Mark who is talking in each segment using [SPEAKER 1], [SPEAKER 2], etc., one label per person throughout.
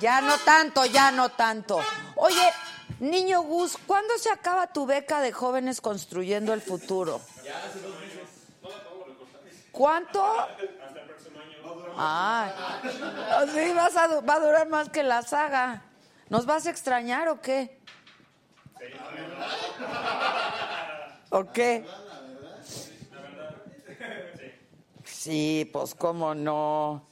[SPEAKER 1] Ya no tanto, ya no tanto. Oye, niño Gus, ¿cuándo se acaba tu beca de jóvenes construyendo el futuro? ¿Cuánto? Ah, sí, vas a, du- va a durar más que la saga. ¿Nos vas a extrañar o qué? ¿O qué? Sí, pues cómo no.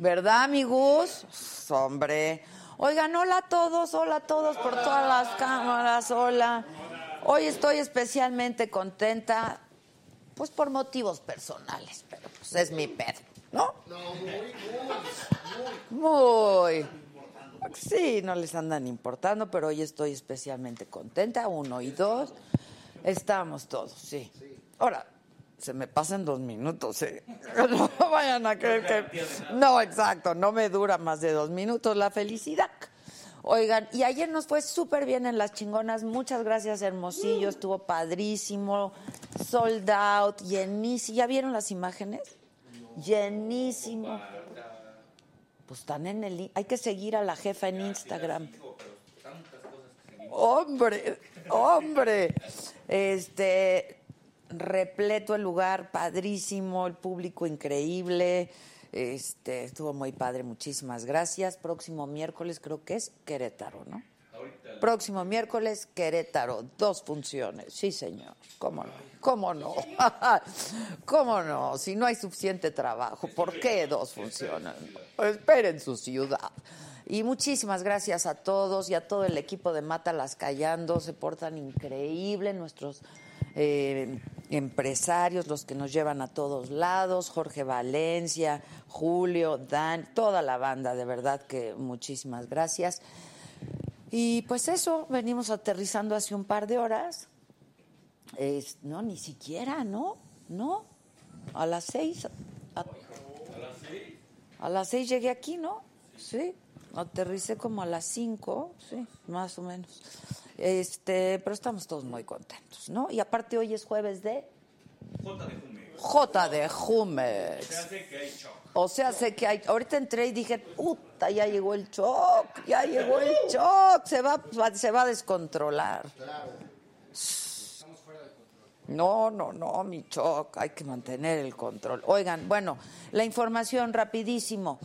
[SPEAKER 1] ¿Verdad, amigos? Hombre. Oigan, hola a todos, hola a todos por todas las cámaras, hola. Hoy estoy especialmente contenta, pues por motivos personales, pero pues es mi pedo, ¿no? muy, Sí, no les andan importando, pero hoy estoy especialmente contenta, uno y dos. Estamos todos, sí. Ahora, se me pasan dos minutos, ¿eh? No vayan a creer que... No, exacto, no me dura más de dos minutos la felicidad. Oigan, y ayer nos fue súper bien en Las Chingonas. Muchas gracias, Hermosillo. Estuvo padrísimo. Sold out, llenísimo. ¿Ya vieron las imágenes? Llenísimo. Pues están en el... in- Hay que seguir a la jefa en Instagram. Hombre, hombre. Este, repleto el lugar, padrísimo, el público increíble. Este, estuvo muy padre, muchísimas gracias. Próximo miércoles creo que es Querétaro, ¿no? Próximo miércoles, Querétaro, dos funciones. Sí, señor. ¿Cómo no? ¿Cómo no? ¿Cómo no? Si no hay suficiente trabajo, ¿por qué dos funciones? Esperen su ciudad. Y muchísimas gracias a todos y a todo el equipo de Mata Las Callando. Se portan increíble nuestros eh, empresarios, los que nos llevan a todos lados, Jorge Valencia, Julio, Dan, toda la banda, de verdad que muchísimas gracias. Y pues eso, venimos aterrizando hace un par de horas. Es- no, ni siquiera, ¿no? ¿No? A las seis. A, a las seis llegué aquí, ¿no? Sí. Aterricé como a las cinco, sí, más o menos. Este, pero estamos todos muy contentos, ¿no? Y aparte hoy es jueves de J de Jumex. O sea, sé que hay. Ahorita entré y dije, puta, ya llegó el shock, ya llegó el shock, se va, va- se va a descontrolar. No, no, no, mi shock, hay que mantener el control. Oigan, bueno, la información rapidísimo.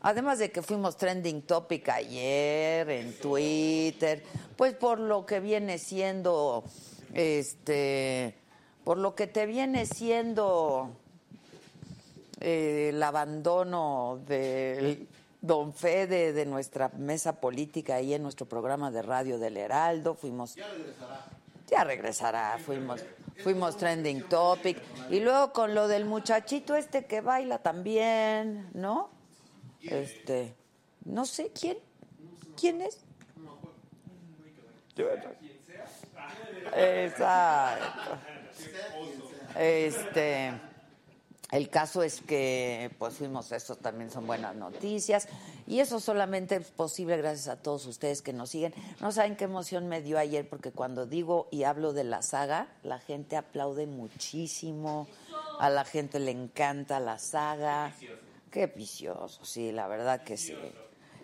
[SPEAKER 1] Además de que fuimos trending topic ayer en Twitter, pues por lo que viene siendo, este, por lo que te viene siendo eh, el abandono del don Fede de nuestra mesa política ahí en nuestro programa de radio del Heraldo. Fuimos. Ya regresará. Ya regresará. Fuimos, fuimos trending topic. Y luego con lo del muchachito este que baila también, ¿no? Este. No sé quién. ¿Quién es? Exacto. Este. El caso es que, pues fuimos, eso también son buenas noticias. Y eso solamente es posible gracias a todos ustedes que nos siguen. No saben qué emoción me dio ayer, porque cuando digo y hablo de la saga, la gente aplaude muchísimo. A la gente le encanta la saga. Qué vicioso, sí, la verdad que sí.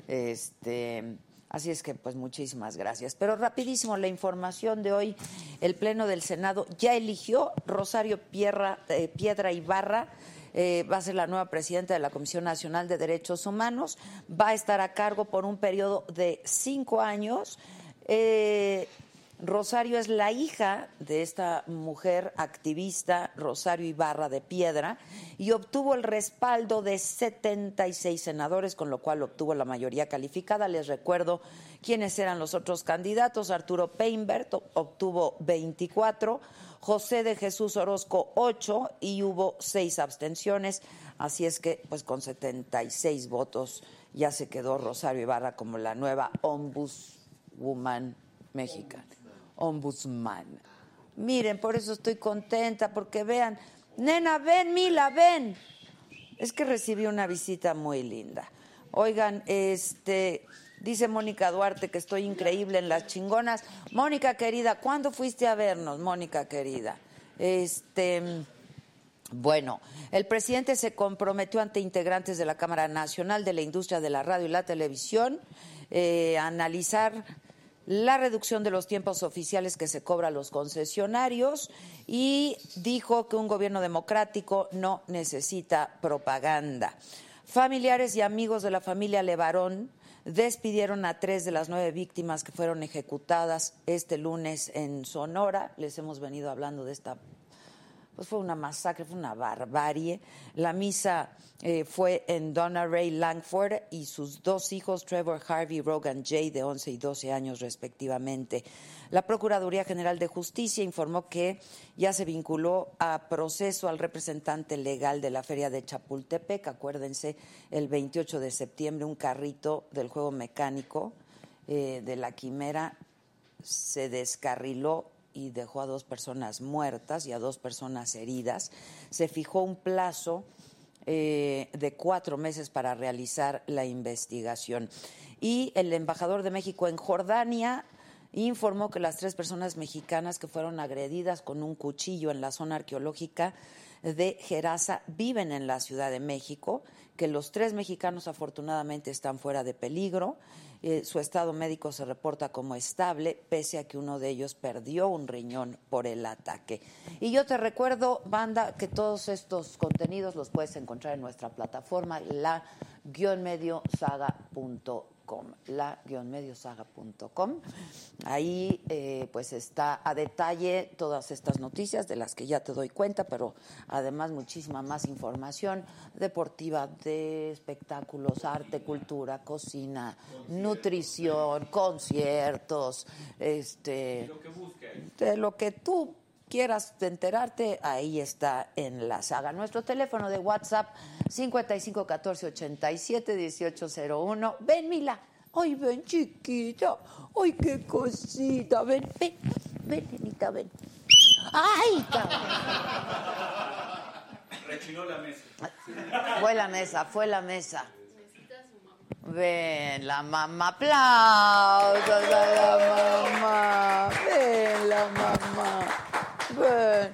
[SPEAKER 1] Este, así es que pues muchísimas gracias. Pero rapidísimo la información de hoy, el pleno del Senado ya eligió Rosario Pierra, eh, Piedra Ibarra. eh, va a ser la nueva presidenta de la Comisión Nacional de Derechos Humanos. Va a estar a cargo por un periodo de cinco años. Eh, Rosario es la hija de esta mujer activista, Rosario Ibarra de Piedra, y obtuvo el respaldo de 76 senadores, con lo cual obtuvo la mayoría calificada. Les recuerdo quiénes eran los otros candidatos. Arturo Peinbert ob- obtuvo 24, José de Jesús Orozco 8 y hubo 6 abstenciones. Así es que, pues con 76 votos ya se quedó Rosario Ibarra como la nueva ombudswoman mexicana, ombudsman. Miren, por eso estoy contenta, porque vean, nena, ven, Mila, ven. Es que recibí una visita muy linda. Oigan, este, Dice Mónica Duarte que estoy increíble en las chingonas. Mónica querida, ¿cuándo fuiste a vernos, Mónica querida? Este. Bueno, el presidente se comprometió ante integrantes de la Cámara Nacional de la Industria de la Radio y la Televisión eh, a analizar la reducción de los tiempos oficiales que se cobra a los concesionarios y dijo que un gobierno democrático no necesita propaganda. Familiares y amigos de la familia Levarón despidieron a tres de las nueve víctimas que fueron ejecutadas este lunes en Sonora. Les hemos venido hablando de esta pues fue una masacre, fue una barbarie. La misa eh, fue en Donna Ray Langford y sus dos hijos, Trevor Harvey y Rogan Jay, de 11 y 12 años respectivamente. La Procuraduría General de Justicia informó que ya se vinculó a proceso al representante legal de la Feria de Chapultepec. Acuérdense, el 28 de septiembre un carrito del juego mecánico eh, de la Quimera se descarriló y dejó a dos personas muertas y a dos personas heridas. Se fijó un plazo eh, de cuatro meses para realizar la investigación. Y el embajador de México en Jordania informó que las tres personas mexicanas que fueron agredidas con un cuchillo en la zona arqueológica de Gerasa viven en la Ciudad de México, que los tres mexicanos afortunadamente están fuera de peligro. Eh, su estado médico se reporta como estable, pese a que uno de ellos perdió un riñón por el ataque. Y yo te recuerdo, banda, que todos estos contenidos los puedes encontrar en nuestra plataforma, la-mediosaga.com la-mediosaga.com. Ahí eh, pues está a detalle todas estas noticias de las que ya te doy cuenta, pero además muchísima más información deportiva, de espectáculos, arte, cultura, cocina, nutrición, conciertos, este,
[SPEAKER 2] lo que busques.
[SPEAKER 1] de lo que tú quieras enterarte, ahí está en la saga. Nuestro teléfono de WhatsApp 55 14 87 1801. Ven, Mila. Ay, ven, chiquita. Ay, qué cosita. Ven, ven. Ven, nenita, ven. Ay, cabrón.
[SPEAKER 2] Rechinó la mesa.
[SPEAKER 1] Fue la mesa, fue la mesa. Ven, la mamá, aplausos a la mamá. Ven, la mamá. Ven.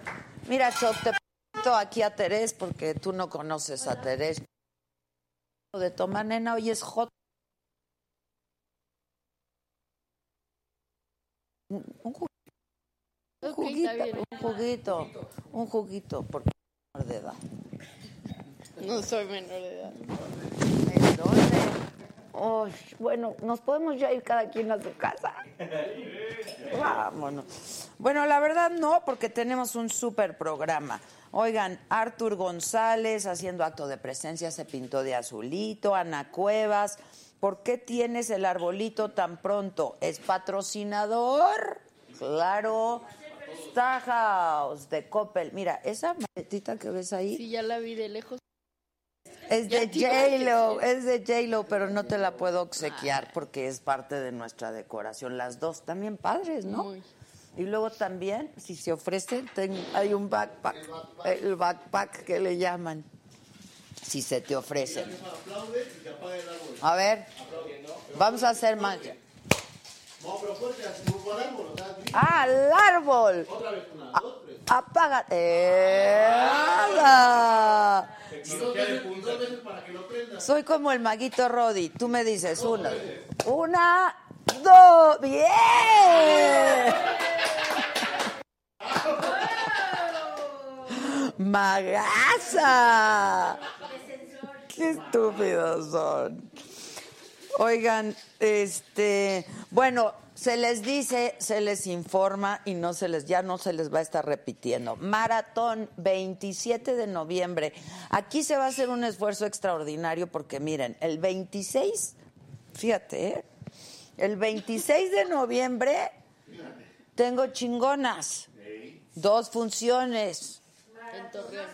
[SPEAKER 1] Mira, Choc, te presento aquí a Terés porque tú no conoces a Terés. De toma, nena, hoy es hot. Un jugu- un
[SPEAKER 3] Ok, está
[SPEAKER 1] juguito,
[SPEAKER 3] bien.
[SPEAKER 1] un juguito, un juguito, porque es menor de edad.
[SPEAKER 3] No soy menor de edad.
[SPEAKER 1] Entonces, ay, bueno, nos podemos ya ir cada quien a su casa. Vámonos. Bueno, la verdad no, porque tenemos un súper programa. Oigan, Artur González haciendo acto de presencia se pintó de azulito, Ana Cuevas. ¿Por qué tienes el arbolito tan pronto? ¿Es patrocinador? Claro. Stahouse de Coppel. Mira, esa maletita que ves ahí.
[SPEAKER 3] Sí, ya la vi de lejos.
[SPEAKER 1] Es
[SPEAKER 3] Ya
[SPEAKER 1] de
[SPEAKER 3] te iba a
[SPEAKER 1] J-Lo, es de J-Lo, pero no te la puedo obsequiar porque es parte de nuestra decoración. Las dos también padres, ¿no?
[SPEAKER 3] Muy.
[SPEAKER 1] Y luego también, si se ofrece, ten- hay un backpack, el backpack que le llaman, si se te ofrece. A ver, vamos a hacer más. Ah, ¡Al árbol! A- ¡Apaga! eh, ¡Ela! Soy como el maguito Rodi. Tú me dices una. Una, dos. ¡Bien! ¡Magaza! ¡Qué estúpidos son! Oigan, este, bueno, se les dice, se les informa y no se les, ya no se les va a estar repitiendo. Maratón 27 de noviembre. Aquí se va a hacer un esfuerzo extraordinario porque miren, el 26, fíjate, ¿eh? el 26 de noviembre tengo chingonas, dos funciones.
[SPEAKER 3] En Torreón.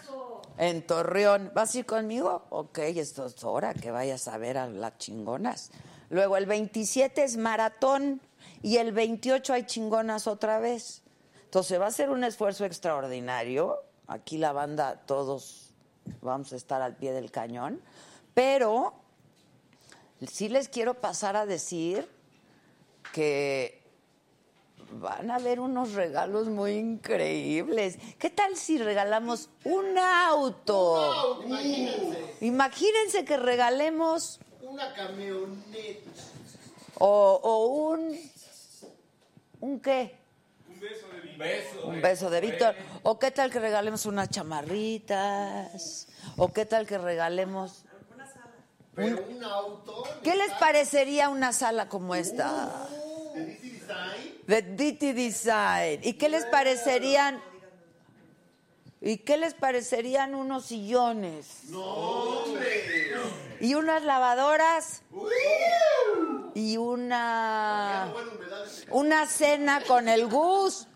[SPEAKER 1] En Torreón. ¿Vas a ir conmigo? Ok, esto es hora que vayas a ver a las chingonas. Luego el 27 es maratón y el 28 hay chingonas otra vez. Entonces va a ser un esfuerzo extraordinario. Aquí la banda, todos vamos a estar al pie del cañón. Pero sí les quiero pasar a decir que van a haber unos regalos muy increíbles. ¿Qué tal si regalamos un auto? Mm.
[SPEAKER 2] Imagínense,
[SPEAKER 1] Imagínense que regalemos
[SPEAKER 2] una camioneta.
[SPEAKER 1] o, o un un qué? Un beso de Víctor. ¿O qué tal que regalemos unas chamarritas? ¿O qué tal que regalemos
[SPEAKER 2] Pero un auto.
[SPEAKER 1] ¿Qué les parecería una sala como esta?
[SPEAKER 2] de DC Design.
[SPEAKER 1] De DT Design. ¿Y qué les parecerían? ¿Y qué les parecerían unos sillones? Y unas lavadoras. Y una.
[SPEAKER 2] Buena humedad de
[SPEAKER 1] Una cena con el Gus.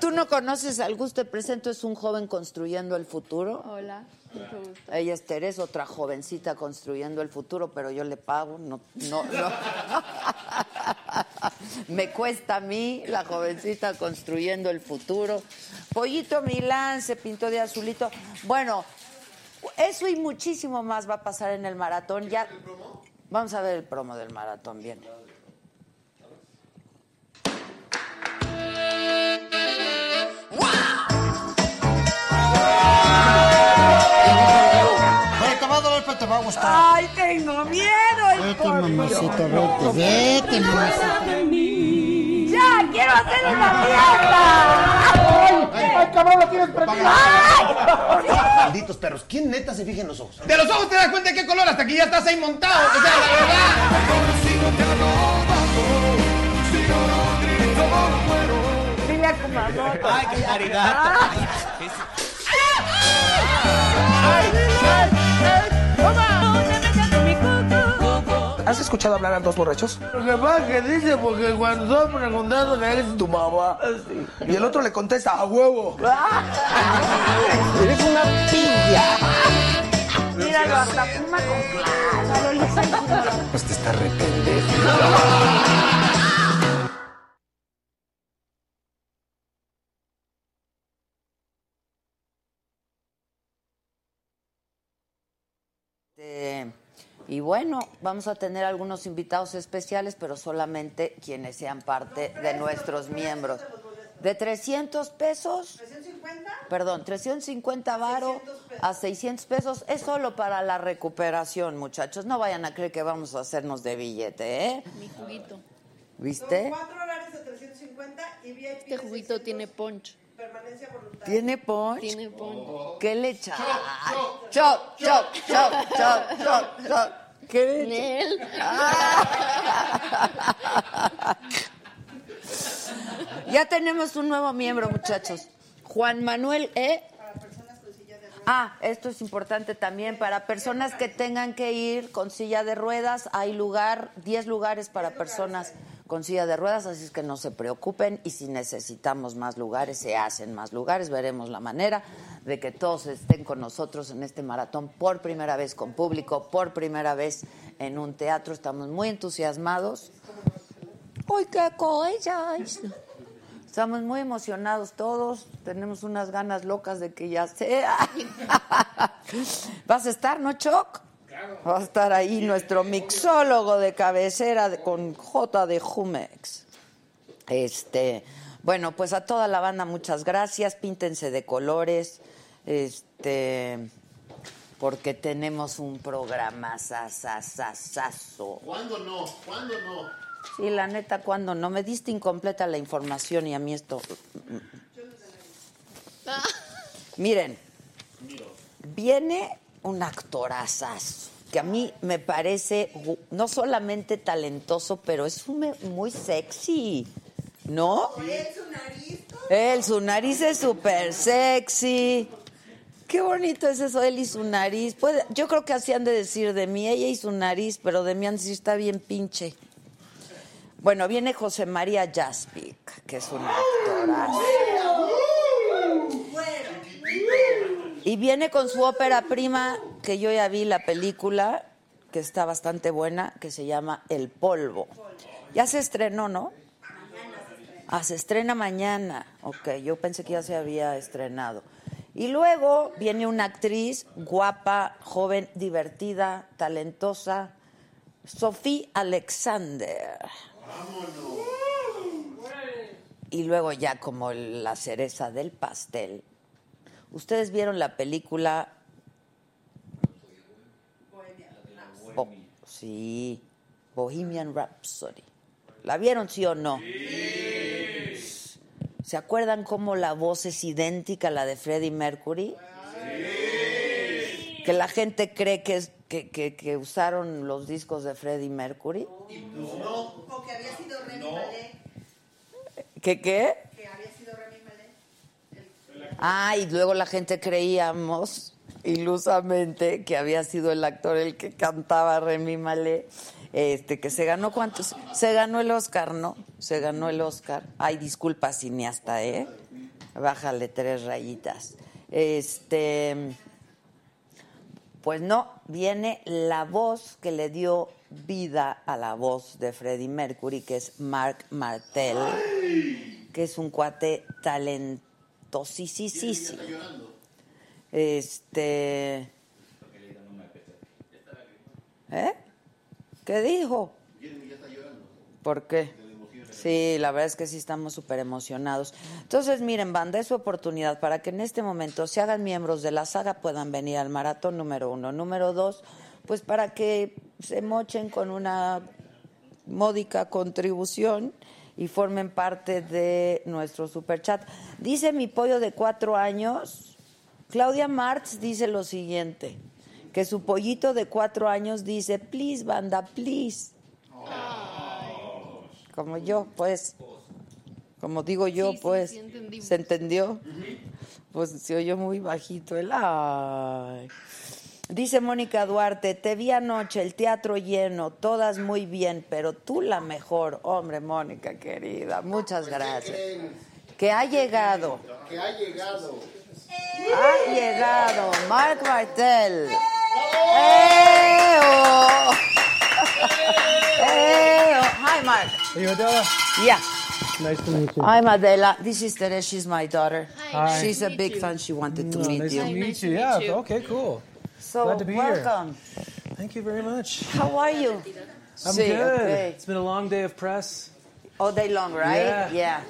[SPEAKER 1] ¿Tú no conoces al Gus? Te presento, es un joven construyendo el futuro.
[SPEAKER 3] Hola, mucho gusto.
[SPEAKER 1] Ella es Teresa, otra jovencita construyendo el futuro, pero yo le pago, no, no, no. Me cuesta a mí, la jovencita construyendo el futuro. Pollito Milán se pintó de azulito. Bueno, eso y muchísimo más va a pasar en el maratón. Ya vamos a ver el promo del maratón, bien.
[SPEAKER 4] Oye, comadre, ahorita te va a gustar.
[SPEAKER 1] Ay, tengo miedo.
[SPEAKER 4] Vete, mamacita, vete, vete, mamacita.
[SPEAKER 1] Ya quiero hacer una fiesta.
[SPEAKER 4] ¡Ay, cabrón, la tienes prendida! Malditos perros, ¿quién neta se fija en los ojos?
[SPEAKER 5] De los ojos te das cuenta de qué color, hasta que ya estás ahí montado. O sea, la verdad.
[SPEAKER 1] Dile a tu mamá.
[SPEAKER 5] Ay, qué caridad.
[SPEAKER 6] ¿Has escuchado hablar a dos borrachos?
[SPEAKER 7] Lo que pasa que dice, porque cuando son preguntando que eres tu mamá,
[SPEAKER 6] Y el otro le contesta, a huevo.
[SPEAKER 4] Eres una pilla.
[SPEAKER 1] Míralo, hasta fuma con claro. le sale un olor.
[SPEAKER 6] Pues te está repitiendo.
[SPEAKER 1] Este, Y bueno, vamos a tener algunos invitados especiales, pero solamente quienes sean parte de nuestros miembros. ¿De 300 pesos? ¿350? Perdón, 350 varo a 600 pesos. Es solo para la recuperación, muchachos. No vayan a creer que vamos a hacernos de billete, ¿eh?
[SPEAKER 3] Mi juguito.
[SPEAKER 1] ¿Viste?
[SPEAKER 3] Este juguito tiene punch.
[SPEAKER 1] ¿Tiene punch?
[SPEAKER 3] Tiene punch.
[SPEAKER 1] ¿Qué le echa? Choc, choc, choc, choc, choc, choc. ¿Qué le echa?
[SPEAKER 3] Nel.
[SPEAKER 1] Ya tenemos un nuevo miembro, muchachos. Juan Manuel E. Ah, esto es importante también. Para personas que tengan que ir con silla de ruedas, hay lugar, 10 lugares para personas con silla de ruedas, así es que no se preocupen. Y si necesitamos más lugares, se hacen más lugares. Veremos la manera de que todos estén con nosotros en este maratón por primera vez con público, por primera vez en un teatro. Estamos muy entusiasmados. ¡Ay, qué cosa! Estamos muy emocionados todos, tenemos unas ganas locas de que ya sea. ¿Vas a estar, no, Choc? Va a estar ahí nuestro mixólogo de cabecera de- con J de Jumex. Este, bueno, pues a toda la banda muchas gracias, píntense de colores, este, porque tenemos un programa sasasasazo.
[SPEAKER 2] ¿Cuándo no? ¿Cuándo no?
[SPEAKER 1] Sí, la neta, cuando no me diste incompleta la información y a mí esto. Miren, viene un actorazazo que a mí me parece gu- no solamente talentoso, pero es un me- muy sexy, ¿no? Él, su nariz es súper sexy. Qué bonito es eso, él y su nariz. Puede- yo creo que así han de decir de mí, ella y su nariz, pero de mí han de decir está bien pinche. Bueno, viene José María Jaspic, que es una actora. Y viene con su ópera prima, que yo ya vi la película, que está bastante buena, que se llama El Polvo. Ya se estrenó, ¿no? Ah, se estrena mañana. Ok, yo pensé que ya se había estrenado. Y luego viene una actriz guapa, joven, divertida, talentosa, Sophie Alexander. Y luego ya como el- la cereza del pastel. ¿Ustedes vieron la película? Bo- sí, Bohemian Rhapsody. ¿La vieron sí o no? ¿Se acuerdan cómo la voz es idéntica a la de Freddie Mercury? Que la gente cree que, es- que, que- que usaron los discos de Freddie Mercury.
[SPEAKER 8] Porque había sido ¿eh? Remy Malek,
[SPEAKER 1] ¿Qué qué?
[SPEAKER 8] que había sido Remy Malek.
[SPEAKER 1] Ah, y luego la gente creíamos ilusamente que había sido el actor el que cantaba Remy Malé, este, que se ganó cuántos, se ganó el Oscar, ¿no? Se ganó el Oscar. Ay, disculpa, cineasta, ¿eh? Bájale tres rayitas. Este, pues no, viene la voz que le dio vida a la voz de Freddie Mercury, que es Mark Martel que es un cuate talentosísimo. Este. ¿Eh? ¿Qué dijo? ¿Por qué? Sí, la verdad es que sí estamos súper emocionados. Entonces, miren, banda, es su oportunidad para que en este momento se hagan miembros de la saga, puedan venir al maratón número uno. Número dos, pues para que se mochen con una módica contribución y formen parte de nuestro superchat. Dice mi pollo de cuatro años, Claudia Martz dice lo siguiente, que su pollito de cuatro años dice, please, banda, please. Como yo, pues. Como digo yo,
[SPEAKER 3] Sí, sí,
[SPEAKER 1] pues.
[SPEAKER 3] sí entendimos.
[SPEAKER 1] ¿Se entendió? Pues se oyó muy bajito el ay. Dice Mónica Duarte, te vi anoche, el teatro lleno, todas muy bien, pero tú la mejor. Hombre, Mónica, querida, muchas gracias. Que ha llegado,
[SPEAKER 2] Que ha llegado.
[SPEAKER 1] ha llegado Marc Martel. ¡Eo! ¡Eo! Hi, Mark. Yeah.
[SPEAKER 9] Nice to meet you.
[SPEAKER 1] I'm Adela. This is Teresh. She's my daughter.
[SPEAKER 3] Hi.
[SPEAKER 1] She's a
[SPEAKER 3] Nice to
[SPEAKER 1] big
[SPEAKER 3] meet
[SPEAKER 1] fan. She wanted to meet
[SPEAKER 9] Mm, nice to
[SPEAKER 1] you.
[SPEAKER 9] meet
[SPEAKER 3] Nice
[SPEAKER 9] you.
[SPEAKER 3] to meet
[SPEAKER 9] yeah.
[SPEAKER 3] you.
[SPEAKER 9] Okay. Cool.
[SPEAKER 1] So,
[SPEAKER 9] Glad to be here.
[SPEAKER 1] welcome.
[SPEAKER 9] Thank you very much.
[SPEAKER 1] How are you?
[SPEAKER 9] I'm
[SPEAKER 1] Sí,
[SPEAKER 9] good.
[SPEAKER 1] okay.
[SPEAKER 9] It's been a long day of press.
[SPEAKER 1] All day long, right?
[SPEAKER 9] Yeah.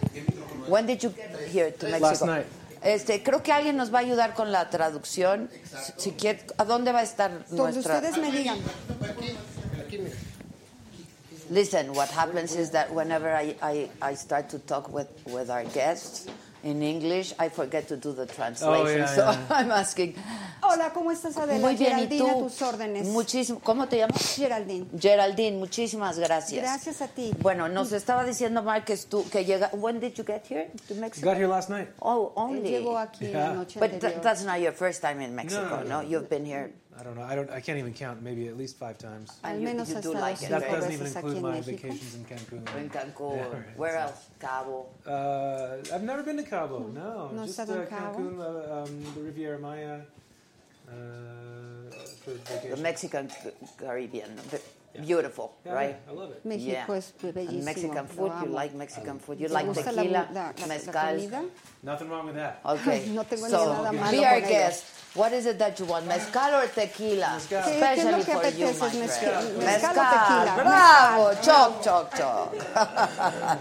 [SPEAKER 1] When did you get here to Mexico?
[SPEAKER 9] Last night.
[SPEAKER 1] Este, creo que alguien nos va a ayudar con la traducción. Si quiere, ¿a dónde va a estar
[SPEAKER 8] Donde
[SPEAKER 1] nuestra?
[SPEAKER 8] ustedes me digan.
[SPEAKER 1] Listen, what happens is that whenever I, I, I start to talk with, with our guests in English, I forget to do the translation.
[SPEAKER 9] Oh, yeah,
[SPEAKER 1] so
[SPEAKER 9] yeah.
[SPEAKER 1] I'm asking.
[SPEAKER 8] Hola, ¿cómo estás, Adela?
[SPEAKER 1] Muy bien, ¿y
[SPEAKER 8] Geraldine,
[SPEAKER 1] tú?
[SPEAKER 8] a tus órdenes.
[SPEAKER 1] Muchísimo. ¿Cómo te llamas?
[SPEAKER 8] Geraldine.
[SPEAKER 1] Geraldine, muchísimas gracias.
[SPEAKER 8] Gracias a ti.
[SPEAKER 1] Bueno, nos estaba diciendo Mark que, estu- que llega. When did you get here to Mexico?
[SPEAKER 9] Got here last night.
[SPEAKER 1] Oh,
[SPEAKER 8] Él
[SPEAKER 1] only.
[SPEAKER 8] llegó aquí la
[SPEAKER 9] Yeah.
[SPEAKER 8] noche
[SPEAKER 1] But tha-
[SPEAKER 8] anterior.
[SPEAKER 1] that's not your first time in Mexico, no?
[SPEAKER 9] No.
[SPEAKER 1] You've been here.
[SPEAKER 9] I don't know. I don't. I can't even count. Maybe at least five times.
[SPEAKER 8] Al
[SPEAKER 1] and you-
[SPEAKER 8] menos
[SPEAKER 1] you
[SPEAKER 8] ha
[SPEAKER 1] do
[SPEAKER 8] estado
[SPEAKER 1] like it,
[SPEAKER 8] cinco
[SPEAKER 9] That
[SPEAKER 1] Pero
[SPEAKER 9] doesn't
[SPEAKER 8] veces
[SPEAKER 9] even
[SPEAKER 8] aquí
[SPEAKER 9] include
[SPEAKER 8] en
[SPEAKER 9] my
[SPEAKER 8] México.
[SPEAKER 9] vacations in Cancun.
[SPEAKER 1] In Cancun.
[SPEAKER 9] Yeah, right.
[SPEAKER 1] Where else? Cabo.
[SPEAKER 9] Uh, I've never been to Cabo. No,
[SPEAKER 8] No
[SPEAKER 9] just uh,
[SPEAKER 8] southern Cabo.
[SPEAKER 9] Cancun, uh, um, the Riviera Maya. Uh, for vacation.
[SPEAKER 1] The Mexican C- Caribbean. The- Beautiful,
[SPEAKER 9] Yeah,
[SPEAKER 1] right?
[SPEAKER 9] I love it.
[SPEAKER 8] México
[SPEAKER 1] Yeah.
[SPEAKER 8] es
[SPEAKER 1] And
[SPEAKER 8] bellísimo.
[SPEAKER 1] Mexican
[SPEAKER 8] lo
[SPEAKER 1] food, you
[SPEAKER 8] amo.
[SPEAKER 1] like Mexican food, you
[SPEAKER 8] ¿Te
[SPEAKER 1] like
[SPEAKER 8] gusta la-
[SPEAKER 1] tequila,
[SPEAKER 8] la- la- la comida?
[SPEAKER 1] mezcal.
[SPEAKER 9] Nothing wrong with that.
[SPEAKER 1] Okay.
[SPEAKER 8] No tengo
[SPEAKER 1] so,
[SPEAKER 8] nada malo
[SPEAKER 1] be our
[SPEAKER 8] con ello.
[SPEAKER 1] guest. What is it that you want, mezcal or tequila?
[SPEAKER 9] Mezcal.
[SPEAKER 8] ¿Qué- ¿Qué es
[SPEAKER 1] Especially
[SPEAKER 8] lo que
[SPEAKER 1] for you, my
[SPEAKER 8] apeteces?
[SPEAKER 1] friend.
[SPEAKER 8] Mezcal,
[SPEAKER 1] Mezcal,
[SPEAKER 8] mezcal o tequila.
[SPEAKER 1] bravo, choc, choc, choc.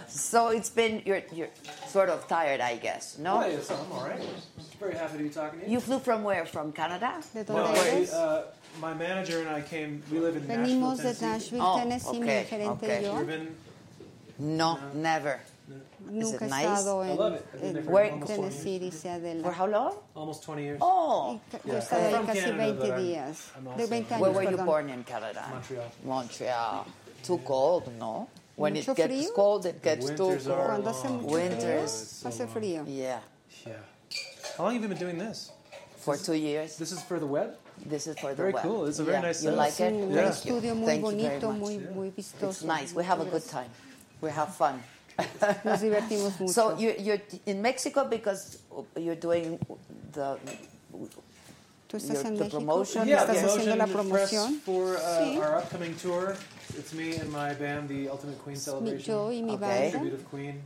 [SPEAKER 1] so it's been you're you're sort of tired, I guess. No,
[SPEAKER 9] Hey, so I'm all right. Very happy to be talking to you.
[SPEAKER 1] you flew from where? From Canada?
[SPEAKER 8] ¿De
[SPEAKER 9] No,
[SPEAKER 8] dónde
[SPEAKER 9] we,
[SPEAKER 8] eres?
[SPEAKER 9] uh, my manager and I came. We live in Nashville,
[SPEAKER 8] Venimos de
[SPEAKER 9] Tennessee.
[SPEAKER 8] Nashville,
[SPEAKER 1] Oh,
[SPEAKER 8] Tennessee,
[SPEAKER 1] okay,
[SPEAKER 8] mi gerente
[SPEAKER 1] okay.
[SPEAKER 8] y yo.
[SPEAKER 9] We've been-
[SPEAKER 1] No, never. Is it
[SPEAKER 8] Nunca he
[SPEAKER 1] nice?
[SPEAKER 8] estado
[SPEAKER 9] I love it. I've been
[SPEAKER 8] en,
[SPEAKER 9] there
[SPEAKER 8] en
[SPEAKER 9] for
[SPEAKER 1] Where-
[SPEAKER 9] almost 20 years.
[SPEAKER 8] Tennessee, dice
[SPEAKER 1] For
[SPEAKER 8] Adela.
[SPEAKER 1] how long?
[SPEAKER 9] Almost 20 years.
[SPEAKER 1] Oh,
[SPEAKER 8] Y ca- Yo
[SPEAKER 9] Yeah.
[SPEAKER 8] estaba ahí
[SPEAKER 9] I'm from
[SPEAKER 8] casi
[SPEAKER 9] Canada,
[SPEAKER 8] 20
[SPEAKER 9] but I'm-
[SPEAKER 8] días.
[SPEAKER 9] I'm
[SPEAKER 8] De
[SPEAKER 9] also-
[SPEAKER 8] 20 años,
[SPEAKER 1] where were you
[SPEAKER 8] perdón.
[SPEAKER 1] born in Canada?
[SPEAKER 9] Montreal.
[SPEAKER 1] Montreal. Too cold, no? When
[SPEAKER 8] Mucho
[SPEAKER 1] it gets
[SPEAKER 8] frío?
[SPEAKER 1] cold, it gets too
[SPEAKER 9] Winters are
[SPEAKER 1] cold.
[SPEAKER 8] Cuando hace mucho
[SPEAKER 1] Winters.
[SPEAKER 8] frío, hace frío.
[SPEAKER 1] Mm. Yeah.
[SPEAKER 9] Yeah. How long have you been doing this?
[SPEAKER 1] For two years.
[SPEAKER 9] This is for the web.
[SPEAKER 1] This is for the
[SPEAKER 9] Very
[SPEAKER 1] web.
[SPEAKER 9] cool. It's a very
[SPEAKER 1] Yeah.
[SPEAKER 9] nice
[SPEAKER 1] You
[SPEAKER 9] setup.
[SPEAKER 1] like it?
[SPEAKER 8] Un
[SPEAKER 9] Yeah.
[SPEAKER 8] estudio Mm, muy
[SPEAKER 1] Thank you very
[SPEAKER 8] bonito,
[SPEAKER 1] much.
[SPEAKER 8] muy, muy vistoso.
[SPEAKER 1] It's nice. We have a good time. We have fun.
[SPEAKER 8] Nos divertimos mucho.
[SPEAKER 1] So you, you're in Mexico because you're doing the.
[SPEAKER 8] ¿Tú estás
[SPEAKER 1] your-
[SPEAKER 8] en
[SPEAKER 1] the
[SPEAKER 8] México?
[SPEAKER 1] promotion?
[SPEAKER 8] ¿Me
[SPEAKER 1] Yeah,
[SPEAKER 8] ¿Estás
[SPEAKER 1] promotion
[SPEAKER 8] haciendo la
[SPEAKER 9] press
[SPEAKER 8] promoción?
[SPEAKER 9] for uh,
[SPEAKER 8] Sí.
[SPEAKER 9] our upcoming tour. It's me and my band, the Ultimate Queen
[SPEAKER 8] Mi-
[SPEAKER 9] Celebration.
[SPEAKER 8] yo y mi
[SPEAKER 1] Okay.
[SPEAKER 8] banda.
[SPEAKER 9] Tribute of Queen.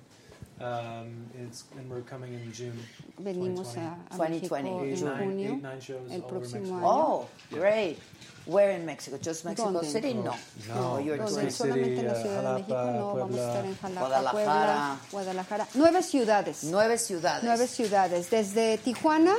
[SPEAKER 9] Um, it's, and we're coming in June.
[SPEAKER 8] Venimos
[SPEAKER 9] 2020.
[SPEAKER 8] a, a
[SPEAKER 1] 2020.
[SPEAKER 8] México
[SPEAKER 9] Eight,
[SPEAKER 8] en
[SPEAKER 9] nine-
[SPEAKER 8] junio,
[SPEAKER 9] eight, nine shows
[SPEAKER 8] el
[SPEAKER 9] all over Mexico.
[SPEAKER 8] próximo año.
[SPEAKER 1] Oh, great. Where in Mexico? Just Mexico
[SPEAKER 8] ¿Dónde?
[SPEAKER 1] City? No. Oh,
[SPEAKER 9] No,
[SPEAKER 1] you're
[SPEAKER 9] Mexico
[SPEAKER 1] doing
[SPEAKER 8] Donde
[SPEAKER 9] City,
[SPEAKER 8] solamente en la
[SPEAKER 9] uh,
[SPEAKER 8] Ciudad de México,
[SPEAKER 9] Jalapa,
[SPEAKER 8] no, vamos a estar en
[SPEAKER 9] Puebla.
[SPEAKER 8] Jalapa,
[SPEAKER 1] Guadalajara.
[SPEAKER 8] Puebla, Guadalajara. Nueve ciudades.
[SPEAKER 1] nueve ciudades.
[SPEAKER 8] Nueve ciudades, desde Tijuana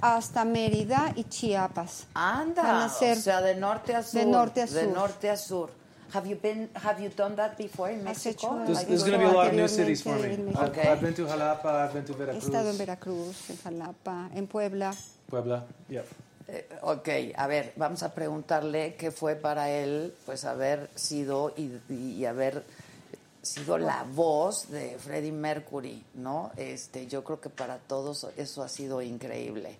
[SPEAKER 8] hasta Mérida y Chiapas. Van
[SPEAKER 1] Anda,
[SPEAKER 8] a ser
[SPEAKER 1] o sea, de norte a sur.
[SPEAKER 8] norte a
[SPEAKER 1] De
[SPEAKER 8] sur.
[SPEAKER 1] norte a sur. Have you been? Have you done that before in
[SPEAKER 8] Has
[SPEAKER 1] Mexico?
[SPEAKER 8] hecho-
[SPEAKER 1] Like
[SPEAKER 9] There's,
[SPEAKER 8] Like
[SPEAKER 9] there's
[SPEAKER 1] you
[SPEAKER 9] going to be a lot of new
[SPEAKER 8] Anteriormente
[SPEAKER 9] cities for me.
[SPEAKER 8] en
[SPEAKER 9] I've,
[SPEAKER 1] Mexico.
[SPEAKER 9] I've been to Jalapa, I've been to
[SPEAKER 8] He estado en
[SPEAKER 9] Veracruz,
[SPEAKER 8] Veracruz, en Jalapa, en Puebla.
[SPEAKER 9] Puebla. Yep.
[SPEAKER 1] Eh, Ok, a ver, vamos a preguntarle qué fue para él, pues haber sido y, y haber sido la voz de Freddie Mercury, ¿no? Este, yo creo que para todos eso ha sido increíble.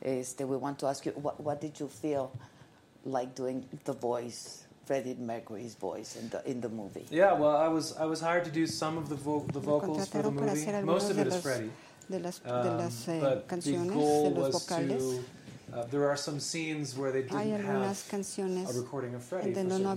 [SPEAKER 1] Este, we want to ask you, what, what did you feel like doing the voice, Freddie Mercury's voice in the in the movie?
[SPEAKER 9] Yeah, well, I was I was hired to do some of the, vo- the
[SPEAKER 8] Lo
[SPEAKER 9] vocals for the
[SPEAKER 8] contrataron para
[SPEAKER 9] movie.
[SPEAKER 8] hacer algunas
[SPEAKER 9] Most of
[SPEAKER 8] de
[SPEAKER 9] it is
[SPEAKER 8] las,
[SPEAKER 9] Freddie.
[SPEAKER 8] de las, de
[SPEAKER 9] Um,
[SPEAKER 8] las eh,
[SPEAKER 9] but the
[SPEAKER 8] canciones,
[SPEAKER 9] goal
[SPEAKER 8] de los
[SPEAKER 9] was
[SPEAKER 8] vocales.
[SPEAKER 9] to. Uh, there are some scenes where they
[SPEAKER 8] Hay
[SPEAKER 9] didn't
[SPEAKER 8] algunas
[SPEAKER 9] have
[SPEAKER 8] canciones
[SPEAKER 9] a recording of Freddie.
[SPEAKER 8] en
[SPEAKER 9] for
[SPEAKER 8] donde no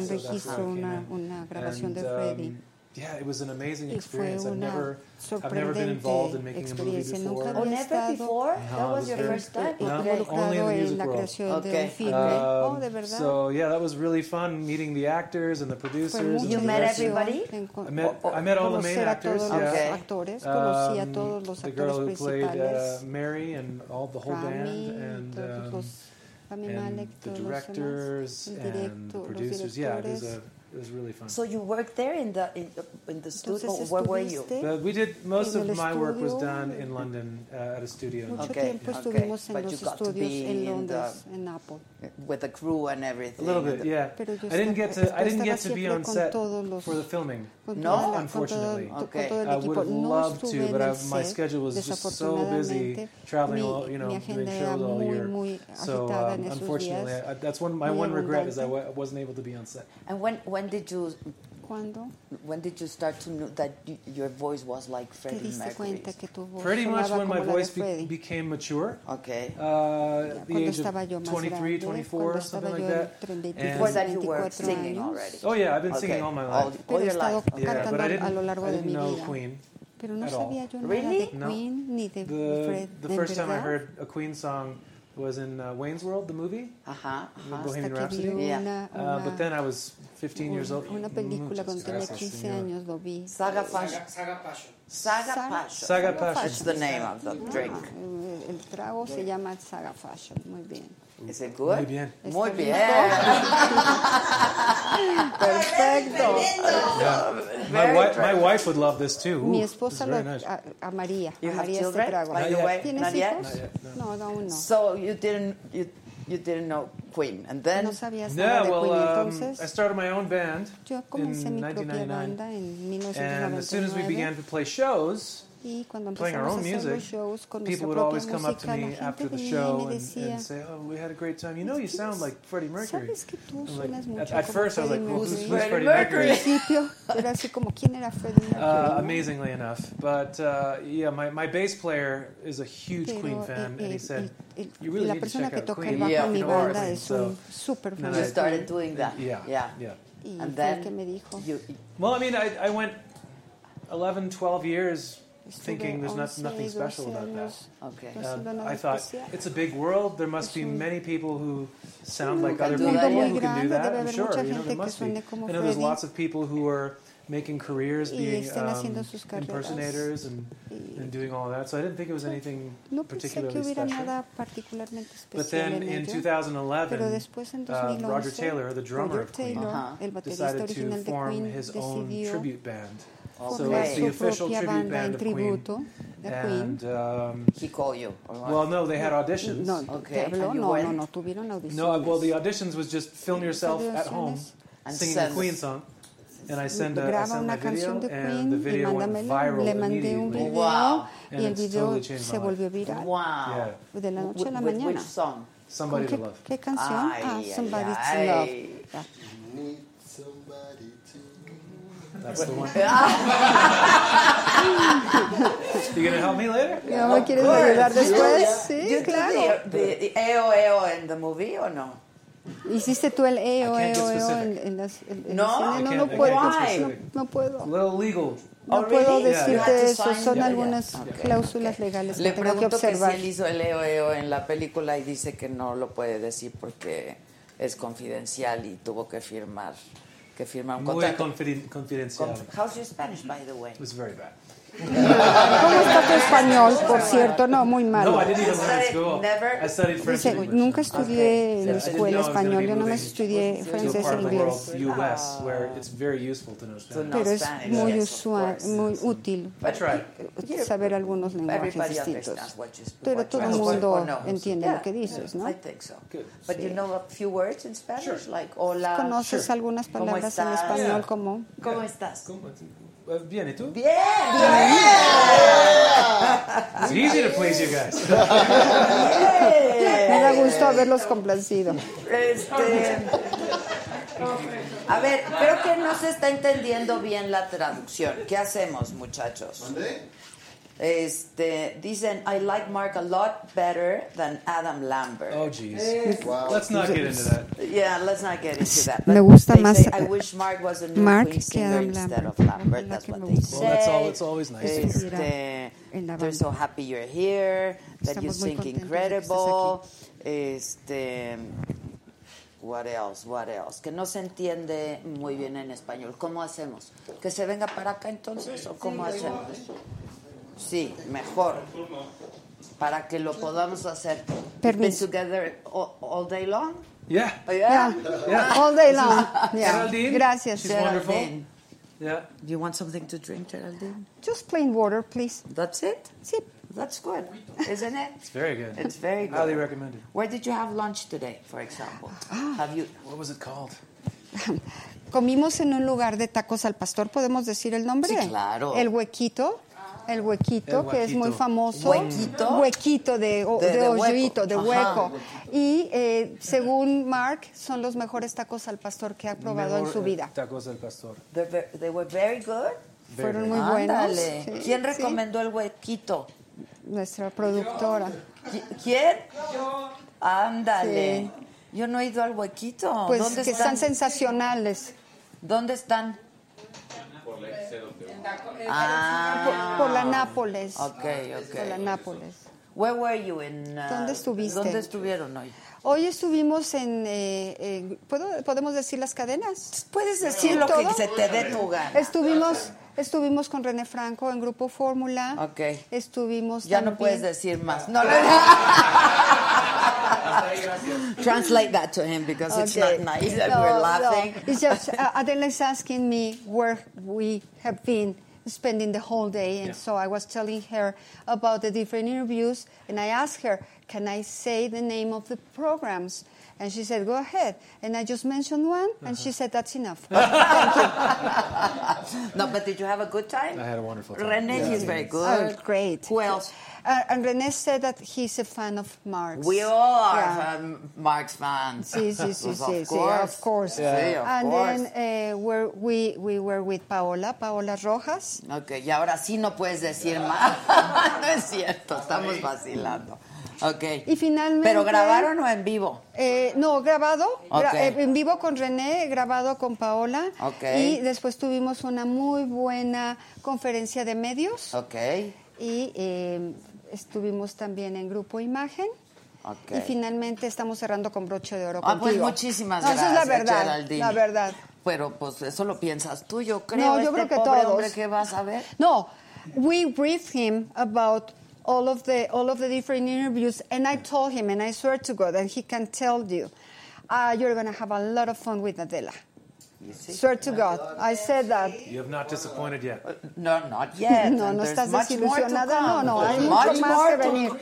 [SPEAKER 8] había
[SPEAKER 9] scenes,
[SPEAKER 1] Exacto.
[SPEAKER 8] un registro,
[SPEAKER 9] so that's where I came
[SPEAKER 8] una,
[SPEAKER 9] in.
[SPEAKER 8] una grabación de
[SPEAKER 9] And, um,
[SPEAKER 8] Freddie.
[SPEAKER 9] yeah, it was an amazing
[SPEAKER 8] Y fue
[SPEAKER 9] experience. I've
[SPEAKER 8] una
[SPEAKER 9] never, I've never been involved in
[SPEAKER 8] sorprendente
[SPEAKER 9] making a movie
[SPEAKER 8] experiencia. Nunca
[SPEAKER 1] Oh, never
[SPEAKER 8] había estado
[SPEAKER 9] before.
[SPEAKER 1] before? That was
[SPEAKER 9] No, it was
[SPEAKER 1] your
[SPEAKER 9] very-
[SPEAKER 1] first time?
[SPEAKER 9] No,
[SPEAKER 1] Okay.
[SPEAKER 9] only in
[SPEAKER 8] involucrado
[SPEAKER 9] the
[SPEAKER 8] en
[SPEAKER 9] music
[SPEAKER 8] la
[SPEAKER 9] world.
[SPEAKER 8] creación de
[SPEAKER 1] Okay.
[SPEAKER 8] un filme.
[SPEAKER 9] Um,
[SPEAKER 8] oh, de verdad.
[SPEAKER 9] So yeah, that was really fun meeting the actors and the
[SPEAKER 8] Fue
[SPEAKER 9] producers.
[SPEAKER 8] mucha
[SPEAKER 9] and
[SPEAKER 1] You
[SPEAKER 9] the
[SPEAKER 1] met
[SPEAKER 9] director.
[SPEAKER 8] diversión
[SPEAKER 1] everybody?
[SPEAKER 8] en con-
[SPEAKER 9] I met, I met all the main
[SPEAKER 8] conocer a
[SPEAKER 9] actors.
[SPEAKER 8] todos
[SPEAKER 9] yeah.
[SPEAKER 8] los
[SPEAKER 1] Okay.
[SPEAKER 8] actores, conocí a
[SPEAKER 9] Um,
[SPEAKER 8] todos los
[SPEAKER 9] the girl
[SPEAKER 8] actores
[SPEAKER 9] who played uh,
[SPEAKER 8] principales,
[SPEAKER 9] Mary and all the whole
[SPEAKER 8] Rami,
[SPEAKER 9] band and,
[SPEAKER 8] todos
[SPEAKER 9] um,
[SPEAKER 8] los Rami Malek,
[SPEAKER 9] and the
[SPEAKER 8] todos los demás,
[SPEAKER 9] directors
[SPEAKER 8] el
[SPEAKER 9] and the
[SPEAKER 8] directo- los
[SPEAKER 9] producers. Yeah, it was,
[SPEAKER 8] directores.
[SPEAKER 9] a, it was really fun.
[SPEAKER 1] So you worked there in the in, the- in the
[SPEAKER 8] Entonces
[SPEAKER 1] studio? Where were you?
[SPEAKER 8] estuviste
[SPEAKER 9] But we did most
[SPEAKER 8] en
[SPEAKER 9] of
[SPEAKER 8] el
[SPEAKER 9] my work was
[SPEAKER 8] estudio.
[SPEAKER 9] done in London uh, at a studio.
[SPEAKER 8] mucho
[SPEAKER 1] Okay,
[SPEAKER 8] tiempo
[SPEAKER 1] okay.
[SPEAKER 8] estuvimos
[SPEAKER 1] But
[SPEAKER 8] en los
[SPEAKER 1] you got to
[SPEAKER 8] estudios
[SPEAKER 1] be
[SPEAKER 8] en
[SPEAKER 1] in
[SPEAKER 8] Londres, en Apple.
[SPEAKER 1] With the crew and
[SPEAKER 9] A
[SPEAKER 1] everything.
[SPEAKER 9] little bit, yeah. I
[SPEAKER 8] Pero yo
[SPEAKER 9] didn't get
[SPEAKER 8] estaba-
[SPEAKER 9] to I didn't
[SPEAKER 8] estaba
[SPEAKER 9] get to be
[SPEAKER 8] siempre
[SPEAKER 9] on
[SPEAKER 8] con
[SPEAKER 9] set
[SPEAKER 8] todos los-
[SPEAKER 9] for the filming.
[SPEAKER 8] Con
[SPEAKER 1] No,
[SPEAKER 8] toda la- con todo el-
[SPEAKER 9] unfortunately.
[SPEAKER 8] con
[SPEAKER 1] Okay.
[SPEAKER 8] todo el
[SPEAKER 9] I would
[SPEAKER 8] equipo.
[SPEAKER 9] have
[SPEAKER 8] No
[SPEAKER 9] loved
[SPEAKER 8] estuve
[SPEAKER 9] to, but
[SPEAKER 8] en el
[SPEAKER 9] I've, my
[SPEAKER 8] set,
[SPEAKER 9] schedule was just so busy
[SPEAKER 8] desafortunadamente.
[SPEAKER 9] traveling,
[SPEAKER 8] mi,
[SPEAKER 9] all, you
[SPEAKER 8] mi
[SPEAKER 9] know, doing
[SPEAKER 8] agenda era
[SPEAKER 9] shows all
[SPEAKER 8] muy,
[SPEAKER 9] year.
[SPEAKER 8] muy
[SPEAKER 9] So
[SPEAKER 8] agitada
[SPEAKER 9] um,
[SPEAKER 8] en esos
[SPEAKER 9] unfortunately,
[SPEAKER 8] días.
[SPEAKER 9] I, that's one my
[SPEAKER 8] muy
[SPEAKER 9] one regret is I
[SPEAKER 8] abundante.
[SPEAKER 9] wa- wasn't able to be on set.
[SPEAKER 1] And when when did you
[SPEAKER 8] ¿Cuándo
[SPEAKER 1] when did you start to know that y your voice was like
[SPEAKER 8] te
[SPEAKER 1] Freddie
[SPEAKER 8] diste
[SPEAKER 1] Mercury's?
[SPEAKER 8] cuenta que tu voz
[SPEAKER 9] Pretty much
[SPEAKER 8] sonaba
[SPEAKER 9] when my
[SPEAKER 8] como la de
[SPEAKER 9] voice be-
[SPEAKER 8] Freddie?
[SPEAKER 9] became mature,
[SPEAKER 1] Okay.
[SPEAKER 9] uh, the
[SPEAKER 8] Cuando
[SPEAKER 9] age
[SPEAKER 8] estaba yo
[SPEAKER 9] of
[SPEAKER 8] más
[SPEAKER 9] 23,
[SPEAKER 8] grande, cuando
[SPEAKER 9] 24,
[SPEAKER 8] estaba
[SPEAKER 9] something like
[SPEAKER 8] yo
[SPEAKER 9] that.
[SPEAKER 8] entre 23
[SPEAKER 1] Before
[SPEAKER 9] And,
[SPEAKER 1] that you were
[SPEAKER 8] 24
[SPEAKER 1] singing
[SPEAKER 8] años.
[SPEAKER 1] already.
[SPEAKER 9] oh yeah, I've been
[SPEAKER 1] Okay.
[SPEAKER 9] singing all my
[SPEAKER 1] All,
[SPEAKER 9] life.
[SPEAKER 1] all
[SPEAKER 8] Pero he
[SPEAKER 1] your
[SPEAKER 8] estado
[SPEAKER 1] life. Okay.
[SPEAKER 9] Yeah, but
[SPEAKER 8] cantando a
[SPEAKER 9] I didn't,
[SPEAKER 8] lo largo
[SPEAKER 9] I
[SPEAKER 8] de
[SPEAKER 9] didn't
[SPEAKER 8] mi
[SPEAKER 9] know
[SPEAKER 8] vida.
[SPEAKER 9] Queen.
[SPEAKER 8] Pero no
[SPEAKER 9] at all.
[SPEAKER 8] sabía yo nada
[SPEAKER 1] Really?
[SPEAKER 8] de
[SPEAKER 9] No.
[SPEAKER 8] Queen ni de
[SPEAKER 9] The,
[SPEAKER 8] Fred.
[SPEAKER 9] the
[SPEAKER 8] ¿de
[SPEAKER 9] first time I
[SPEAKER 8] verdad?
[SPEAKER 9] heard a Queen song was in uh, Wayne's World, the movie,
[SPEAKER 1] Ajá, ajá.
[SPEAKER 8] Hasta
[SPEAKER 9] Bohemian
[SPEAKER 8] que vi
[SPEAKER 9] Rhapsody.
[SPEAKER 1] Yeah.
[SPEAKER 8] una,
[SPEAKER 9] Uh,
[SPEAKER 8] una-
[SPEAKER 9] but then I was 15 years old. Mm,
[SPEAKER 8] una película cuando
[SPEAKER 9] Muchas
[SPEAKER 8] tenía
[SPEAKER 9] gracias,
[SPEAKER 8] 15
[SPEAKER 9] señora.
[SPEAKER 8] años, lo vi.
[SPEAKER 1] Saga Passion.
[SPEAKER 2] Saga, saga Passion.
[SPEAKER 1] Saga
[SPEAKER 8] Saga-
[SPEAKER 1] Passion.
[SPEAKER 9] Saga
[SPEAKER 1] That's
[SPEAKER 9] Passion.
[SPEAKER 1] the name of the drink.
[SPEAKER 8] Ah, el, el trago se llama Saga Fashion, muy bien.
[SPEAKER 1] Is it good?
[SPEAKER 9] Muy bien.
[SPEAKER 1] Muy
[SPEAKER 8] Está
[SPEAKER 1] bien.
[SPEAKER 8] Perfecto.
[SPEAKER 9] My,
[SPEAKER 1] Very
[SPEAKER 9] wife, my
[SPEAKER 1] attractive.
[SPEAKER 9] wife would love this too.
[SPEAKER 8] Mi
[SPEAKER 9] Ooh,
[SPEAKER 8] esposa lo
[SPEAKER 9] this is very nice.
[SPEAKER 8] a- amaría,
[SPEAKER 1] You have
[SPEAKER 8] amaría este
[SPEAKER 1] children,
[SPEAKER 8] trago.
[SPEAKER 1] by the
[SPEAKER 9] Not
[SPEAKER 1] way?
[SPEAKER 8] ¿Tienes
[SPEAKER 1] Not yet?
[SPEAKER 8] hijos?
[SPEAKER 9] Not yet, no.
[SPEAKER 8] No, no, aún no.
[SPEAKER 1] So you didn't you you didn't know Queen, and then
[SPEAKER 8] No sabías nada
[SPEAKER 9] Yeah,
[SPEAKER 8] de
[SPEAKER 9] well,
[SPEAKER 8] Queen,
[SPEAKER 9] um, I
[SPEAKER 8] entonces
[SPEAKER 9] started my own band
[SPEAKER 8] yo
[SPEAKER 9] in
[SPEAKER 8] comencé mi propia
[SPEAKER 9] 1999.
[SPEAKER 8] banda en
[SPEAKER 9] And as soon as we began
[SPEAKER 8] 1999
[SPEAKER 9] to play shows,
[SPEAKER 8] y cuando
[SPEAKER 9] playing our
[SPEAKER 8] empezamos a
[SPEAKER 9] own
[SPEAKER 8] hacer los
[SPEAKER 9] music,
[SPEAKER 8] shows con nuestra
[SPEAKER 9] people would always
[SPEAKER 8] propia
[SPEAKER 9] come up to
[SPEAKER 8] música,
[SPEAKER 9] me
[SPEAKER 8] la
[SPEAKER 9] after
[SPEAKER 8] gente
[SPEAKER 9] the
[SPEAKER 8] venía y
[SPEAKER 9] show
[SPEAKER 8] me
[SPEAKER 9] and,
[SPEAKER 8] decía,
[SPEAKER 9] and say, "Oh, we had a great time. You know, you sound like Freddie Mercury."
[SPEAKER 8] ¿sabes que tú
[SPEAKER 9] I'm like-
[SPEAKER 8] suenas
[SPEAKER 9] at,
[SPEAKER 8] mucho
[SPEAKER 9] at
[SPEAKER 8] como
[SPEAKER 9] first, I was like,
[SPEAKER 8] Freddie
[SPEAKER 9] well, "Who's,
[SPEAKER 1] Who's
[SPEAKER 9] who's
[SPEAKER 1] Freddie
[SPEAKER 8] Mercury?
[SPEAKER 9] Freddie
[SPEAKER 1] Mercury?
[SPEAKER 9] Mercury?"
[SPEAKER 8] Al principio era así como, ¿quién era Freddie Mercury?
[SPEAKER 9] Uh,
[SPEAKER 8] no?
[SPEAKER 9] amazingly enough, but uh, yeah, my, my bass player is a huge
[SPEAKER 8] Pero
[SPEAKER 9] Queen
[SPEAKER 8] el-
[SPEAKER 9] fan, and he
[SPEAKER 8] el-
[SPEAKER 9] said,
[SPEAKER 8] el-
[SPEAKER 9] "You really
[SPEAKER 8] la
[SPEAKER 9] need to
[SPEAKER 8] persona que
[SPEAKER 9] check out
[SPEAKER 8] toca el
[SPEAKER 9] Queen."
[SPEAKER 8] bajo
[SPEAKER 1] Yeah,
[SPEAKER 8] en mi
[SPEAKER 1] of course.
[SPEAKER 8] banda es
[SPEAKER 9] So,
[SPEAKER 8] un super fan.
[SPEAKER 9] no,
[SPEAKER 1] you
[SPEAKER 9] I-
[SPEAKER 1] started doing that.
[SPEAKER 9] yeah,
[SPEAKER 1] yeah.
[SPEAKER 9] yeah.
[SPEAKER 8] y
[SPEAKER 1] And
[SPEAKER 8] fue el
[SPEAKER 1] then
[SPEAKER 8] que me dijo,
[SPEAKER 1] you
[SPEAKER 9] Well, I mean, I, I went 11, 12 years
[SPEAKER 8] estuve
[SPEAKER 9] thinking there's not,
[SPEAKER 8] 11, 12
[SPEAKER 9] nothing special about that.
[SPEAKER 8] años,
[SPEAKER 1] Okay.
[SPEAKER 8] no
[SPEAKER 9] Uh,
[SPEAKER 8] haciendo nada
[SPEAKER 9] I thought
[SPEAKER 8] especial.
[SPEAKER 9] it's a big world. There must be many people who sound like
[SPEAKER 1] can
[SPEAKER 9] other
[SPEAKER 1] do
[SPEAKER 9] people
[SPEAKER 1] that, yeah.
[SPEAKER 9] who can
[SPEAKER 8] Grande,
[SPEAKER 9] do that.
[SPEAKER 8] debe
[SPEAKER 9] I'm
[SPEAKER 8] haber
[SPEAKER 9] sure,
[SPEAKER 8] mucha
[SPEAKER 9] you know,
[SPEAKER 8] gente
[SPEAKER 9] there
[SPEAKER 8] que
[SPEAKER 9] must be.
[SPEAKER 8] suene como
[SPEAKER 9] I know there's
[SPEAKER 8] Freddie.
[SPEAKER 9] lots of people who are making careers
[SPEAKER 8] Y
[SPEAKER 9] being
[SPEAKER 8] estén
[SPEAKER 9] um,
[SPEAKER 8] haciendo sus carreras.
[SPEAKER 9] impersonators and,
[SPEAKER 8] Y-
[SPEAKER 9] and doing all that. So I didn't think it was anything
[SPEAKER 8] No pensé que
[SPEAKER 9] particularly
[SPEAKER 8] hubiera
[SPEAKER 9] special.
[SPEAKER 8] nada particularmente
[SPEAKER 9] But
[SPEAKER 8] especial en
[SPEAKER 9] then in
[SPEAKER 8] ello. Pero
[SPEAKER 9] 2011,
[SPEAKER 8] después en
[SPEAKER 9] uh,
[SPEAKER 8] 2011,
[SPEAKER 9] Roger Taylor, the drummer
[SPEAKER 8] Roger
[SPEAKER 9] of Queen,
[SPEAKER 8] Taylor,
[SPEAKER 1] Ajá.
[SPEAKER 8] el baterista
[SPEAKER 9] decided to
[SPEAKER 8] original de
[SPEAKER 9] form
[SPEAKER 8] Queen,
[SPEAKER 9] his own
[SPEAKER 8] decidió
[SPEAKER 9] tribute band.
[SPEAKER 1] Okay.
[SPEAKER 9] So
[SPEAKER 8] formar
[SPEAKER 9] it's the
[SPEAKER 8] su
[SPEAKER 9] official
[SPEAKER 8] propia banda en
[SPEAKER 9] tribute band of Queen.
[SPEAKER 8] tributo a Queen.
[SPEAKER 9] And um,
[SPEAKER 1] he called you. or what?
[SPEAKER 9] well, no, they had auditions.
[SPEAKER 8] No,
[SPEAKER 1] Ok.
[SPEAKER 8] te habló,
[SPEAKER 1] And you
[SPEAKER 8] no,
[SPEAKER 1] went?
[SPEAKER 8] no, no, tuvieron audiciones.
[SPEAKER 9] No, uh, well, the auditions was just film yourself at home
[SPEAKER 8] Audiciones.
[SPEAKER 1] And
[SPEAKER 9] singing
[SPEAKER 1] send
[SPEAKER 9] the
[SPEAKER 1] it.
[SPEAKER 9] Queen song. And I send a, I
[SPEAKER 8] graba
[SPEAKER 9] send my
[SPEAKER 8] una
[SPEAKER 9] video,
[SPEAKER 8] canción de
[SPEAKER 9] and the
[SPEAKER 8] Queen y
[SPEAKER 9] video went
[SPEAKER 8] mándamela.
[SPEAKER 9] viral
[SPEAKER 8] Le mandé un
[SPEAKER 9] immediately.
[SPEAKER 8] video
[SPEAKER 1] Wow.
[SPEAKER 9] And
[SPEAKER 8] y el
[SPEAKER 9] it's
[SPEAKER 8] video
[SPEAKER 9] totally changed
[SPEAKER 8] se
[SPEAKER 9] my
[SPEAKER 8] volvió viral
[SPEAKER 1] Wow.
[SPEAKER 8] de la noche a la
[SPEAKER 1] With- with
[SPEAKER 8] mañana.
[SPEAKER 1] Which song?
[SPEAKER 9] Somebody
[SPEAKER 8] ¿Con
[SPEAKER 9] to
[SPEAKER 8] qué,
[SPEAKER 9] love.
[SPEAKER 8] qué canción?
[SPEAKER 1] Ay,
[SPEAKER 8] ah,
[SPEAKER 1] ay,
[SPEAKER 8] Somebody
[SPEAKER 1] ay.
[SPEAKER 8] to Love.
[SPEAKER 2] Need somebody to.
[SPEAKER 9] That's the one.
[SPEAKER 1] Ah,
[SPEAKER 9] you gonna help me later?
[SPEAKER 8] Ya. ¿No me quieres ayudar después? Sí,
[SPEAKER 1] You do
[SPEAKER 8] claro.
[SPEAKER 1] the, the, the EO EO in the movie or no?
[SPEAKER 8] Hiciste tú el E EO,
[SPEAKER 9] I can't get
[SPEAKER 8] EO, EO.
[SPEAKER 9] specific.
[SPEAKER 8] en- en las- en- en
[SPEAKER 1] No,
[SPEAKER 8] la
[SPEAKER 1] I
[SPEAKER 8] escena.
[SPEAKER 9] can't-
[SPEAKER 8] no,
[SPEAKER 9] I can't
[SPEAKER 8] puedo.
[SPEAKER 9] get
[SPEAKER 8] No,
[SPEAKER 9] specific.
[SPEAKER 8] no puedo.
[SPEAKER 9] A little illegal.
[SPEAKER 8] No
[SPEAKER 1] Oh,
[SPEAKER 8] puedo
[SPEAKER 1] really?
[SPEAKER 8] decirte
[SPEAKER 1] You have to
[SPEAKER 8] eso.
[SPEAKER 1] sign-
[SPEAKER 8] Son
[SPEAKER 1] yeah,
[SPEAKER 8] algunas
[SPEAKER 1] yeah. Okay,
[SPEAKER 8] cláusulas
[SPEAKER 1] okay.
[SPEAKER 8] legales
[SPEAKER 1] Le
[SPEAKER 8] que tengo que
[SPEAKER 1] pregunto que si
[SPEAKER 8] observar.
[SPEAKER 1] él hizo el EO, EO en la película y dice que no lo puede decir porque es confidencial y tuvo que firmar que firma un
[SPEAKER 9] Muy
[SPEAKER 1] contrato.
[SPEAKER 9] confiden- confidencial. Pues,
[SPEAKER 1] Conf- How's your Spanish, by the way?
[SPEAKER 9] It was very bad.
[SPEAKER 8] ¿Cómo está tu español, por cierto? No, muy
[SPEAKER 9] No,
[SPEAKER 8] malo.
[SPEAKER 9] I didn't even learn
[SPEAKER 1] Studied
[SPEAKER 9] at school.
[SPEAKER 1] never-
[SPEAKER 9] I studied French
[SPEAKER 8] Dice,
[SPEAKER 9] and English.
[SPEAKER 8] nunca estudié en
[SPEAKER 9] Yeah,
[SPEAKER 8] la
[SPEAKER 9] I didn't know
[SPEAKER 8] escuela
[SPEAKER 9] I was gonna
[SPEAKER 8] español,
[SPEAKER 9] be
[SPEAKER 8] yo nada más
[SPEAKER 9] moving
[SPEAKER 8] estudié
[SPEAKER 9] to a
[SPEAKER 8] francés
[SPEAKER 9] part
[SPEAKER 8] e
[SPEAKER 9] of the world,
[SPEAKER 8] inglés.
[SPEAKER 9] US, where it's very useful to know Spanish.
[SPEAKER 8] Pero es
[SPEAKER 1] Spanish,
[SPEAKER 8] muy
[SPEAKER 1] yes, of
[SPEAKER 8] usual,
[SPEAKER 1] course.
[SPEAKER 8] muy útil
[SPEAKER 9] That's right.
[SPEAKER 8] saber algunos lenguajes
[SPEAKER 1] Everybody
[SPEAKER 8] distintos.
[SPEAKER 1] understands what you speak.
[SPEAKER 8] Pero todo el mundo entiende lo que dices, ¿no?
[SPEAKER 1] I think so.
[SPEAKER 9] Good.
[SPEAKER 1] But you know a few words in Spanish, like hola.
[SPEAKER 8] ¿Conoces algunas
[SPEAKER 1] ¿Cómo
[SPEAKER 8] palabras en
[SPEAKER 1] estás?
[SPEAKER 8] español
[SPEAKER 9] Yeah.
[SPEAKER 8] como
[SPEAKER 1] ¿Cómo estás?
[SPEAKER 9] ¿Cómo? Eh, Bien, ¿y tú?
[SPEAKER 1] Bien.
[SPEAKER 9] It's easy to please you guys.
[SPEAKER 1] Bien.
[SPEAKER 8] Me da gusto haberlos complacido.
[SPEAKER 1] Este, a ver, creo que no se está entendiendo bien la traducción. ¿Qué hacemos, muchachos?
[SPEAKER 2] ¿Dónde?
[SPEAKER 1] Este, dicen, I like Mark a lot better than Adam Lambert.
[SPEAKER 9] Oh, jeez.
[SPEAKER 2] Wow.
[SPEAKER 9] Let's not get into that.
[SPEAKER 1] Yeah, let's not get into that.
[SPEAKER 8] Pues, Me
[SPEAKER 1] But
[SPEAKER 8] gusta
[SPEAKER 1] they
[SPEAKER 8] más,
[SPEAKER 1] say,
[SPEAKER 8] eh,
[SPEAKER 1] I wish Mark was a new
[SPEAKER 8] Mark
[SPEAKER 1] Queen
[SPEAKER 8] que
[SPEAKER 1] singer
[SPEAKER 8] Adam
[SPEAKER 1] instead
[SPEAKER 8] Lambert.
[SPEAKER 1] of Lambert.
[SPEAKER 8] La
[SPEAKER 1] That's
[SPEAKER 8] que
[SPEAKER 1] what
[SPEAKER 8] me
[SPEAKER 1] they
[SPEAKER 8] gusta.
[SPEAKER 1] say.
[SPEAKER 9] Well, that's all- it's always nice to
[SPEAKER 8] hear.
[SPEAKER 1] Este,
[SPEAKER 8] En la
[SPEAKER 1] they're so happy you're here, that you
[SPEAKER 8] Estamos muy
[SPEAKER 1] sing
[SPEAKER 8] contentos de que
[SPEAKER 1] incredible. Este, what else? What else? Que no se entiende muy bien en español. ¿Cómo hacemos? Que se venga para acá entonces o cómo hacemos? Sí, mejor. Para que lo podamos hacer. You've been
[SPEAKER 8] Permiso.
[SPEAKER 1] together all, all day long?
[SPEAKER 9] Yeah.
[SPEAKER 1] Oh, Yeah.
[SPEAKER 8] Yeah, All day long. Yeah.
[SPEAKER 9] Geraldine?
[SPEAKER 8] Gracias.
[SPEAKER 9] She's wonderful.
[SPEAKER 1] Geraldine.
[SPEAKER 9] Yeah.
[SPEAKER 1] Do you want something to drink, Geraldine?
[SPEAKER 8] Just plain water, please.
[SPEAKER 1] That's it?
[SPEAKER 8] Sí.
[SPEAKER 1] That's good, isn't it?
[SPEAKER 9] It's very good.
[SPEAKER 1] It's very good.
[SPEAKER 9] Highly recommended.
[SPEAKER 1] Where did you have lunch today, for example?
[SPEAKER 8] Ah.
[SPEAKER 1] Have you?
[SPEAKER 9] What was it called?
[SPEAKER 8] Comimos en un lugar de tacos al pastor, ¿podemos decir el nombre?
[SPEAKER 1] Sí, claro.
[SPEAKER 8] El huequito. El huequito,
[SPEAKER 9] El
[SPEAKER 8] que es muy
[SPEAKER 9] huequito.
[SPEAKER 8] famoso.
[SPEAKER 1] ¿Huequito?
[SPEAKER 8] Huequito de, o-
[SPEAKER 1] De-
[SPEAKER 8] de
[SPEAKER 1] de hueco.
[SPEAKER 8] hoyito, de
[SPEAKER 1] Ajá.
[SPEAKER 8] hueco. Y eh, según Mark, son los mejores tacos al pastor que ha probado en
[SPEAKER 9] Mejor,
[SPEAKER 8] su
[SPEAKER 9] eh,
[SPEAKER 8] vida.
[SPEAKER 9] Tacos del pastor.
[SPEAKER 1] They were, they were very good.
[SPEAKER 9] Very
[SPEAKER 8] Fueron
[SPEAKER 9] good.
[SPEAKER 8] muy buenos.
[SPEAKER 1] Ándale.
[SPEAKER 8] Sí,
[SPEAKER 1] ¿Quién
[SPEAKER 8] sí.
[SPEAKER 1] recomendó el huequito?
[SPEAKER 8] Nuestra productora.
[SPEAKER 1] ¿Qui- ¿Quién? Ándale.
[SPEAKER 8] Sí.
[SPEAKER 1] Yo no he ido al huequito.
[SPEAKER 8] Pues
[SPEAKER 1] Oh, ¿Dónde
[SPEAKER 8] que
[SPEAKER 1] están?
[SPEAKER 8] están sensacionales.
[SPEAKER 1] ¿Dónde están? Ah,
[SPEAKER 8] Por, por la Nápoles.
[SPEAKER 1] Ok, ok.
[SPEAKER 8] Por la Nápoles.
[SPEAKER 1] Where were you in, uh,
[SPEAKER 8] ¿Dónde estuviste?
[SPEAKER 1] ¿Dónde estuvieron hoy?
[SPEAKER 8] Hoy estuvimos en... eh, eh, ¿puedo- ¿Podemos decir las cadenas?
[SPEAKER 1] Puedes decir lo que
[SPEAKER 8] ¿Todo?
[SPEAKER 1] se te dé tu gana.
[SPEAKER 8] Estuvimos, estuvimos con René Franco en Grupo Fórmula.
[SPEAKER 1] Ok.
[SPEAKER 8] Estuvimos
[SPEAKER 1] Ya no
[SPEAKER 8] también-
[SPEAKER 1] puedes decir más. No, no. Translate that to him because it's
[SPEAKER 8] Okay.
[SPEAKER 1] not nice that
[SPEAKER 8] No,
[SPEAKER 1] we're
[SPEAKER 8] no.
[SPEAKER 1] laughing.
[SPEAKER 8] It's just uh, Adela is asking me where we have been spending the whole day, and so I was telling her about the different interviews, and I asked her, "Can I say the name of the programs?" And she said, "Go ahead." And I just mentioned one, and she said, "That's enough."
[SPEAKER 1] No, but did you have a good time?
[SPEAKER 9] I had a wonderful time.
[SPEAKER 1] René, he's very good.
[SPEAKER 8] oh, great.
[SPEAKER 1] Who else?
[SPEAKER 8] Uh, and René said that he's a fan of Marx.
[SPEAKER 1] We all are
[SPEAKER 8] Yeah.
[SPEAKER 1] fan- Marx fans. Pues,
[SPEAKER 8] Sí, sí, sí,
[SPEAKER 1] Of
[SPEAKER 8] sí, sí,
[SPEAKER 1] course.
[SPEAKER 8] of course.
[SPEAKER 1] Sí, of
[SPEAKER 8] and
[SPEAKER 1] course.
[SPEAKER 8] then uh, we're, we, we were with Paola, Paola Rojas.
[SPEAKER 1] Ok, y ahora sí no puedes decir más. no es cierto, estamos vacilando. Ok.
[SPEAKER 8] Y finalmente-
[SPEAKER 1] ¿Pero grabaron o en vivo?
[SPEAKER 8] Eh, no, grabado, gra-
[SPEAKER 1] Ok.
[SPEAKER 8] eh, en vivo con René, grabado con Paola.
[SPEAKER 1] Ok.
[SPEAKER 8] Y después tuvimos una muy buena conferencia de medios
[SPEAKER 1] Ok,
[SPEAKER 8] y eh, estuvimos también en Grupo Imagen.
[SPEAKER 1] ok.
[SPEAKER 8] Y finalmente estamos cerrando con broche de oro.
[SPEAKER 1] Ah, pues
[SPEAKER 8] contigo.
[SPEAKER 1] muchísimas
[SPEAKER 8] No,
[SPEAKER 1] gracias,
[SPEAKER 8] Esa es la verdad,
[SPEAKER 1] Geraldine.
[SPEAKER 8] la verdad.
[SPEAKER 1] Pero pues eso lo piensas tú, yo creo.
[SPEAKER 8] No, yo
[SPEAKER 1] este
[SPEAKER 8] creo que
[SPEAKER 1] pobre
[SPEAKER 8] todos.
[SPEAKER 1] hombre que vas a ver.
[SPEAKER 8] No, we briefed him about all of the all of the different interviews, and I told him, and I swear to God, and he can tell you, uh, you're gonna have a lot of fun with Adela. Swear to God, I said that.
[SPEAKER 9] You have not disappointed yet.
[SPEAKER 1] No, not yet.
[SPEAKER 8] No,
[SPEAKER 1] And
[SPEAKER 8] no
[SPEAKER 1] there's
[SPEAKER 8] estás
[SPEAKER 1] much more to
[SPEAKER 8] desilusionada. No,
[SPEAKER 1] come.
[SPEAKER 8] no, hay
[SPEAKER 1] There's
[SPEAKER 8] mucho
[SPEAKER 1] much
[SPEAKER 8] más
[SPEAKER 1] more
[SPEAKER 8] que
[SPEAKER 1] to-
[SPEAKER 8] venir.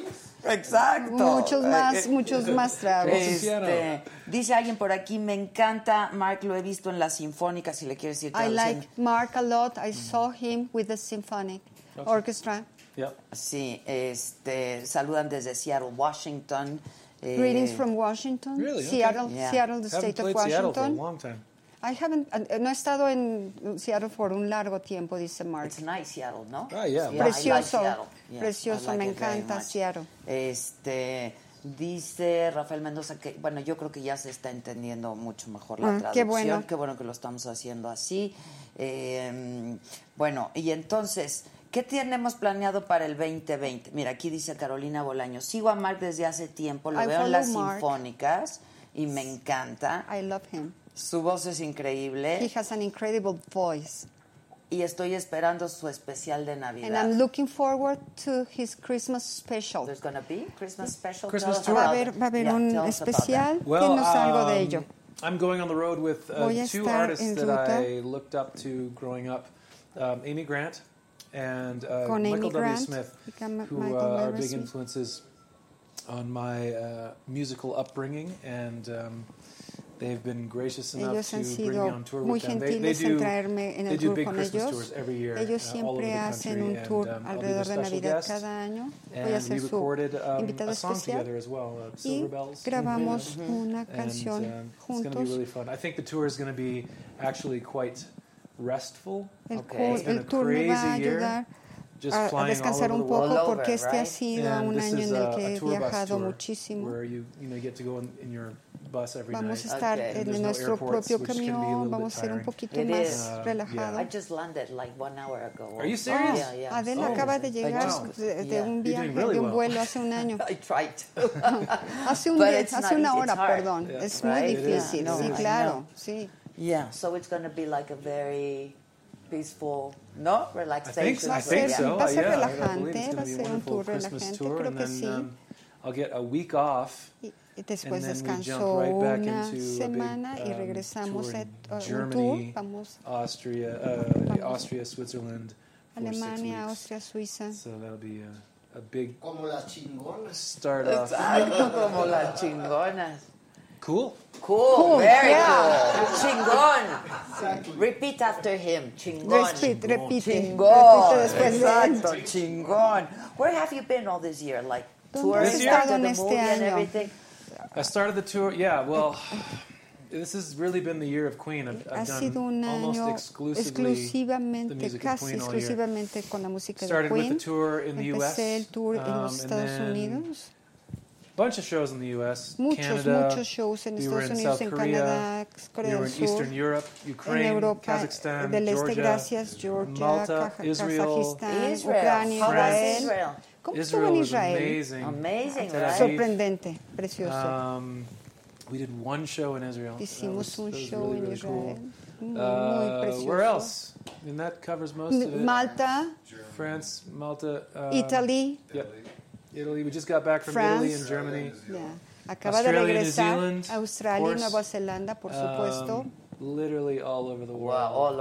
[SPEAKER 1] Exacto.
[SPEAKER 8] Muchos más,
[SPEAKER 1] Eh,
[SPEAKER 8] muchos más tragos.
[SPEAKER 1] Este, dice alguien por aquí, me encanta Mark, lo he visto en la Sinfónica, si le quieres decir.
[SPEAKER 8] I like Mark a lot. I saw him with the symphonic orchestra.
[SPEAKER 9] Yep.
[SPEAKER 1] Sí, este, saludan desde Seattle, Washington. Eh,
[SPEAKER 8] Greetings from Washington,
[SPEAKER 9] Really? Okay.
[SPEAKER 8] Seattle,
[SPEAKER 1] Yeah.
[SPEAKER 8] Seattle, the
[SPEAKER 9] Haven't
[SPEAKER 8] state of
[SPEAKER 9] played Seattle for a
[SPEAKER 8] Washington.
[SPEAKER 9] long time.
[SPEAKER 8] I haven't, eh, no he estado en Seattle por un largo tiempo, dice Mark.
[SPEAKER 1] It's nice Seattle, ¿no?
[SPEAKER 9] Ah, yeah.
[SPEAKER 1] I like
[SPEAKER 8] Precioso.
[SPEAKER 1] Seattle. Yeah,
[SPEAKER 8] Precioso,
[SPEAKER 1] I like
[SPEAKER 8] me
[SPEAKER 1] it very
[SPEAKER 8] encanta
[SPEAKER 1] much.
[SPEAKER 8] Seattle.
[SPEAKER 1] Este, Dice Rafael Mendoza que, bueno, yo creo que ya se está entendiendo mucho mejor la
[SPEAKER 8] Ah,
[SPEAKER 1] traducción.
[SPEAKER 8] qué bueno.
[SPEAKER 1] Qué bueno que lo estamos haciendo así. Eh, bueno, y entonces, ¿qué tenemos planeado para el 2020? Mira, aquí dice Carolina Bolaño. Sigo a Mark desde hace tiempo, lo
[SPEAKER 8] I
[SPEAKER 1] veo en las
[SPEAKER 8] follow Mark.
[SPEAKER 1] sinfónicas y me encanta.
[SPEAKER 8] I love him.
[SPEAKER 1] Su voz es increíble.
[SPEAKER 8] He has an incredible voice.
[SPEAKER 1] y estoy esperando su especial de
[SPEAKER 8] And I'm
[SPEAKER 1] Navidad.
[SPEAKER 8] looking forward to his Christmas special.
[SPEAKER 1] There's gonna be Christmas special.
[SPEAKER 9] Christmas
[SPEAKER 1] Tell us
[SPEAKER 9] tour.
[SPEAKER 8] Va a
[SPEAKER 1] about
[SPEAKER 8] haber,
[SPEAKER 1] it.
[SPEAKER 8] va a haber
[SPEAKER 1] Yeah,
[SPEAKER 8] un
[SPEAKER 1] tell us about
[SPEAKER 8] especial.
[SPEAKER 1] that.
[SPEAKER 9] Well,
[SPEAKER 8] Dinos algo de
[SPEAKER 9] um,
[SPEAKER 8] ello.
[SPEAKER 9] I'm going on the road with uh,
[SPEAKER 8] Voy a
[SPEAKER 9] two
[SPEAKER 8] estar
[SPEAKER 9] artists
[SPEAKER 8] en
[SPEAKER 9] that
[SPEAKER 8] ruta.
[SPEAKER 9] I looked up to growing up um, Amy Grant and uh,
[SPEAKER 8] Con Amy
[SPEAKER 9] Michael W.
[SPEAKER 8] Grant
[SPEAKER 9] Smith,
[SPEAKER 8] y con Ma-
[SPEAKER 9] who
[SPEAKER 8] Michael
[SPEAKER 9] uh, are
[SPEAKER 8] W.
[SPEAKER 9] big
[SPEAKER 8] Smith.
[SPEAKER 9] influences on my uh, musical upbringing. And um, they've been gracious enough
[SPEAKER 8] Ellos han
[SPEAKER 9] to bring me
[SPEAKER 8] sido
[SPEAKER 9] on tour
[SPEAKER 8] muy
[SPEAKER 9] with them. They, they
[SPEAKER 8] gentiles en
[SPEAKER 9] do,
[SPEAKER 8] traerme en
[SPEAKER 9] they
[SPEAKER 8] el
[SPEAKER 9] do
[SPEAKER 8] tour
[SPEAKER 9] big
[SPEAKER 8] con
[SPEAKER 9] Christmas
[SPEAKER 8] ellos.
[SPEAKER 9] tours every year
[SPEAKER 8] Ellos
[SPEAKER 9] uh, all over
[SPEAKER 8] siempre
[SPEAKER 9] the
[SPEAKER 8] hacen
[SPEAKER 9] country.
[SPEAKER 8] un tour
[SPEAKER 9] and um, I'll be their
[SPEAKER 8] alrededor de
[SPEAKER 9] special
[SPEAKER 8] Navidad
[SPEAKER 9] guest.
[SPEAKER 8] cada año. Voy a
[SPEAKER 9] And we
[SPEAKER 8] ser su
[SPEAKER 9] recorded um,
[SPEAKER 8] invitado
[SPEAKER 9] a song
[SPEAKER 8] especial.
[SPEAKER 9] together as well, uh,
[SPEAKER 8] Y
[SPEAKER 9] Silver Bells.
[SPEAKER 8] grabamos una
[SPEAKER 9] And,
[SPEAKER 8] canción
[SPEAKER 9] um, it's going to be
[SPEAKER 8] juntos.
[SPEAKER 9] really fun. I think the tour is going to be actually quite restful.
[SPEAKER 8] El,
[SPEAKER 1] Okay.
[SPEAKER 8] cu-
[SPEAKER 9] It's been
[SPEAKER 8] el
[SPEAKER 9] a
[SPEAKER 8] tour me va a
[SPEAKER 9] crazy
[SPEAKER 8] ayudar
[SPEAKER 9] year. Just
[SPEAKER 8] a, a
[SPEAKER 9] flying
[SPEAKER 8] descansar
[SPEAKER 9] all
[SPEAKER 8] un
[SPEAKER 9] over the
[SPEAKER 8] poco
[SPEAKER 9] world.
[SPEAKER 1] world.
[SPEAKER 8] porque este ha
[SPEAKER 1] Right?
[SPEAKER 8] sido
[SPEAKER 9] And
[SPEAKER 8] un
[SPEAKER 9] this
[SPEAKER 8] año
[SPEAKER 9] is
[SPEAKER 8] en el
[SPEAKER 9] a,
[SPEAKER 8] que
[SPEAKER 9] a
[SPEAKER 8] he
[SPEAKER 9] tour bus
[SPEAKER 8] viajado
[SPEAKER 9] tour
[SPEAKER 8] muchísimo.
[SPEAKER 9] where you, you know, get to go in, in your bus every
[SPEAKER 8] Vamos a
[SPEAKER 9] night.
[SPEAKER 8] estar
[SPEAKER 1] Okay.
[SPEAKER 8] en
[SPEAKER 9] There's no
[SPEAKER 8] nuestro
[SPEAKER 9] airports,
[SPEAKER 8] propio
[SPEAKER 9] which can be a
[SPEAKER 8] camión,
[SPEAKER 9] little
[SPEAKER 8] vamos a
[SPEAKER 9] bit
[SPEAKER 8] ser un
[SPEAKER 9] tiring.
[SPEAKER 8] poquito
[SPEAKER 1] It
[SPEAKER 8] más
[SPEAKER 1] is. Uh,
[SPEAKER 8] relajado.
[SPEAKER 1] I just landed like one hour ago.
[SPEAKER 9] Are you serious?
[SPEAKER 1] Yeah, yeah.
[SPEAKER 8] Adela
[SPEAKER 1] Oh.
[SPEAKER 8] acaba de llegar
[SPEAKER 1] Wow.
[SPEAKER 8] de, de
[SPEAKER 1] Yeah.
[SPEAKER 8] un
[SPEAKER 9] doing
[SPEAKER 8] viaje,
[SPEAKER 9] really
[SPEAKER 8] de un
[SPEAKER 9] well.
[SPEAKER 8] vuelo hace un año.
[SPEAKER 1] I tried to.
[SPEAKER 8] Hace un
[SPEAKER 1] But
[SPEAKER 8] día,
[SPEAKER 1] it's
[SPEAKER 8] hace
[SPEAKER 1] not
[SPEAKER 8] una
[SPEAKER 1] easy,
[SPEAKER 8] hora,
[SPEAKER 1] it's hard.
[SPEAKER 8] perdón.
[SPEAKER 9] Yeah.
[SPEAKER 8] Es muy
[SPEAKER 1] Right? It is,
[SPEAKER 8] difícil,
[SPEAKER 1] it
[SPEAKER 8] sí,
[SPEAKER 1] is.
[SPEAKER 8] claro, sí.
[SPEAKER 1] Yeah. So it's going to be like a very peaceful, no, relaxation.
[SPEAKER 9] I
[SPEAKER 8] Va a
[SPEAKER 9] think, I
[SPEAKER 8] ser-
[SPEAKER 9] think so.
[SPEAKER 8] va a ser
[SPEAKER 9] yeah, I believe
[SPEAKER 8] relajante,
[SPEAKER 9] it's
[SPEAKER 8] va a
[SPEAKER 9] going to be
[SPEAKER 8] ser
[SPEAKER 9] a
[SPEAKER 8] un
[SPEAKER 9] wonderful
[SPEAKER 8] tour
[SPEAKER 9] Christmas
[SPEAKER 8] relajante,
[SPEAKER 9] tour.
[SPEAKER 8] creo
[SPEAKER 9] And
[SPEAKER 8] que
[SPEAKER 9] then
[SPEAKER 8] sí.
[SPEAKER 9] um, I'll get a week off.
[SPEAKER 8] Y y después
[SPEAKER 9] And then we
[SPEAKER 8] descansó
[SPEAKER 9] jump right back
[SPEAKER 8] una
[SPEAKER 9] into a big,
[SPEAKER 8] semana y
[SPEAKER 9] um,
[SPEAKER 8] regresamos
[SPEAKER 9] tour
[SPEAKER 8] a
[SPEAKER 9] in
[SPEAKER 8] a un tour.
[SPEAKER 9] Germany.
[SPEAKER 8] Vamos
[SPEAKER 9] Austria, uh, Austria,
[SPEAKER 8] a
[SPEAKER 9] Switzerland for six
[SPEAKER 8] Alemania,
[SPEAKER 9] weeks.
[SPEAKER 8] Austria, Suiza.
[SPEAKER 9] So that'll be a, a big
[SPEAKER 2] Como las chingonas.
[SPEAKER 9] start off.
[SPEAKER 1] Algo como las chingonas.
[SPEAKER 9] Cool.
[SPEAKER 1] Cool. very
[SPEAKER 8] yeah.
[SPEAKER 1] cool. Chingón. Repeat after him. Chingón.
[SPEAKER 8] Repite, repite.
[SPEAKER 1] Chingón.
[SPEAKER 8] Repite después de él.
[SPEAKER 1] Exacto, chingón. Where have you been all this year? Like
[SPEAKER 8] ¿Dónde
[SPEAKER 1] touring
[SPEAKER 8] has
[SPEAKER 1] after
[SPEAKER 8] estado
[SPEAKER 1] the
[SPEAKER 8] en
[SPEAKER 1] movie
[SPEAKER 8] este
[SPEAKER 1] and
[SPEAKER 8] año?
[SPEAKER 1] everything?
[SPEAKER 9] I started the tour. Yeah, well, this has really been the year of Queen. I've,
[SPEAKER 8] Ha
[SPEAKER 9] I've
[SPEAKER 8] sido un
[SPEAKER 9] done almost
[SPEAKER 8] año
[SPEAKER 9] exclusively the
[SPEAKER 8] exclusivamente,
[SPEAKER 9] music of
[SPEAKER 8] casi
[SPEAKER 9] Queen all year.
[SPEAKER 8] exclusivamente con la música de
[SPEAKER 9] Started with
[SPEAKER 8] Queen.
[SPEAKER 9] the tour in the U.S.
[SPEAKER 8] Empecé el tour en
[SPEAKER 9] um,
[SPEAKER 8] los
[SPEAKER 9] and
[SPEAKER 8] Estados
[SPEAKER 9] then
[SPEAKER 8] Unidos.
[SPEAKER 9] Bunch of shows in the U.S.
[SPEAKER 8] Muchos,
[SPEAKER 9] Canada.
[SPEAKER 8] muchos shows en
[SPEAKER 9] we were
[SPEAKER 8] Estados
[SPEAKER 9] in
[SPEAKER 8] Unidos,
[SPEAKER 9] South
[SPEAKER 8] en
[SPEAKER 9] Korea.
[SPEAKER 8] Canadá,
[SPEAKER 9] we
[SPEAKER 8] Corea del
[SPEAKER 9] were in
[SPEAKER 8] Sur,
[SPEAKER 9] Eastern Europe, Ukraine,
[SPEAKER 8] en Europa,
[SPEAKER 9] Kazakhstan,
[SPEAKER 8] del Este,
[SPEAKER 9] Georgia,
[SPEAKER 8] gracias, Georgia,
[SPEAKER 9] Malta,
[SPEAKER 8] Caja-
[SPEAKER 9] Israel.
[SPEAKER 8] Kazajistán,
[SPEAKER 1] Israel.
[SPEAKER 8] Ah, Ucrania,
[SPEAKER 1] How was
[SPEAKER 8] Israel.
[SPEAKER 1] Israel?
[SPEAKER 8] ¿Cómo estuvo
[SPEAKER 9] Israel
[SPEAKER 8] en
[SPEAKER 9] was
[SPEAKER 8] Israel?
[SPEAKER 9] amazing.
[SPEAKER 1] Amazing,
[SPEAKER 9] Tel Aviv.
[SPEAKER 1] right?
[SPEAKER 8] Sorprendente, precioso.
[SPEAKER 9] Um, we did one show in Israel. That
[SPEAKER 8] Hicimos
[SPEAKER 9] was-
[SPEAKER 8] un
[SPEAKER 9] that was
[SPEAKER 8] show
[SPEAKER 9] really,
[SPEAKER 8] en
[SPEAKER 9] really cool.
[SPEAKER 8] Israel. Muy,
[SPEAKER 9] Uh,
[SPEAKER 8] muy
[SPEAKER 9] where
[SPEAKER 8] precioso.
[SPEAKER 9] else? And that covers most of it.
[SPEAKER 8] Malta,
[SPEAKER 9] France, Malta, um,
[SPEAKER 8] Italy,
[SPEAKER 9] Yep. Italy. We just got back from
[SPEAKER 8] France.
[SPEAKER 9] Italy and Germany.
[SPEAKER 8] ya. acaba de
[SPEAKER 9] Australia, New
[SPEAKER 8] regresar
[SPEAKER 9] Zealand,
[SPEAKER 8] a Australia y
[SPEAKER 9] of course.
[SPEAKER 8] Nueva Zelanda, por supuesto.
[SPEAKER 9] Um, literally all over the
[SPEAKER 1] Wow,
[SPEAKER 9] world.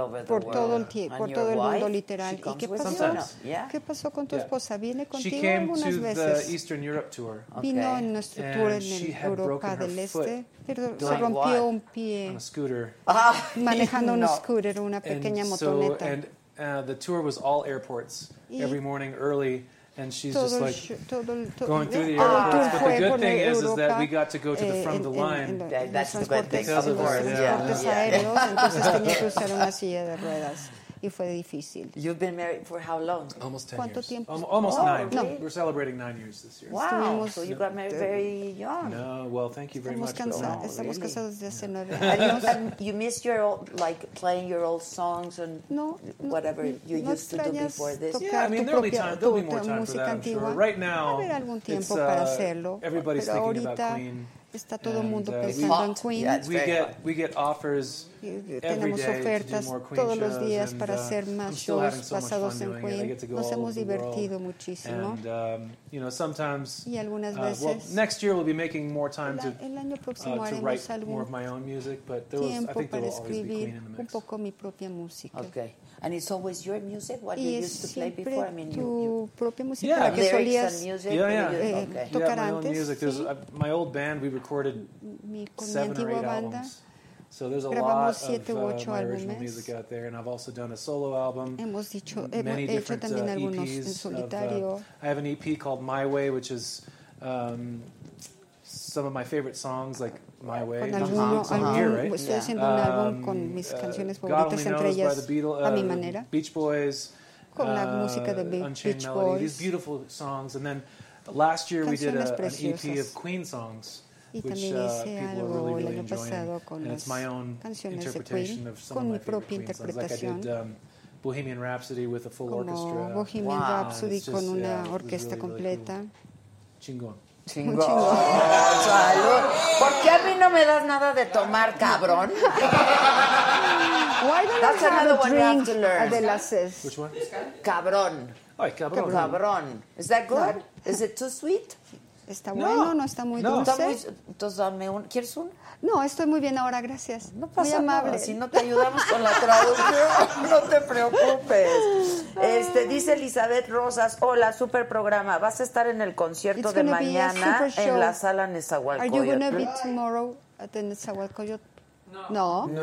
[SPEAKER 1] all over the
[SPEAKER 8] por
[SPEAKER 1] world.
[SPEAKER 8] todo el tie- por
[SPEAKER 1] And your
[SPEAKER 8] todo el mundo
[SPEAKER 1] wife?
[SPEAKER 8] literal.
[SPEAKER 1] She
[SPEAKER 8] ¿Y
[SPEAKER 1] comes
[SPEAKER 8] qué
[SPEAKER 1] with
[SPEAKER 8] pasó?
[SPEAKER 1] you? Yeah.
[SPEAKER 8] ¿Qué pasó con tu
[SPEAKER 9] Yeah.
[SPEAKER 8] esposa? ¿Viene
[SPEAKER 9] She
[SPEAKER 8] contigo
[SPEAKER 9] came to
[SPEAKER 8] algunas
[SPEAKER 9] the
[SPEAKER 8] veces?
[SPEAKER 9] Eastern Europe tour
[SPEAKER 8] Vino
[SPEAKER 1] Okay.
[SPEAKER 8] en nuestro
[SPEAKER 9] And
[SPEAKER 8] tour en
[SPEAKER 9] she
[SPEAKER 8] el
[SPEAKER 9] had
[SPEAKER 8] Europa
[SPEAKER 9] broken her
[SPEAKER 8] del
[SPEAKER 9] foot.
[SPEAKER 8] Este, pero se
[SPEAKER 1] Doing
[SPEAKER 8] rompió
[SPEAKER 1] what?
[SPEAKER 8] un
[SPEAKER 9] on
[SPEAKER 8] pie
[SPEAKER 9] a scooter.
[SPEAKER 1] Ah,
[SPEAKER 8] manejando un
[SPEAKER 1] no.
[SPEAKER 8] scooter, una pequeña
[SPEAKER 9] and so,
[SPEAKER 8] motoneta.
[SPEAKER 9] and uh, the tour was all airports
[SPEAKER 8] Y-
[SPEAKER 9] every morning early, and she's
[SPEAKER 8] todo
[SPEAKER 9] just
[SPEAKER 8] el
[SPEAKER 9] like
[SPEAKER 8] sho- todo el- to-
[SPEAKER 9] going through the
[SPEAKER 8] todo el
[SPEAKER 9] airports.
[SPEAKER 8] tour
[SPEAKER 9] But the
[SPEAKER 8] fue
[SPEAKER 9] good
[SPEAKER 8] por
[SPEAKER 9] thing is, is that
[SPEAKER 8] Europa,
[SPEAKER 9] we got to go to the
[SPEAKER 8] eh,
[SPEAKER 9] front of the
[SPEAKER 8] en- en-
[SPEAKER 9] line.
[SPEAKER 8] en los-
[SPEAKER 1] That-
[SPEAKER 8] en
[SPEAKER 1] that's the
[SPEAKER 8] los
[SPEAKER 1] good thing.
[SPEAKER 8] transportes- en los
[SPEAKER 9] Because of her, yeah,
[SPEAKER 8] transportes
[SPEAKER 1] yeah.
[SPEAKER 8] aéreos, entonces tenía que usar una silla de ruedas y fue difícil.
[SPEAKER 1] You've been married for how long?
[SPEAKER 9] almost ten
[SPEAKER 8] ¿Cuánto
[SPEAKER 9] years.
[SPEAKER 8] tiempo?
[SPEAKER 9] Almo- almost
[SPEAKER 1] Oh,
[SPEAKER 9] nine.
[SPEAKER 1] really?
[SPEAKER 9] We're celebrating nine years this year.
[SPEAKER 1] Wow,
[SPEAKER 8] Estuvimos-
[SPEAKER 1] so you got married very young.
[SPEAKER 9] No, well, thank you very
[SPEAKER 8] Estamos,
[SPEAKER 9] much. but
[SPEAKER 8] cansa-
[SPEAKER 9] no.
[SPEAKER 8] estamos
[SPEAKER 1] really.
[SPEAKER 8] casados desde hace nueve
[SPEAKER 1] And
[SPEAKER 8] años.
[SPEAKER 1] you, and you miss your old, like playing your old songs and
[SPEAKER 8] No, no,
[SPEAKER 1] whatever
[SPEAKER 8] no,
[SPEAKER 1] you
[SPEAKER 8] no
[SPEAKER 1] used to do
[SPEAKER 8] extrañas
[SPEAKER 1] before this.
[SPEAKER 8] tocar
[SPEAKER 9] Yeah, I mean,
[SPEAKER 8] tu
[SPEAKER 9] there'll be
[SPEAKER 8] propia-
[SPEAKER 9] time. There'll be
[SPEAKER 8] tu-
[SPEAKER 9] more
[SPEAKER 8] tu
[SPEAKER 9] time for
[SPEAKER 8] música
[SPEAKER 9] that. I'm sure.
[SPEAKER 8] antigua.
[SPEAKER 9] Right
[SPEAKER 8] Va a
[SPEAKER 9] now,
[SPEAKER 8] haber algún
[SPEAKER 9] it's,
[SPEAKER 8] tiempo para
[SPEAKER 9] uh,
[SPEAKER 8] hacerlo.
[SPEAKER 9] everybody's
[SPEAKER 8] pero
[SPEAKER 9] thinking
[SPEAKER 8] ahorita
[SPEAKER 9] about Queen.
[SPEAKER 8] está todo el
[SPEAKER 9] and,
[SPEAKER 8] mundo
[SPEAKER 9] uh, we-
[SPEAKER 8] pensando en
[SPEAKER 1] Hot.
[SPEAKER 8] Queen.
[SPEAKER 1] Yeah, it's
[SPEAKER 9] We
[SPEAKER 1] very
[SPEAKER 9] get
[SPEAKER 1] hot.
[SPEAKER 9] we get offers
[SPEAKER 8] Y
[SPEAKER 9] every
[SPEAKER 8] Tenemos
[SPEAKER 9] day to do
[SPEAKER 8] ofertas
[SPEAKER 9] more Queen
[SPEAKER 8] todos los
[SPEAKER 9] shows,
[SPEAKER 8] días
[SPEAKER 9] and,
[SPEAKER 8] para
[SPEAKER 9] uh,
[SPEAKER 8] hacer más
[SPEAKER 9] I'm still having
[SPEAKER 8] shows
[SPEAKER 9] so much
[SPEAKER 8] basados
[SPEAKER 9] fun
[SPEAKER 8] en
[SPEAKER 9] doing it. I
[SPEAKER 8] Queen.
[SPEAKER 9] get to go
[SPEAKER 8] Nos
[SPEAKER 9] all
[SPEAKER 8] hemos
[SPEAKER 9] over the world.
[SPEAKER 8] divertido muchísimo.
[SPEAKER 9] And um, you know, sometimes
[SPEAKER 8] Y algunas
[SPEAKER 9] uh, well,
[SPEAKER 8] veces-
[SPEAKER 9] next year we'll be making more time
[SPEAKER 8] La-
[SPEAKER 9] to
[SPEAKER 8] el año próximo
[SPEAKER 9] uh, to
[SPEAKER 8] haremos
[SPEAKER 9] write more of
[SPEAKER 8] algún
[SPEAKER 9] my own music, but there was, I
[SPEAKER 8] tiempo
[SPEAKER 9] think there
[SPEAKER 8] para
[SPEAKER 9] will always be Queen
[SPEAKER 8] escribir
[SPEAKER 9] in the
[SPEAKER 8] un
[SPEAKER 9] mix.
[SPEAKER 8] poco mi propia música.
[SPEAKER 1] Okay. And it's always your music, what you
[SPEAKER 8] Mm. Y es
[SPEAKER 1] used to play
[SPEAKER 8] siempre
[SPEAKER 1] before? I mean, you,
[SPEAKER 8] tu propia música,
[SPEAKER 9] Yeah.
[SPEAKER 1] you
[SPEAKER 8] la que
[SPEAKER 1] lyrics and
[SPEAKER 8] solías
[SPEAKER 1] music?
[SPEAKER 9] Yeah,
[SPEAKER 1] and
[SPEAKER 9] yeah.
[SPEAKER 1] you-
[SPEAKER 8] Eh,
[SPEAKER 1] okay.
[SPEAKER 8] to-
[SPEAKER 9] yeah, my own
[SPEAKER 8] tocarantes,
[SPEAKER 9] music. There's
[SPEAKER 8] sí.
[SPEAKER 9] uh, my old band. We recorded
[SPEAKER 8] mi, con mi
[SPEAKER 9] seven or
[SPEAKER 8] antigua
[SPEAKER 9] eight
[SPEAKER 8] banda.
[SPEAKER 9] albums. So there's a lot
[SPEAKER 8] grabamos siete
[SPEAKER 9] of
[SPEAKER 8] u
[SPEAKER 9] uh,
[SPEAKER 8] ocho
[SPEAKER 9] my original
[SPEAKER 8] álbumes.
[SPEAKER 9] music out there, and I've also done a solo album.
[SPEAKER 8] Hemos dicho, hemos
[SPEAKER 9] many
[SPEAKER 8] hecho
[SPEAKER 9] different uh,
[SPEAKER 8] también algunos en
[SPEAKER 9] EPs. Of,
[SPEAKER 8] solitario.
[SPEAKER 9] uh, I have an EP called My Way, which is um, some of my favorite songs, like My Way.
[SPEAKER 8] con
[SPEAKER 9] which is
[SPEAKER 8] alguno,
[SPEAKER 9] on
[SPEAKER 8] algún-
[SPEAKER 9] Uh-huh. here, right?
[SPEAKER 8] estoy
[SPEAKER 1] Yeah.
[SPEAKER 8] haciendo un álbum con
[SPEAKER 9] Um,
[SPEAKER 8] mis
[SPEAKER 9] uh,
[SPEAKER 8] canciones
[SPEAKER 9] God
[SPEAKER 8] favoritas,
[SPEAKER 9] Only
[SPEAKER 8] entre
[SPEAKER 9] Knows by
[SPEAKER 8] ellas
[SPEAKER 9] the Beatle-
[SPEAKER 8] A Mi
[SPEAKER 9] uh,
[SPEAKER 8] Manera,
[SPEAKER 9] Beach Boys.
[SPEAKER 8] Con la
[SPEAKER 9] uh,
[SPEAKER 8] música de Be-
[SPEAKER 9] Unchained
[SPEAKER 8] Beach
[SPEAKER 9] Melody.
[SPEAKER 8] Boys.
[SPEAKER 9] These beautiful songs, and then Last year we did
[SPEAKER 8] Canciones
[SPEAKER 9] a, an EP
[SPEAKER 8] preciosas.
[SPEAKER 9] of Queen songs,
[SPEAKER 8] Y
[SPEAKER 9] which
[SPEAKER 8] también
[SPEAKER 9] uh,
[SPEAKER 8] hice
[SPEAKER 9] people are
[SPEAKER 8] algo
[SPEAKER 9] really, really
[SPEAKER 8] el año
[SPEAKER 9] enjoying.
[SPEAKER 8] pasado con
[SPEAKER 9] And it's
[SPEAKER 8] las
[SPEAKER 9] my own
[SPEAKER 8] canciones de
[SPEAKER 9] interpretation
[SPEAKER 8] Queen,
[SPEAKER 9] of some
[SPEAKER 8] con mi
[SPEAKER 9] of my favorite
[SPEAKER 8] propia
[SPEAKER 9] Queen songs. Like I did
[SPEAKER 8] interpretación,
[SPEAKER 9] um, Bohemian Rhapsody with a full
[SPEAKER 8] como
[SPEAKER 9] orchestra.
[SPEAKER 8] Bohemian
[SPEAKER 9] Uh,
[SPEAKER 8] Rhapsody
[SPEAKER 9] it's just,
[SPEAKER 8] con
[SPEAKER 9] yeah,
[SPEAKER 8] una
[SPEAKER 9] it was
[SPEAKER 8] orquesta
[SPEAKER 9] really, really cool.
[SPEAKER 8] completa.
[SPEAKER 9] Chingón.
[SPEAKER 1] Chingón. Oh, Salud. ¿Por qué a mí no me das nada de tomar, cabrón?
[SPEAKER 8] Why don't
[SPEAKER 1] That's
[SPEAKER 8] I have
[SPEAKER 1] another
[SPEAKER 8] a
[SPEAKER 1] one we have
[SPEAKER 8] drink,
[SPEAKER 1] to learn.
[SPEAKER 8] Adelaces?
[SPEAKER 9] Which one?
[SPEAKER 1] Cabrón.
[SPEAKER 9] Ay, cabrón.
[SPEAKER 1] Cabrón. Is that good? Is it too sweet?
[SPEAKER 8] ¿Está
[SPEAKER 9] No.
[SPEAKER 8] bueno? ¿No está muy
[SPEAKER 9] No.
[SPEAKER 8] dulce?
[SPEAKER 1] Está muy- entonces dame un. ¿Quieres un?
[SPEAKER 8] No, estoy muy bien ahora, gracias.
[SPEAKER 1] No pasa
[SPEAKER 8] muy amable.
[SPEAKER 1] nada. Si no te ayudamos con la traducción, no te preocupes. Este, dice Elizabeth Rosas, hola, super programa. Vas a estar en el concierto
[SPEAKER 8] It's
[SPEAKER 1] de
[SPEAKER 8] gonna be a
[SPEAKER 1] mañana
[SPEAKER 8] super
[SPEAKER 1] en la
[SPEAKER 8] show.
[SPEAKER 1] sala
[SPEAKER 8] Are you going to
[SPEAKER 1] Nezahualcóyotl.
[SPEAKER 8] be tomorrow at the Nezahualcoyot? No. No.
[SPEAKER 1] No.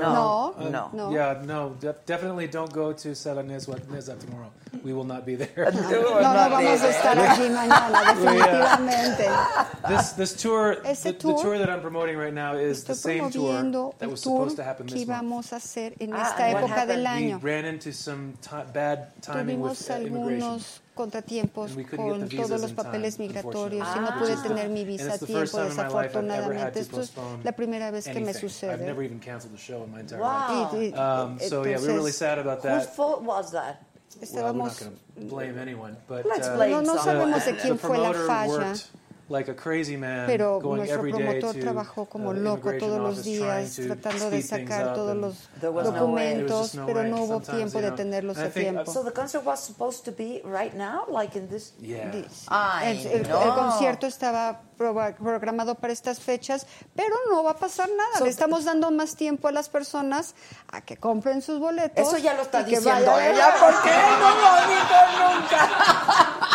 [SPEAKER 8] No.
[SPEAKER 1] No.
[SPEAKER 8] No.
[SPEAKER 9] Uh, Yeah, no, de- definitely don't go to Sala Nezwa, Nezwa tomorrow. We will not be
[SPEAKER 1] Uh,
[SPEAKER 9] there.
[SPEAKER 8] No, no vamos a estar aquí mañana, definitivamente.
[SPEAKER 9] this this tour,
[SPEAKER 8] Ese
[SPEAKER 9] the, the
[SPEAKER 8] tour-
[SPEAKER 9] tour that I'm promoting right now is the
[SPEAKER 8] Estoy
[SPEAKER 9] same tour
[SPEAKER 8] promoviendo
[SPEAKER 9] that
[SPEAKER 8] el
[SPEAKER 9] was supposed to
[SPEAKER 8] tour
[SPEAKER 9] happen
[SPEAKER 8] que
[SPEAKER 9] this month.
[SPEAKER 8] íbamos a hacer en
[SPEAKER 1] Ah,
[SPEAKER 8] esta
[SPEAKER 1] and what
[SPEAKER 8] época del
[SPEAKER 1] happened?
[SPEAKER 9] We
[SPEAKER 8] año.
[SPEAKER 9] ran into some ti bad timing with
[SPEAKER 8] Tuvimos
[SPEAKER 9] uh, immigration.
[SPEAKER 8] algunos contratiempos
[SPEAKER 9] And we couldn't get
[SPEAKER 8] con
[SPEAKER 9] the
[SPEAKER 8] todos
[SPEAKER 9] visas
[SPEAKER 8] los
[SPEAKER 9] in time,
[SPEAKER 8] papeles migratorios y no
[SPEAKER 9] unfortunately.
[SPEAKER 8] pude
[SPEAKER 9] Ah.
[SPEAKER 8] tener mi
[SPEAKER 9] And it's
[SPEAKER 8] visa a
[SPEAKER 9] the first
[SPEAKER 8] tiempo,
[SPEAKER 9] time in my life I've ever had
[SPEAKER 8] desafortunadamente.
[SPEAKER 9] to
[SPEAKER 8] Esto es
[SPEAKER 9] postpone
[SPEAKER 8] la primera vez que me
[SPEAKER 9] anything. I've never
[SPEAKER 8] sucede.
[SPEAKER 9] even canceled a show in my entire life.
[SPEAKER 1] Wow.
[SPEAKER 8] Y- y-
[SPEAKER 9] Um, so yeah, we were really
[SPEAKER 8] entonces,
[SPEAKER 9] sad about
[SPEAKER 1] Whose
[SPEAKER 9] that.
[SPEAKER 1] fault was that?
[SPEAKER 9] Well, we're not
[SPEAKER 8] estábamos
[SPEAKER 9] going to blame anyone, but
[SPEAKER 1] Let's
[SPEAKER 9] uh,
[SPEAKER 1] blame
[SPEAKER 8] No, no
[SPEAKER 9] the-
[SPEAKER 8] sabemos de
[SPEAKER 9] the
[SPEAKER 8] quién fue la
[SPEAKER 9] promoter
[SPEAKER 8] falla,
[SPEAKER 9] worked Like a crazy man,
[SPEAKER 8] pero
[SPEAKER 9] going
[SPEAKER 8] nuestro
[SPEAKER 9] every day to
[SPEAKER 8] promotor
[SPEAKER 9] uh,
[SPEAKER 8] trabajó como
[SPEAKER 9] the
[SPEAKER 8] loco
[SPEAKER 9] immigration
[SPEAKER 8] todos los
[SPEAKER 9] office trying
[SPEAKER 8] días
[SPEAKER 9] to
[SPEAKER 8] tratando de
[SPEAKER 9] speed things
[SPEAKER 8] sacar
[SPEAKER 9] up
[SPEAKER 8] todos
[SPEAKER 9] and
[SPEAKER 8] los
[SPEAKER 1] There was no way.
[SPEAKER 9] There was
[SPEAKER 8] documentos,
[SPEAKER 9] just no
[SPEAKER 8] pero
[SPEAKER 9] way.
[SPEAKER 8] no hubo
[SPEAKER 9] Sometimes,
[SPEAKER 8] tiempo
[SPEAKER 9] you
[SPEAKER 8] de
[SPEAKER 9] know,
[SPEAKER 8] tenerlos
[SPEAKER 9] I
[SPEAKER 8] a
[SPEAKER 9] think- uh,
[SPEAKER 8] tiempo.
[SPEAKER 1] So the concert was supposed to be right now, like in this.
[SPEAKER 9] Yeah.
[SPEAKER 1] Ay,
[SPEAKER 8] El, el-
[SPEAKER 1] no.
[SPEAKER 8] el concierto estaba proba- programado para estas fechas, pero no va a pasar nada.
[SPEAKER 1] So-
[SPEAKER 8] Le estamos dando más tiempo a las personas a que compren sus boletos.
[SPEAKER 1] Eso ya lo está
[SPEAKER 8] y que
[SPEAKER 1] diciendo ¿eh?
[SPEAKER 8] vayan.
[SPEAKER 1] ella, porque no lo dijo nunca.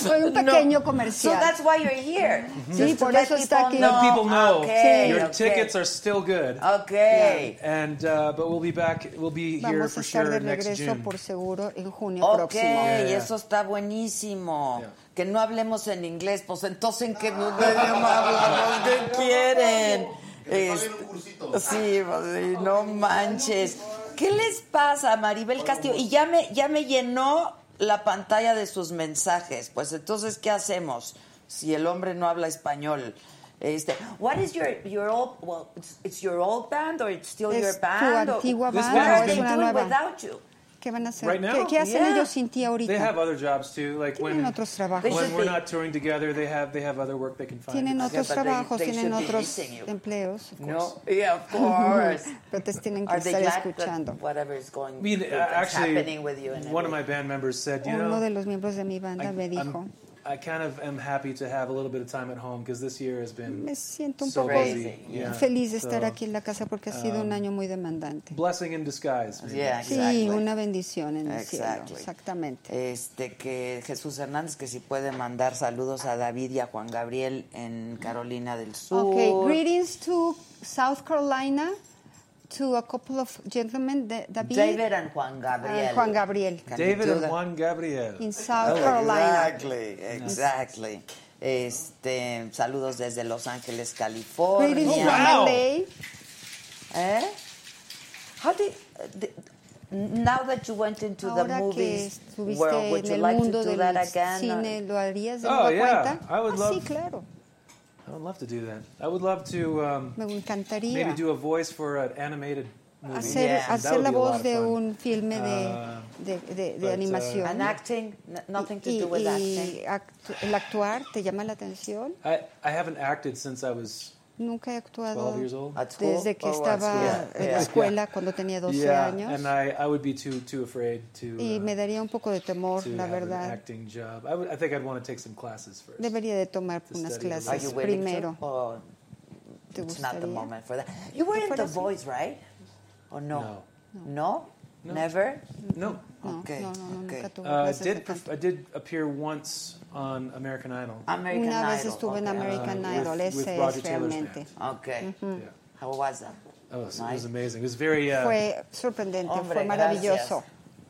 [SPEAKER 8] Soy un pequeño
[SPEAKER 1] So
[SPEAKER 8] comercial.
[SPEAKER 1] that's why you're here.
[SPEAKER 8] Sí,
[SPEAKER 1] Mm-hmm. Just to
[SPEAKER 8] por
[SPEAKER 1] let
[SPEAKER 8] eso está
[SPEAKER 1] people
[SPEAKER 8] aquí.
[SPEAKER 9] Let
[SPEAKER 8] No,
[SPEAKER 9] people know
[SPEAKER 1] Okay,
[SPEAKER 9] your
[SPEAKER 1] okay.
[SPEAKER 9] tickets are still good.
[SPEAKER 1] Okay.
[SPEAKER 9] And uh, but we'll be back. We'll be here
[SPEAKER 8] Vamos a
[SPEAKER 9] for
[SPEAKER 8] estar de
[SPEAKER 9] sure next
[SPEAKER 8] regreso
[SPEAKER 9] June.
[SPEAKER 8] por seguro en junio
[SPEAKER 1] Ok,
[SPEAKER 8] próximo.
[SPEAKER 1] eso está buenísimo.
[SPEAKER 9] Yeah.
[SPEAKER 1] Que no hablemos en inglés, pues entonces en qué idioma hablamos, ¿qué quieren? Este, sí, pues, sí, no manches. ¿Qué les pasa, Maribel Castillo? Y ya me, ya me llenó la pantalla de sus mensajes. Pues entonces, ¿qué hacemos si el hombre no habla español? Este, what is your your old well it's, it's your old band or it's still
[SPEAKER 8] Es
[SPEAKER 1] your
[SPEAKER 8] tu
[SPEAKER 1] band? or-
[SPEAKER 8] antigua
[SPEAKER 9] This
[SPEAKER 8] banda
[SPEAKER 9] band
[SPEAKER 1] What
[SPEAKER 9] has
[SPEAKER 1] are
[SPEAKER 8] o es
[SPEAKER 1] they
[SPEAKER 9] been-
[SPEAKER 1] doing
[SPEAKER 8] una nueva.
[SPEAKER 1] without you?
[SPEAKER 8] ¿Qué van a hacer?
[SPEAKER 9] Right now?
[SPEAKER 8] ¿Qué, qué hacen
[SPEAKER 1] Yeah.
[SPEAKER 8] ellos sin ti
[SPEAKER 9] They have
[SPEAKER 8] ahorita?
[SPEAKER 9] other jobs too. Like when
[SPEAKER 8] Tienen otros trabajos.
[SPEAKER 1] They should
[SPEAKER 9] when we're
[SPEAKER 1] be-
[SPEAKER 9] not touring together, they have they have other work they can find.
[SPEAKER 8] Tienen
[SPEAKER 1] Yeah,
[SPEAKER 8] otros
[SPEAKER 1] but they-
[SPEAKER 8] trabajos,
[SPEAKER 1] they
[SPEAKER 8] tienen
[SPEAKER 1] should be
[SPEAKER 8] otros
[SPEAKER 1] missing you.
[SPEAKER 8] empleos. of course.
[SPEAKER 1] No, yeah, of course.
[SPEAKER 8] Pero te tienen que
[SPEAKER 1] Are they
[SPEAKER 8] estar
[SPEAKER 1] glad
[SPEAKER 8] escuchando.
[SPEAKER 1] that whatever is going,
[SPEAKER 9] I mean, uh,
[SPEAKER 1] that's
[SPEAKER 9] actually,
[SPEAKER 1] happening with you and
[SPEAKER 9] one of my
[SPEAKER 1] everything?
[SPEAKER 9] band members said, you
[SPEAKER 8] Uno de
[SPEAKER 9] know,
[SPEAKER 8] los miembros de mi banda
[SPEAKER 9] I,
[SPEAKER 8] me dijo,
[SPEAKER 9] I'm- I kind of am happy to have a little bit of time at home because this year has been
[SPEAKER 8] me siento un
[SPEAKER 9] so
[SPEAKER 8] poco
[SPEAKER 9] busy.
[SPEAKER 1] Crazy,
[SPEAKER 9] Yeah.
[SPEAKER 8] feliz de estar
[SPEAKER 9] So, um,
[SPEAKER 8] aquí en la casa porque ha sido un año muy demandante.
[SPEAKER 9] Blessing in disguise. maybe.
[SPEAKER 1] Yeah,
[SPEAKER 8] Sí,
[SPEAKER 1] exactly.
[SPEAKER 8] una bendición en el
[SPEAKER 1] Exactly.
[SPEAKER 8] cielo, exactamente.
[SPEAKER 1] Este, que Jesús Hernández, que si puede mandar saludos a David y a Juan Gabriel en Carolina del Sur.
[SPEAKER 8] Okay, greetings to South Carolina, to a couple of gentlemen, Da- David,
[SPEAKER 1] David and Juan Gabriel. Oh,
[SPEAKER 8] and Juan Gabriel,
[SPEAKER 1] Can you
[SPEAKER 9] David
[SPEAKER 1] do
[SPEAKER 9] and
[SPEAKER 1] that?
[SPEAKER 9] Juan Gabriel.
[SPEAKER 8] in South Carolina.
[SPEAKER 1] Exactly, exactly. Este, saludos desde Los Ángeles,
[SPEAKER 8] Greetings
[SPEAKER 1] California.
[SPEAKER 8] from
[SPEAKER 9] Oh, wow.
[SPEAKER 8] LA.
[SPEAKER 1] Eh? How did uh, the, now that you went into the
[SPEAKER 8] Ahora que
[SPEAKER 1] movies
[SPEAKER 8] estuviste
[SPEAKER 1] world, would
[SPEAKER 8] en
[SPEAKER 1] you
[SPEAKER 8] el
[SPEAKER 1] like to
[SPEAKER 8] mundo
[SPEAKER 1] do
[SPEAKER 8] del
[SPEAKER 1] that again?
[SPEAKER 8] cine, ¿lo harías de
[SPEAKER 9] Oh,
[SPEAKER 8] nueva
[SPEAKER 9] yeah,
[SPEAKER 8] cuenta?
[SPEAKER 9] I would
[SPEAKER 8] Ah, sí,
[SPEAKER 9] love-
[SPEAKER 8] claro,
[SPEAKER 9] I would love to do that. I would love to um,
[SPEAKER 8] me encantaría.
[SPEAKER 9] maybe do a voice for an animated movie.
[SPEAKER 8] hacer,
[SPEAKER 1] Yeah.
[SPEAKER 9] That
[SPEAKER 8] hacer
[SPEAKER 9] would
[SPEAKER 8] la
[SPEAKER 9] be a lot
[SPEAKER 8] voz
[SPEAKER 9] of
[SPEAKER 8] de
[SPEAKER 9] fun.
[SPEAKER 8] un filme de,
[SPEAKER 9] Uh,
[SPEAKER 8] de, de- de
[SPEAKER 9] but, uh,
[SPEAKER 8] animación.
[SPEAKER 1] And acting, N- nothing to
[SPEAKER 8] Y-
[SPEAKER 1] do with
[SPEAKER 8] y
[SPEAKER 1] acting.
[SPEAKER 8] act- el actuar, ¿te llama la atención?
[SPEAKER 9] I, I haven't acted since I was
[SPEAKER 8] Nunca he
[SPEAKER 9] 12
[SPEAKER 8] actuado
[SPEAKER 9] years old.
[SPEAKER 1] At school?
[SPEAKER 8] desde que
[SPEAKER 1] Oh, at
[SPEAKER 8] estaba
[SPEAKER 1] school.
[SPEAKER 8] en
[SPEAKER 1] Yeah.
[SPEAKER 8] la escuela cuando tenía 12
[SPEAKER 9] yeah,
[SPEAKER 8] años.
[SPEAKER 9] and I, I would be too too afraid to,
[SPEAKER 8] y
[SPEAKER 9] uh,
[SPEAKER 8] me daría un poco de temor,
[SPEAKER 9] to
[SPEAKER 8] la
[SPEAKER 9] have an
[SPEAKER 8] verdad.
[SPEAKER 9] acting job. I, would, I think I'd want to take some classes first.
[SPEAKER 8] Debería de tomar
[SPEAKER 9] to
[SPEAKER 8] unas
[SPEAKER 9] study the
[SPEAKER 1] Are
[SPEAKER 9] voice.
[SPEAKER 8] clases
[SPEAKER 1] you willing
[SPEAKER 8] primero.
[SPEAKER 1] to? Or
[SPEAKER 8] ¿Te
[SPEAKER 1] it's not the
[SPEAKER 8] gustaría?
[SPEAKER 1] moment for that. You were in
[SPEAKER 8] fuera
[SPEAKER 1] The
[SPEAKER 8] así.
[SPEAKER 1] Voice, right? Or no? No? Never?
[SPEAKER 9] No.
[SPEAKER 8] No,
[SPEAKER 1] Okay,
[SPEAKER 8] no, no, no,
[SPEAKER 1] okay.
[SPEAKER 8] nunca tuve
[SPEAKER 9] Uh,
[SPEAKER 8] clases de
[SPEAKER 9] did
[SPEAKER 8] canto.
[SPEAKER 9] I did appear once on American Idol.
[SPEAKER 1] American
[SPEAKER 8] Una vez
[SPEAKER 1] Idol,
[SPEAKER 8] estuve en
[SPEAKER 1] okay.
[SPEAKER 8] American
[SPEAKER 9] Uh,
[SPEAKER 8] Idol,
[SPEAKER 9] with- with
[SPEAKER 8] ese
[SPEAKER 9] Roger
[SPEAKER 8] es
[SPEAKER 9] Taylor's
[SPEAKER 8] realmente. Mm.
[SPEAKER 9] band.
[SPEAKER 1] Okay.
[SPEAKER 9] Yeah.
[SPEAKER 1] How was that?
[SPEAKER 9] Oh, it was, it
[SPEAKER 1] Nice.
[SPEAKER 9] was amazing. It was very. Uh,
[SPEAKER 8] Fue sorprendente,
[SPEAKER 1] Hombre,
[SPEAKER 8] fue maravilloso.
[SPEAKER 1] gracias.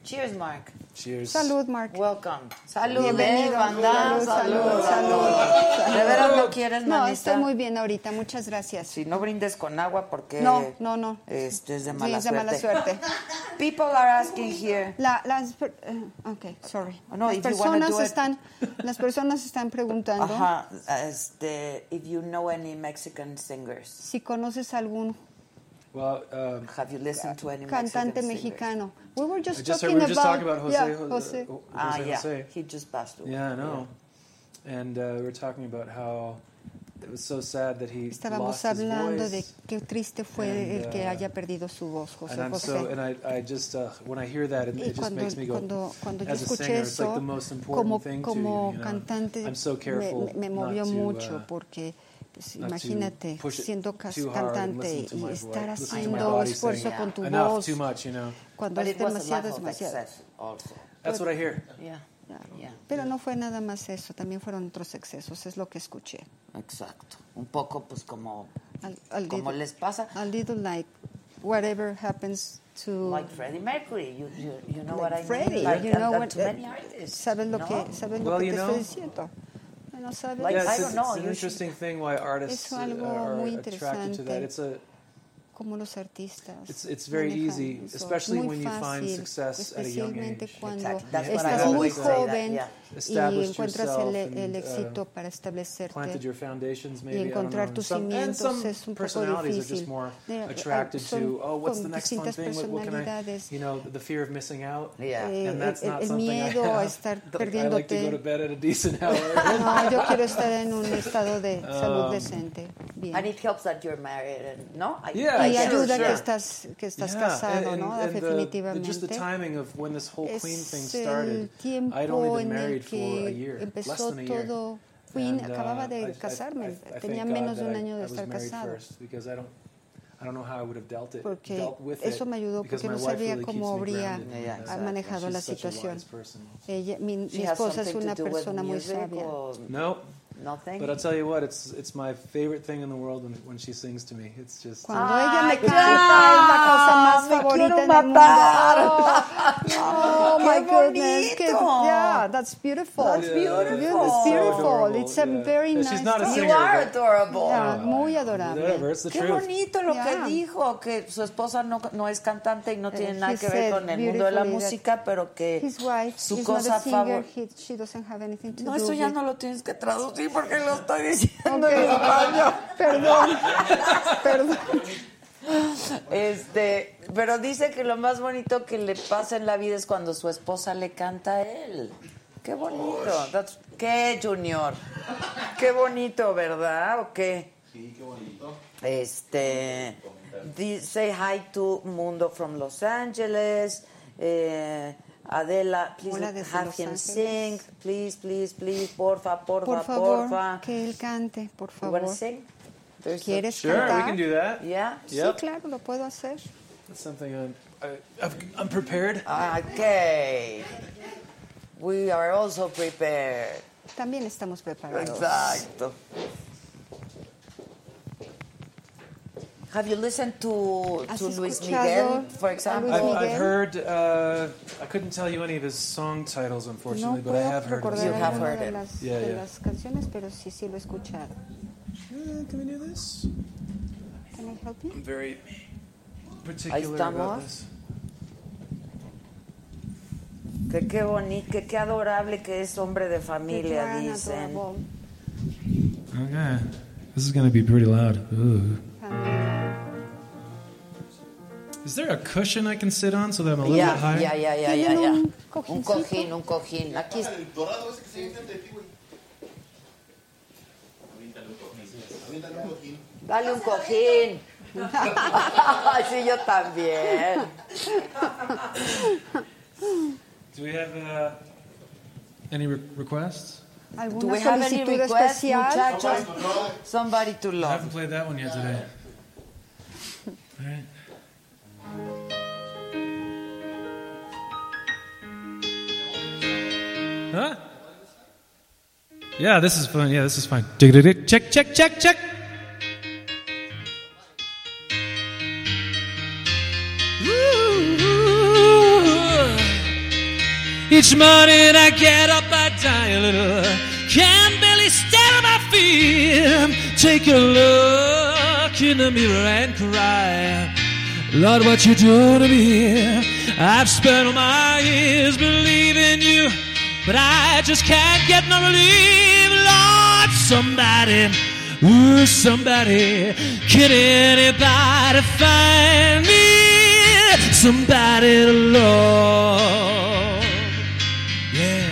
[SPEAKER 1] Cheers, Mark.
[SPEAKER 9] Cheers.
[SPEAKER 8] Salud, Mark.
[SPEAKER 1] Welcome. Salud,
[SPEAKER 8] Bienvenido.
[SPEAKER 1] eh, banda.
[SPEAKER 8] Salud,
[SPEAKER 1] Salud,
[SPEAKER 8] salud,
[SPEAKER 1] salud.
[SPEAKER 8] salud.
[SPEAKER 1] ¿De veras no quieres,
[SPEAKER 8] No,
[SPEAKER 1] manita?
[SPEAKER 8] estoy muy bien ahorita, muchas gracias.
[SPEAKER 1] Si no brindes con agua porque...
[SPEAKER 8] No, no, no.
[SPEAKER 1] Este, es de
[SPEAKER 8] Sí,
[SPEAKER 1] mala
[SPEAKER 8] es de mala suerte.
[SPEAKER 1] People are asking here.
[SPEAKER 8] La- las, per- eh, okay, sorry.
[SPEAKER 1] Oh, no,
[SPEAKER 8] las
[SPEAKER 1] if you wanna
[SPEAKER 8] personas
[SPEAKER 1] do it.
[SPEAKER 8] están, las personas están preguntando
[SPEAKER 1] Ajá, este, if you know any Mexican singers,
[SPEAKER 8] si conoces algún
[SPEAKER 9] Well, um,
[SPEAKER 1] have you listened to any
[SPEAKER 8] cantante
[SPEAKER 1] Mexican singers?
[SPEAKER 8] mexicano. We were
[SPEAKER 9] I
[SPEAKER 8] just,
[SPEAKER 9] just heard,
[SPEAKER 8] talking
[SPEAKER 9] we were just
[SPEAKER 8] about,
[SPEAKER 9] talking about uh, Jose.
[SPEAKER 8] yeah,
[SPEAKER 9] Jose.
[SPEAKER 8] Jose.
[SPEAKER 9] Jose,
[SPEAKER 1] Ah, yeah,
[SPEAKER 9] Jose.
[SPEAKER 1] he just passed away.
[SPEAKER 9] Pues, Yeah, I know. And uh, we were talking about how it was so sad that he
[SPEAKER 8] Estábamos
[SPEAKER 9] lost his
[SPEAKER 8] hablando
[SPEAKER 9] voice.
[SPEAKER 8] de qué triste fue
[SPEAKER 9] And,
[SPEAKER 8] el que
[SPEAKER 9] uh,
[SPEAKER 8] haya perdido su voz, José
[SPEAKER 9] and I'm
[SPEAKER 8] José.
[SPEAKER 9] so, and I, I just, uh, when I hear that, it,
[SPEAKER 8] Y
[SPEAKER 9] it just
[SPEAKER 8] cuando,
[SPEAKER 9] makes me go,
[SPEAKER 8] cuando, cuando yo
[SPEAKER 9] as a
[SPEAKER 8] escuché
[SPEAKER 9] singer, it's like
[SPEAKER 8] eso,
[SPEAKER 9] the most important
[SPEAKER 8] como,
[SPEAKER 9] thing
[SPEAKER 8] como
[SPEAKER 9] to you, you know?
[SPEAKER 8] cantante,
[SPEAKER 9] I'm so
[SPEAKER 8] me-
[SPEAKER 9] careful
[SPEAKER 8] me, me
[SPEAKER 9] not
[SPEAKER 8] movió
[SPEAKER 9] to,
[SPEAKER 8] mucho
[SPEAKER 9] uh,
[SPEAKER 8] porque pues,
[SPEAKER 9] not to
[SPEAKER 8] imagínate
[SPEAKER 9] push it
[SPEAKER 8] siendo
[SPEAKER 9] too
[SPEAKER 8] cas-
[SPEAKER 9] hard and
[SPEAKER 8] cantante
[SPEAKER 9] listen to
[SPEAKER 8] y
[SPEAKER 9] my
[SPEAKER 8] estar
[SPEAKER 9] voice, listen to my
[SPEAKER 8] haciendo
[SPEAKER 9] body
[SPEAKER 8] esfuerzo
[SPEAKER 9] singing.
[SPEAKER 8] con tu
[SPEAKER 9] Enough,
[SPEAKER 8] voz
[SPEAKER 9] too much, you know.
[SPEAKER 8] cuando
[SPEAKER 1] But
[SPEAKER 8] es
[SPEAKER 1] it was a lack
[SPEAKER 8] Pues demasiado
[SPEAKER 1] of
[SPEAKER 8] demasiado.
[SPEAKER 1] excess also.
[SPEAKER 9] That's what I hear.
[SPEAKER 1] Yeah, yeah.
[SPEAKER 8] Pero no fue nada más eso, también fueron otros excesos, es lo que escuché.
[SPEAKER 1] Exacto. Un poco, pues, como,
[SPEAKER 8] Al- al
[SPEAKER 1] como
[SPEAKER 8] dedo.
[SPEAKER 1] les pasa.
[SPEAKER 8] A little like whatever happens to
[SPEAKER 1] Like Freddie Mercury, you, you, you know what
[SPEAKER 8] like
[SPEAKER 1] I
[SPEAKER 8] Freddie,
[SPEAKER 1] mean? Like,
[SPEAKER 8] you
[SPEAKER 1] and-
[SPEAKER 8] know
[SPEAKER 1] and
[SPEAKER 8] what- eh,
[SPEAKER 1] too many artists,
[SPEAKER 8] ¿Sabes lo
[SPEAKER 1] ¿no?
[SPEAKER 8] que, sabes lo
[SPEAKER 9] Well,
[SPEAKER 8] que
[SPEAKER 9] you
[SPEAKER 8] te
[SPEAKER 9] know-
[SPEAKER 8] estoy diciendo? Bueno, ¿sabes?
[SPEAKER 1] Like,
[SPEAKER 9] yes,
[SPEAKER 1] I
[SPEAKER 9] it's,
[SPEAKER 1] don't know,
[SPEAKER 9] it's an
[SPEAKER 1] you
[SPEAKER 9] interesting thing why artists uh,
[SPEAKER 8] algo
[SPEAKER 9] are
[SPEAKER 8] muy
[SPEAKER 9] attracted to that.
[SPEAKER 8] interesante.
[SPEAKER 9] It's a
[SPEAKER 8] como los artistas.
[SPEAKER 9] It's- it's very
[SPEAKER 8] manejan
[SPEAKER 9] easy,
[SPEAKER 8] eso.
[SPEAKER 9] especially
[SPEAKER 8] Muy
[SPEAKER 9] when you find
[SPEAKER 8] fácil,
[SPEAKER 9] success at a young
[SPEAKER 8] especialmente
[SPEAKER 9] age.
[SPEAKER 8] cuando
[SPEAKER 1] Exactly. That's what I
[SPEAKER 8] estás muy
[SPEAKER 1] always say that,
[SPEAKER 8] joven
[SPEAKER 1] yeah.
[SPEAKER 8] y
[SPEAKER 9] Establish
[SPEAKER 8] encuentras
[SPEAKER 9] yourself
[SPEAKER 8] el, e-
[SPEAKER 9] and,
[SPEAKER 8] el
[SPEAKER 9] uh,
[SPEAKER 8] éxito para
[SPEAKER 9] planted
[SPEAKER 8] establecerte.
[SPEAKER 9] your foundations,
[SPEAKER 8] Y
[SPEAKER 9] maybe. I don't know.
[SPEAKER 8] encontrar
[SPEAKER 9] And
[SPEAKER 8] tus
[SPEAKER 9] some, and
[SPEAKER 8] cimientos
[SPEAKER 9] some
[SPEAKER 8] es un poco
[SPEAKER 9] personalities are just
[SPEAKER 8] difícil.
[SPEAKER 9] more
[SPEAKER 8] Eh, ah,
[SPEAKER 9] attracted
[SPEAKER 8] son
[SPEAKER 9] to, oh, what's the
[SPEAKER 8] con
[SPEAKER 9] next fun
[SPEAKER 8] distintas
[SPEAKER 9] thing? What, what can I,
[SPEAKER 8] personalidades.
[SPEAKER 9] you know, the fear of missing out.
[SPEAKER 1] Yeah.
[SPEAKER 8] Eh,
[SPEAKER 9] And that's
[SPEAKER 8] el-
[SPEAKER 9] not
[SPEAKER 8] el
[SPEAKER 9] something I
[SPEAKER 8] miedo a
[SPEAKER 9] have.
[SPEAKER 8] estar
[SPEAKER 9] I like to go
[SPEAKER 8] perdiéndote.
[SPEAKER 9] to bed at a decent hour.
[SPEAKER 8] No, yo quiero estar en un estado de
[SPEAKER 9] Um,
[SPEAKER 8] salud decente. Bien.
[SPEAKER 1] And it helps that you're married, and, no? I,
[SPEAKER 9] Yeah,
[SPEAKER 1] I
[SPEAKER 8] y
[SPEAKER 1] guess.
[SPEAKER 9] sure,
[SPEAKER 8] ayuda
[SPEAKER 9] sure.
[SPEAKER 8] que estás, que estás
[SPEAKER 9] Yeah,
[SPEAKER 8] casado,
[SPEAKER 9] and-
[SPEAKER 8] ¿no?
[SPEAKER 9] and the- the-
[SPEAKER 8] Definitivamente.
[SPEAKER 9] just the timing of when this whole Queen
[SPEAKER 8] es
[SPEAKER 9] thing
[SPEAKER 8] el
[SPEAKER 9] started. I'd
[SPEAKER 8] tiempo
[SPEAKER 9] only been
[SPEAKER 8] en el
[SPEAKER 9] married for a
[SPEAKER 8] que
[SPEAKER 9] year, less
[SPEAKER 8] empezó
[SPEAKER 9] than a year.
[SPEAKER 8] todo. Queen
[SPEAKER 9] And, uh,
[SPEAKER 8] acababa
[SPEAKER 9] I-
[SPEAKER 8] de
[SPEAKER 9] I-
[SPEAKER 8] casarme,
[SPEAKER 9] I- I thank
[SPEAKER 8] tenía
[SPEAKER 9] God
[SPEAKER 8] menos de
[SPEAKER 9] that
[SPEAKER 8] un
[SPEAKER 9] I-
[SPEAKER 8] año
[SPEAKER 9] I
[SPEAKER 8] de
[SPEAKER 9] was
[SPEAKER 8] estar
[SPEAKER 9] married
[SPEAKER 8] casado.
[SPEAKER 9] first, because I don't- I don't know how I would have dealt it-
[SPEAKER 8] Porque
[SPEAKER 9] dealt with
[SPEAKER 8] eso
[SPEAKER 9] it,
[SPEAKER 8] me ayudó,
[SPEAKER 9] because
[SPEAKER 8] porque
[SPEAKER 9] my
[SPEAKER 8] no
[SPEAKER 9] wife
[SPEAKER 8] sabía
[SPEAKER 9] really keeps
[SPEAKER 8] cómo
[SPEAKER 9] me
[SPEAKER 8] habría
[SPEAKER 9] grounded in
[SPEAKER 1] Yeah,
[SPEAKER 9] that.
[SPEAKER 1] ha
[SPEAKER 8] manejado
[SPEAKER 9] She's
[SPEAKER 8] la
[SPEAKER 9] such a wise
[SPEAKER 8] situación.
[SPEAKER 9] person.
[SPEAKER 8] Ella, mi, mi
[SPEAKER 1] She has
[SPEAKER 8] esposa es
[SPEAKER 1] something
[SPEAKER 8] una
[SPEAKER 1] to do with
[SPEAKER 8] persona muy
[SPEAKER 1] music
[SPEAKER 8] sabia.
[SPEAKER 1] or
[SPEAKER 9] No,
[SPEAKER 1] nothing?
[SPEAKER 9] but I'll tell you what, it's it's my favorite thing in the world when, when she sings to me. It's just
[SPEAKER 8] Cuando
[SPEAKER 1] Ay,
[SPEAKER 8] ella me
[SPEAKER 1] ya,
[SPEAKER 8] canta es la cosa más
[SPEAKER 1] Ah, me
[SPEAKER 8] favorita
[SPEAKER 1] quiero
[SPEAKER 8] en el mundo.
[SPEAKER 1] matar.
[SPEAKER 8] Oh, oh,
[SPEAKER 1] Qué
[SPEAKER 8] my goodness, qué-
[SPEAKER 1] bonito.
[SPEAKER 8] yeah, that's beautiful.
[SPEAKER 1] That's beautiful.
[SPEAKER 8] It's beautiful.
[SPEAKER 9] adorable,
[SPEAKER 8] It's a
[SPEAKER 9] yeah.
[SPEAKER 8] very
[SPEAKER 9] Yeah,
[SPEAKER 8] nice.
[SPEAKER 9] she's not a
[SPEAKER 8] song.
[SPEAKER 1] You
[SPEAKER 9] singer,
[SPEAKER 1] are
[SPEAKER 9] but-
[SPEAKER 1] adorable.
[SPEAKER 8] Yeah, muy
[SPEAKER 9] whatever,
[SPEAKER 8] adorable.
[SPEAKER 9] it's the
[SPEAKER 1] Qué
[SPEAKER 9] truth.
[SPEAKER 1] bonito lo
[SPEAKER 8] Yeah. Eh,
[SPEAKER 1] que dijo, que su esposa no, no es cantante y no tiene
[SPEAKER 8] he
[SPEAKER 1] nada que ver
[SPEAKER 8] said
[SPEAKER 1] con el mundo de la
[SPEAKER 8] beautifully that
[SPEAKER 1] música, pero que
[SPEAKER 8] His wife
[SPEAKER 1] su
[SPEAKER 8] is
[SPEAKER 1] cosa
[SPEAKER 8] not a singer.
[SPEAKER 1] favorita.
[SPEAKER 8] He, she doesn't have anything to
[SPEAKER 1] No,
[SPEAKER 8] do
[SPEAKER 1] eso ya
[SPEAKER 8] with-
[SPEAKER 1] no lo tienes que traducir porque lo estoy diciendo en
[SPEAKER 8] Ok.
[SPEAKER 1] español.
[SPEAKER 8] Perdón, perdón.
[SPEAKER 1] Este, pero dice que lo más bonito que le pasa en la vida es cuando su esposa le canta a él. Qué bonito. That's- ¿Qué, Junior? Qué bonito, ¿verdad? ¿O qué?
[SPEAKER 2] Sí, qué bonito.
[SPEAKER 1] Este, di- say hi to Mundo from Los Angeles. Eh, Adela, please
[SPEAKER 8] Hola desde
[SPEAKER 1] have
[SPEAKER 8] Los
[SPEAKER 1] him
[SPEAKER 8] Ángeles.
[SPEAKER 1] sing. Please, please, please, porfa, porfa,
[SPEAKER 8] Por favor,
[SPEAKER 1] porfa.
[SPEAKER 8] que él cante, por
[SPEAKER 1] You wanna
[SPEAKER 8] favor.
[SPEAKER 1] sing? There's a-
[SPEAKER 8] ¿Quieres
[SPEAKER 9] sure we
[SPEAKER 8] cantar?
[SPEAKER 9] can do that.
[SPEAKER 1] Yeah.
[SPEAKER 8] Sí,
[SPEAKER 9] Yep.
[SPEAKER 8] claro, lo puedo hacer.
[SPEAKER 9] That's something I'm I, I've, I'm prepared.
[SPEAKER 1] Okay. We are also prepared.
[SPEAKER 8] También estamos preparados.
[SPEAKER 1] Exacto. Have you listened to,
[SPEAKER 8] ¿Has
[SPEAKER 1] to Luis
[SPEAKER 8] escuchado
[SPEAKER 1] Miguel, for
[SPEAKER 8] a
[SPEAKER 1] example?
[SPEAKER 8] Luis
[SPEAKER 9] I've, I've
[SPEAKER 8] Miguel?
[SPEAKER 9] heard. Uh, I couldn't tell you any of his song titles, unfortunately,
[SPEAKER 8] No
[SPEAKER 9] but I
[SPEAKER 8] puedo
[SPEAKER 9] have heard. his
[SPEAKER 1] You
[SPEAKER 8] recordar
[SPEAKER 9] song
[SPEAKER 1] have
[SPEAKER 8] alguna
[SPEAKER 1] heard
[SPEAKER 8] de
[SPEAKER 1] it.
[SPEAKER 8] las,
[SPEAKER 9] Yeah,
[SPEAKER 8] de
[SPEAKER 9] yeah.
[SPEAKER 8] las canciones, pero sí, sí lo he escuchado.
[SPEAKER 9] titles. Uh, can we do this?
[SPEAKER 8] Can I help you?
[SPEAKER 9] I'm very particular
[SPEAKER 1] estamos.
[SPEAKER 9] about this.
[SPEAKER 1] Que qué bonito, que qué adorable que es hombre de familia,
[SPEAKER 8] Declaran
[SPEAKER 1] dicen.
[SPEAKER 8] adorable.
[SPEAKER 9] Okay, this is gonna be pretty loud. Ooh. Is there a cushion I can sit on so that I'm a little bit
[SPEAKER 1] Ya,
[SPEAKER 9] higher?
[SPEAKER 1] ya, ya, ya, ya,
[SPEAKER 8] ¿Tienen
[SPEAKER 1] ya.
[SPEAKER 8] un
[SPEAKER 1] Un
[SPEAKER 8] cojincito?
[SPEAKER 1] cojín, un cojín. Aquí es-
[SPEAKER 2] El dorado ese que se viene de ti, güey. Aviéntale un cojín.
[SPEAKER 1] Dale un cojín. sí, yo también.
[SPEAKER 9] Do we have uh, any re- requests?
[SPEAKER 1] Do we
[SPEAKER 8] ¿Alguna
[SPEAKER 1] have any
[SPEAKER 8] solicitud
[SPEAKER 1] requests,
[SPEAKER 8] especial?
[SPEAKER 1] muchachos? Somebody to
[SPEAKER 9] I
[SPEAKER 1] love.
[SPEAKER 9] haven't played that one yet today. All right. Huh? Yeah, this is fun. Yeah, this is fine. Check, check, check, check, check. Ooh. Each morning I get up, I die a little. Can barely stand on my feet. Take a look in the mirror and cry. Lord, what you do to me? I've spent all my years believing you, but I just can't get no relief. Lord, somebody, ooh, somebody, can anybody find me? Somebody to love. Yeah.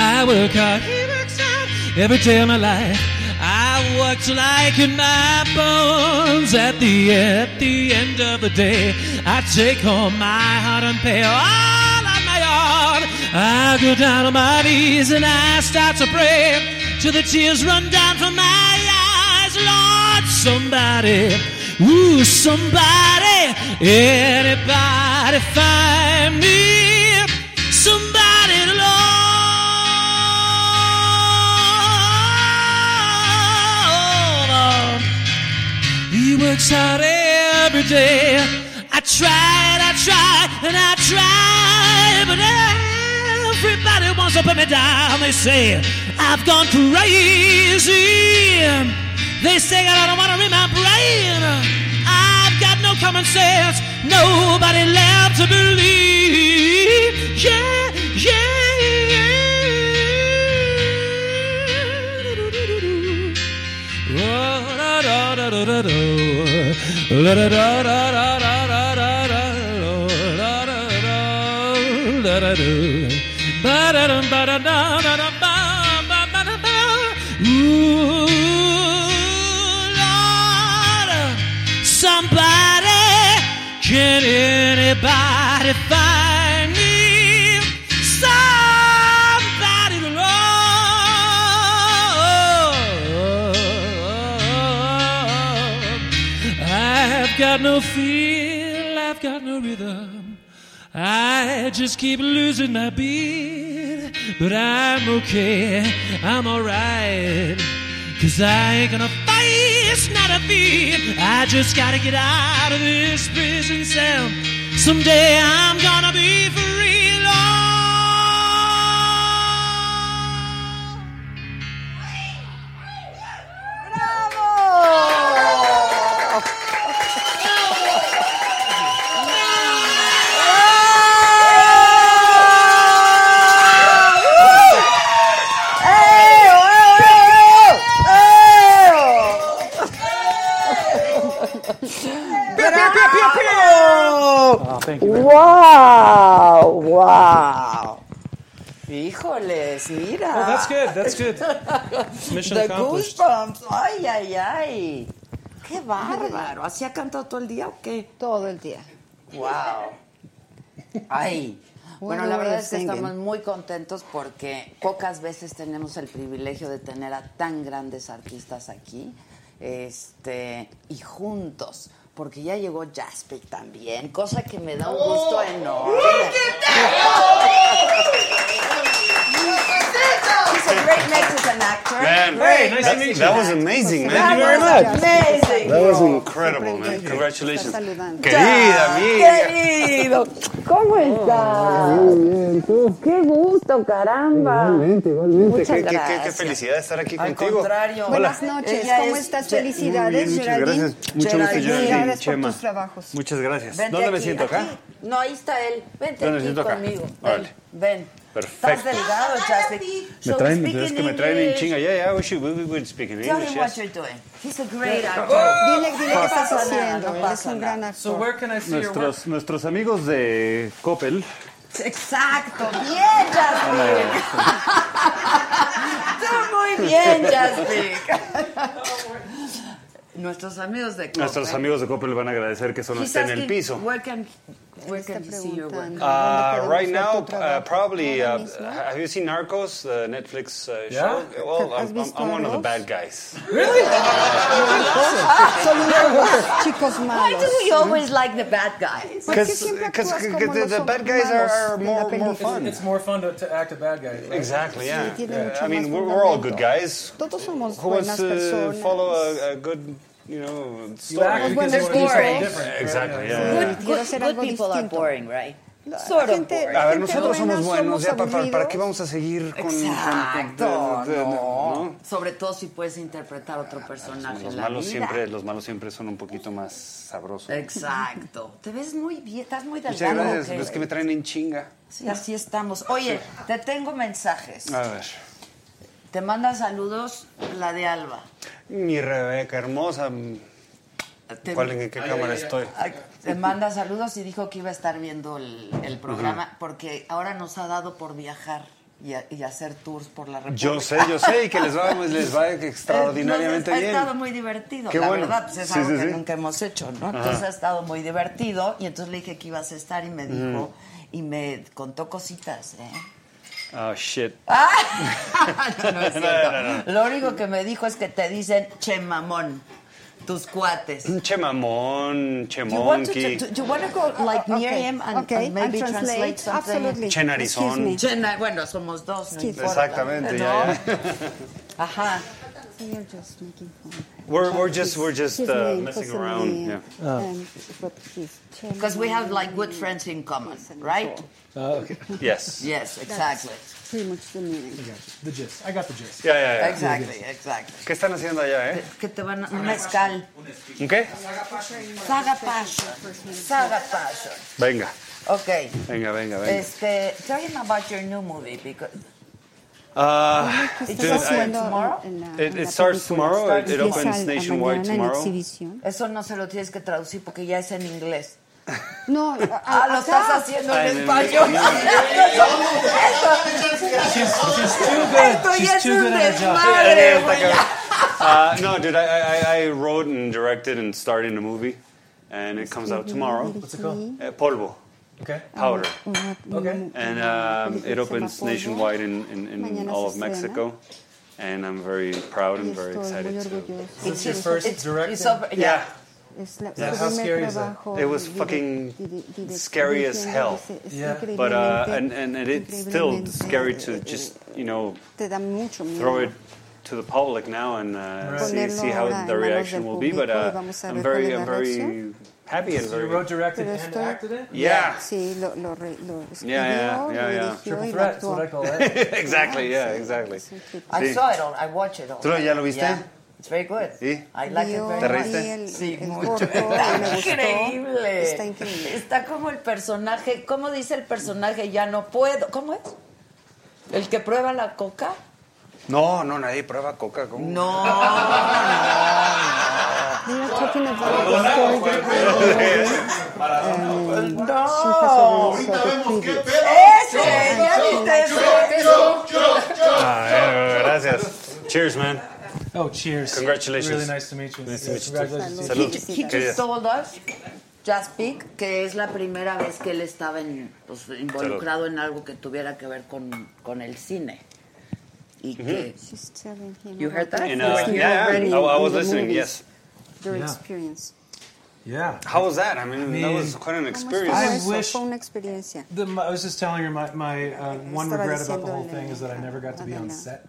[SPEAKER 9] I work hard. He works hard. Every day of my life, I worked like in my bones. At the at the end of the day, I take home my heart and pay all of my own. I go down on my knees and I start to pray till the tears run down from my eyes. Lord, somebody, ooh, somebody, anybody find me somebody to love. He works hard every day. I tried, I tried, and I tried, but everybody wants to put me down. They say I've gone crazy. They say I don't want to read my brain. I've got no common sense. Nobody left to believe. Yeah, yeah, yeah. Somebody, can anybody find me? Somebody to love. I've got no feel, I've got no rhythm. I just keep losing my beat, but I'm okay, I'm alright. Cause I ain't gonna fight, it's not a beat. I just gotta get out of this prison cell. Someday I'm gonna be free, Lord.
[SPEAKER 1] ¡Wow! ¡Wow! Híjoles, mira.
[SPEAKER 10] Oh, that's good. That's good. Mission
[SPEAKER 1] The
[SPEAKER 10] accomplished.
[SPEAKER 1] goosebumps. Ay, ay, ay. Qué bárbaro. ¿Así ha cantado todo el día o qué?
[SPEAKER 8] Todo el día.
[SPEAKER 1] Wow. Ay. Bueno, la verdad es que estamos muy contentos porque pocas veces tenemos el privilegio de tener a tan grandes artistas aquí, este, y juntos, porque ya llegó Jaspic también, cosa que me da un gusto enorme. He's a great Mexican actor.
[SPEAKER 11] Man,
[SPEAKER 1] Great
[SPEAKER 11] nice to meet you. That was amazing, man. Thank you very much.
[SPEAKER 1] Amazing.
[SPEAKER 11] That was
[SPEAKER 1] bro.
[SPEAKER 11] incredible, man. Congratulations.
[SPEAKER 8] saludando.
[SPEAKER 11] Querida amiga.
[SPEAKER 1] Ah, Querido, ¿cómo estás? Muy bien, ¿tú? Qué gusto, caramba. Igualmente, igualmente. Muchas
[SPEAKER 11] Qué, qué- qué-
[SPEAKER 1] gracias.
[SPEAKER 11] qué felicidad estar aquí
[SPEAKER 1] Al
[SPEAKER 11] contigo.
[SPEAKER 1] contrario.
[SPEAKER 8] Buenas noches,
[SPEAKER 1] Ella
[SPEAKER 8] ¿cómo
[SPEAKER 1] es-
[SPEAKER 8] estás?
[SPEAKER 1] Ge-
[SPEAKER 8] Felicidades,
[SPEAKER 11] Muy bien, muchas
[SPEAKER 8] Geraldine.
[SPEAKER 11] gracias. Mucho gusto,
[SPEAKER 8] Geraldine,
[SPEAKER 11] Geraldine,
[SPEAKER 8] gracias
[SPEAKER 11] Chema.
[SPEAKER 8] por tus trabajos.
[SPEAKER 11] Muchas gracias.
[SPEAKER 1] Vente
[SPEAKER 11] ¿Dónde me
[SPEAKER 1] aquí,
[SPEAKER 11] siento acá?
[SPEAKER 1] aquí. No, ahí está él. Vente
[SPEAKER 11] ¿Dónde me
[SPEAKER 1] aquí
[SPEAKER 11] siento acá?
[SPEAKER 1] conmigo. Ven,
[SPEAKER 11] Órale.
[SPEAKER 1] ven.
[SPEAKER 11] Perfecto.
[SPEAKER 1] Estás delgado, Chastic.
[SPEAKER 11] Me traen, es que me traen en chinga. Yeah, yeah, we should, we, we would speak in
[SPEAKER 1] Tell
[SPEAKER 11] English.
[SPEAKER 1] him what
[SPEAKER 11] Yes.
[SPEAKER 1] you're doing. He's a great
[SPEAKER 11] Oh.
[SPEAKER 1] actor.
[SPEAKER 8] Dile, dile
[SPEAKER 1] No
[SPEAKER 8] qué estás
[SPEAKER 1] pasa nada,
[SPEAKER 8] haciendo.
[SPEAKER 1] no
[SPEAKER 8] Él es
[SPEAKER 1] pasa
[SPEAKER 8] un
[SPEAKER 1] nada.
[SPEAKER 8] gran actor.
[SPEAKER 10] So where can I see your work?
[SPEAKER 11] Nuestros, nuestros amigos de Coppel.
[SPEAKER 1] Exacto, bien, Jasmine. Tú muy bien, Jasmine. Nuestros amigos de Coppel.
[SPEAKER 11] Nuestros amigos de Coppel van a agradecer que eso no
[SPEAKER 1] He's
[SPEAKER 11] esté en el
[SPEAKER 1] asking,
[SPEAKER 11] piso.
[SPEAKER 1] Where can, where can you
[SPEAKER 8] Está
[SPEAKER 1] see your work?
[SPEAKER 8] preguntando
[SPEAKER 11] Uh,
[SPEAKER 8] dónde podemos
[SPEAKER 11] right
[SPEAKER 8] ver
[SPEAKER 11] now,
[SPEAKER 8] tu
[SPEAKER 11] uh,
[SPEAKER 8] trabajo.
[SPEAKER 11] probably.
[SPEAKER 8] Ahora
[SPEAKER 11] Uh,
[SPEAKER 8] mismo.
[SPEAKER 11] have you seen Narcos, the Netflix uh,
[SPEAKER 10] Yeah.
[SPEAKER 11] show? Well,
[SPEAKER 8] ¿Has
[SPEAKER 11] I'm, I'm,
[SPEAKER 8] visto
[SPEAKER 11] I'm one of the
[SPEAKER 8] Narcos?
[SPEAKER 11] bad guys.
[SPEAKER 8] Son unos chicos malos.
[SPEAKER 1] Why do we always like the bad guys?
[SPEAKER 8] ¿Por qué siempre
[SPEAKER 11] Because
[SPEAKER 8] actúas como
[SPEAKER 11] the,
[SPEAKER 8] los
[SPEAKER 11] the bad guys
[SPEAKER 8] malos
[SPEAKER 11] are
[SPEAKER 8] de la
[SPEAKER 11] more, more
[SPEAKER 8] película?
[SPEAKER 11] fun.
[SPEAKER 10] It's more fun to, to act a bad guy. right?
[SPEAKER 11] Exactly, yeah.
[SPEAKER 8] tiene
[SPEAKER 11] Uh,
[SPEAKER 8] mucho
[SPEAKER 11] I mean,
[SPEAKER 8] más
[SPEAKER 11] we're, we're all
[SPEAKER 8] fundamento.
[SPEAKER 11] good guys.
[SPEAKER 8] Todos somos
[SPEAKER 11] Who wants
[SPEAKER 8] buenas
[SPEAKER 11] to
[SPEAKER 8] personas.
[SPEAKER 11] follow a, a good you know,
[SPEAKER 1] You are,
[SPEAKER 11] story.
[SPEAKER 1] because They're we're boring. different.
[SPEAKER 11] Exactly, yeah.
[SPEAKER 1] Good, good, good people are boring, right? Sort of
[SPEAKER 8] gente-
[SPEAKER 1] boring.
[SPEAKER 11] A ver, nosotros
[SPEAKER 8] buena,
[SPEAKER 11] somos buenos, ya,
[SPEAKER 8] somos
[SPEAKER 11] pa- pa- ¿para qué vamos a seguir Ah, con... con-
[SPEAKER 1] Exacto,
[SPEAKER 11] de- de- de-
[SPEAKER 1] no.
[SPEAKER 11] ¿no? Ah,
[SPEAKER 1] Sobre todo si puedes interpretar a otro personaje
[SPEAKER 11] Los
[SPEAKER 1] en la
[SPEAKER 11] malos,
[SPEAKER 1] vida.
[SPEAKER 11] siempre, los malos siempre son un poquito más sabrosos.
[SPEAKER 8] Eh,
[SPEAKER 1] Exacto. Te ves muy bien, estás muy delgado.
[SPEAKER 11] Muchas gracias,
[SPEAKER 1] ¿o qué?
[SPEAKER 11] es que me traen en chinga.
[SPEAKER 1] Sí, así estamos. Oye, te tengo mensajes.
[SPEAKER 11] A ver.
[SPEAKER 1] Te manda saludos la de Alba.
[SPEAKER 11] Mi Rebeca hermosa. ¿Cuál, ¿En qué
[SPEAKER 1] Ay,
[SPEAKER 11] cámara
[SPEAKER 1] ay, ay.
[SPEAKER 11] estoy?
[SPEAKER 1] Ay, Te manda saludos y dijo que iba a estar viendo el, el programa porque ahora nos ha dado por viajar y, a- y hacer tours por la República.
[SPEAKER 11] Yo sé, yo sé, y que les va, pues, les va extraordinariamente
[SPEAKER 1] Entonces,
[SPEAKER 11] bien.
[SPEAKER 1] Ha estado muy divertido,
[SPEAKER 11] Qué
[SPEAKER 1] la
[SPEAKER 11] bueno.
[SPEAKER 1] verdad, pues es
[SPEAKER 11] Sí,
[SPEAKER 1] algo
[SPEAKER 11] sí,
[SPEAKER 1] que
[SPEAKER 11] sí.
[SPEAKER 1] nunca hemos hecho, ¿no?
[SPEAKER 11] Ajá.
[SPEAKER 1] Entonces ha estado muy divertido y entonces le dije que ibas a estar y me dijo y me contó cositas, ¿eh?
[SPEAKER 11] Oh, shit.
[SPEAKER 1] Ah. no, no es
[SPEAKER 11] No,
[SPEAKER 1] cierto.
[SPEAKER 11] no, no.
[SPEAKER 1] Lo único que me dijo es que te dicen che mamón, tus cuates.
[SPEAKER 11] Che mamón, che
[SPEAKER 1] Do you want to,
[SPEAKER 11] monkey.
[SPEAKER 1] do, you want to go like
[SPEAKER 8] okay.
[SPEAKER 1] Miriam and,
[SPEAKER 8] Okay,
[SPEAKER 1] Ah, and maybe
[SPEAKER 8] and
[SPEAKER 1] translate,
[SPEAKER 8] translate.
[SPEAKER 1] something?
[SPEAKER 8] Absolutely.
[SPEAKER 11] Che narizón. Excuse me.
[SPEAKER 1] Che na- bueno, somos dos. ¿no?
[SPEAKER 8] Excuse me.
[SPEAKER 1] uh,
[SPEAKER 11] Exactamente, ya, ya.
[SPEAKER 1] Ajá.
[SPEAKER 8] So you're just making fun.
[SPEAKER 11] We're, we're just, we're just
[SPEAKER 8] His
[SPEAKER 11] uh,
[SPEAKER 8] name,
[SPEAKER 11] messing
[SPEAKER 8] possibly,
[SPEAKER 11] around. Yeah.
[SPEAKER 8] um, but he's chairman.
[SPEAKER 1] Oh. Because we have like good friends in common, right?
[SPEAKER 11] Yes.
[SPEAKER 1] Yes, exactly.
[SPEAKER 8] Pretty much the meaning.
[SPEAKER 9] The gist. I got the gist.
[SPEAKER 11] Yeah, yeah, yeah.
[SPEAKER 1] Exactly, exactly.
[SPEAKER 11] ¿Qué están haciendo allá, eh?
[SPEAKER 1] Que te van a... Un mezcal.
[SPEAKER 11] ¿Un qué?
[SPEAKER 1] Saga passion. Saga passion.
[SPEAKER 11] Venga,
[SPEAKER 1] Okay.
[SPEAKER 11] venga, venga, venga.
[SPEAKER 1] Este, tell him about your new movie because
[SPEAKER 11] Ah,
[SPEAKER 1] ¿Estás
[SPEAKER 11] dude, I-
[SPEAKER 1] haciendo tomorrow?
[SPEAKER 8] en la-
[SPEAKER 11] It-
[SPEAKER 8] en
[SPEAKER 11] it
[SPEAKER 8] la
[SPEAKER 11] starts
[SPEAKER 8] película.
[SPEAKER 11] tomorrow. It- it
[SPEAKER 8] Empieza
[SPEAKER 11] opens
[SPEAKER 8] el-
[SPEAKER 11] nationwide
[SPEAKER 8] mañana en
[SPEAKER 11] tomorrow.
[SPEAKER 8] exhibición.
[SPEAKER 1] eso no se lo tienes que traducir porque ya es en inglés.
[SPEAKER 8] No, a-
[SPEAKER 1] Ah, lo
[SPEAKER 8] acá-
[SPEAKER 1] estás haciendo
[SPEAKER 11] Ah,
[SPEAKER 1] en
[SPEAKER 11] en
[SPEAKER 1] español. Esto ya es
[SPEAKER 9] too
[SPEAKER 1] un
[SPEAKER 9] good at her job.
[SPEAKER 1] desmadre, güey.
[SPEAKER 11] Uh, no, dude, I, I, I- I wrote and directed and starred in a movie, and it comes out tomorrow.
[SPEAKER 9] What's it called?
[SPEAKER 11] Uh, Polvo,
[SPEAKER 9] Okay.
[SPEAKER 11] Powder.
[SPEAKER 9] Okay.
[SPEAKER 11] And um, it opens nationwide in, in, in
[SPEAKER 8] Mañana
[SPEAKER 11] all of
[SPEAKER 8] se estrena.
[SPEAKER 11] Mexico, and I'm very proud and very
[SPEAKER 8] Estoy muy
[SPEAKER 11] excited. to-
[SPEAKER 8] orgullosa.
[SPEAKER 9] It's your first
[SPEAKER 1] It's-
[SPEAKER 9] directing?
[SPEAKER 1] it's over-
[SPEAKER 11] Yeah.
[SPEAKER 1] yeah.
[SPEAKER 8] Es la-
[SPEAKER 9] Yeah,
[SPEAKER 8] su
[SPEAKER 9] how
[SPEAKER 8] primer
[SPEAKER 9] scary is that?
[SPEAKER 8] trabajo
[SPEAKER 11] It was
[SPEAKER 8] dire-
[SPEAKER 11] fucking
[SPEAKER 8] dire- dire-
[SPEAKER 11] scary as
[SPEAKER 8] dirigiendo,
[SPEAKER 11] hell.
[SPEAKER 8] es- es
[SPEAKER 9] Yeah.
[SPEAKER 11] But uh,
[SPEAKER 8] increíblemente-
[SPEAKER 11] and, and it it's still
[SPEAKER 8] increíblemente,
[SPEAKER 11] scary
[SPEAKER 8] eh,
[SPEAKER 11] to
[SPEAKER 8] eh,
[SPEAKER 11] just you know
[SPEAKER 8] te da mucho miedo.
[SPEAKER 11] throw it to the public now and uh, see,
[SPEAKER 8] Ponerlo
[SPEAKER 11] see
[SPEAKER 8] ahora
[SPEAKER 11] how
[SPEAKER 8] en
[SPEAKER 11] the
[SPEAKER 8] manos
[SPEAKER 11] reaction
[SPEAKER 8] del
[SPEAKER 11] will be. But
[SPEAKER 8] público y
[SPEAKER 11] uh,
[SPEAKER 8] vamos a
[SPEAKER 11] I'm
[SPEAKER 8] ver cuál
[SPEAKER 11] very,
[SPEAKER 8] es
[SPEAKER 11] I'm
[SPEAKER 8] la
[SPEAKER 11] very
[SPEAKER 8] reacción.
[SPEAKER 11] happy and
[SPEAKER 9] So you wrote,
[SPEAKER 11] very
[SPEAKER 9] directed,
[SPEAKER 8] Pero
[SPEAKER 9] and
[SPEAKER 8] estoy-
[SPEAKER 9] acted it?
[SPEAKER 11] yeah.
[SPEAKER 8] Sí, lo, lo, re- lo escribió,
[SPEAKER 11] yeah, yeah, yeah.
[SPEAKER 8] lo dirigió y lo
[SPEAKER 9] Triple threat. That's what I
[SPEAKER 8] actuó.
[SPEAKER 9] call that.
[SPEAKER 11] exactly, yeah, exactly.
[SPEAKER 8] Es un tipo-
[SPEAKER 1] I
[SPEAKER 11] Sí.
[SPEAKER 1] saw it all. I watched it all.
[SPEAKER 11] ¿Tú lo- ya lo viste?
[SPEAKER 1] Yeah. It's very good.
[SPEAKER 11] ¿Sí?
[SPEAKER 1] I like it
[SPEAKER 8] Vio
[SPEAKER 1] very
[SPEAKER 11] ¿Te
[SPEAKER 1] much.
[SPEAKER 11] reíste?
[SPEAKER 8] ahí el-
[SPEAKER 1] Sí,
[SPEAKER 8] el
[SPEAKER 1] mucho.
[SPEAKER 8] corto, me gustó.
[SPEAKER 1] increíble.
[SPEAKER 8] Está increíble.
[SPEAKER 1] Está como el personaje, ¿cómo dice el personaje? Ya no puedo. ¿Cómo es? ¿El que prueba la coca?
[SPEAKER 11] No, no, nadie prueba coca. ¿cómo?
[SPEAKER 1] No.
[SPEAKER 8] We are talking about the story
[SPEAKER 1] No.
[SPEAKER 8] that was
[SPEAKER 2] Sabemos qué pedo.
[SPEAKER 1] Ese, ya viste eso.
[SPEAKER 2] Yo, yo, yo.
[SPEAKER 11] Ah, eh, gracias. Cheers, man.
[SPEAKER 9] Oh, cheers.
[SPEAKER 11] Congratulations.
[SPEAKER 9] Really nice to meet you.
[SPEAKER 11] Nice to
[SPEAKER 9] Yeah,
[SPEAKER 11] meet you too.
[SPEAKER 9] Congratulations.
[SPEAKER 11] Salud.
[SPEAKER 1] He
[SPEAKER 11] Querida.
[SPEAKER 1] just told us, just speak, que es la primera vez que él estaba en- pues, involucrado en algo que tuviera que ver con, con el cine. Y que
[SPEAKER 8] She's telling him
[SPEAKER 1] You heard
[SPEAKER 8] about
[SPEAKER 1] that?
[SPEAKER 11] And,
[SPEAKER 8] the
[SPEAKER 11] uh,
[SPEAKER 8] first
[SPEAKER 11] yeah,
[SPEAKER 8] year
[SPEAKER 11] yeah, I,
[SPEAKER 8] already
[SPEAKER 11] I
[SPEAKER 8] in
[SPEAKER 11] was
[SPEAKER 8] the
[SPEAKER 11] listening.
[SPEAKER 8] movies,
[SPEAKER 11] Yes.
[SPEAKER 8] Your
[SPEAKER 9] Yeah.
[SPEAKER 8] experience.
[SPEAKER 9] Yeah.
[SPEAKER 11] How was that? I mean, that
[SPEAKER 9] Me-
[SPEAKER 11] was quite an
[SPEAKER 8] ¿Cómo estuvo
[SPEAKER 11] experience.
[SPEAKER 8] eso?
[SPEAKER 9] wish-
[SPEAKER 8] Fue una experiencia.
[SPEAKER 9] The, my, I was just telling her my, my uh, one
[SPEAKER 8] Estaba
[SPEAKER 9] regret about the whole
[SPEAKER 8] diciéndole
[SPEAKER 9] thing is that I never got to be on
[SPEAKER 8] Adela.
[SPEAKER 9] set.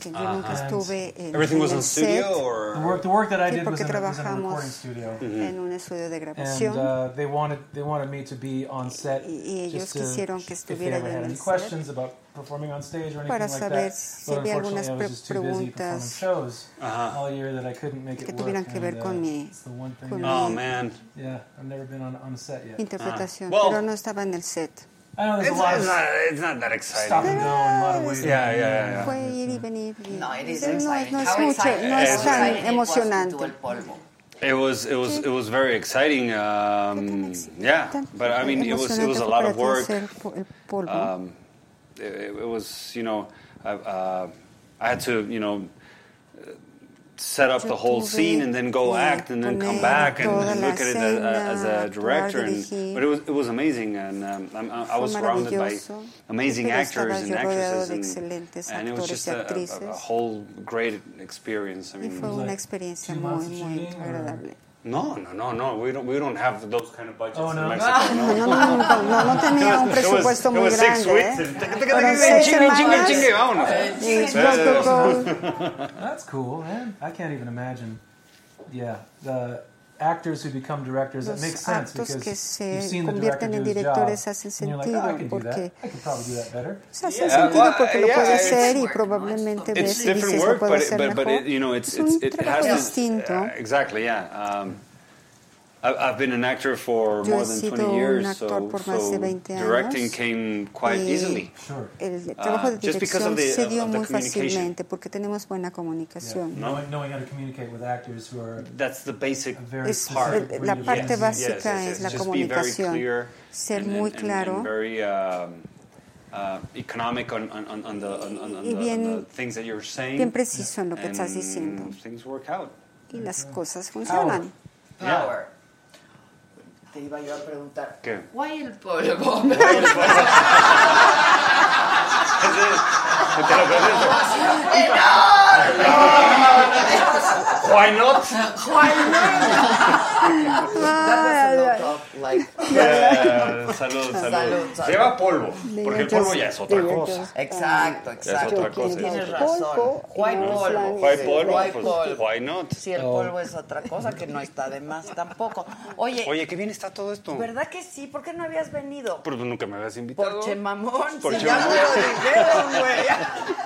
[SPEAKER 8] Que
[SPEAKER 9] Ah,
[SPEAKER 8] yo nunca estuve en,
[SPEAKER 11] Everything
[SPEAKER 8] en
[SPEAKER 11] was
[SPEAKER 8] el
[SPEAKER 11] in
[SPEAKER 8] set,
[SPEAKER 11] studio,
[SPEAKER 9] The
[SPEAKER 11] or
[SPEAKER 9] work, the work that I
[SPEAKER 8] Sí,
[SPEAKER 9] did was
[SPEAKER 8] porque
[SPEAKER 9] in, a, was in a
[SPEAKER 8] trabajamos
[SPEAKER 9] recording studio,
[SPEAKER 8] en
[SPEAKER 11] Mm-hmm.
[SPEAKER 8] un estudio de
[SPEAKER 9] and
[SPEAKER 8] grabación.
[SPEAKER 9] uh, they wanted they wanted me to be on set
[SPEAKER 8] y- y
[SPEAKER 9] just
[SPEAKER 8] ellos
[SPEAKER 9] to,
[SPEAKER 8] quisieron que
[SPEAKER 9] if they
[SPEAKER 8] estuviera
[SPEAKER 9] ever
[SPEAKER 8] yo
[SPEAKER 9] had
[SPEAKER 8] en
[SPEAKER 9] any
[SPEAKER 8] el set
[SPEAKER 9] questions about performing on stage or anything
[SPEAKER 8] para
[SPEAKER 9] like
[SPEAKER 8] saber
[SPEAKER 9] that.
[SPEAKER 8] si
[SPEAKER 9] But
[SPEAKER 8] había
[SPEAKER 9] unfortunately, I
[SPEAKER 8] algunas
[SPEAKER 9] was just too busy performing
[SPEAKER 8] preguntas
[SPEAKER 9] shows all year that I couldn't make
[SPEAKER 8] que
[SPEAKER 9] it work.
[SPEAKER 8] tuvieran que ver
[SPEAKER 9] and, uh,
[SPEAKER 8] con mi-
[SPEAKER 9] it's the one thing
[SPEAKER 8] con
[SPEAKER 9] that-
[SPEAKER 11] oh man,
[SPEAKER 9] yeah, I've never been on, on a set yet.
[SPEAKER 8] interpretación,
[SPEAKER 11] Ah. Well-
[SPEAKER 8] pero no estaba en el set.
[SPEAKER 9] I know
[SPEAKER 11] it's,
[SPEAKER 9] there's
[SPEAKER 11] it's
[SPEAKER 9] a lot of
[SPEAKER 11] not, it's not that
[SPEAKER 9] stop
[SPEAKER 11] exciting.
[SPEAKER 9] and go and a lot of waiting.
[SPEAKER 11] Yeah, yeah, yeah.
[SPEAKER 8] Fue ir y venir. y-
[SPEAKER 1] No, it is
[SPEAKER 8] pero no,
[SPEAKER 1] exciting.
[SPEAKER 8] no es
[SPEAKER 1] How
[SPEAKER 8] mucho,
[SPEAKER 1] exciting-
[SPEAKER 8] no
[SPEAKER 1] how
[SPEAKER 8] es tan
[SPEAKER 1] exciting it was to do el
[SPEAKER 8] emocionante.
[SPEAKER 1] polvo.
[SPEAKER 11] It was it was it was very exciting. Um, yeah, but I mean it was it was a lot of work. Um, it, it was you know I, uh, I had to you know uh, set up the whole scene and then go act and then come back and, and look at it as, uh, as a director. And, but it was it was amazing and um, I'm, I I was surrounded by amazing actors and actresses and, and it was just a, a, a whole great experience. I
[SPEAKER 8] Y
[SPEAKER 11] mean,
[SPEAKER 8] fue una experiencia
[SPEAKER 9] two
[SPEAKER 8] muy,
[SPEAKER 9] months of
[SPEAKER 8] muy
[SPEAKER 9] shooting, or-
[SPEAKER 8] agradable.
[SPEAKER 11] No, no, no, no. We don't. We don't have those kind of budgets
[SPEAKER 9] Oh, no.
[SPEAKER 11] in Mexico. No.
[SPEAKER 8] No, no, no, no, no tenía un
[SPEAKER 11] It was-
[SPEAKER 8] presupuesto
[SPEAKER 11] it
[SPEAKER 8] muy
[SPEAKER 11] was six
[SPEAKER 8] grande.
[SPEAKER 11] weeks
[SPEAKER 8] ¿eh?
[SPEAKER 11] and- taca, taca,
[SPEAKER 8] Fueron
[SPEAKER 11] taca,
[SPEAKER 8] seis
[SPEAKER 11] chingue, chingue,
[SPEAKER 8] semanas
[SPEAKER 11] chingue, vámonos.
[SPEAKER 8] y protocol.
[SPEAKER 9] That's cool, man. I can't even imagine. yeah, the actors who become directors, that
[SPEAKER 8] Los
[SPEAKER 9] makes sense
[SPEAKER 8] actos
[SPEAKER 9] because
[SPEAKER 8] que se
[SPEAKER 9] you've seen the director
[SPEAKER 8] convierten
[SPEAKER 9] do
[SPEAKER 8] en
[SPEAKER 9] his
[SPEAKER 8] directores
[SPEAKER 9] job,
[SPEAKER 8] hacen
[SPEAKER 9] and you're like, oh, I
[SPEAKER 8] sentido,
[SPEAKER 9] can do
[SPEAKER 8] porque
[SPEAKER 9] that. I could probably do that better.
[SPEAKER 8] O sea, hace
[SPEAKER 11] Yeah,
[SPEAKER 8] sentido
[SPEAKER 11] well,
[SPEAKER 8] porque lo
[SPEAKER 11] yeah,
[SPEAKER 8] puede
[SPEAKER 11] it's-
[SPEAKER 8] hacer y probablemente ves
[SPEAKER 11] It's
[SPEAKER 8] y dices,
[SPEAKER 11] different
[SPEAKER 8] lo
[SPEAKER 11] work,
[SPEAKER 8] puedo
[SPEAKER 11] but it,
[SPEAKER 8] hacer
[SPEAKER 11] but, but
[SPEAKER 8] mejor.
[SPEAKER 11] it, you know, it's
[SPEAKER 8] es
[SPEAKER 11] it's
[SPEAKER 8] un
[SPEAKER 11] it
[SPEAKER 8] trabajo
[SPEAKER 11] has
[SPEAKER 8] distinto.
[SPEAKER 11] to, uh, exactly, yeah. Um, I, I've been an actor for
[SPEAKER 8] Yo he
[SPEAKER 11] more than
[SPEAKER 8] sido
[SPEAKER 11] 20 years,
[SPEAKER 8] un actor
[SPEAKER 11] so,
[SPEAKER 8] por más
[SPEAKER 11] so
[SPEAKER 8] de 20 años, Eh,
[SPEAKER 11] directing came quite
[SPEAKER 8] y
[SPEAKER 11] easily.
[SPEAKER 8] El trabajo de
[SPEAKER 11] Uh, just because
[SPEAKER 8] dirección
[SPEAKER 11] of the-
[SPEAKER 8] se
[SPEAKER 11] of-
[SPEAKER 8] dio
[SPEAKER 11] of the
[SPEAKER 8] muy
[SPEAKER 11] communication.
[SPEAKER 8] fácilmente porque tenemos buena
[SPEAKER 9] Yeah.
[SPEAKER 8] comunicación.
[SPEAKER 9] Knowing, knowing how to communicate with actors who are
[SPEAKER 11] That's the basic
[SPEAKER 9] very
[SPEAKER 8] Es-
[SPEAKER 9] specific
[SPEAKER 8] la
[SPEAKER 9] breed of
[SPEAKER 8] parte
[SPEAKER 9] actors.
[SPEAKER 8] básica es
[SPEAKER 11] Just be
[SPEAKER 8] la
[SPEAKER 11] very
[SPEAKER 8] comunicación.
[SPEAKER 11] clear
[SPEAKER 8] Ser
[SPEAKER 11] and-
[SPEAKER 8] muy
[SPEAKER 11] and- and-
[SPEAKER 8] claro.
[SPEAKER 11] and very um, uh, economic on, on, on, on the, on, on, on
[SPEAKER 8] Y
[SPEAKER 11] the-
[SPEAKER 8] bien-
[SPEAKER 11] on the things that you're saying.
[SPEAKER 8] bien preciso en lo que estás
[SPEAKER 11] And
[SPEAKER 8] diciendo.
[SPEAKER 11] Things work out.
[SPEAKER 8] Y las cosas funcionan.
[SPEAKER 11] Yeah.
[SPEAKER 1] Te iba yo a preguntar.
[SPEAKER 11] ¿Qué?
[SPEAKER 1] Guay el polvo.
[SPEAKER 11] Te lo presento. Why not? Eh, salud, salud.
[SPEAKER 1] salud.
[SPEAKER 11] Lleva polvo, porque el polvo ya es otra
[SPEAKER 1] Digo,
[SPEAKER 11] cosa.
[SPEAKER 1] Exacto, exacto.
[SPEAKER 11] otra cosa,
[SPEAKER 1] Tienes
[SPEAKER 11] es
[SPEAKER 1] razón. Guay polvo.
[SPEAKER 11] Why
[SPEAKER 1] sí,
[SPEAKER 11] polvo?
[SPEAKER 1] guay
[SPEAKER 11] Pues,
[SPEAKER 1] polvo.
[SPEAKER 11] why not?
[SPEAKER 1] Si el polvo es otra cosa que no está de más tampoco. Oye,
[SPEAKER 11] Oye, qué bien está todo esto.
[SPEAKER 1] ¿verdad que sí? ¿Por qué no habías venido?
[SPEAKER 11] Pero tú nunca me habías invitado.
[SPEAKER 1] Por Chemamón.
[SPEAKER 11] Por
[SPEAKER 1] si ya
[SPEAKER 11] Chemamón.
[SPEAKER 1] me lo dijeron, güey.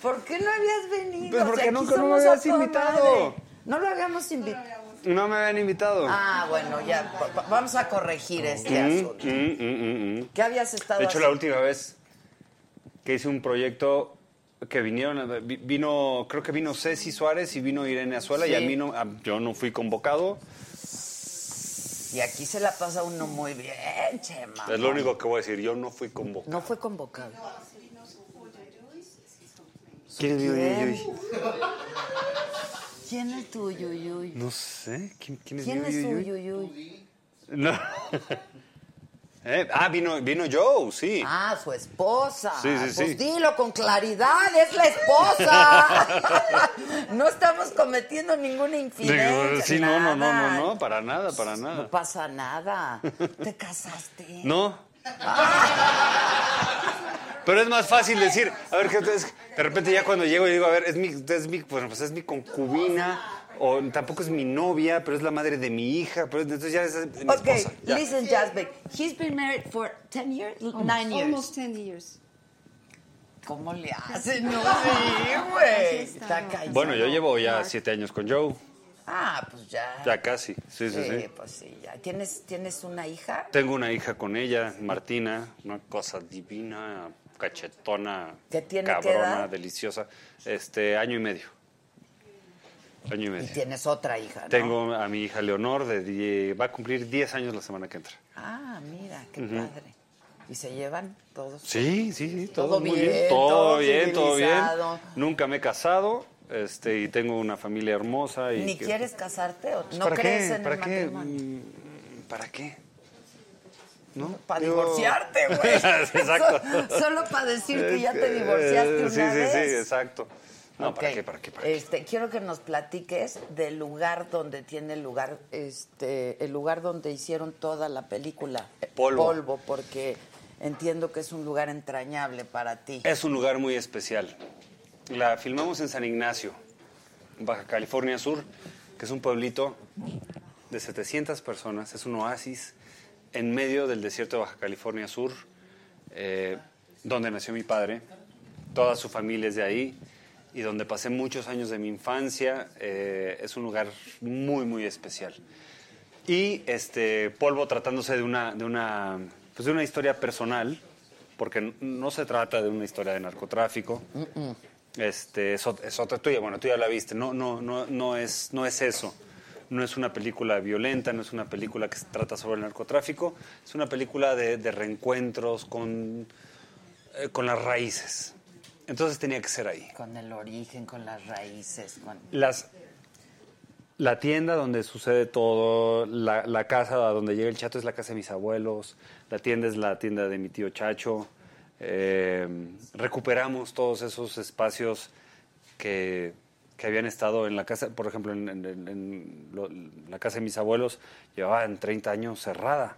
[SPEAKER 1] ¿Por qué no habías venido?
[SPEAKER 11] Pues porque
[SPEAKER 1] Si aquí
[SPEAKER 11] nunca no me
[SPEAKER 1] somos a
[SPEAKER 11] habías
[SPEAKER 1] toda
[SPEAKER 11] invitado.
[SPEAKER 1] madre. No lo habíamos invitado.
[SPEAKER 11] No me habían invitado.
[SPEAKER 1] Ah, bueno, ya. pa- pa- Vamos a corregir este asunto.
[SPEAKER 11] Mm, mm, mm, mm, mm.
[SPEAKER 1] ¿Qué habías estado
[SPEAKER 11] De hecho, la
[SPEAKER 1] haciendo?
[SPEAKER 11] última vez que hice un proyecto que vinieron, a- vi- vino, creo que vino Ceci Suárez y vino Irene Azuela y a
[SPEAKER 1] Sí.
[SPEAKER 11] mí no, a- yo no fui convocado.
[SPEAKER 1] Y aquí se la pasa uno muy bien, Chema.
[SPEAKER 11] Es lo único que voy a decir, yo no fui convocado.
[SPEAKER 1] No fue convocado.
[SPEAKER 11] ¿Quién es
[SPEAKER 1] ¿Quién?
[SPEAKER 11] Yuyuyuy?
[SPEAKER 1] ¿Quién es tu Yuyuy?
[SPEAKER 11] No sé, ¿quién, quién es
[SPEAKER 1] ¿Quién es tu
[SPEAKER 11] Yuyuyuy?
[SPEAKER 1] Yuyuy?
[SPEAKER 11] No. Eh, ah, vino, vino Joe, sí.
[SPEAKER 1] Ah, su esposa.
[SPEAKER 11] Sí, sí,
[SPEAKER 1] pues
[SPEAKER 11] sí.
[SPEAKER 1] dilo con claridad, es la esposa. no estamos cometiendo ninguna
[SPEAKER 11] Digo,
[SPEAKER 1] infidencia.
[SPEAKER 11] sí, no, no, no,
[SPEAKER 1] nada.
[SPEAKER 11] no, no, para nada, para nada.
[SPEAKER 1] No pasa nada. ¿Te casaste?
[SPEAKER 11] No. Pero es más fácil decir, a ver, que entonces, de repente ya cuando llego y digo, a ver, es mi, es mi, bueno, pues es mi concubina, o tampoco es mi novia, pero es la madre de mi hija, pero entonces ya es mi
[SPEAKER 1] Okay,
[SPEAKER 11] esposa, ya.
[SPEAKER 1] listen, Jasbeck. He's been married for 10 years, 9 years.
[SPEAKER 8] Almost 10 years.
[SPEAKER 1] ¿Cómo le hace? No, sí, güey. Está cañón.
[SPEAKER 11] Bueno, yo llevo ya siete años con Joe,
[SPEAKER 1] Ah, pues ya.
[SPEAKER 11] ya casi, sí, sí, sí.
[SPEAKER 1] pues sí, ya. ¿Tienes, ¿Tienes una hija?
[SPEAKER 11] Tengo una hija con ella, Martina, una cosa divina, cachetona,
[SPEAKER 1] ¿Qué tiene, qué
[SPEAKER 11] cabrona,
[SPEAKER 1] edad?
[SPEAKER 11] deliciosa, este, año y medio. Año y medio.
[SPEAKER 1] Y tienes otra hija, ¿no?
[SPEAKER 11] Tengo a mi hija Leonor, de die- va a cumplir 10 años la semana que entra.
[SPEAKER 1] Ah, mira, qué padre. ¿Y se llevan todos?
[SPEAKER 11] Sí, sí, sí, todo,
[SPEAKER 1] Todo
[SPEAKER 11] muy
[SPEAKER 1] bien,
[SPEAKER 11] bien,
[SPEAKER 1] todo
[SPEAKER 11] Todo bien, todo bien.
[SPEAKER 1] civilizado.
[SPEAKER 11] Nunca me he casado este, y tengo una familia hermosa. Y
[SPEAKER 1] ¿Ni
[SPEAKER 11] que-
[SPEAKER 1] quieres casarte o
[SPEAKER 11] Pues,
[SPEAKER 1] no
[SPEAKER 11] ¿para
[SPEAKER 1] crees
[SPEAKER 11] qué?
[SPEAKER 1] en
[SPEAKER 11] ¿Para
[SPEAKER 1] el
[SPEAKER 11] qué?
[SPEAKER 1] matrimonio?
[SPEAKER 11] Mm, ¿Para qué? ¿No?
[SPEAKER 1] Para
[SPEAKER 11] Digo-
[SPEAKER 1] divorciarte, güey.
[SPEAKER 11] exacto.
[SPEAKER 1] So- solo para decir que ya te
[SPEAKER 11] Eh,
[SPEAKER 1] divorciaste una
[SPEAKER 11] sí,
[SPEAKER 1] vez.
[SPEAKER 11] Sí, sí, sí, exacto. No, ¿para
[SPEAKER 1] Ok.
[SPEAKER 11] qué? ¿Para qué? ¿Para qué?
[SPEAKER 1] Este, quiero que nos platiques del lugar donde tiene lugar, este, el lugar donde hicieron toda la película. eh,
[SPEAKER 11] Polvo.
[SPEAKER 1] Polvo, porque entiendo que es un lugar entrañable para ti.
[SPEAKER 11] Es un lugar muy especial. La filmamos en San Ignacio, Baja California Sur, que es un pueblito de 700 personas. Es un oasis en medio del desierto de Baja California Sur, eh, donde nació mi padre. Toda su familia es de ahí y donde pasé muchos años de mi infancia. Eh, es un lugar muy, muy especial. Y este polvo tratándose de una, de una, pues de una historia personal, porque n- no se trata de una historia de narcotráfico. Este, es, ot- es otra tuya, bueno, tú ya la viste, no, no, no, no, es, no es eso. No es una película violenta, no es una película que se trata sobre el narcotráfico, es una película de, de reencuentros con, eh, con las raíces. Entonces tenía que ser ahí.
[SPEAKER 1] Con el origen, con las raíces, con...
[SPEAKER 11] Las, la tienda donde sucede todo, la, la casa a donde llega el chato es la casa de mis abuelos, la tienda es la tienda de mi tío Chacho. eh, recuperamos todos esos espacios que, que habían estado en la casa, por ejemplo, en, en- en- en lo- la casa de mis abuelos llevaban 30 años cerrada.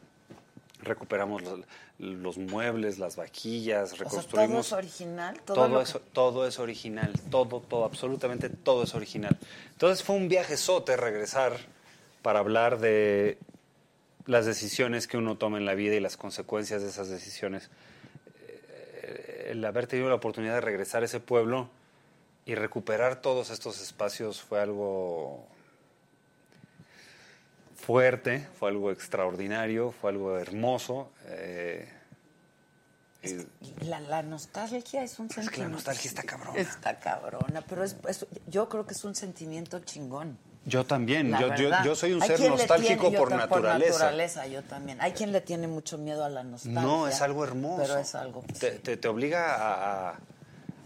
[SPEAKER 11] recuperamos los, los muebles, las vajillas,
[SPEAKER 1] O sea, todo
[SPEAKER 11] reconstruimos.
[SPEAKER 1] es original, todo,
[SPEAKER 11] todo,
[SPEAKER 1] lo
[SPEAKER 11] es,
[SPEAKER 1] que-
[SPEAKER 11] todo es original, todo, todo, absolutamente todo es original. Entonces fue un viaje sote regresar para hablar de las decisiones que uno toma en la vida y las consecuencias de esas decisiones. Eh, El haber tenido la oportunidad de regresar a ese pueblo y recuperar todos estos espacios fue algo fuerte, fue algo extraordinario, fue algo hermoso. eh, y-
[SPEAKER 1] La, la nostalgia es un sentimiento.
[SPEAKER 11] que la nostalgia está cabrona.
[SPEAKER 1] Está cabrona, pero es, es- yo creo que es un sentimiento chingón.
[SPEAKER 11] Yo también,
[SPEAKER 1] la
[SPEAKER 11] yo, yo-
[SPEAKER 1] verdad.
[SPEAKER 11] yo soy un
[SPEAKER 1] Hay
[SPEAKER 11] ser
[SPEAKER 1] quien le
[SPEAKER 11] nostálgico
[SPEAKER 1] tiene- yo
[SPEAKER 11] por
[SPEAKER 1] tam-
[SPEAKER 11] naturaleza.
[SPEAKER 1] naturaleza, yo también. Hay quien le tiene mucho miedo a la nostalgia.
[SPEAKER 11] No, es algo hermoso.
[SPEAKER 1] Pero es algo. pues,
[SPEAKER 11] Te, te- te obliga a, a-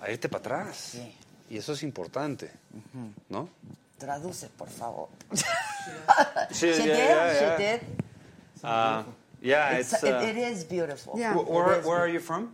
[SPEAKER 11] a irte para atrás. Y eso es importante, ¿no?
[SPEAKER 1] Traduce, por favor.
[SPEAKER 11] Sí,
[SPEAKER 1] She
[SPEAKER 11] yeah,
[SPEAKER 1] did,
[SPEAKER 11] yeah,
[SPEAKER 1] she
[SPEAKER 11] yeah.
[SPEAKER 1] did.
[SPEAKER 11] Uh, yeah,
[SPEAKER 1] It's-
[SPEAKER 11] it's... uh,
[SPEAKER 1] it, it is beautiful.
[SPEAKER 11] Wh- Where, where are you from?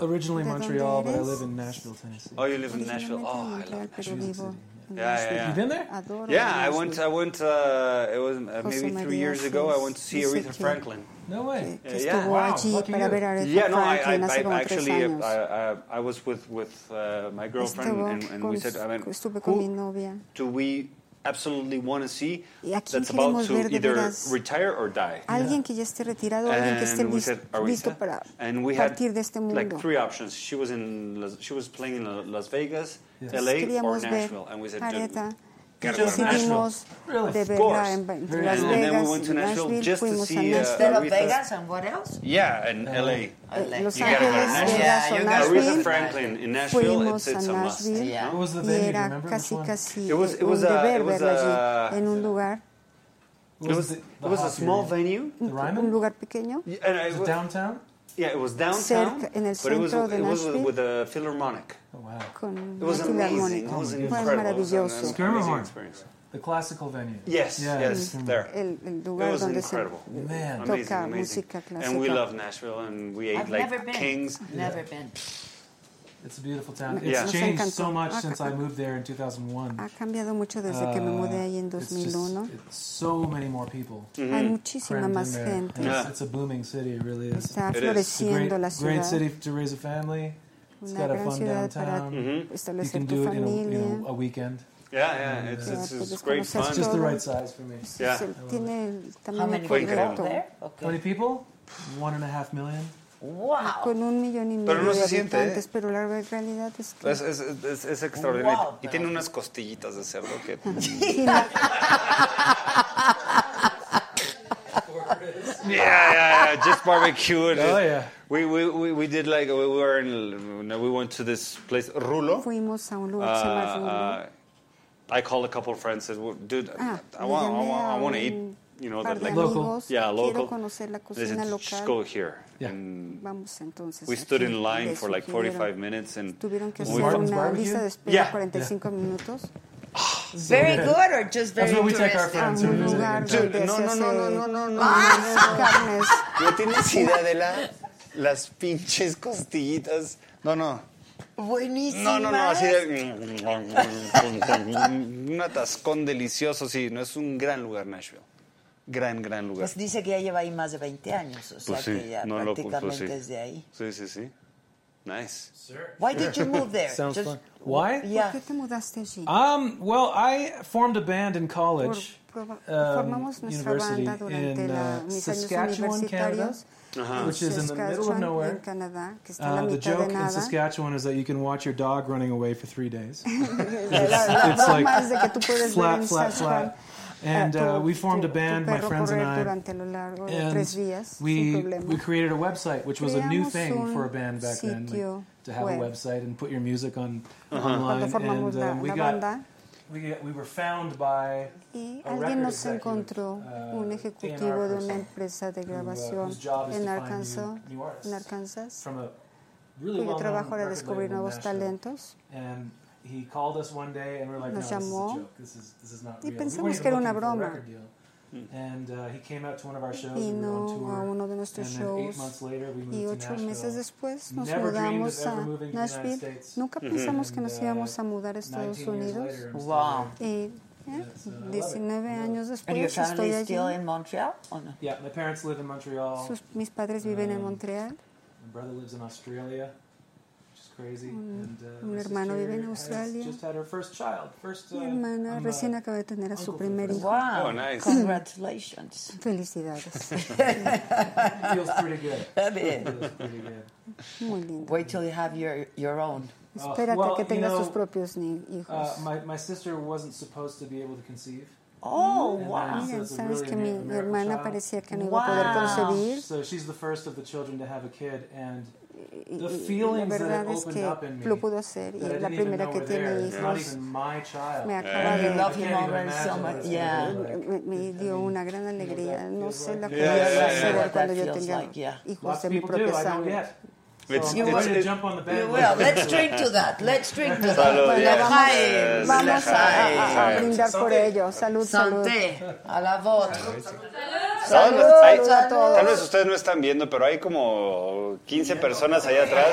[SPEAKER 9] Originally
[SPEAKER 1] ¿De
[SPEAKER 9] Montreal,
[SPEAKER 1] dónde
[SPEAKER 9] but I
[SPEAKER 1] eres?
[SPEAKER 9] live in Nashville, Tennessee.
[SPEAKER 11] Oh, you live
[SPEAKER 1] Pues
[SPEAKER 11] in Nashville. Oh, I love
[SPEAKER 9] Nashville.
[SPEAKER 11] Yeah, yeah, yeah.
[SPEAKER 9] You been there?
[SPEAKER 11] Yeah, I went. I went. Uh, it was uh,
[SPEAKER 9] José
[SPEAKER 11] maybe three
[SPEAKER 9] María
[SPEAKER 11] years ago. I
[SPEAKER 9] Fries
[SPEAKER 11] went to see
[SPEAKER 9] dice
[SPEAKER 11] Aretha
[SPEAKER 9] que-
[SPEAKER 11] Franklin.
[SPEAKER 9] No way.
[SPEAKER 11] Uh,
[SPEAKER 9] que
[SPEAKER 11] yeah,
[SPEAKER 9] estuvo Wow, allí lucky para you. ver a Aretha
[SPEAKER 11] Yeah, no, I, I,
[SPEAKER 9] Franklin hace
[SPEAKER 11] I
[SPEAKER 9] como tres
[SPEAKER 11] actually,
[SPEAKER 9] años.
[SPEAKER 11] I, I, I was with with uh, my girlfriend,
[SPEAKER 8] Estuvo
[SPEAKER 11] and, and we
[SPEAKER 8] con-
[SPEAKER 11] said, I mean,
[SPEAKER 8] estuve con mi
[SPEAKER 11] who
[SPEAKER 8] novia.
[SPEAKER 11] do we absolutely want to see
[SPEAKER 8] ¿Y a quién
[SPEAKER 11] that's about
[SPEAKER 8] queremos ver
[SPEAKER 11] to
[SPEAKER 8] de
[SPEAKER 11] either
[SPEAKER 8] veras?
[SPEAKER 11] retire or die?
[SPEAKER 8] Alguien que ya esté retirado, alguien que esté
[SPEAKER 11] And we
[SPEAKER 8] lis-
[SPEAKER 11] said
[SPEAKER 8] listo
[SPEAKER 11] Aretha,
[SPEAKER 8] para
[SPEAKER 11] and we had
[SPEAKER 8] partir de este
[SPEAKER 11] like
[SPEAKER 8] mundo.
[SPEAKER 11] three options. She was in Las- she was playing in La- Las Vegas, LA, or
[SPEAKER 8] Queríamos ver
[SPEAKER 11] Nashville, and we said
[SPEAKER 8] Aretha.
[SPEAKER 11] Gotta
[SPEAKER 8] y
[SPEAKER 11] go to
[SPEAKER 8] Decidimos
[SPEAKER 11] Nashville.
[SPEAKER 8] de
[SPEAKER 11] Of
[SPEAKER 8] verla
[SPEAKER 11] course.
[SPEAKER 8] en en
[SPEAKER 11] And- and
[SPEAKER 8] Las
[SPEAKER 11] then we
[SPEAKER 8] Vegas
[SPEAKER 11] went
[SPEAKER 8] y
[SPEAKER 11] to Nashville
[SPEAKER 8] Nashville.
[SPEAKER 11] just to
[SPEAKER 8] Fuimos a
[SPEAKER 11] see, uh,
[SPEAKER 8] Nashville.
[SPEAKER 1] Pero
[SPEAKER 11] Aretha-
[SPEAKER 1] Vegas and what else?
[SPEAKER 11] Yeah, in LA.
[SPEAKER 1] LA.
[SPEAKER 8] Los
[SPEAKER 11] you gotta go to
[SPEAKER 8] Ángeles,
[SPEAKER 11] Nashville.
[SPEAKER 8] Vegas, or Nashville.
[SPEAKER 11] Aretha Franklin in Nashville, it's,
[SPEAKER 8] Fuimos a
[SPEAKER 11] it's a must.
[SPEAKER 8] Nashville
[SPEAKER 11] What was the
[SPEAKER 8] y
[SPEAKER 11] venue? Do you
[SPEAKER 8] era
[SPEAKER 11] remember?
[SPEAKER 8] casi casi
[SPEAKER 11] It was- it was
[SPEAKER 8] un
[SPEAKER 11] a-
[SPEAKER 8] deber
[SPEAKER 11] it was uh,
[SPEAKER 8] verla allí
[SPEAKER 11] a-
[SPEAKER 8] en un lugar,
[SPEAKER 11] It was, it was a small venue.
[SPEAKER 8] un lugar pequeño.
[SPEAKER 11] And it was downtown? Yeah, it was downtown.
[SPEAKER 8] Cerca- en el
[SPEAKER 11] but it was,
[SPEAKER 8] centro de
[SPEAKER 11] it was with,
[SPEAKER 8] Nashville.
[SPEAKER 11] with a philharmonic.
[SPEAKER 9] Oh,
[SPEAKER 8] Con
[SPEAKER 11] It was
[SPEAKER 8] la
[SPEAKER 11] amazing. It
[SPEAKER 8] filarmónica.
[SPEAKER 11] was incredible. It
[SPEAKER 8] Fue
[SPEAKER 11] was an- an
[SPEAKER 8] maravilloso.
[SPEAKER 11] amazing
[SPEAKER 9] Skirmerhorn.
[SPEAKER 11] experience.
[SPEAKER 9] The classical venue.
[SPEAKER 11] Yes, yes, there.
[SPEAKER 8] El, el
[SPEAKER 11] it
[SPEAKER 8] lugar
[SPEAKER 11] was
[SPEAKER 8] donde se
[SPEAKER 11] incredible.
[SPEAKER 9] Man.
[SPEAKER 11] Amazing,
[SPEAKER 8] toca
[SPEAKER 11] amazing.
[SPEAKER 8] música
[SPEAKER 11] And we
[SPEAKER 8] clásica.
[SPEAKER 11] love Nashville, and we ate
[SPEAKER 1] I've
[SPEAKER 11] like
[SPEAKER 1] never been.
[SPEAKER 11] kings.
[SPEAKER 1] Never been.
[SPEAKER 9] It's a beautiful town. It's
[SPEAKER 11] Yeah. Nos
[SPEAKER 9] changed
[SPEAKER 8] encantó.
[SPEAKER 9] so much
[SPEAKER 8] Ah,
[SPEAKER 9] since I moved there in 2001.
[SPEAKER 8] ha cambiado mucho desde que me mudé ahí en
[SPEAKER 9] Uh, it's just-
[SPEAKER 8] 2001.
[SPEAKER 9] it's so many more people.
[SPEAKER 11] Mm-hmm.
[SPEAKER 8] Mhm. Hay muchísima
[SPEAKER 9] crammed in
[SPEAKER 8] más
[SPEAKER 9] there.
[SPEAKER 8] gente.
[SPEAKER 9] It's-
[SPEAKER 8] Yeah.
[SPEAKER 9] It's a booming city, it really is.
[SPEAKER 8] Está
[SPEAKER 9] It is.
[SPEAKER 8] floreciendo
[SPEAKER 9] It's a
[SPEAKER 8] la
[SPEAKER 9] great, great
[SPEAKER 8] ciudad.
[SPEAKER 9] city to raise a family. It's
[SPEAKER 8] Una
[SPEAKER 9] got a
[SPEAKER 8] gran
[SPEAKER 9] fun
[SPEAKER 8] ciudad para
[SPEAKER 9] downtown. You
[SPEAKER 8] establecer
[SPEAKER 9] can
[SPEAKER 8] tu
[SPEAKER 9] do it in a, in
[SPEAKER 8] familia.
[SPEAKER 9] a, a weekend.
[SPEAKER 11] Yeah, yeah,
[SPEAKER 9] And,
[SPEAKER 11] it's,
[SPEAKER 9] uh,
[SPEAKER 11] it's, it's
[SPEAKER 8] puedes
[SPEAKER 11] great
[SPEAKER 8] conocer
[SPEAKER 11] fun.
[SPEAKER 9] It's just the right size for me.
[SPEAKER 11] Yeah.
[SPEAKER 8] Se- Tiene el
[SPEAKER 1] How
[SPEAKER 8] tamaño
[SPEAKER 1] many
[SPEAKER 11] Fue increíble.
[SPEAKER 8] correcto.
[SPEAKER 9] How many people? One and a half million.
[SPEAKER 8] Con un millón y medio
[SPEAKER 11] Pero no
[SPEAKER 8] de
[SPEAKER 11] se siente, ¿eh?
[SPEAKER 8] habitantes, pero la realidad es que...
[SPEAKER 11] Es, es, es- es extraordinario.
[SPEAKER 8] Wow,
[SPEAKER 11] y tiene unas costillitas de cerdo que. Yeah, yeah, yeah. Just barbecue. it.
[SPEAKER 9] Oh, yeah.
[SPEAKER 11] We, we, we, we did like, we were in, we went to this place, Rulo.
[SPEAKER 8] Fuimos a
[SPEAKER 11] Uh,
[SPEAKER 8] un lugar que se llama Rulo.
[SPEAKER 11] uh, I called a couple of friends said, well, dude,
[SPEAKER 8] Ah,
[SPEAKER 11] I want, I want,
[SPEAKER 8] llamé a
[SPEAKER 11] I want to eat,
[SPEAKER 8] un
[SPEAKER 11] you know,
[SPEAKER 8] par
[SPEAKER 11] that
[SPEAKER 8] de
[SPEAKER 11] like
[SPEAKER 8] amigos.
[SPEAKER 11] Yeah,
[SPEAKER 8] Quiero
[SPEAKER 11] local.
[SPEAKER 8] conocer la
[SPEAKER 11] They
[SPEAKER 8] cocina
[SPEAKER 11] said,
[SPEAKER 8] local.
[SPEAKER 11] just go here. And
[SPEAKER 8] Vamos entonces.
[SPEAKER 11] we
[SPEAKER 8] aquí.
[SPEAKER 11] stood in line
[SPEAKER 8] Les
[SPEAKER 11] for like
[SPEAKER 8] sugirieron.
[SPEAKER 11] 45 minutes and
[SPEAKER 8] Tuvieron que
[SPEAKER 11] we
[SPEAKER 8] hacer
[SPEAKER 11] found-
[SPEAKER 8] una lista de espera
[SPEAKER 11] Yeah.
[SPEAKER 8] 45 minutos.
[SPEAKER 1] Very good or just very
[SPEAKER 9] That's where we take our
[SPEAKER 1] interesting?
[SPEAKER 9] friends.
[SPEAKER 8] A un lugar
[SPEAKER 11] Dude,
[SPEAKER 8] donde
[SPEAKER 11] no,
[SPEAKER 8] se
[SPEAKER 11] no,
[SPEAKER 8] hace Ah,
[SPEAKER 11] no, no, no, no, no,
[SPEAKER 8] más carnes.
[SPEAKER 11] No tienes idea de la, las pinches costillitas. No, no.
[SPEAKER 1] Buenísimo.
[SPEAKER 11] No, no, no, así de. Un atascón delicioso, sí, no es un gran lugar, Nashville. Gran, gran lugar.
[SPEAKER 1] Pues dice que ya lleva ahí más de 20 años, o sea
[SPEAKER 11] Pues sí,
[SPEAKER 1] que ya
[SPEAKER 11] no lo oculto,
[SPEAKER 1] prácticamente
[SPEAKER 11] sí.
[SPEAKER 1] es de ahí.
[SPEAKER 11] Sí, sí, sí. Nice.
[SPEAKER 1] Why did you move there?
[SPEAKER 9] Sounds
[SPEAKER 1] Just-
[SPEAKER 9] fun. Why?
[SPEAKER 1] Yeah.
[SPEAKER 8] ¿Por qué te mudaste allí?
[SPEAKER 9] Um, well, I formed a band in college.
[SPEAKER 8] Por- proba-
[SPEAKER 9] um,
[SPEAKER 8] formamos nuestra
[SPEAKER 9] university
[SPEAKER 8] banda durante
[SPEAKER 9] in
[SPEAKER 8] la-
[SPEAKER 9] uh,
[SPEAKER 8] mis años
[SPEAKER 9] Saskatchewan, Canada,
[SPEAKER 8] universitarios,
[SPEAKER 11] Ajá.
[SPEAKER 9] which is in the middle of
[SPEAKER 8] Saskatchewan,
[SPEAKER 9] nowhere.
[SPEAKER 8] en Canadá, que está en la
[SPEAKER 9] Uh, the
[SPEAKER 8] mitad
[SPEAKER 9] joke
[SPEAKER 8] de
[SPEAKER 9] in
[SPEAKER 8] nada.
[SPEAKER 9] Saskatchewan is that you can watch your dog running away for three days.
[SPEAKER 8] La- la- la
[SPEAKER 9] It's
[SPEAKER 8] broma
[SPEAKER 9] like
[SPEAKER 8] es de que tú puedes ver
[SPEAKER 9] flat,
[SPEAKER 8] en
[SPEAKER 9] flat,
[SPEAKER 8] Saskatchewan,
[SPEAKER 9] flat. And
[SPEAKER 8] eh,
[SPEAKER 9] uh,
[SPEAKER 8] tu-
[SPEAKER 9] we formed a
[SPEAKER 8] tu- tu
[SPEAKER 9] band, my
[SPEAKER 8] perro
[SPEAKER 9] friends and
[SPEAKER 8] correr
[SPEAKER 9] I.
[SPEAKER 8] durante lo largo de tres
[SPEAKER 9] And
[SPEAKER 8] días, sin
[SPEAKER 9] we
[SPEAKER 8] problema.
[SPEAKER 9] we created a website, which was a new
[SPEAKER 8] Creamos
[SPEAKER 9] thing for a
[SPEAKER 8] un
[SPEAKER 9] band back then,
[SPEAKER 8] sitio
[SPEAKER 9] like, to have a
[SPEAKER 8] web.
[SPEAKER 9] website and put your music on
[SPEAKER 8] Ajá. Cuando
[SPEAKER 9] online.
[SPEAKER 8] formamos
[SPEAKER 9] And
[SPEAKER 8] la-
[SPEAKER 9] uh, we
[SPEAKER 8] la
[SPEAKER 9] got
[SPEAKER 8] banda.
[SPEAKER 9] we got- we were found by uh,
[SPEAKER 8] Y
[SPEAKER 9] a
[SPEAKER 8] alguien
[SPEAKER 9] record
[SPEAKER 8] nos
[SPEAKER 9] executive. uh,
[SPEAKER 8] encontró un
[SPEAKER 9] A&R
[SPEAKER 8] ejecutivo de una
[SPEAKER 9] person
[SPEAKER 8] empresa de
[SPEAKER 9] who, uh,
[SPEAKER 8] grabación
[SPEAKER 9] whose job is to
[SPEAKER 8] en
[SPEAKER 9] find
[SPEAKER 8] Arkansas,
[SPEAKER 9] new- new artists
[SPEAKER 8] en Arkansas,
[SPEAKER 9] from a really
[SPEAKER 8] cuyo
[SPEAKER 9] well-known
[SPEAKER 8] trabajo era
[SPEAKER 9] record
[SPEAKER 8] descubrir
[SPEAKER 9] label in
[SPEAKER 8] nuevos
[SPEAKER 9] Nashville.
[SPEAKER 8] talentos.
[SPEAKER 9] And he called us one day and we were like,
[SPEAKER 8] Nos
[SPEAKER 9] no,
[SPEAKER 8] llamó.
[SPEAKER 9] this is a joke. This is, this is not
[SPEAKER 8] Y
[SPEAKER 9] real. We
[SPEAKER 8] pensamos
[SPEAKER 9] weren't
[SPEAKER 8] que era
[SPEAKER 9] even
[SPEAKER 8] una
[SPEAKER 9] looking for a
[SPEAKER 8] broma.
[SPEAKER 9] record deal. And uh, he came out to one of our shows. we were on
[SPEAKER 8] Vino
[SPEAKER 9] tour.
[SPEAKER 8] a uno de nuestros
[SPEAKER 9] and then eight
[SPEAKER 8] shows
[SPEAKER 9] months later, we
[SPEAKER 8] y
[SPEAKER 9] moved to
[SPEAKER 8] ocho meses
[SPEAKER 9] Nashville.
[SPEAKER 8] después nos
[SPEAKER 9] Never dreamed of
[SPEAKER 8] mudamos
[SPEAKER 9] ever
[SPEAKER 8] a
[SPEAKER 9] moving to the United
[SPEAKER 8] Nashville.
[SPEAKER 9] States.
[SPEAKER 8] Nunca
[SPEAKER 9] Ujú.
[SPEAKER 8] pensamos que nos
[SPEAKER 9] And, uh,
[SPEAKER 8] íbamos a mudar a
[SPEAKER 9] 19
[SPEAKER 8] Estados
[SPEAKER 9] years
[SPEAKER 8] Unidos.
[SPEAKER 9] later, I'm still uh,
[SPEAKER 1] Wow.
[SPEAKER 8] Y 19 años
[SPEAKER 1] ¿Y
[SPEAKER 8] después
[SPEAKER 1] your
[SPEAKER 8] estoy
[SPEAKER 1] family
[SPEAKER 8] allí.
[SPEAKER 1] still in Montreal or no?
[SPEAKER 9] Yeah, my parents live in Montreal.
[SPEAKER 8] Sus- mis padres viven en
[SPEAKER 9] Um,
[SPEAKER 8] Montreal.
[SPEAKER 9] My brother lives in Australia, which is crazy.
[SPEAKER 8] Un-
[SPEAKER 9] and, uh,
[SPEAKER 8] un
[SPEAKER 9] my
[SPEAKER 8] hermano vive en
[SPEAKER 9] sister has
[SPEAKER 8] Australia.
[SPEAKER 9] Just had her first child. First, uh,
[SPEAKER 8] Mi hermana
[SPEAKER 9] I'm, uh,
[SPEAKER 8] recién acaba de tener a su
[SPEAKER 9] uncle
[SPEAKER 8] primer hijo.
[SPEAKER 1] Wow.
[SPEAKER 11] Oh, nice.
[SPEAKER 1] Congratulations.
[SPEAKER 8] Felicidades.
[SPEAKER 9] it feels pretty good.
[SPEAKER 1] I mean,
[SPEAKER 9] It feels pretty good.
[SPEAKER 8] Muy lindo.
[SPEAKER 1] wait till you have your your own.
[SPEAKER 9] Uh,
[SPEAKER 8] Espérate
[SPEAKER 9] well,
[SPEAKER 8] que
[SPEAKER 9] you
[SPEAKER 8] tengas
[SPEAKER 9] know,
[SPEAKER 8] tus propios ni- hijos.
[SPEAKER 9] Uh, my, my sister wasn't supposed to be able to conceive.
[SPEAKER 1] Oh,
[SPEAKER 9] And, uh,
[SPEAKER 1] wow.
[SPEAKER 9] so
[SPEAKER 8] Miren,
[SPEAKER 9] it's a
[SPEAKER 8] sabes
[SPEAKER 9] really
[SPEAKER 8] que mi
[SPEAKER 9] mi-
[SPEAKER 8] mi
[SPEAKER 9] miracle
[SPEAKER 8] hermana
[SPEAKER 9] child.
[SPEAKER 8] parecía que no iba a poder
[SPEAKER 1] Wow.
[SPEAKER 8] concebir.
[SPEAKER 9] So she's the first of the children to have a kid, and
[SPEAKER 8] Y,
[SPEAKER 9] the
[SPEAKER 8] y- y la
[SPEAKER 9] feelings that it
[SPEAKER 8] verdad es
[SPEAKER 9] opened up
[SPEAKER 8] que
[SPEAKER 9] in me
[SPEAKER 8] lo pudo hacer y
[SPEAKER 9] that I
[SPEAKER 8] es la
[SPEAKER 9] didn't even
[SPEAKER 8] primera
[SPEAKER 9] know
[SPEAKER 8] que
[SPEAKER 9] were
[SPEAKER 8] tiene
[SPEAKER 9] there. It's Not
[SPEAKER 8] hijos.
[SPEAKER 9] even my child.
[SPEAKER 8] Me acaba
[SPEAKER 11] And
[SPEAKER 1] you
[SPEAKER 8] de-
[SPEAKER 1] love
[SPEAKER 9] I
[SPEAKER 1] him
[SPEAKER 9] can't even
[SPEAKER 1] already so
[SPEAKER 9] imagine what
[SPEAKER 1] much,
[SPEAKER 9] it's gonna be
[SPEAKER 1] yeah.
[SPEAKER 9] like.
[SPEAKER 8] me, me dio una gran alegría. No sé la
[SPEAKER 9] Yeah,
[SPEAKER 8] cual
[SPEAKER 11] yeah, yeah,
[SPEAKER 8] va
[SPEAKER 1] yeah.
[SPEAKER 8] a ser cuando yo
[SPEAKER 1] That feels
[SPEAKER 8] tenga
[SPEAKER 1] like, yeah.
[SPEAKER 8] hijos
[SPEAKER 9] Lots
[SPEAKER 8] de
[SPEAKER 9] of
[SPEAKER 8] mi
[SPEAKER 9] people do.
[SPEAKER 8] propia
[SPEAKER 9] I don't
[SPEAKER 8] sangre.
[SPEAKER 9] yet.
[SPEAKER 11] It's-
[SPEAKER 9] So I'm
[SPEAKER 11] it's-
[SPEAKER 9] ready to
[SPEAKER 11] it's-
[SPEAKER 9] jump on the
[SPEAKER 1] You will.
[SPEAKER 9] bandwagon.
[SPEAKER 1] Let's drink to that. Let's drink to that.
[SPEAKER 11] Salud, yes.
[SPEAKER 1] Jaime.
[SPEAKER 11] Yes.
[SPEAKER 8] Vamos a, a- a
[SPEAKER 11] Ay,
[SPEAKER 8] brindar por ello. Salud, salud.
[SPEAKER 1] Santé. A la voz.
[SPEAKER 11] Salud.
[SPEAKER 8] Salud
[SPEAKER 11] Ay,
[SPEAKER 8] a todos.
[SPEAKER 11] Tal vez ustedes no están viendo, pero hay como 15 personas allá atrás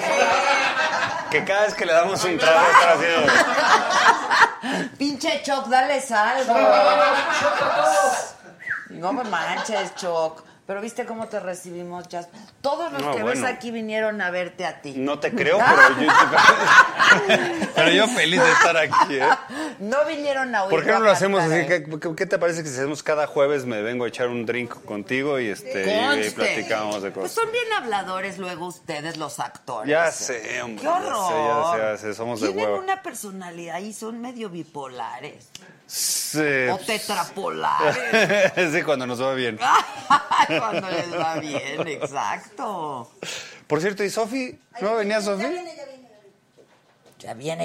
[SPEAKER 11] que cada vez que le damos un trago están haciendo.
[SPEAKER 1] Pinche Choc, dale algo. No me manches, Choc. Pero viste cómo te recibimos, Chas. Todos los
[SPEAKER 11] No,
[SPEAKER 1] que ves
[SPEAKER 11] bueno.
[SPEAKER 1] aquí vinieron a verte a ti.
[SPEAKER 11] No te creo, pero yo, pero yo feliz de estar aquí. ¿eh?
[SPEAKER 1] No vinieron a oír. ¿eh?
[SPEAKER 11] ¿Por qué no lo hacemos así? ¿Qué, qué- qué te parece que si hacemos cada jueves me vengo a echar un drink contigo y este y, platicamos de
[SPEAKER 1] Pues
[SPEAKER 11] cosas?
[SPEAKER 1] son bien habladores luego ustedes, los actores.
[SPEAKER 11] Ya sé, hombre.
[SPEAKER 1] ¡Qué horror!
[SPEAKER 11] Ya sé, ya sé, ya sé, somos de
[SPEAKER 1] Tienen
[SPEAKER 11] huevo.
[SPEAKER 1] una personalidad y son medio bipolares.
[SPEAKER 11] Sí,
[SPEAKER 1] O tetrapolares.
[SPEAKER 11] sí, cuando nos va bien.
[SPEAKER 1] Cuando les va bien, exacto.
[SPEAKER 11] Por cierto, ¿y Sofi? ¿No venía Sofi?
[SPEAKER 1] Ya viene,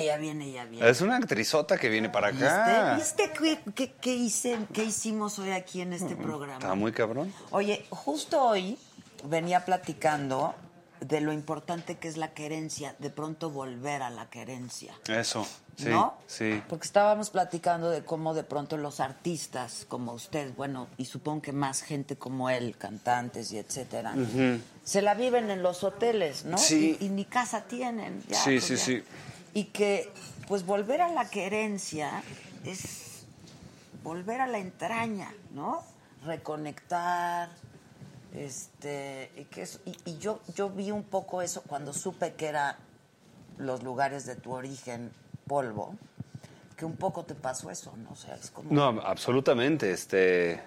[SPEAKER 1] ya viene, ya viene.
[SPEAKER 11] Es una actrizota que viene para
[SPEAKER 1] ¿Viste?
[SPEAKER 11] acá.
[SPEAKER 1] ¿Viste este qué, qué- qué hice, qué hicimos hoy aquí en este programa?
[SPEAKER 11] Está muy cabrón.
[SPEAKER 1] Oye, justo hoy venía platicando de lo importante que es la querencia, de pronto volver a la querencia.
[SPEAKER 11] Eso, sí,
[SPEAKER 1] ¿no?
[SPEAKER 11] sí.
[SPEAKER 1] Porque estábamos platicando de cómo de pronto los artistas como usted, bueno, y supongo que más gente como él, cantantes y etcétera, se la viven en los hoteles, ¿no?
[SPEAKER 11] Sí.
[SPEAKER 1] Y, y ni casa tienen. ya,
[SPEAKER 11] Sí,
[SPEAKER 1] pues
[SPEAKER 11] sí,
[SPEAKER 1] ya.
[SPEAKER 11] sí.
[SPEAKER 1] Y que, pues volver a la querencia es volver a la entraña, ¿no? Reconectar. Este, y, que es- y- y yo, yo vi un poco eso cuando supe que era los lugares de tu origen polvo, que un poco te pasó eso, ¿no? O sea, es como...
[SPEAKER 11] No, absolutamente. Este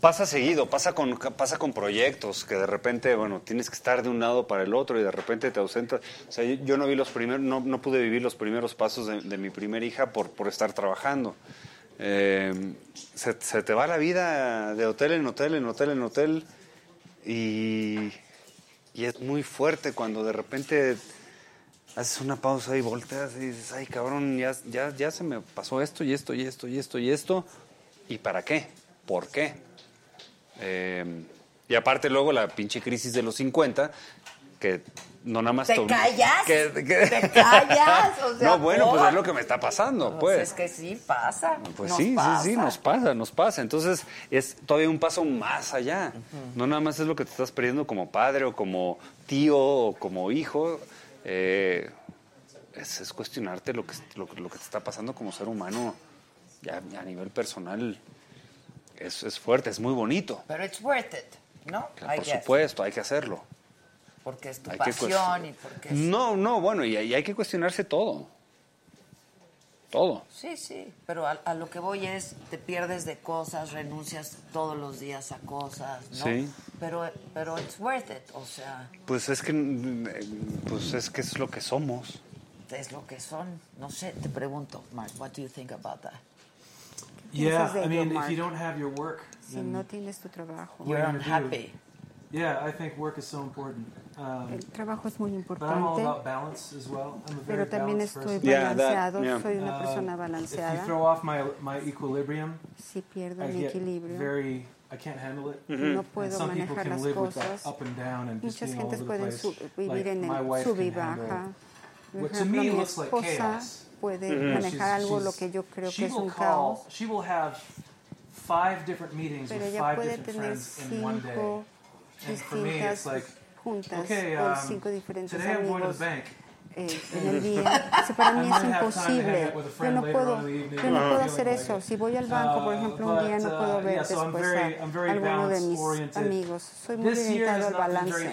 [SPEAKER 11] pasa seguido, pasa con pasa con proyectos que de repente, bueno, tienes que estar de un lado para el otro y de repente te ausentas. O sea, yo, yo no vi los primeros, no, no pude vivir los primeros pasos de, de mi primera hija por, por estar trabajando. Eh, se, se te va la vida de hotel en hotel, en hotel, en hotel. Y, y es muy fuerte cuando de repente haces una pausa y volteas y dices, ay cabrón, ya, ya, ya se me pasó esto y esto y esto y esto y esto. ¿Y para qué? ¿Por qué? Eh, y aparte luego la pinche crisis de los 50, que no nada más...
[SPEAKER 1] ¿Te
[SPEAKER 11] to-
[SPEAKER 1] callas?
[SPEAKER 11] que- que-
[SPEAKER 1] ¿Te callas? O sea,
[SPEAKER 11] no, bueno, pues
[SPEAKER 1] ¿por?
[SPEAKER 11] es lo que me está pasando,
[SPEAKER 1] Pues
[SPEAKER 11] pues.
[SPEAKER 1] es que sí, pasa.
[SPEAKER 11] Pues
[SPEAKER 1] nos
[SPEAKER 11] sí,
[SPEAKER 1] pasa.
[SPEAKER 11] sí, sí, nos pasa, nos pasa. Entonces es todavía un paso más allá. No nada más es lo que te estás perdiendo como padre o como tío o como hijo. eh, es, es cuestionarte lo que, lo, que- lo que te está pasando como ser humano ya, a nivel personal. Es, es fuerte, es muy bonito.
[SPEAKER 1] Pero it's worth it, ¿no? I
[SPEAKER 11] por
[SPEAKER 1] guess.
[SPEAKER 11] supuesto, hay que hacerlo.
[SPEAKER 1] Porque es tu
[SPEAKER 11] Hay que Mm.
[SPEAKER 1] pasión
[SPEAKER 11] cuest-
[SPEAKER 1] y porque... es-
[SPEAKER 11] No, no, bueno, y, y hay que cuestionarse todo. Todo.
[SPEAKER 1] Sí, sí, pero a, a lo que voy es, te pierdes de cosas, renuncias todos los días a cosas, ¿no?
[SPEAKER 11] Sí.
[SPEAKER 1] Pero, pero it's worth it, o sea,
[SPEAKER 11] Pues es que, mm, eh, pues es que es lo que somos.
[SPEAKER 1] es lo que son. No sé, te pregunto, Mark, what do you think about that?
[SPEAKER 9] Yeah,
[SPEAKER 8] Piensas de
[SPEAKER 9] I mean,
[SPEAKER 8] ello,
[SPEAKER 9] if
[SPEAKER 8] Mark.
[SPEAKER 9] you don't have your work,
[SPEAKER 8] Si
[SPEAKER 9] then,
[SPEAKER 8] no tienes tu trabajo.
[SPEAKER 1] You're
[SPEAKER 9] do you
[SPEAKER 1] unhappy.
[SPEAKER 9] yeah, I think work is so important. Um,
[SPEAKER 8] El trabajo es muy
[SPEAKER 9] but I'm all
[SPEAKER 8] importante,
[SPEAKER 9] about balance as well. I'm a very
[SPEAKER 8] pero también
[SPEAKER 9] balanced
[SPEAKER 8] estoy
[SPEAKER 9] person.
[SPEAKER 11] Yeah, that-
[SPEAKER 8] balanceado.
[SPEAKER 11] yeah.
[SPEAKER 8] Soy una
[SPEAKER 9] Uh,
[SPEAKER 8] persona
[SPEAKER 9] If you
[SPEAKER 8] balanceada.
[SPEAKER 9] throw off my my equilibrium,
[SPEAKER 8] Si pierdo
[SPEAKER 9] I
[SPEAKER 8] mi
[SPEAKER 9] get
[SPEAKER 8] equilibrio,
[SPEAKER 9] very I can't handle it.
[SPEAKER 8] no
[SPEAKER 9] And
[SPEAKER 8] puedo
[SPEAKER 9] some people
[SPEAKER 8] manejar
[SPEAKER 9] can
[SPEAKER 8] las
[SPEAKER 9] live with that
[SPEAKER 8] cosas.
[SPEAKER 9] up and down and just
[SPEAKER 8] Muchas
[SPEAKER 9] being all
[SPEAKER 8] gentes
[SPEAKER 9] over the
[SPEAKER 8] pueden
[SPEAKER 9] place.
[SPEAKER 8] su- vivir
[SPEAKER 9] Like,
[SPEAKER 8] en
[SPEAKER 9] my
[SPEAKER 8] el
[SPEAKER 9] wife
[SPEAKER 8] sub y
[SPEAKER 9] can handle-
[SPEAKER 8] baja. Por
[SPEAKER 9] What to
[SPEAKER 8] ejemplo,
[SPEAKER 9] me
[SPEAKER 8] mi
[SPEAKER 9] looks like
[SPEAKER 8] esposa
[SPEAKER 9] chaos.
[SPEAKER 8] puede
[SPEAKER 11] Mm-hmm.
[SPEAKER 9] She's-
[SPEAKER 8] manejar algo lo
[SPEAKER 9] she's-
[SPEAKER 8] que yo creo
[SPEAKER 9] she
[SPEAKER 8] que es
[SPEAKER 9] will
[SPEAKER 8] un
[SPEAKER 9] call-
[SPEAKER 8] caos,
[SPEAKER 9] She will have five different meetings
[SPEAKER 8] pero
[SPEAKER 9] with
[SPEAKER 8] ella
[SPEAKER 9] five
[SPEAKER 8] puede
[SPEAKER 9] different
[SPEAKER 8] tener
[SPEAKER 9] friends in one day.
[SPEAKER 8] cinco
[SPEAKER 9] And for me, it's
[SPEAKER 8] distintas
[SPEAKER 9] like,
[SPEAKER 8] juntas
[SPEAKER 9] okay,
[SPEAKER 8] con
[SPEAKER 9] um,
[SPEAKER 8] cinco diferentes
[SPEAKER 9] today I'm going to
[SPEAKER 8] amigos.
[SPEAKER 9] the bank.
[SPEAKER 8] eh, en el día. Eso para mí es imposible. Yo no puedo, yo no puedo hacer eso. Si voy al banco,
[SPEAKER 9] Uh,
[SPEAKER 8] por ejemplo, un día no puedo ver después a alguno de mis amigos. Soy muy limitado al balance.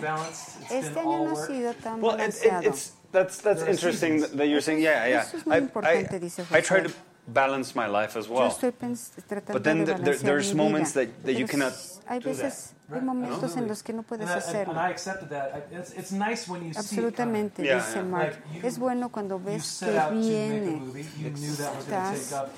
[SPEAKER 8] Este año no ha sido tan
[SPEAKER 11] Well, it, it,
[SPEAKER 8] balanceado.
[SPEAKER 11] it's that's that's
[SPEAKER 8] There are
[SPEAKER 11] interesting
[SPEAKER 8] seasons.
[SPEAKER 11] that you're saying. Yeah, yeah.
[SPEAKER 8] Eso es muy
[SPEAKER 11] I,
[SPEAKER 8] importante, dice
[SPEAKER 11] I, I try
[SPEAKER 8] Josué.
[SPEAKER 11] to balance my life as
[SPEAKER 8] Yo
[SPEAKER 11] well.
[SPEAKER 8] estoy pens- tratando
[SPEAKER 11] But then
[SPEAKER 8] de
[SPEAKER 11] there- there-
[SPEAKER 8] balancear
[SPEAKER 11] there's
[SPEAKER 8] mi vida.
[SPEAKER 11] moments that- that you
[SPEAKER 8] Pero
[SPEAKER 11] cannot
[SPEAKER 8] Hay
[SPEAKER 11] do that.
[SPEAKER 8] veces, hay momentos en los que no puedes
[SPEAKER 9] And I, and, and
[SPEAKER 8] hacerlo.
[SPEAKER 9] I accepted that. I, it's, it's nice when you see it coming.
[SPEAKER 8] Absolutamente, dice Mark. es bueno cuando
[SPEAKER 9] You
[SPEAKER 8] ves
[SPEAKER 9] set
[SPEAKER 8] que
[SPEAKER 9] out to make a
[SPEAKER 8] viene,
[SPEAKER 9] movie. You knew that was going to take
[SPEAKER 8] estás
[SPEAKER 9] up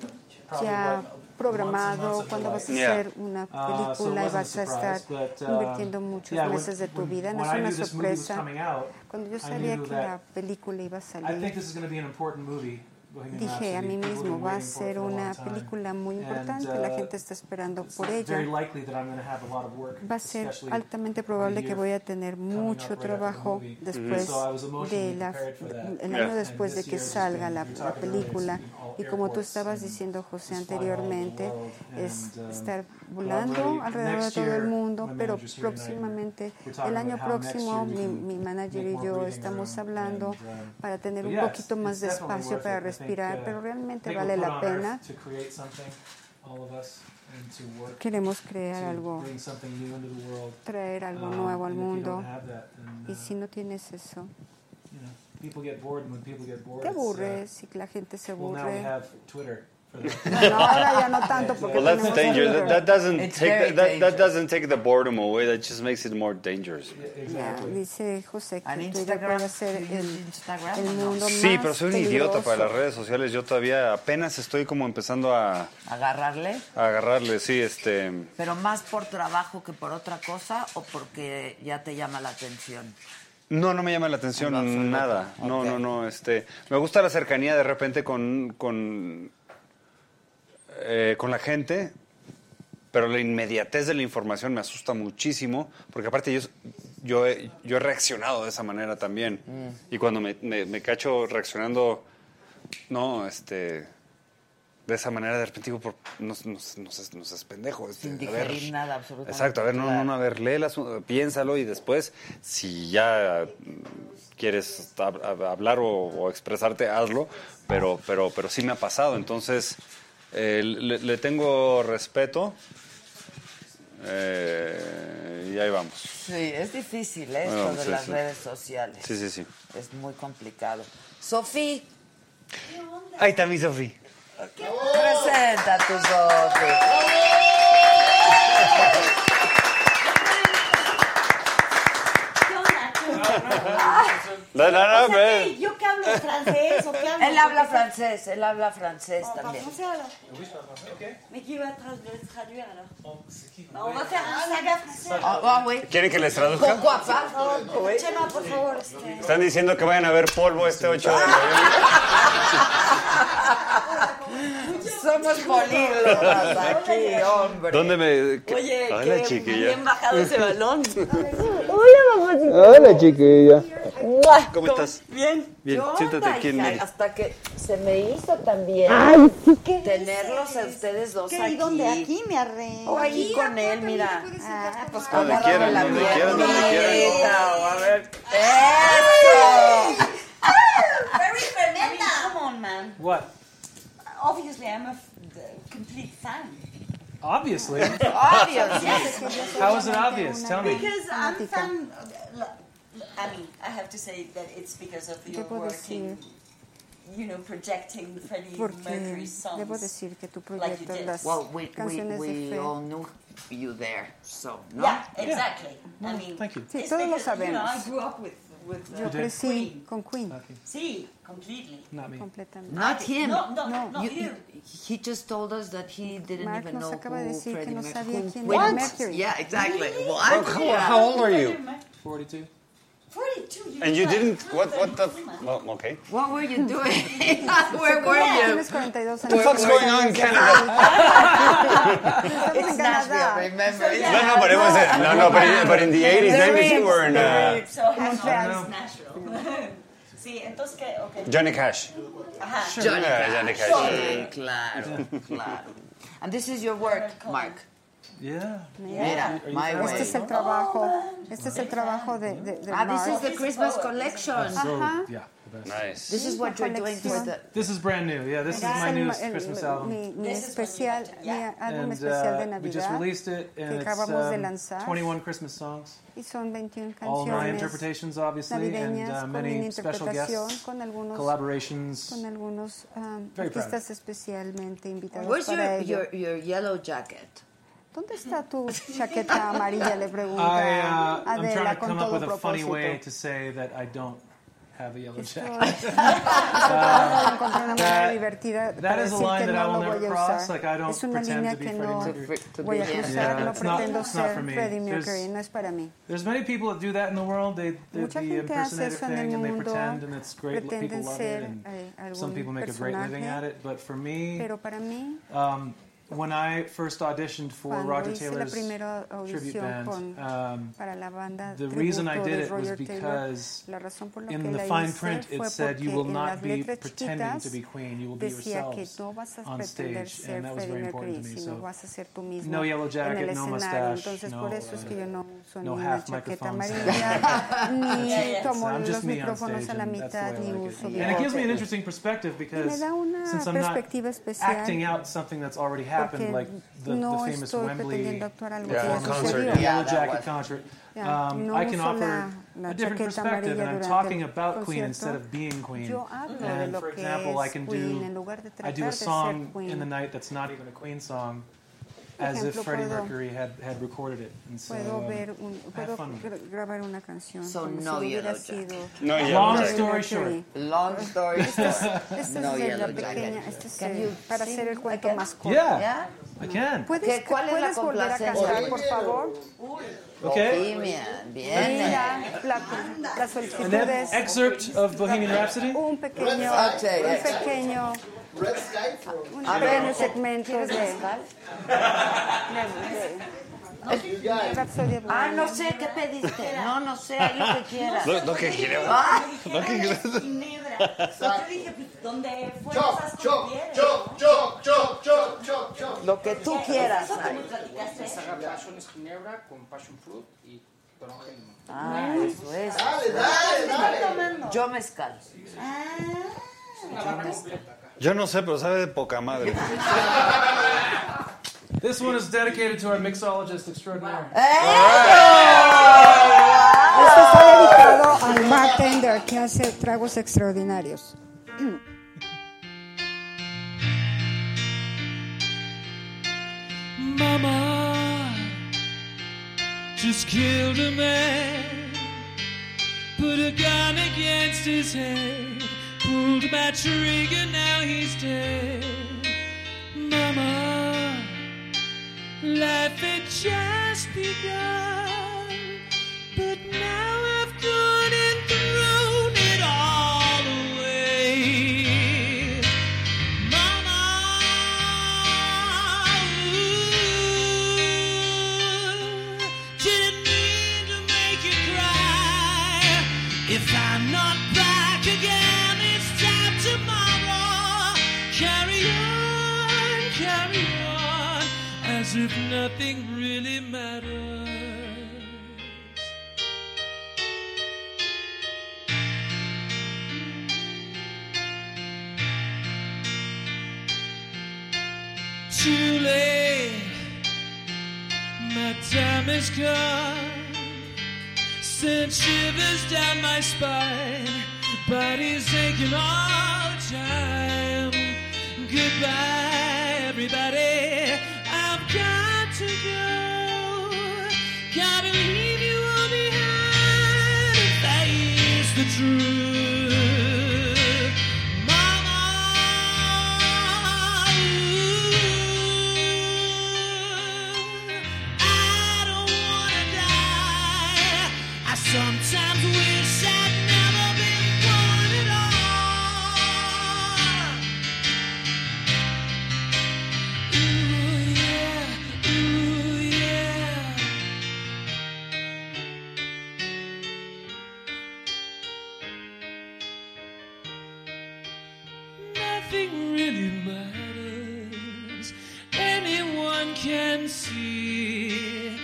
[SPEAKER 9] probably
[SPEAKER 8] ya
[SPEAKER 9] what,
[SPEAKER 8] programado cuando vas a
[SPEAKER 9] Yeah.
[SPEAKER 8] hacer una
[SPEAKER 9] Uh, so it
[SPEAKER 8] película y
[SPEAKER 9] wasn't a
[SPEAKER 8] vas a estar
[SPEAKER 9] surprise, but, um,
[SPEAKER 8] invirtiendo muchos
[SPEAKER 9] yeah, when-
[SPEAKER 8] meses de tu
[SPEAKER 9] when-
[SPEAKER 8] vida. No
[SPEAKER 9] when
[SPEAKER 8] es
[SPEAKER 9] I
[SPEAKER 8] una
[SPEAKER 9] knew this movie was
[SPEAKER 8] sorpresa.
[SPEAKER 9] coming out,
[SPEAKER 8] Cuando yo
[SPEAKER 9] I
[SPEAKER 8] sabía
[SPEAKER 9] knew
[SPEAKER 8] que
[SPEAKER 9] that-
[SPEAKER 8] la película iba a
[SPEAKER 9] I think
[SPEAKER 8] salir,
[SPEAKER 9] this is going to be an important movie. Bohemian
[SPEAKER 8] dije a
[SPEAKER 9] Rhapsody.
[SPEAKER 8] mí
[SPEAKER 9] People have
[SPEAKER 8] mismo,
[SPEAKER 9] been
[SPEAKER 8] va a
[SPEAKER 9] waiting for it
[SPEAKER 8] ser
[SPEAKER 9] for a long
[SPEAKER 8] una
[SPEAKER 9] time.
[SPEAKER 8] película muy
[SPEAKER 9] And,
[SPEAKER 8] importante,
[SPEAKER 9] uh,
[SPEAKER 8] la gente está esperando
[SPEAKER 9] it's
[SPEAKER 8] por
[SPEAKER 9] very
[SPEAKER 8] ella.
[SPEAKER 9] likely that I'm going to have a lot of work,
[SPEAKER 8] Va a ser
[SPEAKER 9] especially
[SPEAKER 8] altamente
[SPEAKER 9] in the
[SPEAKER 8] probable que
[SPEAKER 9] year
[SPEAKER 8] voy a tener mucho trabajo
[SPEAKER 9] movie.
[SPEAKER 8] después
[SPEAKER 9] So I was emotionally
[SPEAKER 8] de la,
[SPEAKER 9] prepared for that.
[SPEAKER 8] el
[SPEAKER 9] Yeah.
[SPEAKER 8] año después
[SPEAKER 9] And
[SPEAKER 8] de
[SPEAKER 9] this
[SPEAKER 8] que
[SPEAKER 9] year has
[SPEAKER 8] salga
[SPEAKER 9] been-
[SPEAKER 8] la,
[SPEAKER 9] you're
[SPEAKER 8] la
[SPEAKER 9] talking about
[SPEAKER 8] película.
[SPEAKER 9] it's in all
[SPEAKER 8] Y como tú
[SPEAKER 9] airports
[SPEAKER 8] estabas diciendo, José,
[SPEAKER 9] flying all over the
[SPEAKER 8] anteriormente,
[SPEAKER 9] world
[SPEAKER 8] es
[SPEAKER 9] and, um,
[SPEAKER 8] estar
[SPEAKER 9] well,
[SPEAKER 8] volando
[SPEAKER 9] already
[SPEAKER 8] alrededor de
[SPEAKER 9] next
[SPEAKER 8] todo el
[SPEAKER 9] year,
[SPEAKER 8] mundo,
[SPEAKER 9] my
[SPEAKER 8] pero
[SPEAKER 9] manager's here tonight,
[SPEAKER 8] próximamente,
[SPEAKER 9] we're talking
[SPEAKER 8] el año
[SPEAKER 9] about how next
[SPEAKER 8] próximo,
[SPEAKER 9] year we
[SPEAKER 8] mi,
[SPEAKER 9] can
[SPEAKER 8] mi manager y
[SPEAKER 9] make more
[SPEAKER 8] yo
[SPEAKER 9] breathing
[SPEAKER 8] estamos
[SPEAKER 9] room um,
[SPEAKER 8] hablando
[SPEAKER 9] and,
[SPEAKER 8] para tener
[SPEAKER 9] But
[SPEAKER 8] un
[SPEAKER 9] yes,
[SPEAKER 8] poquito más
[SPEAKER 9] it's
[SPEAKER 8] de
[SPEAKER 9] definitely
[SPEAKER 8] espacio
[SPEAKER 9] worth
[SPEAKER 8] para
[SPEAKER 9] it. I think,
[SPEAKER 8] respirar,
[SPEAKER 9] uh,
[SPEAKER 8] pero realmente
[SPEAKER 9] I think
[SPEAKER 8] vale
[SPEAKER 9] we're
[SPEAKER 8] la
[SPEAKER 9] put on
[SPEAKER 8] pena.
[SPEAKER 9] earth to create something, all of us, and to work
[SPEAKER 8] Queremos crear
[SPEAKER 9] to
[SPEAKER 8] algo,
[SPEAKER 9] bring something new into the world.
[SPEAKER 8] traer algo
[SPEAKER 9] Um,
[SPEAKER 8] nuevo al
[SPEAKER 9] and if you
[SPEAKER 8] mundo.
[SPEAKER 9] don't have that, then,
[SPEAKER 8] Y
[SPEAKER 9] uh,
[SPEAKER 8] si no tienes eso,
[SPEAKER 9] you know, people get bored, and when people get bored,
[SPEAKER 8] te
[SPEAKER 12] Pues,
[SPEAKER 9] it's, uh,
[SPEAKER 8] aburres y la gente se
[SPEAKER 9] well, now we
[SPEAKER 8] aburre.
[SPEAKER 9] have Twitter. for that.
[SPEAKER 8] Bueno, ahora ya no tanto porque
[SPEAKER 11] Well, that's
[SPEAKER 8] tenemos
[SPEAKER 11] dangerous.
[SPEAKER 8] Twitter.
[SPEAKER 11] That, that doesn't
[SPEAKER 8] It's very
[SPEAKER 11] take that, that, that doesn't take the boredom away. That just makes it more dangerous.
[SPEAKER 8] Ya,
[SPEAKER 12] Pues.
[SPEAKER 8] dice José que Twitter puede ser el, el
[SPEAKER 1] o no?
[SPEAKER 8] mundo más
[SPEAKER 11] Sí, pero soy un idiota
[SPEAKER 8] peligroso.
[SPEAKER 11] para las redes sociales. Yo todavía apenas estoy como empezando a,
[SPEAKER 1] agarrarle,
[SPEAKER 11] a agarrarle. Sí, este.
[SPEAKER 1] pero más por trabajo que por otra cosa o porque ya te llama la atención.
[SPEAKER 11] No, no me llama la atención
[SPEAKER 1] Ah,
[SPEAKER 11] nada. No, no, no. Este, me gusta la cercanía de repente con con, eh, con la gente, pero la inmediatez de la información me asusta muchísimo, porque aparte yo yo he, yo he reaccionado de esa manera también.
[SPEAKER 1] Mm.
[SPEAKER 11] Y cuando me, me- me cacho reaccionando, no, este, de esa manera de repente digo, por, no, no, no seas- no seas pendejo. este,
[SPEAKER 1] Sin
[SPEAKER 11] a ver.
[SPEAKER 1] digerir nada,
[SPEAKER 12] Pues,
[SPEAKER 1] absolutamente.
[SPEAKER 11] Exacto, a ver, no, no, no, a ver, lee el asunto, piénsalo y después, si ya mm, quieres hab- hab- hablar o, o expresarte, hazlo, pero, pero, pero sí me ha pasado, entonces eh, le, le tengo respeto eh, y ahí vamos.
[SPEAKER 1] Sí, es difícil ¿eh?
[SPEAKER 11] Bueno,
[SPEAKER 1] esto de
[SPEAKER 11] sí,
[SPEAKER 1] las
[SPEAKER 11] sí.
[SPEAKER 1] redes sociales.
[SPEAKER 11] Sí, sí, sí.
[SPEAKER 1] Es muy complicado. Sofía,
[SPEAKER 11] Ahí está mi Sofía.
[SPEAKER 1] presenta a tu Sofía.
[SPEAKER 11] No, no, no, pero-
[SPEAKER 12] ¿Yo que hablo francés o qué hablo?
[SPEAKER 1] Él habla francés, él habla francés
[SPEAKER 12] On parle
[SPEAKER 1] también.
[SPEAKER 12] français alors Mais qui va tra- le traduire alors Bah, On va faire un saga français.
[SPEAKER 1] Ah, ah, oui.
[SPEAKER 11] ¿Quieren que les
[SPEAKER 1] Con
[SPEAKER 11] traduzca?
[SPEAKER 1] guapa.
[SPEAKER 12] Chema, por favor. este.
[SPEAKER 11] Están diciendo que vayan a ver polvo este 8 de noviembre.
[SPEAKER 1] Somos políglotas aquí, hombre.
[SPEAKER 11] ¿Dónde me...?
[SPEAKER 12] Oye,
[SPEAKER 11] Hola,
[SPEAKER 12] qué
[SPEAKER 11] chiquilla.
[SPEAKER 12] bien bajado ese balón.
[SPEAKER 11] Hola, chiquilla. ¿Cómo estás?
[SPEAKER 12] Bien.
[SPEAKER 11] Bien,
[SPEAKER 1] ¿Qué
[SPEAKER 11] siéntate
[SPEAKER 1] onda,
[SPEAKER 11] aquí en
[SPEAKER 1] hija?
[SPEAKER 11] medio.
[SPEAKER 1] Hasta que se me hizo también
[SPEAKER 12] Ay,
[SPEAKER 1] tenerlos a ustedes dos
[SPEAKER 12] ¿Qué?
[SPEAKER 1] aquí.
[SPEAKER 12] ¿Y dónde? Aquí me arreglo.
[SPEAKER 8] Oh,
[SPEAKER 1] O ahí con él, mira.
[SPEAKER 12] Ah, pues
[SPEAKER 11] Donde quieran, donde quieran, donde quieran.
[SPEAKER 1] Ahorita, o a ver. ¡Eso!
[SPEAKER 12] Very Fernanda. come on, man.
[SPEAKER 9] What?
[SPEAKER 12] Obviously, I'm a f- the complete fan.
[SPEAKER 9] Obviously.
[SPEAKER 1] Obviously.
[SPEAKER 9] How is it obvious? Tell me.
[SPEAKER 12] Because I'm fan. I mean, I have to say that it's because of your
[SPEAKER 8] Debo
[SPEAKER 12] working, you know, projecting Freddie
[SPEAKER 8] Porque
[SPEAKER 12] Mercury songs.
[SPEAKER 8] debo decir que tú
[SPEAKER 12] like you
[SPEAKER 8] proyectas
[SPEAKER 12] did.
[SPEAKER 8] las
[SPEAKER 1] Well, we, we,
[SPEAKER 8] canciones de
[SPEAKER 1] we
[SPEAKER 8] fe.
[SPEAKER 1] all knew you there, so, ¿no?
[SPEAKER 12] Yeah, exactly. I mean,
[SPEAKER 9] Thank you.
[SPEAKER 8] Sí,
[SPEAKER 12] it's
[SPEAKER 8] todos lo
[SPEAKER 12] because, You know, I
[SPEAKER 8] sabemos.
[SPEAKER 12] grew up with with.
[SPEAKER 8] Yo
[SPEAKER 12] Uh,
[SPEAKER 8] crecí con
[SPEAKER 9] Ah,
[SPEAKER 8] Queen,
[SPEAKER 12] sí, completely.
[SPEAKER 9] Not me.
[SPEAKER 8] completamente.
[SPEAKER 1] Not him.
[SPEAKER 12] No, no, not
[SPEAKER 9] Oh,
[SPEAKER 1] You-
[SPEAKER 12] you.
[SPEAKER 1] He just told us that he didn't
[SPEAKER 8] Mark
[SPEAKER 1] even
[SPEAKER 8] nos
[SPEAKER 1] know
[SPEAKER 8] acaba de
[SPEAKER 1] who
[SPEAKER 8] decir que
[SPEAKER 1] Freddie
[SPEAKER 8] no
[SPEAKER 1] Merc-
[SPEAKER 8] sabía
[SPEAKER 1] who-
[SPEAKER 8] quién
[SPEAKER 1] Freddie
[SPEAKER 8] era
[SPEAKER 1] Merc-
[SPEAKER 8] Mercury.
[SPEAKER 1] Yeah, exactly. Well,
[SPEAKER 11] How,
[SPEAKER 1] I'm
[SPEAKER 11] how,
[SPEAKER 1] yeah.
[SPEAKER 11] how old are you?
[SPEAKER 9] 42.
[SPEAKER 12] 42. You
[SPEAKER 11] And you
[SPEAKER 12] were
[SPEAKER 11] didn't.
[SPEAKER 12] a
[SPEAKER 11] What? What the?
[SPEAKER 12] woman.
[SPEAKER 11] Oh, okay.
[SPEAKER 1] What were you doing? Where were you?
[SPEAKER 8] Tienes 42
[SPEAKER 11] What the
[SPEAKER 8] años.
[SPEAKER 11] fuck's going on in Canada?
[SPEAKER 8] Estamos en
[SPEAKER 1] It's Nashville,
[SPEAKER 8] Canadá.
[SPEAKER 1] remember? It's
[SPEAKER 11] No, no, but it was. uh, No, no, but in, but in the eighties,
[SPEAKER 1] There
[SPEAKER 11] then you
[SPEAKER 1] is,
[SPEAKER 11] were in uh,
[SPEAKER 12] So
[SPEAKER 8] Montreal.
[SPEAKER 12] Montreal is natural. sí, entonces que, okay.
[SPEAKER 11] Johnny Cash.
[SPEAKER 12] Ajá.
[SPEAKER 1] Johnny Cash.
[SPEAKER 11] Yeah, Johnny Cash.
[SPEAKER 1] Sí, claro, claro. And this is your work, Mark.
[SPEAKER 9] Yeah.
[SPEAKER 1] Mira,
[SPEAKER 9] Are you
[SPEAKER 1] my
[SPEAKER 9] familiar?
[SPEAKER 1] way.
[SPEAKER 8] Este es el trabajo, este es el trabajo de, de, de
[SPEAKER 1] Ah, this
[SPEAKER 8] Mark.
[SPEAKER 1] is the Christmas collection.
[SPEAKER 8] Ajá.
[SPEAKER 9] Yeah, the best.
[SPEAKER 1] This is what you're doing for the.
[SPEAKER 9] This is brand new. Yeah, this is
[SPEAKER 8] Es
[SPEAKER 9] my
[SPEAKER 8] el-
[SPEAKER 9] newest
[SPEAKER 8] el-
[SPEAKER 9] Christmas album.
[SPEAKER 8] Mi, mi especial, mi álbum
[SPEAKER 9] And
[SPEAKER 8] especial de
[SPEAKER 9] uh, we just
[SPEAKER 8] Navidad
[SPEAKER 9] released it, and
[SPEAKER 8] que
[SPEAKER 9] it's
[SPEAKER 8] acabamos de
[SPEAKER 9] um,
[SPEAKER 8] lanzar.
[SPEAKER 9] 21 Christmas songs.
[SPEAKER 8] y son 21
[SPEAKER 9] All my
[SPEAKER 8] canciones
[SPEAKER 9] interpretations, obviously, and
[SPEAKER 8] navideñas
[SPEAKER 9] uh,
[SPEAKER 8] con una
[SPEAKER 9] many special
[SPEAKER 8] interpretación
[SPEAKER 9] guests,
[SPEAKER 8] con algunos con
[SPEAKER 9] collaborations.
[SPEAKER 8] algunos um,
[SPEAKER 9] Very proud.
[SPEAKER 8] artistas especialmente invitados
[SPEAKER 1] Where's
[SPEAKER 8] para
[SPEAKER 1] your,
[SPEAKER 8] ello.
[SPEAKER 1] your, your yellow jacket?
[SPEAKER 8] ¿Dónde está tu chaqueta amarilla? Le pregunta
[SPEAKER 9] I, uh, I'm trying
[SPEAKER 8] Adela
[SPEAKER 9] to
[SPEAKER 8] con
[SPEAKER 9] come up
[SPEAKER 8] todo
[SPEAKER 9] with a funny way
[SPEAKER 8] propósito.
[SPEAKER 9] to say that I don't have a yellow
[SPEAKER 8] Estoy
[SPEAKER 9] jacket.
[SPEAKER 8] tratando de encontrar una manera
[SPEAKER 9] that-
[SPEAKER 8] divertida
[SPEAKER 9] that
[SPEAKER 8] para
[SPEAKER 9] is a
[SPEAKER 8] decir
[SPEAKER 9] line
[SPEAKER 8] que
[SPEAKER 9] that I
[SPEAKER 8] no
[SPEAKER 9] will
[SPEAKER 8] lo voy
[SPEAKER 9] never
[SPEAKER 8] a
[SPEAKER 9] cross.
[SPEAKER 8] usar.
[SPEAKER 9] Like I don't
[SPEAKER 8] es una
[SPEAKER 9] pretend
[SPEAKER 8] línea
[SPEAKER 9] to be
[SPEAKER 8] que
[SPEAKER 9] Freddie
[SPEAKER 8] no
[SPEAKER 9] Mercury.
[SPEAKER 8] voy a cruzar,
[SPEAKER 9] Yeah,
[SPEAKER 8] no
[SPEAKER 9] it's not-
[SPEAKER 8] pretendo
[SPEAKER 9] it's not for
[SPEAKER 8] ser
[SPEAKER 9] me.
[SPEAKER 8] Freddie
[SPEAKER 9] There's-
[SPEAKER 8] Mercury, no es para mí.
[SPEAKER 9] There's many people that do that in the world. They they're
[SPEAKER 8] Mucha
[SPEAKER 9] the
[SPEAKER 8] gente hace
[SPEAKER 9] impersonator
[SPEAKER 8] eso en el
[SPEAKER 9] thing and they
[SPEAKER 8] mundo,
[SPEAKER 9] pretend, and it's great. lo- People
[SPEAKER 8] pretenden
[SPEAKER 9] love
[SPEAKER 8] ser,
[SPEAKER 9] it, and
[SPEAKER 8] eh, algún
[SPEAKER 9] some people make a great living
[SPEAKER 8] personaje,
[SPEAKER 9] at it. But for me,
[SPEAKER 8] Pero para mí,
[SPEAKER 9] um, when I first auditioned for
[SPEAKER 8] Cuando
[SPEAKER 9] Roger
[SPEAKER 8] hice la
[SPEAKER 9] Taylor's
[SPEAKER 8] primera
[SPEAKER 9] tribute
[SPEAKER 8] audición
[SPEAKER 9] band,
[SPEAKER 8] con-
[SPEAKER 9] um,
[SPEAKER 8] para la banda
[SPEAKER 9] the reason I
[SPEAKER 8] tributo
[SPEAKER 9] did
[SPEAKER 8] de
[SPEAKER 9] it was
[SPEAKER 8] Roger Taylor,
[SPEAKER 9] because
[SPEAKER 8] la razón por la que
[SPEAKER 9] in the
[SPEAKER 8] la
[SPEAKER 9] fine
[SPEAKER 8] hice
[SPEAKER 9] print it
[SPEAKER 8] fue
[SPEAKER 9] said you
[SPEAKER 8] porque
[SPEAKER 9] will
[SPEAKER 8] en
[SPEAKER 9] not
[SPEAKER 8] las
[SPEAKER 9] be
[SPEAKER 8] letras
[SPEAKER 9] pretending
[SPEAKER 8] chiquitas
[SPEAKER 9] to be queen. You will be
[SPEAKER 8] decía que
[SPEAKER 9] yourselves
[SPEAKER 8] no vas a
[SPEAKER 9] on
[SPEAKER 8] pretender
[SPEAKER 9] stage,
[SPEAKER 8] ser
[SPEAKER 9] and that was
[SPEAKER 8] Freddie
[SPEAKER 9] very important
[SPEAKER 8] Mercury,
[SPEAKER 9] to me.
[SPEAKER 8] sino
[SPEAKER 9] So
[SPEAKER 8] vas a ser tú mismo
[SPEAKER 9] no yellow
[SPEAKER 8] en el
[SPEAKER 9] jacket, no
[SPEAKER 8] escenario.
[SPEAKER 9] mustache,
[SPEAKER 8] Entonces
[SPEAKER 9] no, uh,
[SPEAKER 8] por eso es que yo no uso
[SPEAKER 9] no
[SPEAKER 8] ni
[SPEAKER 9] half
[SPEAKER 8] una chaqueta
[SPEAKER 9] microphones.
[SPEAKER 8] amarilla,
[SPEAKER 9] Yeah,
[SPEAKER 8] ni
[SPEAKER 9] yeah.
[SPEAKER 8] tomo
[SPEAKER 9] So I'm
[SPEAKER 8] los
[SPEAKER 9] just me on
[SPEAKER 8] micrófonos a
[SPEAKER 9] stage,
[SPEAKER 8] la
[SPEAKER 9] and that's the
[SPEAKER 8] mitad,
[SPEAKER 9] way I
[SPEAKER 8] ni
[SPEAKER 9] like it.
[SPEAKER 8] uso
[SPEAKER 9] And it gives me an
[SPEAKER 8] bigote.
[SPEAKER 9] interesting perspective
[SPEAKER 8] Y me
[SPEAKER 9] because
[SPEAKER 8] da una
[SPEAKER 9] since I'm not
[SPEAKER 8] perspectiva especial
[SPEAKER 9] acting out something that's already happened,
[SPEAKER 8] porque
[SPEAKER 9] like the, the
[SPEAKER 8] no
[SPEAKER 9] famous
[SPEAKER 8] estoy
[SPEAKER 9] Wembley
[SPEAKER 8] pretendiendo actuar algo
[SPEAKER 9] Before
[SPEAKER 8] que ya
[SPEAKER 9] concert,
[SPEAKER 8] sucedió.
[SPEAKER 9] the Yellow
[SPEAKER 8] Yeah, that
[SPEAKER 9] Jacket
[SPEAKER 8] was-
[SPEAKER 9] concert,
[SPEAKER 8] Yeah.
[SPEAKER 9] um,
[SPEAKER 8] No
[SPEAKER 9] I can
[SPEAKER 8] uso
[SPEAKER 9] offer
[SPEAKER 8] la- la
[SPEAKER 9] a different
[SPEAKER 8] chaqueta
[SPEAKER 9] perspective,
[SPEAKER 8] amarilla
[SPEAKER 9] and I'm
[SPEAKER 8] durante
[SPEAKER 9] talking
[SPEAKER 8] el
[SPEAKER 9] about Queen
[SPEAKER 8] concierto.
[SPEAKER 9] instead of being Queen.
[SPEAKER 8] Yo hablo de
[SPEAKER 9] And
[SPEAKER 8] lo
[SPEAKER 9] for
[SPEAKER 8] que
[SPEAKER 9] example, I
[SPEAKER 8] es
[SPEAKER 9] can
[SPEAKER 8] Queen, en
[SPEAKER 9] do
[SPEAKER 8] lugar de
[SPEAKER 9] I do
[SPEAKER 8] tratar
[SPEAKER 9] a
[SPEAKER 8] de ser
[SPEAKER 9] song
[SPEAKER 8] Queen.
[SPEAKER 9] in the night that's not even a Queen song, as if
[SPEAKER 8] ejemplo,
[SPEAKER 9] Freddie
[SPEAKER 8] puedo-
[SPEAKER 9] Mercury had had recorded it. And so
[SPEAKER 8] Puedo
[SPEAKER 9] um,
[SPEAKER 8] ver un,
[SPEAKER 9] I had
[SPEAKER 8] puedo
[SPEAKER 9] fun with it.
[SPEAKER 8] gra- grabar una canción
[SPEAKER 1] So
[SPEAKER 8] como
[SPEAKER 1] no
[SPEAKER 8] si hubiera
[SPEAKER 1] yellow
[SPEAKER 8] sido
[SPEAKER 9] No
[SPEAKER 8] Freddie
[SPEAKER 9] yellow jacket.
[SPEAKER 8] Mercury.
[SPEAKER 1] Long
[SPEAKER 9] Long story
[SPEAKER 1] story
[SPEAKER 8] Esta es,
[SPEAKER 1] short.
[SPEAKER 8] esta Este es
[SPEAKER 1] No
[SPEAKER 8] de la
[SPEAKER 1] yellow
[SPEAKER 8] pequeña,
[SPEAKER 1] jacket.
[SPEAKER 8] este es
[SPEAKER 1] Can
[SPEAKER 8] el-
[SPEAKER 1] you
[SPEAKER 8] para
[SPEAKER 1] sing
[SPEAKER 8] hacer el cuento
[SPEAKER 1] again?
[SPEAKER 8] más corto.
[SPEAKER 9] Yeah, I can.
[SPEAKER 8] ¿Puedes,
[SPEAKER 1] ¿Qué- cuál es la
[SPEAKER 8] ¿puedes volver a
[SPEAKER 1] complacencia?
[SPEAKER 8] cantar, por favor?
[SPEAKER 9] Okay.
[SPEAKER 1] Bohemian, bien. eh.
[SPEAKER 8] Mira, la, la solicitud
[SPEAKER 9] And then
[SPEAKER 8] es
[SPEAKER 9] excerpt of Bohemian Rhapsody.
[SPEAKER 8] un pequeño,
[SPEAKER 1] Sky.
[SPEAKER 8] un pequeño, un pequeño segmento de, de Rhapsody of
[SPEAKER 1] Ah, no
[SPEAKER 8] Bohemian.
[SPEAKER 1] sé, ¿qué pediste? No, no sé, haz lo que quieras.
[SPEAKER 11] Lo, lo que queremos.
[SPEAKER 1] Ah,
[SPEAKER 11] Lo que queremos.
[SPEAKER 12] Yo te dije, pues, ¿dónde fue?
[SPEAKER 2] Choc,
[SPEAKER 12] Esas
[SPEAKER 2] choc,
[SPEAKER 12] cosas
[SPEAKER 2] choc, choc, choc, choc, choc, choc.
[SPEAKER 1] Lo que tú quieras. Ay.
[SPEAKER 13] Passion es ginebra con passion fruit y toronja y limón.
[SPEAKER 1] Ah, eso es.
[SPEAKER 2] Dale, dale, dale.
[SPEAKER 1] Yo mezcal.
[SPEAKER 11] Yo no sé, pero sabe de poca madre.
[SPEAKER 9] This one is dedicated to our mixologist extraordinaire.
[SPEAKER 8] Esto está dedicado al bartender que hace tragos extraordinarios.
[SPEAKER 14] Mama just killed a man, put a gun against his head, pulled my trigger, now he's dead. Mama, life had just begun, but now I've gone and thrown it all away. Didn't mean to make you cry. If I'm not back again, it's time tomorrow. Carry on, carry on, as if nothing really matters. Too late, my time has come. Sent shivers down my spine. Body's aching all the time. Goodbye, everybody. I've got to go. Gotta leave you all behind and face the truth. Mama, I don't wanna die. I sometimes wish I'd never been born at all. Ooh yeah, ooh yeah. nothing really matters. Anyone can see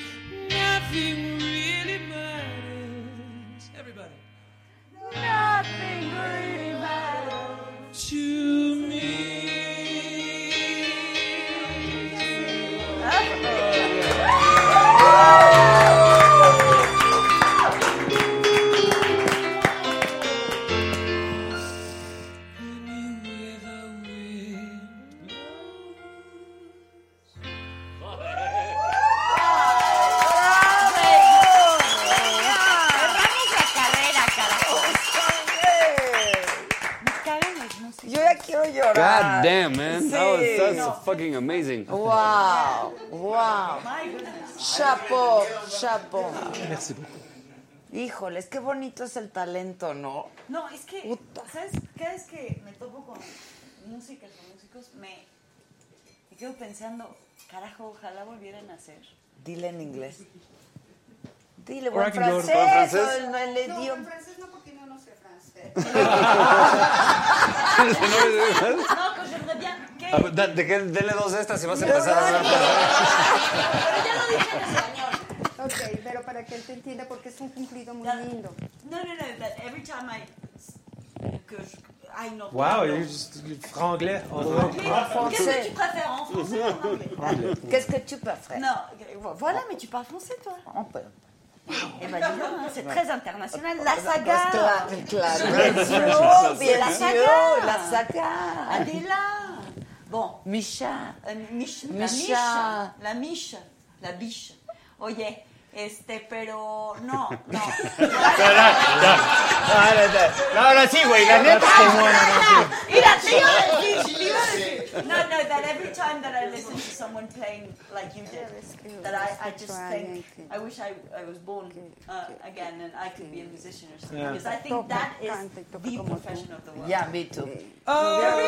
[SPEAKER 1] Quiero llorar.
[SPEAKER 11] God damn, man. That was,
[SPEAKER 1] Sí.
[SPEAKER 11] that's fucking amazing.
[SPEAKER 1] Wow, wow. Chapo, chapo.
[SPEAKER 9] Merci beaucoup.
[SPEAKER 1] Híjoles, qué bonito es el talento, ¿no?
[SPEAKER 12] No, es que, ¿sabes? Cada vez que me topo con música, con músicos, me, me quedo pensando, carajo, ojalá volvieran a hacer.
[SPEAKER 1] Dile en inglés. Dile,
[SPEAKER 12] Or
[SPEAKER 1] buen
[SPEAKER 12] I can go to-
[SPEAKER 1] francés.
[SPEAKER 12] ¿Buen
[SPEAKER 1] o
[SPEAKER 12] francés?
[SPEAKER 1] en el
[SPEAKER 8] No,
[SPEAKER 1] idioma.
[SPEAKER 8] en francés no, porque no, no sé francés.
[SPEAKER 12] No, pues yo diría, ¿qué?
[SPEAKER 11] Ah, da- de que- Dele dos de estas y vas a empezar a hablar.
[SPEAKER 12] Pero ya lo dije en español.
[SPEAKER 8] Ok, pero para que él te entienda, porque es un cumplido muy lindo.
[SPEAKER 12] No, no, no, that every time I... Que je, ay, no.
[SPEAKER 9] Wow,
[SPEAKER 12] no.
[SPEAKER 9] you just you franglais all the
[SPEAKER 12] Oui,
[SPEAKER 9] way.
[SPEAKER 12] Qu'est-ce que tu préfères, en français ou en anglais
[SPEAKER 1] Qu'est-ce que tu préfères
[SPEAKER 12] Non, voilà, mais tu parles français, toi.
[SPEAKER 1] On peut.
[SPEAKER 12] Eh ben, dis donc, hein, c'est très international. La
[SPEAKER 1] Claro,
[SPEAKER 9] Bah,
[SPEAKER 12] saga
[SPEAKER 1] claro.
[SPEAKER 12] Bien sûr,
[SPEAKER 1] bien
[SPEAKER 12] la
[SPEAKER 1] sûr,
[SPEAKER 12] saga
[SPEAKER 1] la saga.
[SPEAKER 12] Adela Bon,
[SPEAKER 1] Micha.
[SPEAKER 12] eh, Mich- la
[SPEAKER 1] Micha.
[SPEAKER 12] Micha, la Micha, la Biche. Oye, este, pero no, no.
[SPEAKER 11] Ah,
[SPEAKER 5] Ahora sí, güey, la neta.
[SPEAKER 12] Mira, te iba a decir, te iba a decir. No, no, that every time that I listen to someone playing like you did, that I, I just think, I wish I, I was born uh, again and I could be a musician or something.
[SPEAKER 9] Yeah.
[SPEAKER 12] Because I think that is the profession of the world.
[SPEAKER 1] Yeah, me too.
[SPEAKER 9] Oh, well,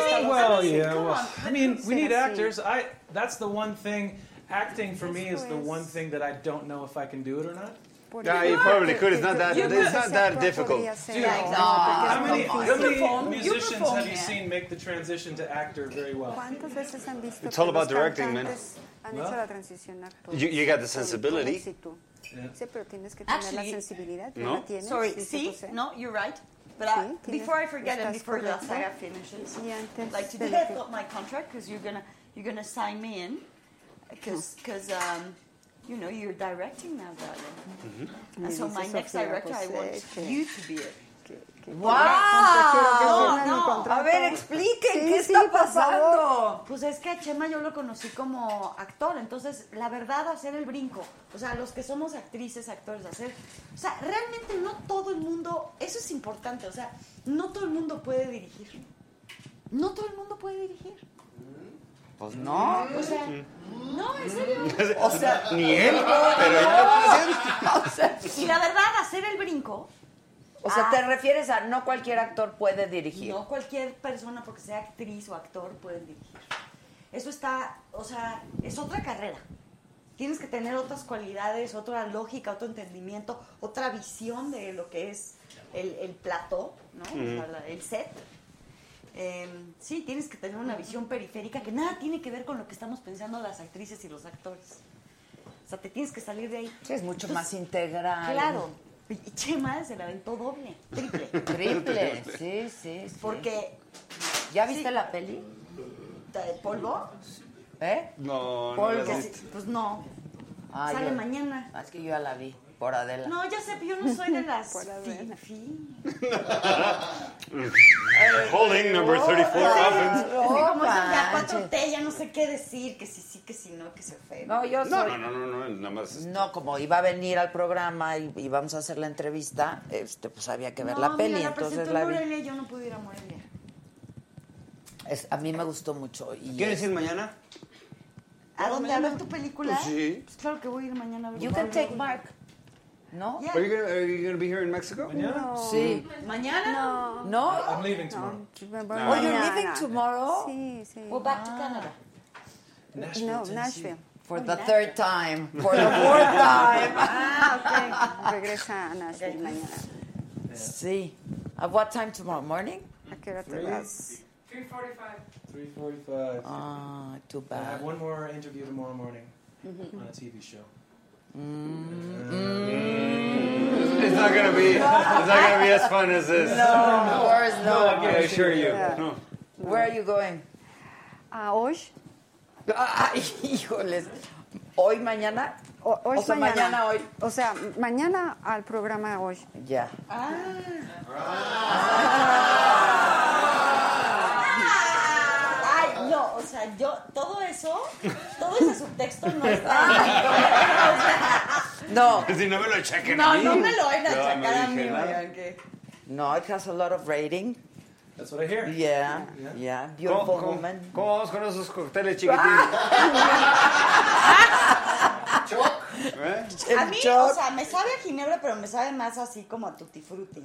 [SPEAKER 12] Everything.
[SPEAKER 9] yeah.
[SPEAKER 12] Come on,
[SPEAKER 9] Well, I
[SPEAKER 12] let's
[SPEAKER 9] mean,
[SPEAKER 12] go see
[SPEAKER 9] we need
[SPEAKER 12] it.
[SPEAKER 9] actors. I. That's the one thing. Acting for me is the one thing that I don't know if I can do it or not.
[SPEAKER 11] Yeah, you probably could. It's not that. It's not that difficult.
[SPEAKER 9] Dude,
[SPEAKER 12] exactly.
[SPEAKER 9] how many,
[SPEAKER 12] You
[SPEAKER 9] how many
[SPEAKER 12] perform, you
[SPEAKER 9] musicians
[SPEAKER 12] perform,
[SPEAKER 9] have you
[SPEAKER 12] yeah.
[SPEAKER 9] seen make the transition to actor very well?
[SPEAKER 8] ¿Cuántas veces han visto
[SPEAKER 11] It's
[SPEAKER 8] que
[SPEAKER 11] all about
[SPEAKER 8] los
[SPEAKER 11] directing, man.
[SPEAKER 8] cantantes han
[SPEAKER 11] Well,
[SPEAKER 8] hecho la transición a actores?
[SPEAKER 11] You, you got the sensibility.
[SPEAKER 8] Sí, tú. Sí, pero tienes que tener la
[SPEAKER 12] Actually,
[SPEAKER 8] sensibilidad. ¿Tú
[SPEAKER 11] no.
[SPEAKER 8] la tienes?
[SPEAKER 12] Sorry,
[SPEAKER 8] Sí,
[SPEAKER 12] see?
[SPEAKER 8] tú sé.
[SPEAKER 12] No, you're right. But I,
[SPEAKER 8] Sí, tienes-
[SPEAKER 12] before I forget and
[SPEAKER 8] estás
[SPEAKER 12] before the
[SPEAKER 8] correcta.
[SPEAKER 12] saga finishes,
[SPEAKER 8] Y antes
[SPEAKER 12] like
[SPEAKER 8] de
[SPEAKER 12] today
[SPEAKER 8] lo
[SPEAKER 12] I
[SPEAKER 8] que-
[SPEAKER 12] got my contract because you're gonna you're gonna sign me in, because um, you know you're directing now, darling. And
[SPEAKER 8] Me
[SPEAKER 12] so
[SPEAKER 8] dice
[SPEAKER 12] my next
[SPEAKER 8] Sofía
[SPEAKER 12] director, I
[SPEAKER 8] José
[SPEAKER 12] want
[SPEAKER 8] que-
[SPEAKER 12] you to be it.
[SPEAKER 1] ¡Wow!
[SPEAKER 8] Quiero que firmen mi
[SPEAKER 1] No, no.
[SPEAKER 8] contrato.
[SPEAKER 1] A ver, expliquen
[SPEAKER 8] Sí,
[SPEAKER 1] qué
[SPEAKER 8] sí,
[SPEAKER 1] está
[SPEAKER 8] por favor.
[SPEAKER 1] pasando.
[SPEAKER 12] Pues es que a Chema yo lo conocí como actor, entonces la verdad hacer el brinco, o sea, los que somos actrices, actores, hacer, o sea, realmente no todo el mundo, eso es importante, o sea, no todo el mundo puede dirigir, no todo el mundo puede dirigir,
[SPEAKER 1] Pues no.
[SPEAKER 12] o sea, no, en serio.
[SPEAKER 1] O sea,
[SPEAKER 11] Ni él, pero ya
[SPEAKER 1] o sea,
[SPEAKER 12] Y la verdad hacer el brinco,
[SPEAKER 1] o sea, te refieres a no cualquier actor puede dirigir.
[SPEAKER 12] no cualquier persona, porque sea actriz o actor, puede dirigir. Eso está, o sea, es otra carrera. Tienes que tener otras cualidades, otra lógica, otro entendimiento, otra visión de lo que es el, el plató, ¿no? O sea, la- el set. Eh, sí, tienes que tener una visión periférica que nada tiene que ver con lo que estamos pensando las actrices y los actores. O sea, te tienes que salir de ahí.
[SPEAKER 1] Sí, es mucho más integral.
[SPEAKER 12] Pues, Claro. Y Chema se la aventó doble, triple.
[SPEAKER 1] Triple. Sí, sí, sí.
[SPEAKER 12] Porque
[SPEAKER 1] ¿Ya viste la peli?
[SPEAKER 12] ¿De polvo?
[SPEAKER 1] ¿Eh?
[SPEAKER 11] No, no.
[SPEAKER 1] Porque
[SPEAKER 11] lo
[SPEAKER 12] Porque
[SPEAKER 11] has
[SPEAKER 12] sí,
[SPEAKER 11] visto.
[SPEAKER 12] pues no.
[SPEAKER 1] Ah,
[SPEAKER 12] Sale
[SPEAKER 1] yo-
[SPEAKER 12] mañana.
[SPEAKER 1] Es que yo ya la vi, por Adela.
[SPEAKER 12] No, ya sé, pero yo no soy de las
[SPEAKER 8] Por la
[SPEAKER 12] fi-
[SPEAKER 8] vena.
[SPEAKER 12] fi-
[SPEAKER 11] Holding number 34 ovens.
[SPEAKER 12] Sí, como esas de la
[SPEAKER 1] manches.
[SPEAKER 12] 4T, ya no sé qué decir, que si sí, que si no, que se ofende.
[SPEAKER 1] No, yo
[SPEAKER 11] No,
[SPEAKER 1] soy...
[SPEAKER 11] no, no, no, no. Nada más. es-
[SPEAKER 1] No, como iba a venir al programa y y íbamos a hacer la entrevista, este, pues había que ver la peli,
[SPEAKER 12] mira,
[SPEAKER 1] entonces
[SPEAKER 12] presentó
[SPEAKER 1] la
[SPEAKER 12] en
[SPEAKER 1] vi.
[SPEAKER 12] Morelia, yo no pude ir a Morelia.
[SPEAKER 1] Es- a mí me gustó mucho. Y
[SPEAKER 11] ¿Quieres ir mañana?
[SPEAKER 12] ¿A dónde? ¿A ver tu película?
[SPEAKER 11] Pues sí.
[SPEAKER 12] Pues claro que voy a ir mañana a ver
[SPEAKER 1] You
[SPEAKER 12] tu
[SPEAKER 1] can take
[SPEAKER 12] película.
[SPEAKER 1] Mark, ¿no?
[SPEAKER 12] Yeah.
[SPEAKER 11] Are you gonna Are you gonna be here in Mexico?
[SPEAKER 1] Sí.
[SPEAKER 12] ¿Mañana?
[SPEAKER 1] ¿No?
[SPEAKER 9] I'm leaving tomorrow.
[SPEAKER 8] Me voy
[SPEAKER 1] Oh, you're
[SPEAKER 8] mañana.
[SPEAKER 1] leaving tomorrow?
[SPEAKER 8] Sí, sí.
[SPEAKER 12] Go back to Canada.
[SPEAKER 9] Nashville,
[SPEAKER 8] no,
[SPEAKER 9] Tennessee.
[SPEAKER 8] Nashville.
[SPEAKER 1] For the third time. For the fourth time.
[SPEAKER 8] Ah, ok. Regresa a Nashville mañana.
[SPEAKER 1] Sí. At what time tomorrow morning?
[SPEAKER 8] ¿A qué hora te vas?
[SPEAKER 9] 3:45.
[SPEAKER 1] Ah, too
[SPEAKER 9] I have
[SPEAKER 1] bad.
[SPEAKER 9] one more interview tomorrow morning on a TV show.
[SPEAKER 11] It's not gonna be. It's not gonna be as fun as this.
[SPEAKER 1] No, of course
[SPEAKER 11] I
[SPEAKER 1] no.
[SPEAKER 11] assure you. No.
[SPEAKER 1] Where are you going?
[SPEAKER 8] Ah, hoy.
[SPEAKER 1] Ay, híjoles. ¿Hoy, mañana?
[SPEAKER 8] O, hoy
[SPEAKER 1] O sea, mañana, hoy.
[SPEAKER 8] O sea, mañana al programa hoy.
[SPEAKER 1] Ya.
[SPEAKER 12] Ay, no, o sea, yo, todo eso, todo ese subtexto no está. O sea,
[SPEAKER 1] No.
[SPEAKER 11] Si no me lo chequen. a
[SPEAKER 12] no,
[SPEAKER 11] mí.
[SPEAKER 12] no me lo vayan a
[SPEAKER 11] Yo no
[SPEAKER 12] checar a mí,
[SPEAKER 11] dije nada.
[SPEAKER 12] oigan, que-
[SPEAKER 1] No, it has a lot of rating.
[SPEAKER 9] That's what I hear.
[SPEAKER 1] Yeah, yeah, beautiful
[SPEAKER 11] ¿Cómo-
[SPEAKER 1] woman.
[SPEAKER 11] ¿Cómo vamos con esos cócteles chiquitines? ¿Eh?
[SPEAKER 12] A mí, o sea, me sabe a ginebra, pero me sabe más así como a tutti frutti.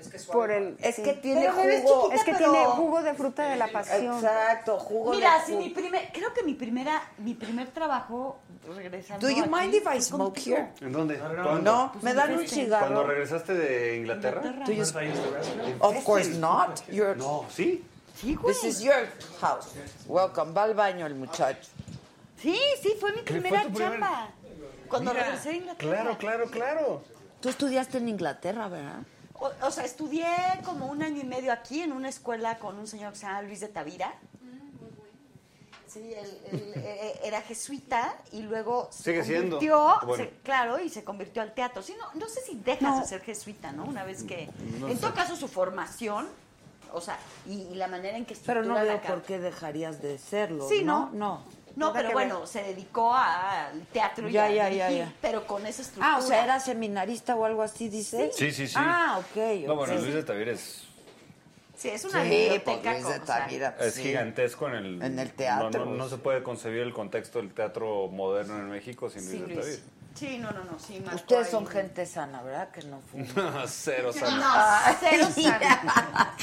[SPEAKER 12] Es que
[SPEAKER 15] Por el,
[SPEAKER 1] es
[SPEAKER 15] sí.
[SPEAKER 1] que tiene
[SPEAKER 12] Pero bebés
[SPEAKER 1] jugo.
[SPEAKER 12] chiquitas,
[SPEAKER 15] es que
[SPEAKER 12] pero-
[SPEAKER 15] tiene jugo de fruta de la pasión.
[SPEAKER 1] Exacto, jugo
[SPEAKER 12] Mira,
[SPEAKER 1] de
[SPEAKER 12] si mi primer, creo que mi primera, mi primer trabajo regresando.
[SPEAKER 1] Do you mind
[SPEAKER 12] aquí
[SPEAKER 1] if I
[SPEAKER 12] fue
[SPEAKER 1] smoke
[SPEAKER 12] contigo.
[SPEAKER 1] here?
[SPEAKER 11] ¿En dónde?
[SPEAKER 1] no.
[SPEAKER 11] ¿Cuándo?
[SPEAKER 1] No,
[SPEAKER 12] Pues
[SPEAKER 1] me dan un cigarro.
[SPEAKER 11] ¿Cuándo regresaste de Inglaterra?
[SPEAKER 1] Do you- Of course not. You're...
[SPEAKER 11] No, sí.
[SPEAKER 1] This is your house. Welcome. Va al baño el muchacho.
[SPEAKER 12] Sí, sí, fue mi
[SPEAKER 1] ¿Qué fue
[SPEAKER 12] primera
[SPEAKER 1] tu primer-
[SPEAKER 12] chamba. Cuando
[SPEAKER 1] Mira,
[SPEAKER 12] regresé a Inglaterra.
[SPEAKER 1] claro, claro,
[SPEAKER 11] claro.
[SPEAKER 1] Tú estudiaste en Inglaterra, ¿verdad?
[SPEAKER 12] O, o sea, estudié como un año y medio aquí en una escuela con un señor que se llama Luis de Tavira.
[SPEAKER 1] Mm,
[SPEAKER 12] Sí, él, él, eh, era jesuita y luego se
[SPEAKER 11] Sigue siendo.
[SPEAKER 12] convirtió,
[SPEAKER 11] Bueno.
[SPEAKER 12] se- claro, y se convirtió al teatro. Sí, no, no sé si dejas de ser jesuita, ¿no? Una vez que,
[SPEAKER 1] No
[SPEAKER 12] en
[SPEAKER 1] sé.
[SPEAKER 12] todo caso, su formación, o sea, y, y la manera en que
[SPEAKER 1] Pero no
[SPEAKER 12] estructura la
[SPEAKER 1] veo
[SPEAKER 12] carrera.
[SPEAKER 1] por qué dejarías de serlo.
[SPEAKER 12] Sí,
[SPEAKER 1] no,
[SPEAKER 12] no.
[SPEAKER 1] no.
[SPEAKER 12] No, pero bueno, se dedicó a- al teatro y
[SPEAKER 1] Ya,
[SPEAKER 12] a
[SPEAKER 1] ya, ya,
[SPEAKER 12] dirigir,
[SPEAKER 1] ya.
[SPEAKER 12] pero con esa estructura.
[SPEAKER 1] Ah, o sea, era seminarista o algo así, dice.
[SPEAKER 11] Sí, sí, sí.
[SPEAKER 1] Ah, ok.
[SPEAKER 11] No, bueno,
[SPEAKER 1] ok.
[SPEAKER 11] Luis de Tavira es,
[SPEAKER 12] Sí, es
[SPEAKER 1] Sí,
[SPEAKER 12] una
[SPEAKER 1] pues,
[SPEAKER 12] biblioteca
[SPEAKER 1] Luis de
[SPEAKER 12] con- o sea,
[SPEAKER 1] Tavira,
[SPEAKER 11] es
[SPEAKER 1] sí.
[SPEAKER 11] gigantesco en el,
[SPEAKER 1] En el teatro.
[SPEAKER 11] No, no- no se puede concebir el contexto del teatro moderno en México sin Luis
[SPEAKER 12] Sí,
[SPEAKER 11] de
[SPEAKER 12] Luis.
[SPEAKER 11] Tavira.
[SPEAKER 12] Sí, no, no, no, sí, marcó
[SPEAKER 1] Ustedes
[SPEAKER 12] ahí
[SPEAKER 1] son
[SPEAKER 12] un-
[SPEAKER 1] gente sana, ¿verdad? Que no fuman.
[SPEAKER 11] No, cero,
[SPEAKER 12] No,
[SPEAKER 11] sana.
[SPEAKER 1] Ah,
[SPEAKER 12] cero sana.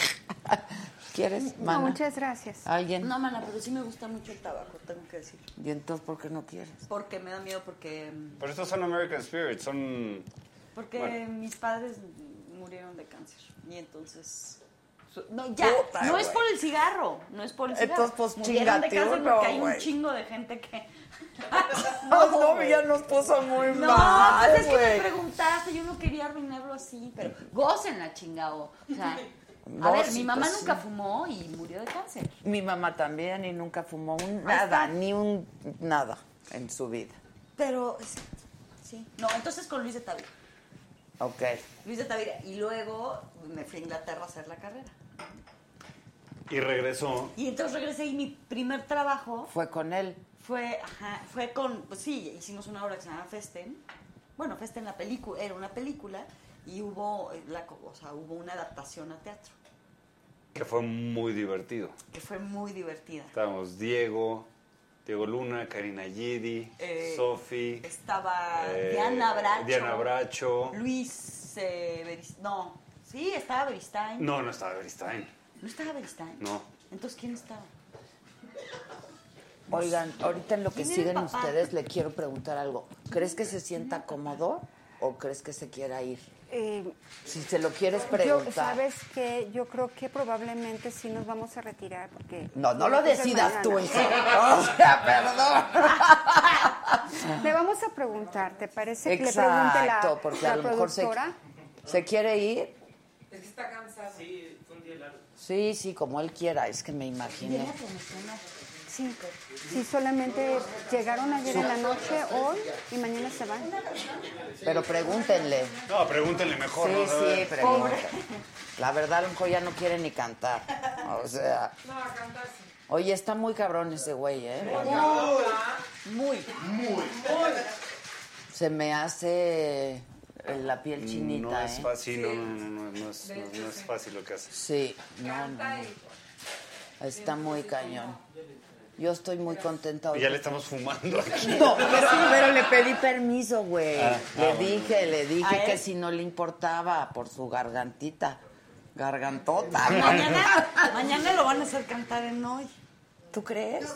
[SPEAKER 1] ¿Quieres, mana?
[SPEAKER 12] gracias.
[SPEAKER 1] ¿Alguien?
[SPEAKER 12] No, mana, pero sí me gusta mucho el tabaco, tengo que decir.
[SPEAKER 1] ¿Y entonces por qué no quieres?
[SPEAKER 12] Porque me da miedo, porque...
[SPEAKER 11] Pero estos son American Spirit, son...
[SPEAKER 12] Porque
[SPEAKER 11] Bueno.
[SPEAKER 12] mis padres murieron de cáncer. Y entonces... No, ya,
[SPEAKER 1] Puta,
[SPEAKER 12] no es
[SPEAKER 1] güey.
[SPEAKER 12] por el cigarro, no es por el cigarro.
[SPEAKER 1] Entonces, pues,
[SPEAKER 12] Murieron de
[SPEAKER 1] chingate
[SPEAKER 12] cáncer
[SPEAKER 1] uno,
[SPEAKER 12] porque hay
[SPEAKER 1] güey.
[SPEAKER 12] un chingo de gente que...
[SPEAKER 1] No, no, ya nos puso muy
[SPEAKER 12] No,
[SPEAKER 1] mal,
[SPEAKER 12] pues es que
[SPEAKER 1] güey.
[SPEAKER 12] me preguntaste, yo no quería arruinarlo así, pero gócenla, chingao. O sea, a ver,
[SPEAKER 1] Gócitos,
[SPEAKER 12] mi mamá
[SPEAKER 1] sí.
[SPEAKER 12] nunca fumó y murió de cáncer.
[SPEAKER 1] Mi mamá también y nunca fumó un nada, ni un nada en su vida.
[SPEAKER 12] Pero, sí, sí. No, entonces con Luis de Tavira.
[SPEAKER 1] Ok.
[SPEAKER 12] Luis de Tavira. Y luego me fui a Inglaterra a hacer la carrera.
[SPEAKER 11] Y regresó.
[SPEAKER 12] Y entonces regresé y mi primer trabajo
[SPEAKER 1] Fue con él.
[SPEAKER 12] fue, ajá, fue con, pues sí, hicimos una obra que se llama Festen. Bueno, Festen la película, era una película y hubo, eh, la, co- o sea, hubo una adaptación a teatro
[SPEAKER 11] Que fue muy divertido.
[SPEAKER 12] que fue muy divertida.
[SPEAKER 11] Estábamos Diego, Diego Luna, Karina Gidi,
[SPEAKER 12] Eh,
[SPEAKER 11] Sofi.
[SPEAKER 12] Estaba
[SPEAKER 11] eh,
[SPEAKER 12] Diana Bracho.
[SPEAKER 11] Diana Bracho.
[SPEAKER 12] Luis eh, Beris- No, sí, estaba Beristain.
[SPEAKER 11] No, no estaba Beristain.
[SPEAKER 12] ¿No estaba Beristain?
[SPEAKER 11] No.
[SPEAKER 12] Entonces, ¿quién estaba?
[SPEAKER 1] Oigan, ahorita en lo que
[SPEAKER 12] ¿Quién era
[SPEAKER 1] siguen
[SPEAKER 12] el papá?
[SPEAKER 1] ustedes le quiero preguntar algo. ¿Crees que se sienta cómodo o crees que se quiera ir?
[SPEAKER 15] Eh,
[SPEAKER 1] Si se lo quieres
[SPEAKER 15] yo,
[SPEAKER 1] preguntar.
[SPEAKER 15] ¿Sabes que Yo creo que probablemente sí nos vamos a retirar porque...
[SPEAKER 1] No, no lo
[SPEAKER 15] Entonces,
[SPEAKER 1] decidas tú,
[SPEAKER 15] mañana. Eh,
[SPEAKER 1] hija. O sea, perdón.
[SPEAKER 15] Le vamos a preguntar, ¿te parece que le pregunte
[SPEAKER 1] Exacto,
[SPEAKER 15] la,
[SPEAKER 1] porque
[SPEAKER 15] la
[SPEAKER 1] a lo mejor se,
[SPEAKER 15] productora?
[SPEAKER 1] se quiere ir.
[SPEAKER 13] Es que está cansado. Sí, fue un día largo.
[SPEAKER 1] Sí, sí, como él quiera, es que me imaginé.
[SPEAKER 15] Sí, sí, solamente llegaron ayer en la noche, hoy y mañana se van.
[SPEAKER 1] Pero pregúntenle.
[SPEAKER 11] No, pregúntenle mejor.
[SPEAKER 1] Sí,
[SPEAKER 11] ¿no? A
[SPEAKER 1] sí,
[SPEAKER 11] ver.
[SPEAKER 1] pregúntenle. La verdad, a lo mejor ya no quiere ni cantar. O sea,
[SPEAKER 13] No, a cantar sí.
[SPEAKER 1] oye, está muy cabrón ese güey, ¿eh?
[SPEAKER 12] Muy.
[SPEAKER 13] Muy. Muy.
[SPEAKER 1] Se me hace la piel chinita,
[SPEAKER 11] No es
[SPEAKER 1] ¿eh?
[SPEAKER 11] fácil, no, no, no, no, no es, no- no es fácil lo que hace.
[SPEAKER 1] Sí, no, no, no. Está muy cañón. Yo estoy muy contenta hoy.
[SPEAKER 11] Y ya le estamos fumando aquí.
[SPEAKER 1] No, pero, pero le pedí permiso, güey.
[SPEAKER 11] Ah,
[SPEAKER 1] le
[SPEAKER 11] ah, bueno.
[SPEAKER 1] dije, le dije
[SPEAKER 12] ¿A
[SPEAKER 1] que
[SPEAKER 12] él?
[SPEAKER 1] si no le importaba por su gargantita. Gargantota.
[SPEAKER 12] Mañana, mañana lo van a hacer cantar en hoy.
[SPEAKER 1] ¿Tú crees?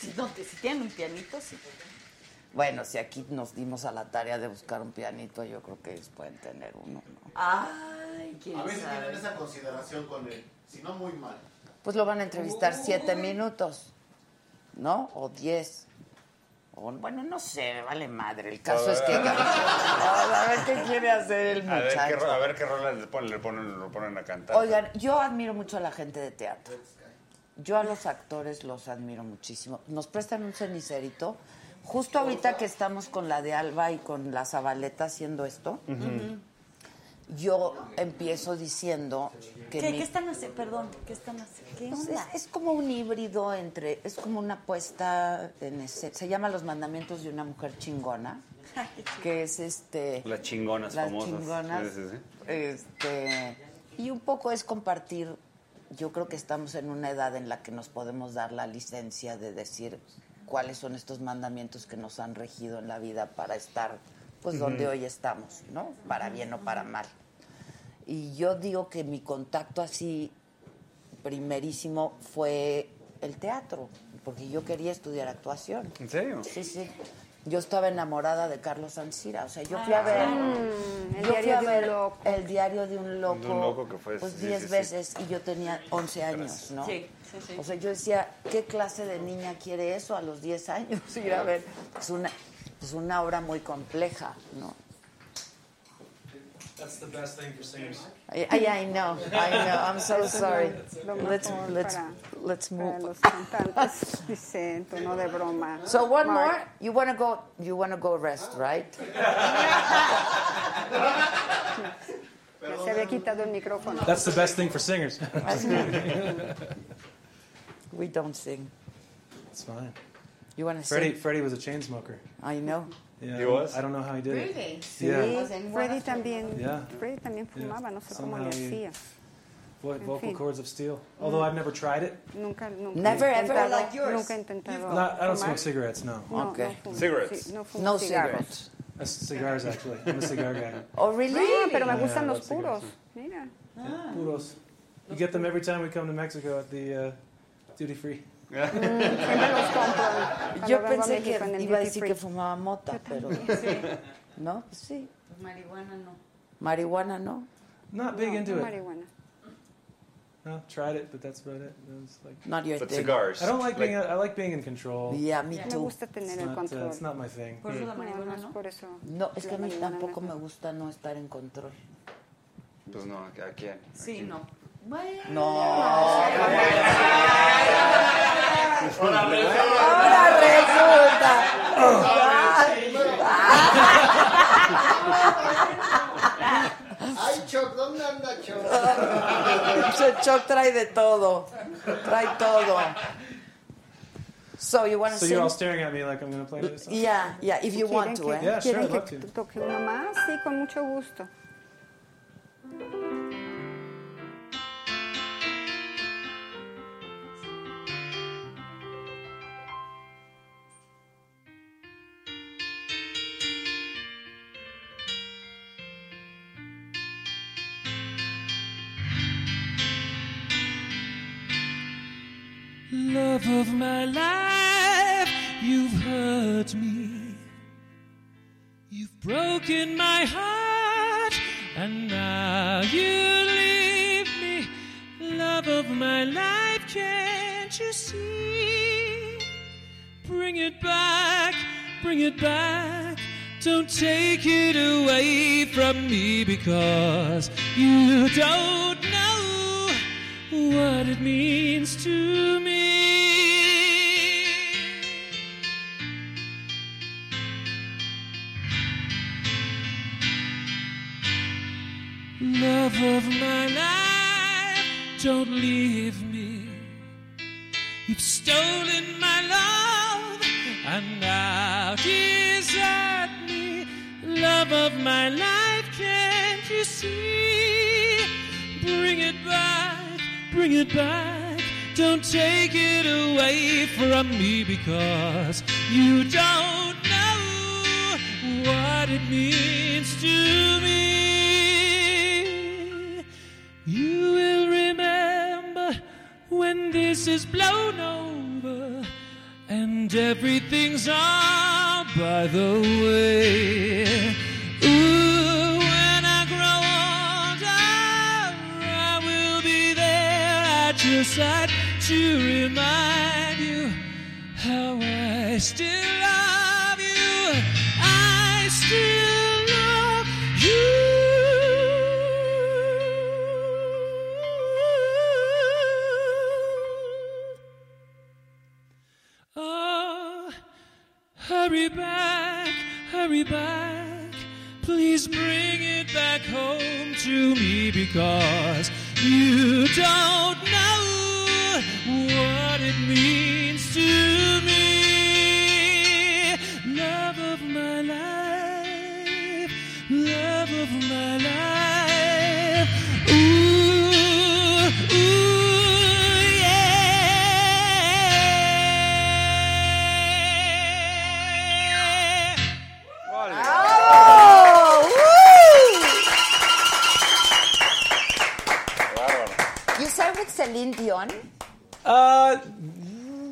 [SPEAKER 12] Si, no, te- si tienen un pianito, sí.
[SPEAKER 1] Bueno, si aquí nos dimos a la tarea de buscar un pianito, yo creo que ellos pueden tener uno, ¿no?
[SPEAKER 12] Ay, quién
[SPEAKER 2] A veces
[SPEAKER 12] sabe.
[SPEAKER 2] tienen esa consideración con él, si no muy mal.
[SPEAKER 1] Pues lo van a entrevistar siete minutos, ¿no? O diez. O, bueno, no sé, me vale madre. El caso es que... A ver qué quiere hacer el
[SPEAKER 11] A ver qué,
[SPEAKER 1] muchacho.
[SPEAKER 11] ro- a ver qué rola le ponen, le ponen, lo ponen a cantar.
[SPEAKER 1] Oigan, yo admiro mucho a la gente de teatro. Yo a los actores los admiro muchísimo. Nos prestan un cenicerito. Justo ahorita que estamos con la de Alba y con la Zabaleta haciendo esto,
[SPEAKER 12] Ujú.
[SPEAKER 1] yo empiezo diciendo que
[SPEAKER 12] ¿Qué,
[SPEAKER 1] mi-
[SPEAKER 12] qué están haciendo? Perdón, ¿qué están haciendo? ¿Qué
[SPEAKER 1] es,
[SPEAKER 12] onda?
[SPEAKER 1] es como un híbrido entre, es como una apuesta en ese- se llama Los mandamientos de una mujer chingona, que es este
[SPEAKER 11] Las chingonas
[SPEAKER 1] las
[SPEAKER 11] famosas.
[SPEAKER 1] chingonas,
[SPEAKER 11] Sí, sí, sí.
[SPEAKER 1] este, Y un poco es compartir, yo creo que estamos en una edad en la que nos podemos dar la licencia de decir cuáles son estos mandamientos que nos han regido en la vida para estar pues
[SPEAKER 12] Ujú.
[SPEAKER 1] donde hoy estamos, ¿no? Para bien o para mal. Y yo digo que mi contacto así primerísimo fue el teatro, porque yo quería estudiar actuación.
[SPEAKER 11] ¿En serio?
[SPEAKER 1] Sí, sí. Yo estaba enamorada de Carlos Ansira, o sea, yo fui a
[SPEAKER 11] Ah,
[SPEAKER 1] ver,
[SPEAKER 8] mm, el
[SPEAKER 1] yo fui
[SPEAKER 8] diario
[SPEAKER 1] a
[SPEAKER 8] de un
[SPEAKER 1] ver el diario de un loco,
[SPEAKER 11] De un loco que fue,
[SPEAKER 1] pues
[SPEAKER 11] sí,
[SPEAKER 1] 10
[SPEAKER 11] sí, sí.
[SPEAKER 1] veces y yo tenía 11 años, ¿no?
[SPEAKER 12] Sí, sí, sí.
[SPEAKER 1] O sea, yo decía, ¿qué clase de niña quiere eso a los 10 años? Ir a ver, es una, pues una obra muy compleja, ¿no?
[SPEAKER 9] That's the best thing for singers.
[SPEAKER 1] I, I, I know, I know. I'm so
[SPEAKER 8] Eso es
[SPEAKER 1] sorry.
[SPEAKER 8] lo- lo
[SPEAKER 1] Let's
[SPEAKER 8] mejor
[SPEAKER 1] let's
[SPEAKER 8] para-
[SPEAKER 1] let's
[SPEAKER 8] Para
[SPEAKER 1] move.
[SPEAKER 8] los cantantes, dice en tono de broma.
[SPEAKER 1] So one
[SPEAKER 8] Mark.
[SPEAKER 1] more. You wanna go? You wanna go rest, right?
[SPEAKER 8] Ya se había quitado el micrófono.
[SPEAKER 16] That's the best thing for singers.
[SPEAKER 1] We don't sing.
[SPEAKER 16] It's fine.
[SPEAKER 1] You wanna
[SPEAKER 16] Freddie,
[SPEAKER 1] sing?
[SPEAKER 16] Freddie was a chain smoker.
[SPEAKER 1] I know.
[SPEAKER 16] Yeah,
[SPEAKER 11] He was?
[SPEAKER 16] I don't know how he did
[SPEAKER 8] Really?
[SPEAKER 16] it.
[SPEAKER 8] Sí.
[SPEAKER 16] Yeah.
[SPEAKER 8] Freddy también,
[SPEAKER 16] Yeah.
[SPEAKER 8] Freddy también fumaba, no sé cómo le
[SPEAKER 16] Somehow he-
[SPEAKER 8] hacía.
[SPEAKER 16] What
[SPEAKER 8] En
[SPEAKER 16] vocal
[SPEAKER 8] fin.
[SPEAKER 16] cords of steel? Although I've never tried it.
[SPEAKER 8] Nunca, nunca.
[SPEAKER 16] Never,
[SPEAKER 8] he
[SPEAKER 16] ever
[SPEAKER 8] intentado-
[SPEAKER 16] like
[SPEAKER 12] yours.
[SPEAKER 8] Nunca he intentado.
[SPEAKER 16] Not, I don't
[SPEAKER 8] fumar.
[SPEAKER 16] smoke cigarettes. No.
[SPEAKER 8] No, Okay. no fumo. Cigarettes. Sí, no fumo
[SPEAKER 1] No
[SPEAKER 8] cigarros.
[SPEAKER 1] cigarettes.
[SPEAKER 16] That's cigars actually. I'm a cigar guy.
[SPEAKER 1] Oh,
[SPEAKER 8] Ah, pero me
[SPEAKER 16] Yeah,
[SPEAKER 8] gustan
[SPEAKER 16] I
[SPEAKER 8] los
[SPEAKER 16] love cigarettes.
[SPEAKER 8] puros. Mira.
[SPEAKER 16] Puros. You get them every time we come to Mexico at the uh, duty free.
[SPEAKER 8] compro.
[SPEAKER 1] Yo
[SPEAKER 8] Cuando vengo a
[SPEAKER 1] pensé
[SPEAKER 8] México en
[SPEAKER 1] que
[SPEAKER 8] el
[SPEAKER 1] iba a
[SPEAKER 8] duty
[SPEAKER 1] decir
[SPEAKER 8] free.
[SPEAKER 1] que fumaba mota, pero no, Pues sí.
[SPEAKER 12] Marihuana no.
[SPEAKER 1] Marihuana no.
[SPEAKER 16] Not big
[SPEAKER 8] No,
[SPEAKER 16] into
[SPEAKER 8] no
[SPEAKER 16] it.
[SPEAKER 8] marihuana.
[SPEAKER 16] No, tried it, but that's about it. It was like
[SPEAKER 1] Not your
[SPEAKER 11] But thing. cigars,
[SPEAKER 16] I don't like,
[SPEAKER 11] like-
[SPEAKER 16] being. I like being in control.
[SPEAKER 1] Yeah, me
[SPEAKER 8] Me
[SPEAKER 1] too.
[SPEAKER 8] gusta tener
[SPEAKER 16] It's
[SPEAKER 8] el
[SPEAKER 16] not,
[SPEAKER 8] control.
[SPEAKER 16] Uh, it's not my thing.
[SPEAKER 8] Por eso la
[SPEAKER 16] Mm.
[SPEAKER 8] marihuana, ¿no? Por eso.
[SPEAKER 1] No, es
[SPEAKER 8] la
[SPEAKER 1] que a mí
[SPEAKER 8] marihuana
[SPEAKER 1] tampoco me gusta no estar en control.
[SPEAKER 11] Pues no, ¿a a quién?
[SPEAKER 12] Sí, no. Bueno.
[SPEAKER 1] No.
[SPEAKER 12] Ahora
[SPEAKER 1] Ahora resulta.
[SPEAKER 2] Ay, Choc, ¿dónde anda Choc?
[SPEAKER 1] Ese Choc Ah, trae de todo. Trae todo. So you want to
[SPEAKER 16] So you're all
[SPEAKER 1] sing?
[SPEAKER 16] staring at me like I'm gonna play this. Song?
[SPEAKER 1] Yeah, yeah, if you want to,
[SPEAKER 8] ¿Quieren
[SPEAKER 1] eh?
[SPEAKER 8] que,
[SPEAKER 16] Yeah, sure,
[SPEAKER 8] quieren
[SPEAKER 16] I'd love
[SPEAKER 8] que
[SPEAKER 16] to.
[SPEAKER 8] toque uno más? Sí, con mucho gusto.
[SPEAKER 9] Love of my life, you've hurt me. You've broken my heart, and now you leave me. Love of my life, can't you see? Bring it back, bring it back. Don't take it away from me because you don't know what it means to me. Love of my life, don't leave me. You've stolen my love and now desert me. Love of my life, can't you see? Bring it back, bring it back. Don't take it away from me because you don't know what it means to me. You will remember when this is blown over and everything's all by the way. Ooh, when I grow older, I will be there at your side to remind you how I still love you. I still love you. Oh, hurry back, hurry back. Please bring it back home to me because you don't know what it means to me. Love of my life, love of my life. Ooh,
[SPEAKER 1] Oh, one?
[SPEAKER 9] Uh,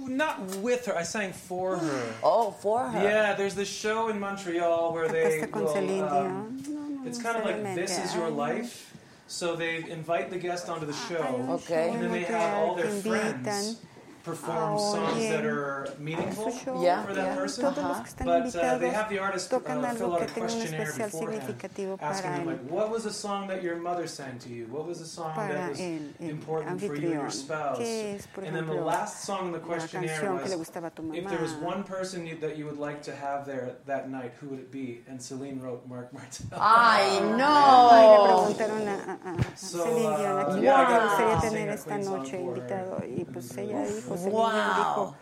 [SPEAKER 9] not with her. I sang for her.
[SPEAKER 1] Oh, for her.
[SPEAKER 9] Yeah, there's this show in Montreal where they.
[SPEAKER 15] Está con
[SPEAKER 9] will,
[SPEAKER 15] Celine
[SPEAKER 9] um,
[SPEAKER 15] Dion. No, no,
[SPEAKER 9] it's
[SPEAKER 15] no
[SPEAKER 9] kind of
[SPEAKER 15] sé,
[SPEAKER 9] like
[SPEAKER 15] me
[SPEAKER 9] this is your
[SPEAKER 15] enteré.
[SPEAKER 9] life. So they invite the guest onto
[SPEAKER 15] Ah,
[SPEAKER 9] the show,
[SPEAKER 1] Okay.
[SPEAKER 9] and then they have all their friends perform
[SPEAKER 15] Oye.
[SPEAKER 9] songs that are meaningful
[SPEAKER 15] Su show,
[SPEAKER 9] for that
[SPEAKER 15] ya.
[SPEAKER 9] person.
[SPEAKER 15] Todos los que están
[SPEAKER 9] But uh, they
[SPEAKER 15] invitados
[SPEAKER 9] have the artist uh,
[SPEAKER 15] tocan algo
[SPEAKER 9] fill out
[SPEAKER 15] que
[SPEAKER 9] a
[SPEAKER 15] tenga un
[SPEAKER 9] questionnaire
[SPEAKER 15] especial
[SPEAKER 9] beforehand,
[SPEAKER 15] significativo para
[SPEAKER 9] asking them
[SPEAKER 15] él.
[SPEAKER 9] like, "What was a song that your mother sang to you? What was a song
[SPEAKER 15] Para
[SPEAKER 9] that was
[SPEAKER 15] el- el
[SPEAKER 9] important for you and your
[SPEAKER 15] anfitrión.
[SPEAKER 9] spouse?"
[SPEAKER 15] ¿Qué es, por
[SPEAKER 9] and then the
[SPEAKER 15] ejemplo,
[SPEAKER 9] last song in the
[SPEAKER 15] la
[SPEAKER 9] questionnaire
[SPEAKER 15] canción que le
[SPEAKER 9] was,
[SPEAKER 15] gustaba a tu
[SPEAKER 9] "If there was
[SPEAKER 15] mamá?"
[SPEAKER 9] one person you, that you would like to have there that night, who would it be?" And Celine wrote Mark Martel.
[SPEAKER 1] Ay, Oh.
[SPEAKER 15] No. Le preguntaron a, a, a
[SPEAKER 9] So,
[SPEAKER 15] Celine Dion a
[SPEAKER 9] uh,
[SPEAKER 15] quién
[SPEAKER 9] yeah, I
[SPEAKER 15] le
[SPEAKER 9] got
[SPEAKER 15] gustaría
[SPEAKER 9] to sing
[SPEAKER 15] tener
[SPEAKER 9] a
[SPEAKER 15] esta
[SPEAKER 9] Queen song
[SPEAKER 15] noche
[SPEAKER 9] for her. Mm-hmm.
[SPEAKER 15] invitado y pues ella dijo, Celine
[SPEAKER 1] Wow.
[SPEAKER 15] Dion dijo,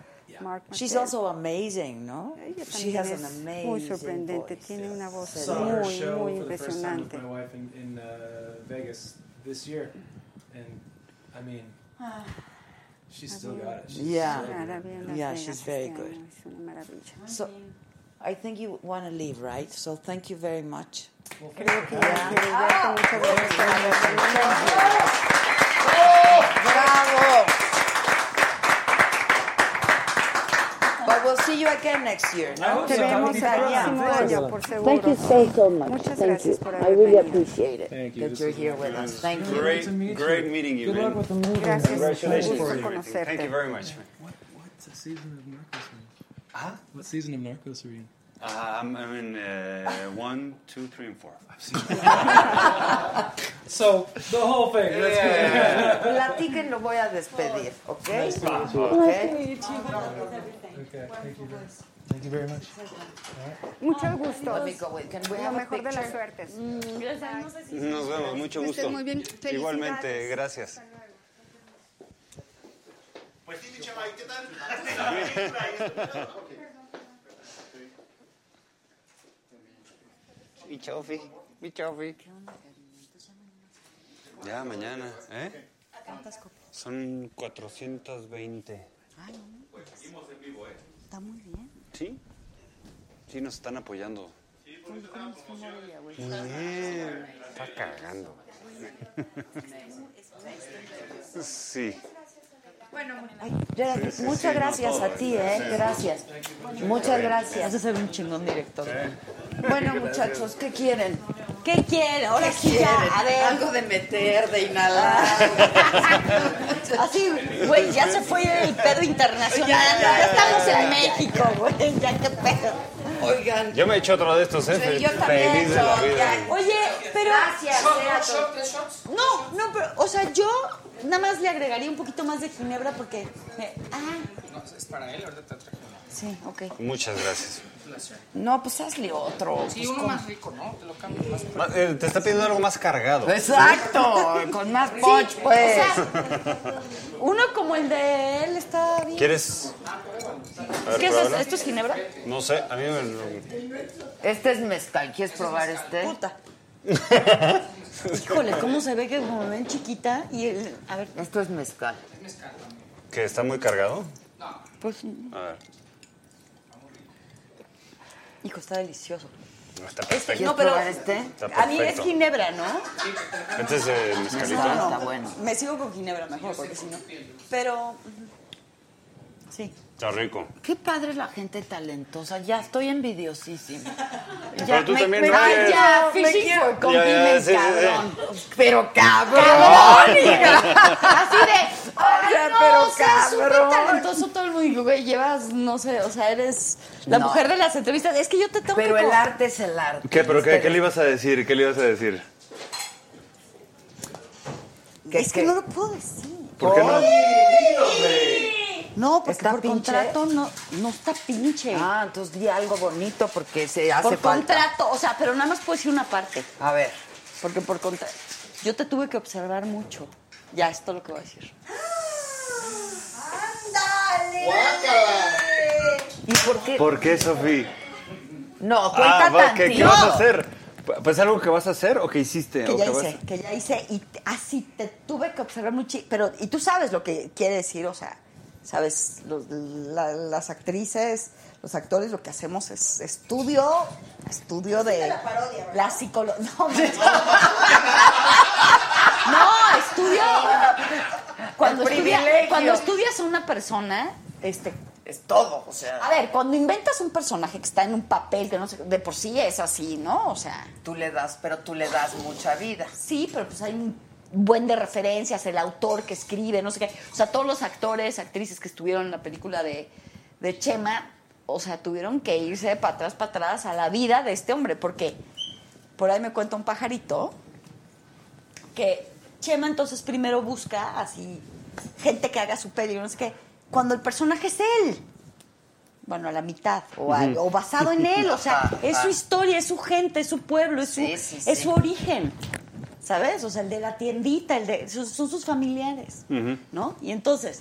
[SPEAKER 15] Mark
[SPEAKER 1] She's
[SPEAKER 15] Martel.
[SPEAKER 1] also amazing, ¿no?
[SPEAKER 15] Ella
[SPEAKER 1] She
[SPEAKER 15] también
[SPEAKER 1] has
[SPEAKER 15] es
[SPEAKER 1] an amazing
[SPEAKER 15] muy sorprendente,
[SPEAKER 1] voice.
[SPEAKER 15] tiene una voz
[SPEAKER 9] saw her
[SPEAKER 15] muy,
[SPEAKER 9] show
[SPEAKER 15] muy
[SPEAKER 9] for the first time with
[SPEAKER 15] impresionante.
[SPEAKER 9] my wife in, in uh, Vegas this year, and I mean,
[SPEAKER 15] Ah.
[SPEAKER 9] she's still got it. She's
[SPEAKER 1] Yeah.
[SPEAKER 9] so good.
[SPEAKER 1] Yeah, she's
[SPEAKER 15] este
[SPEAKER 1] very good. So, I think you want to leave, right? So, thank you very much. Ah!
[SPEAKER 15] Creo que ya,
[SPEAKER 1] Yeah.
[SPEAKER 15] que ya, que muchas gracias.
[SPEAKER 1] Bravo! But we'll see you again next year. ¿no?
[SPEAKER 15] Te vemos el próximo año, por seguro.
[SPEAKER 1] Thank you so, so much.
[SPEAKER 15] Muchas
[SPEAKER 1] Thank you.
[SPEAKER 15] gracias por
[SPEAKER 1] I
[SPEAKER 15] haber
[SPEAKER 1] really
[SPEAKER 15] venido.
[SPEAKER 1] appreciate it that you're here with us. Thank you.
[SPEAKER 11] Great, great meeting you, man.
[SPEAKER 15] Gracias.
[SPEAKER 11] Congratulations
[SPEAKER 15] Un gusto
[SPEAKER 11] on everything. Thank you
[SPEAKER 15] conocerte.
[SPEAKER 11] very much. man.
[SPEAKER 9] What's the season of Narcos? Huh? What season of Narcos are you in?
[SPEAKER 11] Uh, I'm, I'm in uh, one, two, three, and four.
[SPEAKER 9] So the whole thing. That's good.
[SPEAKER 1] Platiquen, lo voy a despedir, ¿ok?
[SPEAKER 9] Nice to meet you.
[SPEAKER 1] Okay.
[SPEAKER 9] Okay. Thank you. Very, thank you very much.
[SPEAKER 15] Mucho gusto.
[SPEAKER 1] Let me go with- can we
[SPEAKER 15] Lo
[SPEAKER 1] have a
[SPEAKER 15] mejor de las
[SPEAKER 1] picture?
[SPEAKER 15] suertes.
[SPEAKER 11] Nos vemos, mucho
[SPEAKER 15] Que
[SPEAKER 11] gusto.
[SPEAKER 15] estés muy bien.
[SPEAKER 11] Igualmente,
[SPEAKER 15] Felicidades.
[SPEAKER 11] gracias.
[SPEAKER 2] Pues sí, mi chava, ¿y qué tal?
[SPEAKER 11] Mi chofi, mi chofi. Ya, mañana, ¿eh? Son 420.
[SPEAKER 2] Seguimos en vivo, ¿eh?
[SPEAKER 12] Está muy bien.
[SPEAKER 11] ¿Sí? Sí, nos están apoyando. Muy
[SPEAKER 12] Muy
[SPEAKER 11] bien. Está cagando. Sí.
[SPEAKER 1] Ay, gracias.
[SPEAKER 11] Sí, sí,
[SPEAKER 1] Muchas
[SPEAKER 11] sí, no,
[SPEAKER 1] gracias
[SPEAKER 11] todo,
[SPEAKER 1] a ti,
[SPEAKER 11] ¿eh?
[SPEAKER 1] ¿eh?
[SPEAKER 11] Sí.
[SPEAKER 1] Gracias. Muchas gracias. Has de ser un chingón director. Bueno, muchachos, ¿qué quieren? ¿Qué quieren? Ahora sí ya. A ver, algo de meter, de inhalar.
[SPEAKER 12] Así, güey, ya se fue el pedo internacional. Ahora estamos en México, güey. Ya qué pedo.
[SPEAKER 1] Ah. Oigan.
[SPEAKER 11] Yo me he hecho otro de estos, ¿eh?
[SPEAKER 1] Yo también,
[SPEAKER 11] Feliz de la
[SPEAKER 1] yo,
[SPEAKER 11] vida.
[SPEAKER 1] ya.
[SPEAKER 12] Oye, pero.
[SPEAKER 1] Gracias, eh, a todos.
[SPEAKER 12] No, no, pero, o sea, yo nada más le agregaría un poquito más de ginebra porque. me- ah,
[SPEAKER 13] No, es para él, ahorita te traje uno.
[SPEAKER 12] sí, ok.
[SPEAKER 11] Muchas gracias.
[SPEAKER 1] No, pues hazle otro.
[SPEAKER 13] Sí, uno más rico, ¿no? Te lo cambio más.
[SPEAKER 11] Ma- eh, Te está pidiendo algo más cargado.
[SPEAKER 1] Pues, Exacto, con más punch, pues.
[SPEAKER 12] Uno como el de él está bien.
[SPEAKER 11] ¿Quieres? A ver,
[SPEAKER 12] ¿Qué es esto?
[SPEAKER 11] pruébalo.
[SPEAKER 12] ¿Esto es ginebra?
[SPEAKER 11] No sé, a mí me...
[SPEAKER 1] Este es mezcal. ¿Quieres probar este?
[SPEAKER 12] Puta. Híjole, ¿cómo se ve que como me ven chiquita? Y el. A ver,
[SPEAKER 1] Esto es mezcal.
[SPEAKER 11] ¿Que está muy cargado?
[SPEAKER 12] pues.
[SPEAKER 11] A ver.
[SPEAKER 12] Hijo, está delicioso.
[SPEAKER 11] No, Está
[SPEAKER 12] Este,
[SPEAKER 11] perfecto.
[SPEAKER 12] no, pero.
[SPEAKER 1] probar este?
[SPEAKER 11] Está
[SPEAKER 12] A mí es
[SPEAKER 11] perfecto.
[SPEAKER 12] ginebra, ¿no?
[SPEAKER 11] Este es eh, mezcalito.
[SPEAKER 1] Mezcal está bueno.
[SPEAKER 12] Me sigo con ginebra mejor, porque si no. Pero. ujú. Sí.
[SPEAKER 11] Está rico.
[SPEAKER 1] Qué padre la gente talentosa. Ya estoy envidiosísima.
[SPEAKER 11] Pero tú también, ¿no?
[SPEAKER 1] Ay,
[SPEAKER 11] Eres-
[SPEAKER 1] ya,
[SPEAKER 12] Me
[SPEAKER 1] fishing
[SPEAKER 12] quiero-
[SPEAKER 1] for
[SPEAKER 11] Ya, ya,
[SPEAKER 1] compliment,
[SPEAKER 11] sí, sí, sí.
[SPEAKER 1] cabrón. Pero cabrón, hija.
[SPEAKER 12] Así de.
[SPEAKER 1] O sea,
[SPEAKER 12] "Ay, no,
[SPEAKER 1] pero
[SPEAKER 12] o sea, súper
[SPEAKER 1] cabrón".
[SPEAKER 12] talentoso todo el mundo. Güey, llevas, no sé, o sea, eres la
[SPEAKER 1] No.
[SPEAKER 12] mujer de las entrevistas. Es que yo te tengo
[SPEAKER 1] Pero
[SPEAKER 12] que.
[SPEAKER 1] el
[SPEAKER 12] co-
[SPEAKER 1] arte es el arte. Este,
[SPEAKER 11] ¿Qué, pero qué,
[SPEAKER 1] Ustedes-
[SPEAKER 11] qué le ibas a decir? ¿Qué le ibas a decir?
[SPEAKER 1] que-
[SPEAKER 12] Es que
[SPEAKER 1] que-
[SPEAKER 12] no lo puedo decir.
[SPEAKER 11] ¿Por qué no?
[SPEAKER 12] No, porque
[SPEAKER 1] ¿Está
[SPEAKER 12] por
[SPEAKER 1] pinche?
[SPEAKER 12] contrato no, no está pinche.
[SPEAKER 1] Ah, entonces di algo bonito porque se hace
[SPEAKER 12] por
[SPEAKER 1] falta.
[SPEAKER 12] contrato, o sea, pero nada más puedo decir una parte.
[SPEAKER 1] A ver.
[SPEAKER 12] Porque por contrato. Yo te tuve que observar mucho. Ya, esto es lo que voy a decir.
[SPEAKER 1] ¿Y por qué?
[SPEAKER 11] ¿Por qué, Sofi?
[SPEAKER 1] No, cuenta
[SPEAKER 11] Ah, va, ¿qué, qué
[SPEAKER 1] tantito.
[SPEAKER 11] vas a hacer? P- Pues algo que vas a hacer o que hiciste.
[SPEAKER 12] Que
[SPEAKER 11] o
[SPEAKER 12] ya
[SPEAKER 11] que vas
[SPEAKER 12] hice, que ya hice. Y t- así te tuve que observar mucho. Pero, y tú sabes lo que quiere decir, o sea, sabes, los- la- las actrices, los actores, lo que hacemos es estudio, estudio de. La parodia, La psicología. No, manches. no, estudio. Cuando cuando, estudia-
[SPEAKER 1] privilegio.
[SPEAKER 12] cuando estudias a una persona, este, es todo, o sea. A ver, cuando inventas un personaje que está en un papel que no sé, de por sí es así, ¿no? O sea.
[SPEAKER 1] Tú le das, pero tú le das mucha vida.
[SPEAKER 12] Sí, pero pues hay un buen de referencias, el autor que escribe, no sé qué. O sea, todos los actores, actrices que estuvieron en la película de, de Chema, o sea, tuvieron que irse para atrás, para atrás a la vida de este hombre, porque por ahí me cuenta un pajarito que Chema entonces primero busca así gente que haga su peli, no sé qué, cuando el personaje es él. Bueno, a la mitad, o, a-
[SPEAKER 1] Ujú.
[SPEAKER 12] o basado en él, o sea,
[SPEAKER 1] Ajá,
[SPEAKER 12] es
[SPEAKER 1] ajá.
[SPEAKER 12] su historia, es su gente, es su pueblo, es su,
[SPEAKER 1] Sí, sí, sí.
[SPEAKER 12] es su origen, ¿sabes? O sea, el de la tiendita, el de, son, son sus familiares, ¿no? Y entonces,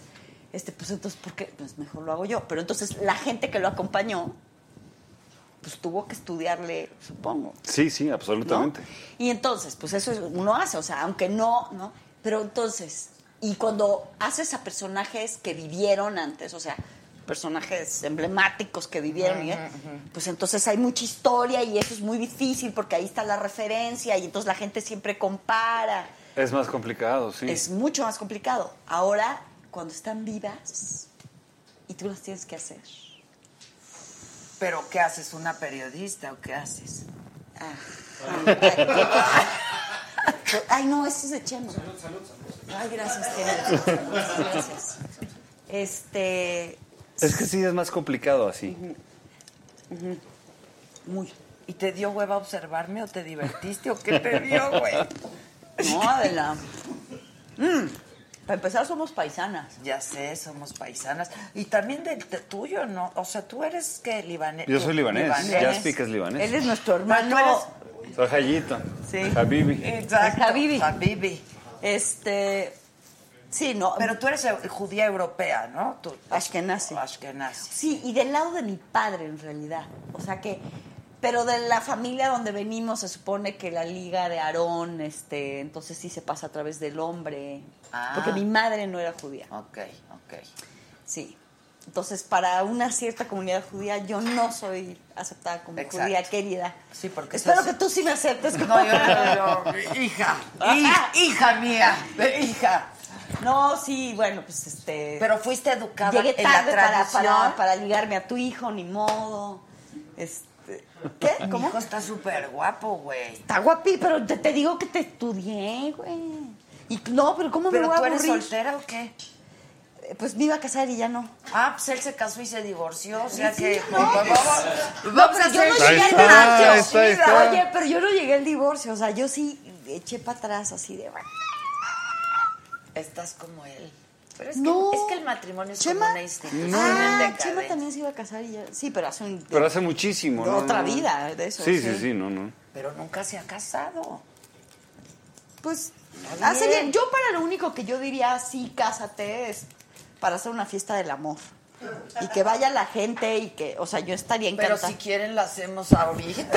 [SPEAKER 12] este, pues entonces, ¿por qué? Pues mejor lo hago yo. Pero entonces la gente que lo acompañó, pues tuvo que estudiarle, supongo.
[SPEAKER 11] Sí, sí, absolutamente.
[SPEAKER 12] Y entonces, pues eso es- uno hace, o sea, aunque no, ¿no? Pero entonces, y cuando haces a personajes que vivieron antes, o sea, personajes emblemáticos que vivieron, y, ¿eh? pues entonces hay mucha historia y eso es muy difícil porque ahí está la referencia y entonces la gente siempre compara.
[SPEAKER 11] Es más complicado, sí.
[SPEAKER 12] Es mucho más complicado. Ahora, cuando están vivas y tú las tienes que hacer.
[SPEAKER 1] ¿Pero qué haces? ¿Una periodista o qué haces?
[SPEAKER 12] Ah, Ay, no, eso es de Chema. Salud, salud, Ay, gracias, Chema. Gracias. Este.
[SPEAKER 11] Es que sí es más complicado así.
[SPEAKER 1] Muy. ¿Y te dio hueva observarme o te divertiste o qué te dio, güey?
[SPEAKER 12] No, Adela. Mm, Para empezar, somos paisanas.
[SPEAKER 1] Ya sé, somos paisanas. Y también del de tuyo, ¿no? O sea, tú eres que libanés.
[SPEAKER 11] Yo soy libanés. Jaspic es libanés.
[SPEAKER 1] Él es nuestro hermano.
[SPEAKER 11] Soy Jayito.
[SPEAKER 12] Sí. Eh,
[SPEAKER 11] Habibi.
[SPEAKER 1] Exacto.
[SPEAKER 12] Habibi.
[SPEAKER 1] Habibi.
[SPEAKER 12] Este. Sí, no.
[SPEAKER 1] Pero tú eres eu- judía europea, ¿no? Tú,
[SPEAKER 12] Ashkenazi.
[SPEAKER 1] Ashkenazi.
[SPEAKER 12] Sí, y del lado de mi padre, en realidad. O sea que. Pero de la familia donde venimos, se supone que la liga de Aarón, este, entonces sí se pasa a través del hombre.
[SPEAKER 1] Ah.
[SPEAKER 12] Porque mi madre no era judía.
[SPEAKER 1] Ok, ok.
[SPEAKER 12] Sí. Entonces, para una cierta comunidad judía, yo no soy aceptada como
[SPEAKER 1] Exacto.
[SPEAKER 12] judía querida.
[SPEAKER 1] Sí, porque
[SPEAKER 12] Espero
[SPEAKER 1] eso
[SPEAKER 12] que
[SPEAKER 1] es-
[SPEAKER 12] tú sí me aceptes. como-
[SPEAKER 1] No, yo, yo, yo, hija, hi- hija mía, hija.
[SPEAKER 12] No, sí, bueno, pues este.
[SPEAKER 1] Pero fuiste educada
[SPEAKER 12] Llegué
[SPEAKER 1] en la
[SPEAKER 12] tarde para,
[SPEAKER 1] tradición.
[SPEAKER 12] para, para ligarme a tu hijo, ni modo. Este, ¿Qué?
[SPEAKER 1] Mi
[SPEAKER 12] ¿Cómo?
[SPEAKER 1] hijo está súper guapo, güey.
[SPEAKER 12] Está guapi, pero te, te digo que te estudié, güey. Y no, pero ¿cómo me
[SPEAKER 1] ¿Pero
[SPEAKER 12] voy a
[SPEAKER 1] tú eres
[SPEAKER 12] aburrir?
[SPEAKER 1] soltera o qué?
[SPEAKER 12] Eh, Pues me iba a casar y ya no.
[SPEAKER 1] Ah, pues él se casó y se divorció, o sea
[SPEAKER 12] Sí,
[SPEAKER 1] que... pues,
[SPEAKER 12] ¿no?
[SPEAKER 1] Vamos,
[SPEAKER 12] No,
[SPEAKER 1] Pues vamos a
[SPEAKER 12] pero yo
[SPEAKER 1] hacer...
[SPEAKER 12] no
[SPEAKER 11] Ahí
[SPEAKER 12] llegué al
[SPEAKER 11] está,
[SPEAKER 12] divorcio.
[SPEAKER 11] ahí está, ahí
[SPEAKER 12] Mira,
[SPEAKER 11] está.
[SPEAKER 12] Oye, pero yo no llegué al divorcio. O sea, yo sí eché para atrás así de... "Bueno,
[SPEAKER 1] Estás como él. Pero es,
[SPEAKER 12] No.
[SPEAKER 1] que, es que el matrimonio es
[SPEAKER 12] Chema.
[SPEAKER 1] como una institución en
[SPEAKER 12] Ah,
[SPEAKER 1] decadencia.
[SPEAKER 12] Chema también se iba a casar y ya... Sí, pero hace un...
[SPEAKER 11] Pero hace muchísimo,
[SPEAKER 12] De
[SPEAKER 11] ¿no?
[SPEAKER 12] otra
[SPEAKER 11] No.
[SPEAKER 12] vida, de eso,
[SPEAKER 11] Sí, sí,
[SPEAKER 12] sí.
[SPEAKER 11] sí, no, no.
[SPEAKER 1] Pero nunca se ha casado.
[SPEAKER 12] Pues
[SPEAKER 1] Está
[SPEAKER 12] hace
[SPEAKER 1] bien.
[SPEAKER 12] bien. Yo para lo único que yo diría, sí, cásate, es para hacer una fiesta del amor. Y que vaya la gente y que... O sea, yo estaría
[SPEAKER 1] Pero
[SPEAKER 12] encantada.
[SPEAKER 1] si quieren la hacemos ahorita. O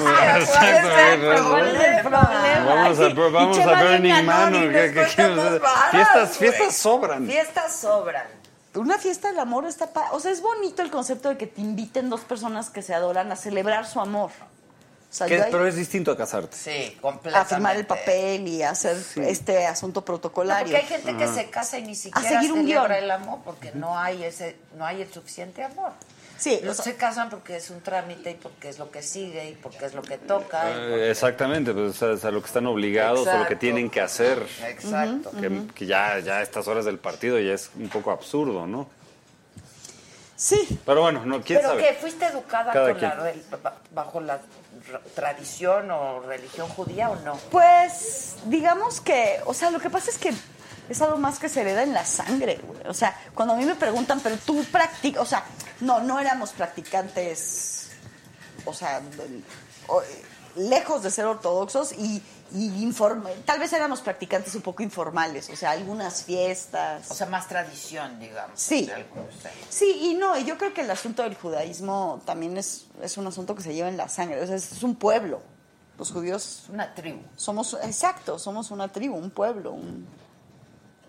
[SPEAKER 1] sea,
[SPEAKER 11] Exacto,
[SPEAKER 1] ¿cuál es el
[SPEAKER 11] bueno,
[SPEAKER 12] ¿Cuál es
[SPEAKER 1] problema?
[SPEAKER 12] el problema?
[SPEAKER 11] Vamos a,
[SPEAKER 12] Sí,
[SPEAKER 11] pro-
[SPEAKER 12] y
[SPEAKER 11] vamos
[SPEAKER 12] Chema
[SPEAKER 11] a Burning
[SPEAKER 12] bien
[SPEAKER 11] Man.
[SPEAKER 12] cañón y
[SPEAKER 11] ¿o qué-
[SPEAKER 12] después
[SPEAKER 11] qué- qué-
[SPEAKER 1] tantas varas,
[SPEAKER 11] fiestas,
[SPEAKER 1] güey.
[SPEAKER 11] fiestas sobran.
[SPEAKER 1] Fiestas sobran.
[SPEAKER 12] Una fiesta del amor está... pa- O sea, es bonito el concepto de que te inviten dos personas que se adoran a celebrar su amor. O sea,
[SPEAKER 11] Que-
[SPEAKER 12] yo ahí-
[SPEAKER 11] pero es distinto a casarte.
[SPEAKER 1] Sí,
[SPEAKER 12] a
[SPEAKER 1] completamente.
[SPEAKER 12] firmar el papel y hacer este asunto
[SPEAKER 1] No,
[SPEAKER 12] protocolario.
[SPEAKER 1] porque hay gente que
[SPEAKER 11] Ajá.
[SPEAKER 1] se casa y ni siquiera
[SPEAKER 12] seguir un
[SPEAKER 1] celebra
[SPEAKER 12] guión.
[SPEAKER 1] el amor porque no hay ese, no hay el suficiente amor.
[SPEAKER 12] Sí,
[SPEAKER 1] No
[SPEAKER 12] o sea,
[SPEAKER 1] se casan porque es un trámite y porque es lo que sigue y porque es lo que toca. y
[SPEAKER 11] Eh, exactamente, pues, o sea, a lo que están obligados o lo que
[SPEAKER 1] Exacto.
[SPEAKER 11] tienen que hacer.
[SPEAKER 1] Exacto.
[SPEAKER 11] Que, que ya, ya a estas horas del partido ya es un poco absurdo, ¿no?
[SPEAKER 12] sí.
[SPEAKER 11] Pero bueno, no, quién
[SPEAKER 1] Pero
[SPEAKER 11] sabe.
[SPEAKER 1] que fuiste educada
[SPEAKER 11] Cada
[SPEAKER 1] con la
[SPEAKER 11] quien.
[SPEAKER 1] re- ba- bajo la r- tradición o religión judía o no.
[SPEAKER 12] Pues digamos que, o sea, lo que pasa es que es algo más que se hereda en la sangre, güey. O sea, cuando a mí me preguntan, pero tú practicas, o sea, no, no éramos practicantes, o sea, del- o- eh, lejos de ser ortodoxos y, y informa- tal vez éramos practicantes un poco informales, o sea, algunas fiestas.
[SPEAKER 1] O sea, más tradición, digamos.
[SPEAKER 12] Sí.
[SPEAKER 1] de algunos, sí.
[SPEAKER 12] Sí, y no, y yo creo que el asunto del judaísmo también es, es un asunto que se lleva en la sangre, o sea, es un pueblo. Los judíos
[SPEAKER 1] Es una tribu.
[SPEAKER 12] somos, exacto, somos una tribu, un pueblo, un-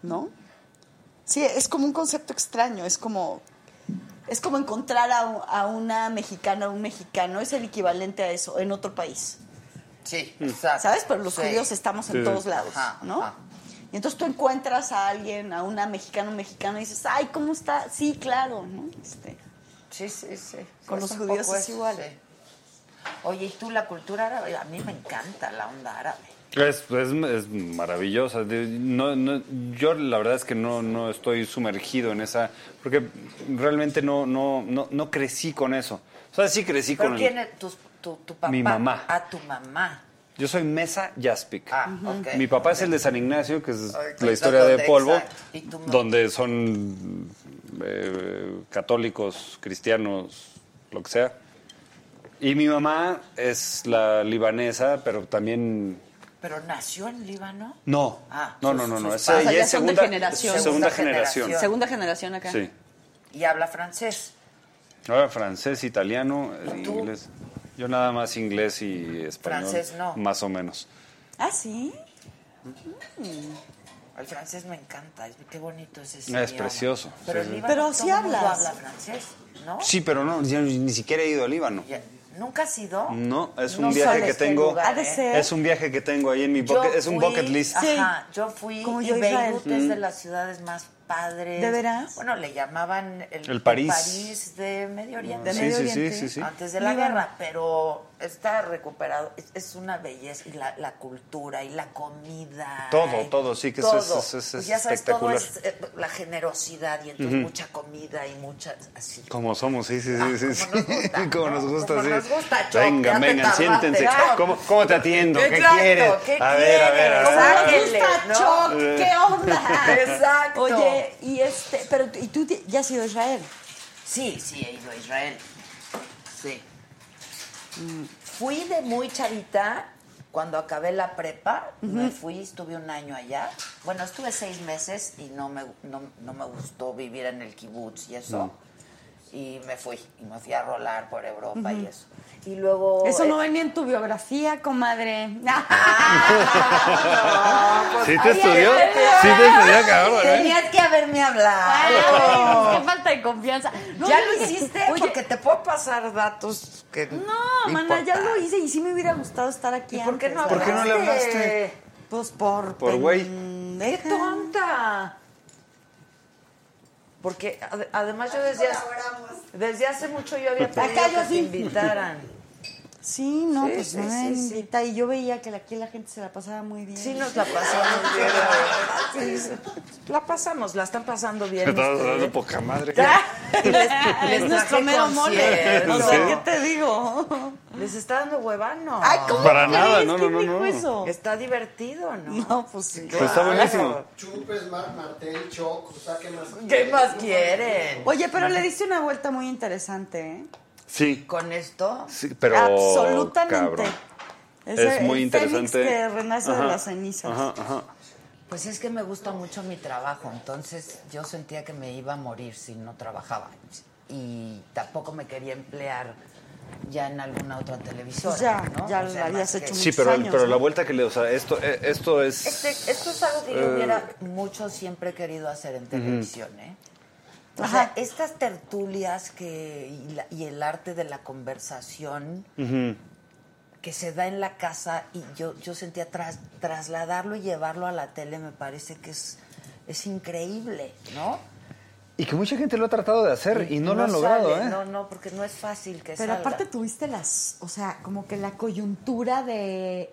[SPEAKER 12] ¿no? Sí, es como un concepto extraño, es como, es como encontrar a, u- a una mexicana o un mexicano, es el equivalente a eso en otro país,
[SPEAKER 1] Sí, exacto.
[SPEAKER 11] Mm.
[SPEAKER 12] ¿sabes? Pero los
[SPEAKER 1] Sí.
[SPEAKER 12] judíos estamos en
[SPEAKER 11] Sí.
[SPEAKER 12] todos lados,
[SPEAKER 1] Ajá,
[SPEAKER 12] ¿no?
[SPEAKER 1] ajá.
[SPEAKER 12] Y entonces tú encuentras a alguien, a una mexicana, un mexicano, y dices, ay, ¿cómo está? Sí, claro, ¿no? Este,
[SPEAKER 1] Sí, sí, sí.
[SPEAKER 12] Con los
[SPEAKER 1] un
[SPEAKER 12] judíos
[SPEAKER 1] poco
[SPEAKER 12] es igual.
[SPEAKER 1] Oye, ¿y tú la cultura árabe? A mí me encanta la onda árabe.
[SPEAKER 11] Es, es, es maravillosa. De- No, no, yo la verdad es que no, no estoy sumergido en esa, porque realmente no, no, no, no crecí con eso. O sea, sí crecí
[SPEAKER 1] ¿Pero
[SPEAKER 11] con el-
[SPEAKER 1] quién es tus- tu, tu papá?
[SPEAKER 11] Mi mamá.
[SPEAKER 1] A tu mamá.
[SPEAKER 11] Yo soy Mesa Jaspic.
[SPEAKER 1] Ah, ok.
[SPEAKER 11] Mi papá es el de San Ignacio, que es
[SPEAKER 1] Exacto,
[SPEAKER 11] la historia de
[SPEAKER 1] donde-
[SPEAKER 11] Polvo,
[SPEAKER 1] exacto. ¿Y tu mamá?
[SPEAKER 11] donde son eh, católicos, cristianos, lo que sea. Y mi mamá es la libanesa, pero también
[SPEAKER 1] ¿Pero nació en Líbano?
[SPEAKER 11] No.
[SPEAKER 1] Ah.
[SPEAKER 11] no, no, no, no.
[SPEAKER 1] Sus
[SPEAKER 11] Esa
[SPEAKER 1] padres
[SPEAKER 11] ya
[SPEAKER 1] ya
[SPEAKER 11] es
[SPEAKER 1] son de
[SPEAKER 11] segunda,
[SPEAKER 1] generación.
[SPEAKER 11] es
[SPEAKER 1] Segunda
[SPEAKER 11] segunda generación.
[SPEAKER 12] Segunda generación acá.
[SPEAKER 11] Sí.
[SPEAKER 1] Y habla francés.
[SPEAKER 11] Ahora francés, italiano, eh, inglés. Yo nada más inglés y español.
[SPEAKER 1] Francés no.
[SPEAKER 11] Más o menos.
[SPEAKER 1] Ah, sí. El francés me encanta. es- Qué bonito es ese.
[SPEAKER 11] Ah, Es
[SPEAKER 1] idioma.
[SPEAKER 11] precioso,
[SPEAKER 1] Pero,
[SPEAKER 11] sí,
[SPEAKER 1] en
[SPEAKER 11] sí.
[SPEAKER 1] Líbano
[SPEAKER 12] Pero
[SPEAKER 1] todo
[SPEAKER 12] sí
[SPEAKER 1] el mundo
[SPEAKER 12] hablas.
[SPEAKER 1] habla francés, ¿no?
[SPEAKER 11] Sí, pero no, yo ni siquiera he ido a Líbano.
[SPEAKER 1] Ya- ¿Nunca has ido?
[SPEAKER 11] No, es un
[SPEAKER 1] No
[SPEAKER 11] viaje
[SPEAKER 1] sabes
[SPEAKER 11] que
[SPEAKER 1] qué
[SPEAKER 11] tengo.
[SPEAKER 1] lugar, Ha de ¿eh? ser.
[SPEAKER 11] Es un viaje que tengo ahí en mi
[SPEAKER 1] Yo
[SPEAKER 11] bucket, es un
[SPEAKER 1] fui-
[SPEAKER 11] bucket list.
[SPEAKER 1] Ajá, yo fui
[SPEAKER 12] Como
[SPEAKER 1] y
[SPEAKER 12] yo a Israel.
[SPEAKER 1] Beirut es de
[SPEAKER 12] Mm.
[SPEAKER 1] las ciudades más padres.
[SPEAKER 12] ¿De veras?
[SPEAKER 1] Bueno, le llamaban el,
[SPEAKER 11] El París.
[SPEAKER 1] París de Medio Oriente.
[SPEAKER 11] De Sí, Medio sí, sí, Oriente. sí, sí.
[SPEAKER 1] Antes de la
[SPEAKER 12] Líbano.
[SPEAKER 1] guerra, pero está recuperado. Es, es una belleza y la, la cultura y la comida.
[SPEAKER 11] Todo,
[SPEAKER 1] y
[SPEAKER 11] todo, sí, que eso es-
[SPEAKER 1] todo.
[SPEAKER 11] es- es
[SPEAKER 1] Pues ya sabes, todo es
[SPEAKER 11] espectacular.
[SPEAKER 1] eh, la generosidad y entonces
[SPEAKER 11] Ujú.
[SPEAKER 1] mucha comida y mucha así.
[SPEAKER 11] Como somos, sí, sí,
[SPEAKER 1] Ah,
[SPEAKER 11] sí, sí. sí. Como nos gusta,
[SPEAKER 1] Como
[SPEAKER 11] sí.
[SPEAKER 1] nos gusta, Choc, ya
[SPEAKER 11] Vengan,
[SPEAKER 1] te
[SPEAKER 11] vengan,
[SPEAKER 1] tardaste.
[SPEAKER 11] siéntense.
[SPEAKER 1] Choc.
[SPEAKER 11] ¿Cómo, cómo te atiendo? ¿Qué
[SPEAKER 1] Exacto,
[SPEAKER 11] quieres?
[SPEAKER 1] ¿qué
[SPEAKER 11] a ver, a ver,
[SPEAKER 1] quieres?
[SPEAKER 11] a ver. a ver.
[SPEAKER 1] Sáquenle,
[SPEAKER 12] Está
[SPEAKER 1] ¿no?
[SPEAKER 12] choc,
[SPEAKER 11] Eh.
[SPEAKER 12] ¿qué onda?
[SPEAKER 1] Exacto.
[SPEAKER 12] Oye, y este, pero ¿y tú te- ya has ido a Israel?
[SPEAKER 1] Sí, sí, he ido a Israel. Sí. Mm, Fui de muy chavita cuando acabé la prepa. Me fui, estuve un año allá. Bueno, estuve seis meses y no me, no, no me gustó vivir en el kibutz y eso.
[SPEAKER 12] No. Mm.
[SPEAKER 1] Y me fui. Y me fui a rolar por Europa y eso. Y luego.
[SPEAKER 12] Eso no
[SPEAKER 1] eh,
[SPEAKER 12] venía en tu biografía, comadre.
[SPEAKER 1] Ah.
[SPEAKER 11] ¿Sí te estudió? ¿Sí te estudió, cabrón? ¿eh?
[SPEAKER 1] Tenías que haberme hablado.
[SPEAKER 12] Ay, qué falta de confianza. No,
[SPEAKER 1] ya
[SPEAKER 12] yo
[SPEAKER 1] lo
[SPEAKER 12] dije,
[SPEAKER 1] hiciste
[SPEAKER 12] oye,
[SPEAKER 1] porque te puedo pasar datos que.
[SPEAKER 12] No, mana, ya lo hice y sí me hubiera gustado estar aquí.
[SPEAKER 1] por qué
[SPEAKER 12] antes,
[SPEAKER 1] no
[SPEAKER 12] la
[SPEAKER 1] ¿Por qué no le
[SPEAKER 12] verdad.
[SPEAKER 1] hablaste?
[SPEAKER 12] Pues por.
[SPEAKER 11] Por güey.
[SPEAKER 12] ¡Qué tonta!
[SPEAKER 1] Porque ade- además yo desde hace, desde hace mucho yo había pedido
[SPEAKER 12] Acá yo
[SPEAKER 1] que te
[SPEAKER 12] sí.
[SPEAKER 1] invitaran.
[SPEAKER 12] Sí, no,
[SPEAKER 1] Sí,
[SPEAKER 12] pues
[SPEAKER 1] sí,
[SPEAKER 12] no me
[SPEAKER 1] sí, sí.
[SPEAKER 12] invita. Y yo veía que aquí la gente se la pasaba muy bien.
[SPEAKER 1] Sí nos la pasamos bien. la verdad. Sí, La pasamos, la están pasando bien.
[SPEAKER 11] Me estabas
[SPEAKER 1] ustedes.
[SPEAKER 11] hablando poca madre.
[SPEAKER 1] Y les- les
[SPEAKER 12] Es nuestro
[SPEAKER 1] traje
[SPEAKER 12] mero mole.
[SPEAKER 1] concierto.
[SPEAKER 12] O sea, ¿qué te digo?
[SPEAKER 1] Les está dando huevano.
[SPEAKER 12] Ay, ¿cómo
[SPEAKER 11] Para nada,
[SPEAKER 12] crees
[SPEAKER 11] no,
[SPEAKER 12] que
[SPEAKER 11] no, no,
[SPEAKER 12] dijo
[SPEAKER 11] no.
[SPEAKER 12] eso?
[SPEAKER 1] Está divertido, ¿no?
[SPEAKER 12] No, pues sí.
[SPEAKER 11] Pues está buenísimo.
[SPEAKER 2] Chupes, Mar Martel, Choc, o sea, ¿qué más?
[SPEAKER 1] ¿Qué más quieren?
[SPEAKER 12] Oye, pero le diste una vuelta muy interesante, ¿eh?
[SPEAKER 11] Sí,
[SPEAKER 1] Con esto.
[SPEAKER 11] sí, pero.
[SPEAKER 12] Absolutamente.
[SPEAKER 11] Cabrón.
[SPEAKER 12] Ese-
[SPEAKER 11] es muy
[SPEAKER 12] el fénix
[SPEAKER 11] interesante.
[SPEAKER 12] que renace de
[SPEAKER 11] Ajá,
[SPEAKER 12] las cenizas.
[SPEAKER 11] Ajá, ajá.
[SPEAKER 1] Pues es que me gusta mucho mi trabajo, entonces yo sentía que me iba a morir si no trabajaba. Y tampoco me quería emplear ya en alguna otra televisora.
[SPEAKER 12] Ya,
[SPEAKER 1] ¿no?
[SPEAKER 12] ya
[SPEAKER 1] O sea,
[SPEAKER 12] lo habías
[SPEAKER 1] más que-
[SPEAKER 12] hecho
[SPEAKER 11] Sí,
[SPEAKER 12] muchos
[SPEAKER 11] pero,
[SPEAKER 12] años,
[SPEAKER 11] pero
[SPEAKER 12] ¿no?
[SPEAKER 11] la vuelta que le. O sea, esto, eh, esto es.
[SPEAKER 1] Este- esto es algo que yo
[SPEAKER 11] Eh.
[SPEAKER 1] hubiera mucho siempre querido hacer en televisión, ¿eh? O sea, estas tertulias que y, la- y el arte de la conversación
[SPEAKER 11] Ujú.
[SPEAKER 1] que se da en la casa y yo, yo sentía tras- trasladarlo y llevarlo a la tele me parece que es, es increíble, ¿no?
[SPEAKER 11] Y que mucha gente lo ha tratado de hacer y no, lo han logrado,
[SPEAKER 1] sale,
[SPEAKER 11] ¿eh?
[SPEAKER 1] No, no, porque no es fácil que
[SPEAKER 12] Pero
[SPEAKER 1] salga.
[SPEAKER 12] aparte tuviste las, o sea, como que la coyuntura de eh,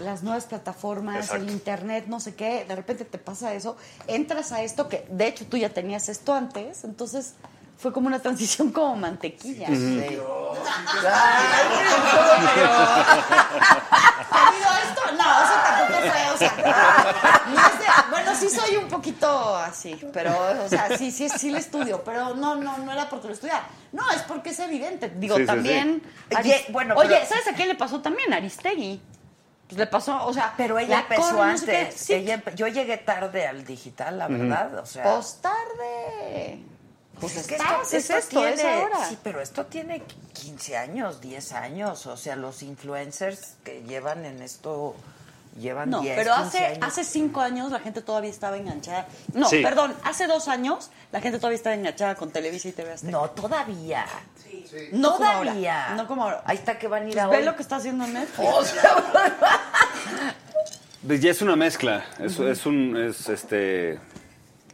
[SPEAKER 12] las nuevas plataformas,
[SPEAKER 11] Exacto.
[SPEAKER 12] el internet, no sé qué, de repente te pasa eso, entras a esto que de hecho tú ya tenías esto antes, entonces fue como una transición como mantequilla.
[SPEAKER 1] Sí.
[SPEAKER 12] ¿Ha habido esto? No, eso tampoco fue, o sea, no es de- bueno, sí soy un poquito así, pero, o sea, sí, sí, sí le estudio, pero no, no, no era porque lo estudiaba, no, es porque es evidente, digo,
[SPEAKER 11] Sí, sí,
[SPEAKER 12] también,
[SPEAKER 1] sí.
[SPEAKER 12] Aris-
[SPEAKER 1] Oye, bueno,
[SPEAKER 12] oye,
[SPEAKER 1] pero-
[SPEAKER 12] ¿sabes a quién le pasó también? A Aristegui, pues le pasó, o sea,
[SPEAKER 1] Pero ella
[SPEAKER 12] la
[SPEAKER 1] empezó
[SPEAKER 12] Corre, no
[SPEAKER 1] antes.
[SPEAKER 12] sé qué, sí,
[SPEAKER 1] Ella empe- yo llegué tarde al digital, la
[SPEAKER 11] Ujú.
[SPEAKER 1] verdad. O sea,
[SPEAKER 12] pues tarde, pues
[SPEAKER 1] es que
[SPEAKER 12] estás,
[SPEAKER 1] esto-
[SPEAKER 12] es
[SPEAKER 1] esto
[SPEAKER 12] esto, es
[SPEAKER 1] tiene-
[SPEAKER 12] ahora.
[SPEAKER 1] Sí, pero esto tiene 15 años, 10 años. O sea, los influencers que llevan en esto llevan
[SPEAKER 12] No,
[SPEAKER 1] 10,
[SPEAKER 12] pero
[SPEAKER 1] 15
[SPEAKER 12] hace,
[SPEAKER 1] años.
[SPEAKER 12] hace cinco años la gente todavía estaba enganchada. No,
[SPEAKER 11] Sí.
[SPEAKER 12] perdón, hace dos años la gente todavía estaba enganchada con Televisa y TV Azteca.
[SPEAKER 1] No, todavía.
[SPEAKER 12] No como ahora.
[SPEAKER 1] todavía.
[SPEAKER 12] No como ahora.
[SPEAKER 1] Ahí está que van a ir
[SPEAKER 12] Pues
[SPEAKER 1] a
[SPEAKER 12] ve
[SPEAKER 1] hoy.
[SPEAKER 12] lo que está haciendo Netflix.
[SPEAKER 1] O sea,
[SPEAKER 11] Pues ya es una mezcla. Es, es un. Es este.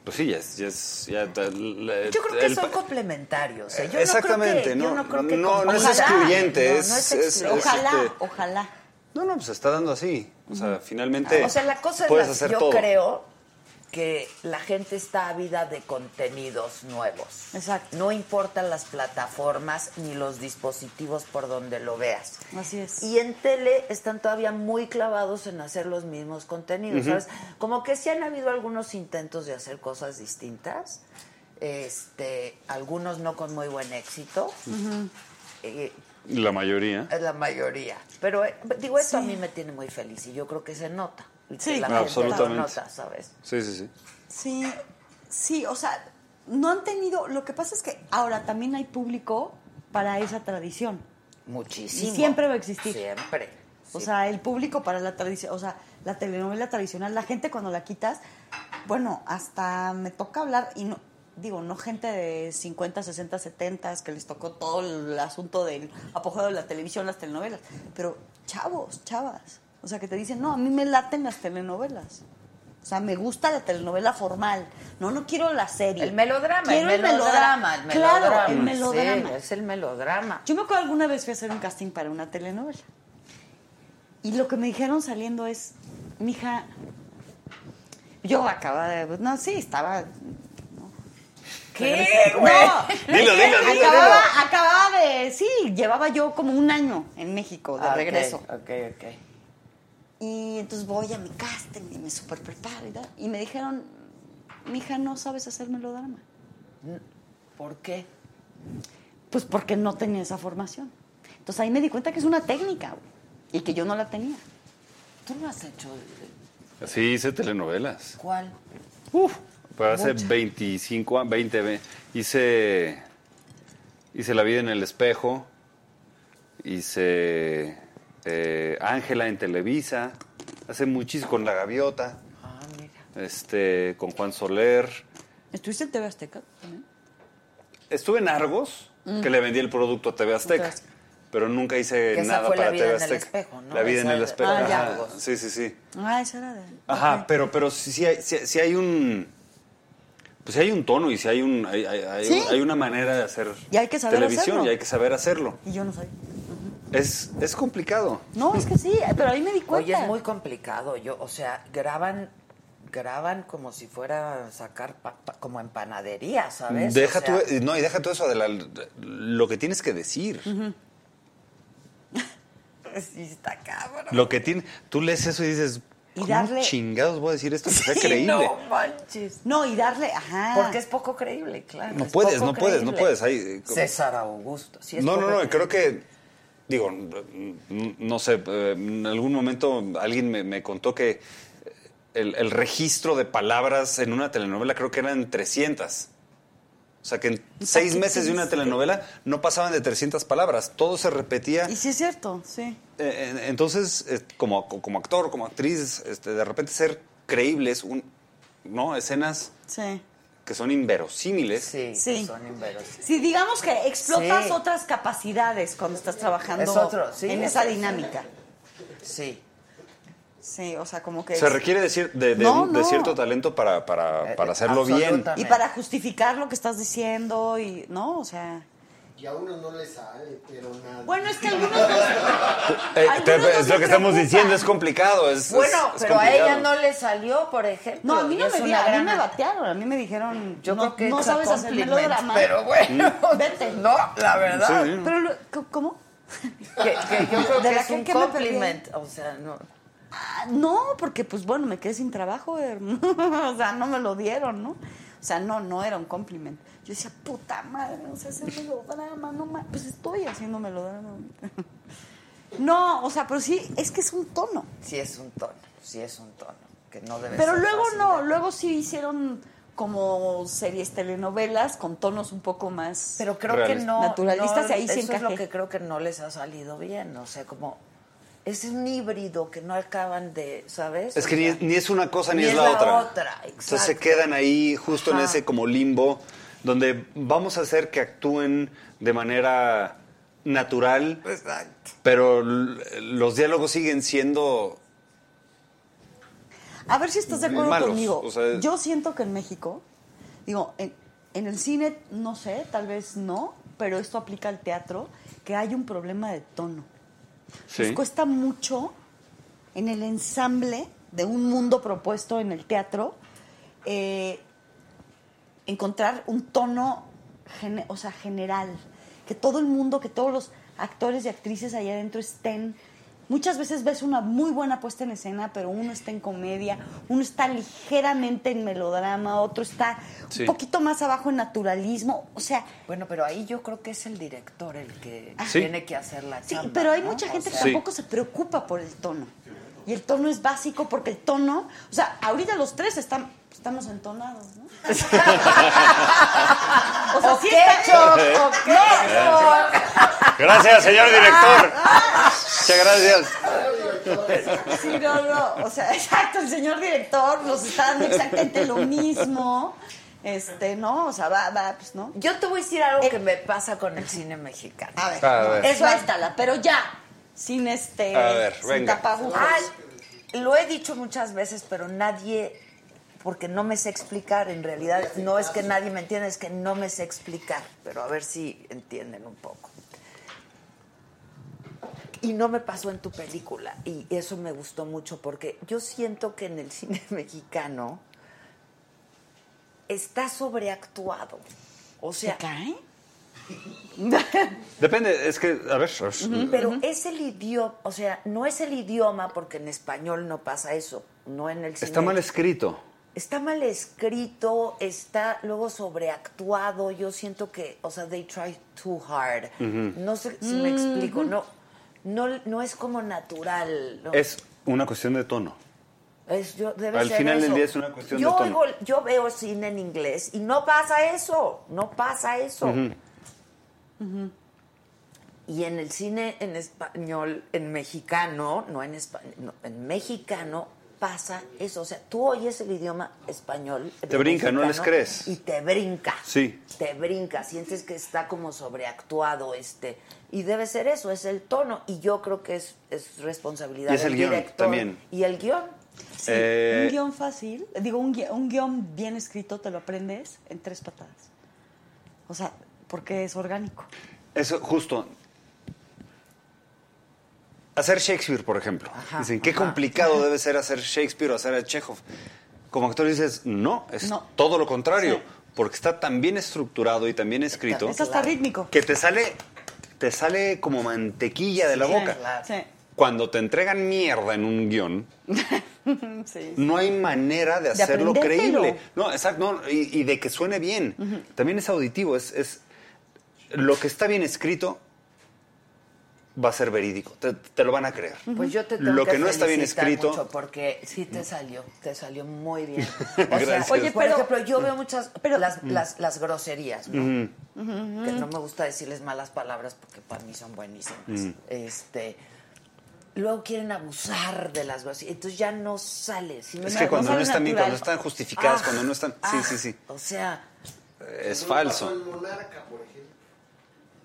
[SPEAKER 11] Pues sí, ya es. ya es- ya da- la-
[SPEAKER 1] Yo creo que
[SPEAKER 11] Este, el
[SPEAKER 1] son
[SPEAKER 11] pa-
[SPEAKER 1] complementarios. o sea, yo
[SPEAKER 11] Exactamente,
[SPEAKER 1] no. creo que- yo
[SPEAKER 11] no,
[SPEAKER 1] no creo que
[SPEAKER 11] no, no es
[SPEAKER 1] compartan.
[SPEAKER 11] excluyente,
[SPEAKER 1] No,
[SPEAKER 11] es-
[SPEAKER 1] no es
[SPEAKER 11] es-
[SPEAKER 1] excluyente.
[SPEAKER 11] es,
[SPEAKER 1] ojalá,
[SPEAKER 11] este-
[SPEAKER 1] ojalá.
[SPEAKER 11] No, no, pues está dando así. O sea, finalmente.
[SPEAKER 1] o sea, la cosa es
[SPEAKER 11] puedes
[SPEAKER 1] la-
[SPEAKER 11] hacer
[SPEAKER 1] yo
[SPEAKER 11] todo.
[SPEAKER 1] creo que la gente está ávida de contenidos nuevos. Exacto. No importan las plataformas ni los dispositivos por donde lo veas.
[SPEAKER 12] Así es.
[SPEAKER 1] Y en tele están todavía muy clavados en hacer los mismos contenidos,
[SPEAKER 12] Ujú.
[SPEAKER 1] ¿sabes? Como que sí han habido algunos intentos de hacer cosas distintas, este, algunos no con muy buen éxito, eh,
[SPEAKER 11] La mayoría.
[SPEAKER 1] es la mayoría. Pero eh, digo, esto a mí me tiene muy feliz y yo creo que se nota. y que
[SPEAKER 12] Sí.
[SPEAKER 1] la gente lo
[SPEAKER 11] Absolutamente.
[SPEAKER 1] nota, ¿sabes?
[SPEAKER 11] Sí, sí, sí.
[SPEAKER 12] Sí, sí, o sea, no han tenido. Lo que pasa es que ahora también hay público para esa tradición.
[SPEAKER 1] Muchísimo.
[SPEAKER 12] Y siempre va a existir.
[SPEAKER 1] Siempre.
[SPEAKER 12] O sea, el público para la tradición, o sea, la telenovela tradicional, la gente cuando la quitas, bueno, hasta me toca hablar y no digo, no gente de 50, 60, 70 que les tocó todo el asunto del apogeo de la televisión, las telenovelas, pero chavos, chavas, o sea, que te dicen, "No, a mí me laten las telenovelas." O sea, me gusta la telenovela formal. No, no quiero la serie.
[SPEAKER 1] El melodrama,
[SPEAKER 12] Quiero
[SPEAKER 1] el melodrama, el melodrama.
[SPEAKER 12] Claro, el
[SPEAKER 1] Sí,
[SPEAKER 12] melodrama.
[SPEAKER 1] es el melodrama.
[SPEAKER 12] Yo me acuerdo alguna vez fui a hacer un casting para una telenovela. Y lo que me dijeron saliendo es, mija, yo acababa de... pues, No, sí, estaba... ¿no?
[SPEAKER 1] ¿Qué,
[SPEAKER 12] Regresé-
[SPEAKER 1] güey?
[SPEAKER 12] No,
[SPEAKER 1] Dilo, dilo,
[SPEAKER 12] acababa,
[SPEAKER 1] dilo, dilo.
[SPEAKER 12] acababa de... Sí, llevaba yo como un año en México de
[SPEAKER 1] Ah, ok,
[SPEAKER 12] regreso.
[SPEAKER 1] Ok, ok.
[SPEAKER 12] Y entonces voy a mi casting y me super preparo y tal. Y me dijeron, mija, no sabes hacer melodrama.
[SPEAKER 1] ¿Por qué?
[SPEAKER 12] Pues porque no tenía esa formación. Entonces ahí me di cuenta que es una técnica güey, y que yo no la tenía.
[SPEAKER 1] ¿Tú no has hecho
[SPEAKER 11] Sí, hice telenovelas.
[SPEAKER 1] cuál?
[SPEAKER 12] Uf.
[SPEAKER 11] Pero hace
[SPEAKER 1] Muchas.
[SPEAKER 11] 25, a- 20, ve- hice, hice La vida en el espejo, hice eh, Ángela en Televisa, hace muchísimo con La Gaviota,
[SPEAKER 1] Ah,
[SPEAKER 11] este, con Juan Soler.
[SPEAKER 12] ¿Estuviste en TV Azteca también?
[SPEAKER 11] Estuve en Argos,
[SPEAKER 12] Mm.
[SPEAKER 11] que le vendí el producto a TV Azteca,
[SPEAKER 12] Entonces.
[SPEAKER 11] pero nunca hice
[SPEAKER 12] Que esa
[SPEAKER 11] nada
[SPEAKER 12] fue La
[SPEAKER 11] para
[SPEAKER 12] vida
[SPEAKER 11] TV
[SPEAKER 12] en el
[SPEAKER 11] Azteca.
[SPEAKER 12] espejo, ¿no?
[SPEAKER 11] La vida en
[SPEAKER 12] Esa
[SPEAKER 11] el
[SPEAKER 12] de-
[SPEAKER 11] espejo.
[SPEAKER 12] Ah, ya.
[SPEAKER 11] ajá, Sí, sí, sí.
[SPEAKER 12] Ah, esa era de...
[SPEAKER 11] Ajá, pero, pero sí, sí hay, sí, sí hay un. Pues sí hay un tono y sí hay, un, hay, hay- hay
[SPEAKER 12] Sí.
[SPEAKER 11] un- hay una manera de hacer
[SPEAKER 12] Y hay que saber
[SPEAKER 11] televisión
[SPEAKER 12] hacerlo.
[SPEAKER 11] y hay que saber hacerlo.
[SPEAKER 12] Y yo no sabía.
[SPEAKER 11] Es, es complicado.
[SPEAKER 12] No, es que sí, pero ahí me di cuenta.
[SPEAKER 1] Oye, es muy complicado. Yo, o sea, graban graban como si fuera a sacar pa- pa- como en panadería, ¿sabes? O
[SPEAKER 11] Deja
[SPEAKER 1] sea,
[SPEAKER 11] tú, eh, no, y deja tú eso de la- lo que tienes que decir.
[SPEAKER 1] pues, sí, está cabrón.
[SPEAKER 11] Lo que tiene, tú lees eso y dices,
[SPEAKER 12] Y
[SPEAKER 11] ¿cómo
[SPEAKER 12] darle-
[SPEAKER 11] chingados voy a decir esto? Que sea
[SPEAKER 12] Sí,
[SPEAKER 11] creíble.
[SPEAKER 12] no. No, y darle, ajá.
[SPEAKER 1] Porque es poco creíble, claro.
[SPEAKER 11] No
[SPEAKER 1] es
[SPEAKER 11] puedes,
[SPEAKER 1] poco
[SPEAKER 11] no puedes, no
[SPEAKER 1] creíble.
[SPEAKER 11] puedes, hay-
[SPEAKER 1] César Augusto. sí es
[SPEAKER 11] no, no,
[SPEAKER 1] poco
[SPEAKER 11] no,
[SPEAKER 1] creíble.
[SPEAKER 11] creo que, digo, n- no sé, eh, en algún momento alguien me, me contó que eh, el, el registro de palabras en una telenovela creo que eran 300. O sea, que en seis
[SPEAKER 12] qué
[SPEAKER 11] meses de una
[SPEAKER 12] triste.
[SPEAKER 11] telenovela no pasaban de 300 palabras, todo se repetía.
[SPEAKER 12] Y sí es cierto, sí.
[SPEAKER 11] Eh, en- entonces, eh, como, como actor, como actriz, este, de repente ser creíbles, un, ¿no? Escenas
[SPEAKER 12] Sí.
[SPEAKER 11] que son inverosímiles.
[SPEAKER 12] Sí.
[SPEAKER 1] Son inverosímiles.
[SPEAKER 12] Sí, digamos que explotas
[SPEAKER 1] Sí.
[SPEAKER 12] otras capacidades cuando estás trabajando
[SPEAKER 1] Es otro, sí,
[SPEAKER 12] en
[SPEAKER 1] es
[SPEAKER 12] esa
[SPEAKER 1] otro.
[SPEAKER 12] dinámica.
[SPEAKER 1] Sí.
[SPEAKER 12] Sí, o sea, como que...
[SPEAKER 11] Se
[SPEAKER 12] es-
[SPEAKER 11] requiere de, cier- de, de
[SPEAKER 12] No,
[SPEAKER 11] un- de
[SPEAKER 12] no. Eh,
[SPEAKER 11] cierto talento para, para, para hacerlo bien.
[SPEAKER 12] Y para justificar lo que estás diciendo y... No, o sea...
[SPEAKER 2] Y a uno no le sale, pero nada.
[SPEAKER 12] Bueno, es que algunos
[SPEAKER 11] Eh,
[SPEAKER 12] Algunos
[SPEAKER 11] te-
[SPEAKER 12] no
[SPEAKER 11] es
[SPEAKER 12] se
[SPEAKER 11] lo que estamos
[SPEAKER 12] preocupan.
[SPEAKER 11] diciendo, es complicado. Es,
[SPEAKER 1] Bueno,
[SPEAKER 11] es- es
[SPEAKER 1] pero a ella
[SPEAKER 11] complicado.
[SPEAKER 1] no le salió, por ejemplo.
[SPEAKER 12] No, a mí no
[SPEAKER 1] y es
[SPEAKER 12] me, di-
[SPEAKER 1] una
[SPEAKER 12] a
[SPEAKER 1] gran
[SPEAKER 12] mí me batearon, a mí me dijeron,
[SPEAKER 1] Yo
[SPEAKER 12] no,
[SPEAKER 1] creo que
[SPEAKER 12] no
[SPEAKER 1] es a
[SPEAKER 12] sabes hacer
[SPEAKER 1] compliment,
[SPEAKER 12] melodrama.
[SPEAKER 1] pero bueno,
[SPEAKER 12] vete.
[SPEAKER 1] No, la verdad. Sí.
[SPEAKER 12] Ah, Pero, lo- ¿c- ¿cómo?
[SPEAKER 1] Que, que yo creo
[SPEAKER 12] ¿De
[SPEAKER 1] que
[SPEAKER 12] la
[SPEAKER 1] es
[SPEAKER 12] que-
[SPEAKER 1] un
[SPEAKER 12] que me perdí?
[SPEAKER 1] compliment. O sea, no.
[SPEAKER 12] Ah, No, porque pues bueno, me quedé sin trabajo, hermano. o sea, no me lo dieron, ¿no? O sea, no, no era un compliment. Yo decía, puta madre, no sé hacer melodrama, no ma- pues estoy haciendo melodrama. ahorita. no, o sea, pero sí, es que es un tono.
[SPEAKER 1] Sí es un tono, sí es un tono. Que no debe
[SPEAKER 12] Pero
[SPEAKER 1] ser
[SPEAKER 12] luego
[SPEAKER 1] fácil
[SPEAKER 12] no, luego sí hicieron como series telenovelas con tonos un poco más
[SPEAKER 1] Pero creo que no.
[SPEAKER 12] naturalistas
[SPEAKER 1] no,
[SPEAKER 12] y ahí sí
[SPEAKER 1] Eso es lo
[SPEAKER 12] encajé.
[SPEAKER 1] que creo que no les ha salido bien. O sea, como. Es un híbrido que no acaban de. ¿Sabes?
[SPEAKER 11] Es que
[SPEAKER 1] O
[SPEAKER 11] ni,
[SPEAKER 1] sea,
[SPEAKER 11] ni es una cosa ni,
[SPEAKER 1] ni
[SPEAKER 11] es
[SPEAKER 1] es
[SPEAKER 11] la,
[SPEAKER 1] la
[SPEAKER 11] otra.
[SPEAKER 1] otra,
[SPEAKER 11] Entonces se
[SPEAKER 1] exacto.
[SPEAKER 11] quedan ahí justo en
[SPEAKER 1] Ajá.
[SPEAKER 11] ese como limbo donde vamos a hacer que actúen de manera natural, pero l- los diálogos siguen siendo
[SPEAKER 12] A ver si estás de acuerdo
[SPEAKER 11] Malos,
[SPEAKER 12] conmigo.
[SPEAKER 11] o sea-
[SPEAKER 12] Yo siento que en México, digo, en, en el cine, no sé, tal vez no, pero esto aplica al teatro, que hay un problema de tono. Nos
[SPEAKER 1] Pues
[SPEAKER 11] Sí.
[SPEAKER 12] cuesta mucho en el ensamble de un mundo propuesto en el teatro eh, encontrar un tono gene- o sea, general. Que todo el mundo, que todos los actores y actrices allá adentro estén. Muchas veces ves una muy buena puesta en escena, pero uno está en comedia, uno está ligeramente en melodrama, otro está
[SPEAKER 1] Sí.
[SPEAKER 12] un poquito más abajo en naturalismo. O sea,
[SPEAKER 1] Bueno, pero ahí yo creo que es el director el que
[SPEAKER 12] Ah. Sí.
[SPEAKER 1] tiene que hacer la
[SPEAKER 12] Sí,
[SPEAKER 1] chamba.
[SPEAKER 12] pero hay
[SPEAKER 1] ¿no?
[SPEAKER 12] mucha
[SPEAKER 1] O
[SPEAKER 12] gente que
[SPEAKER 1] sea-
[SPEAKER 12] tampoco se preocupa por el tono. Y el tono es básico porque el tono, o sea, ahorita los tres están, estamos entonados, ¿no? o sea,
[SPEAKER 1] ¿O
[SPEAKER 12] sí
[SPEAKER 1] qué,
[SPEAKER 12] está-
[SPEAKER 11] Choc? ¿O qué,
[SPEAKER 12] No,
[SPEAKER 11] Gracias, señor director. Muchas gracias.
[SPEAKER 12] Sí, no, no. O sea, exacto, el señor director nos está dando exactamente lo mismo. Este, ¿no? O sea, va, va, pues, ¿no?
[SPEAKER 1] Yo te voy a decir algo que me pasa con el cine mexicano.
[SPEAKER 12] A ver,
[SPEAKER 11] A ver.
[SPEAKER 12] eso estála, pero ya, sin este,
[SPEAKER 11] A ver,
[SPEAKER 12] sin
[SPEAKER 11] venga.
[SPEAKER 12] tapabocas.
[SPEAKER 1] Ay, lo he dicho muchas veces, pero nadie, porque no me sé explicar, en realidad no es que nadie me entienda, es que no me sé explicar, pero a ver si entienden un poco. Y no me pasó en tu película, y eso me gustó mucho, porque yo siento que en el cine mexicano está sobreactuado. O sea,
[SPEAKER 11] Depende, es que, a ver. a ver.
[SPEAKER 1] pero es el idioma, o sea, no es el idioma porque en español no pasa eso, no en el cine.
[SPEAKER 11] Está mal escrito.
[SPEAKER 1] Está mal escrito, está luego sobreactuado, yo siento que, o sea, they try too hard.
[SPEAKER 11] Ujú.
[SPEAKER 1] No sé si me explico, no, no, no es como natural. ¿no?
[SPEAKER 11] Es una cuestión de tono.
[SPEAKER 1] Es- yo- debe
[SPEAKER 11] Al
[SPEAKER 1] ser
[SPEAKER 11] final del
[SPEAKER 1] eso.
[SPEAKER 11] día es una cuestión
[SPEAKER 1] yo
[SPEAKER 11] de tono.
[SPEAKER 1] oigo- yo veo cine en inglés y no pasa eso, no pasa eso.
[SPEAKER 11] Ujú.
[SPEAKER 1] Y en el cine en español, en mexicano, no en español, en mexicano pasa eso. O sea, tú oyes el idioma español. el
[SPEAKER 11] Te brinca, no les
[SPEAKER 1] mexicano,
[SPEAKER 11] crees.
[SPEAKER 1] Y te brinca.
[SPEAKER 11] Sí.
[SPEAKER 1] Te brinca, sientes que está como sobreactuado este. Y debe ser eso, es el tono. Y yo creo que es, es responsabilidad
[SPEAKER 11] Y es
[SPEAKER 1] del
[SPEAKER 11] el guión
[SPEAKER 1] director.
[SPEAKER 11] también.
[SPEAKER 1] Y el guión.
[SPEAKER 12] Sí,
[SPEAKER 11] Eh,
[SPEAKER 12] un guión fácil, digo, un guión, un guión bien escrito te lo aprendes en tres patadas. O sea, porque es orgánico.
[SPEAKER 11] Eso, justo. Hacer Shakespeare, por ejemplo. Dicen, qué complicado debe ser hacer Shakespeare o hacer a Chekhov. Como actor dices, no, es
[SPEAKER 12] No.
[SPEAKER 11] todo lo contrario. Porque está tan bien estructurado y tan bien escrito.
[SPEAKER 12] Es hasta rítmico.
[SPEAKER 11] Que te sale, te sale como mantequilla de la
[SPEAKER 12] Sí,
[SPEAKER 11] boca.
[SPEAKER 12] Sí.
[SPEAKER 11] Cuando te entregan mierda en un guión,
[SPEAKER 12] Sí.
[SPEAKER 11] no hay manera de
[SPEAKER 12] De
[SPEAKER 11] hacerlo
[SPEAKER 12] aprendértelo.
[SPEAKER 11] creíble. No, exacto, no, y, y de que suene bien.
[SPEAKER 12] Ujú.
[SPEAKER 11] También es auditivo, es, es- lo que está bien escrito va a ser verídico, te, te lo van a creer.
[SPEAKER 1] Pues yo te tengo
[SPEAKER 11] lo que,
[SPEAKER 1] que
[SPEAKER 11] no está bien
[SPEAKER 1] felicitar
[SPEAKER 11] escrito,
[SPEAKER 1] mucho porque sí te salió, te salió muy bien.
[SPEAKER 11] Gracias. Mm.
[SPEAKER 1] oye,
[SPEAKER 11] Oye,
[SPEAKER 1] por
[SPEAKER 11] pero-
[SPEAKER 1] ejemplo, yo veo muchas las, las, las groserías, ¿no?
[SPEAKER 11] Ujú.
[SPEAKER 1] Que no me gusta decirles malas palabras porque para mí son buenísimas.
[SPEAKER 11] Mm.
[SPEAKER 1] Este luego quieren abusar de las groserías, entonces ya no sale. Si
[SPEAKER 11] es que cuando no, están bien, cuando están justificadas,
[SPEAKER 1] Ah,
[SPEAKER 11] cuando no están...
[SPEAKER 1] ah,
[SPEAKER 11] sí, sí, sí.
[SPEAKER 1] O sea,
[SPEAKER 11] Es
[SPEAKER 2] Pasó
[SPEAKER 11] falso.
[SPEAKER 2] El monarca, por ejemplo.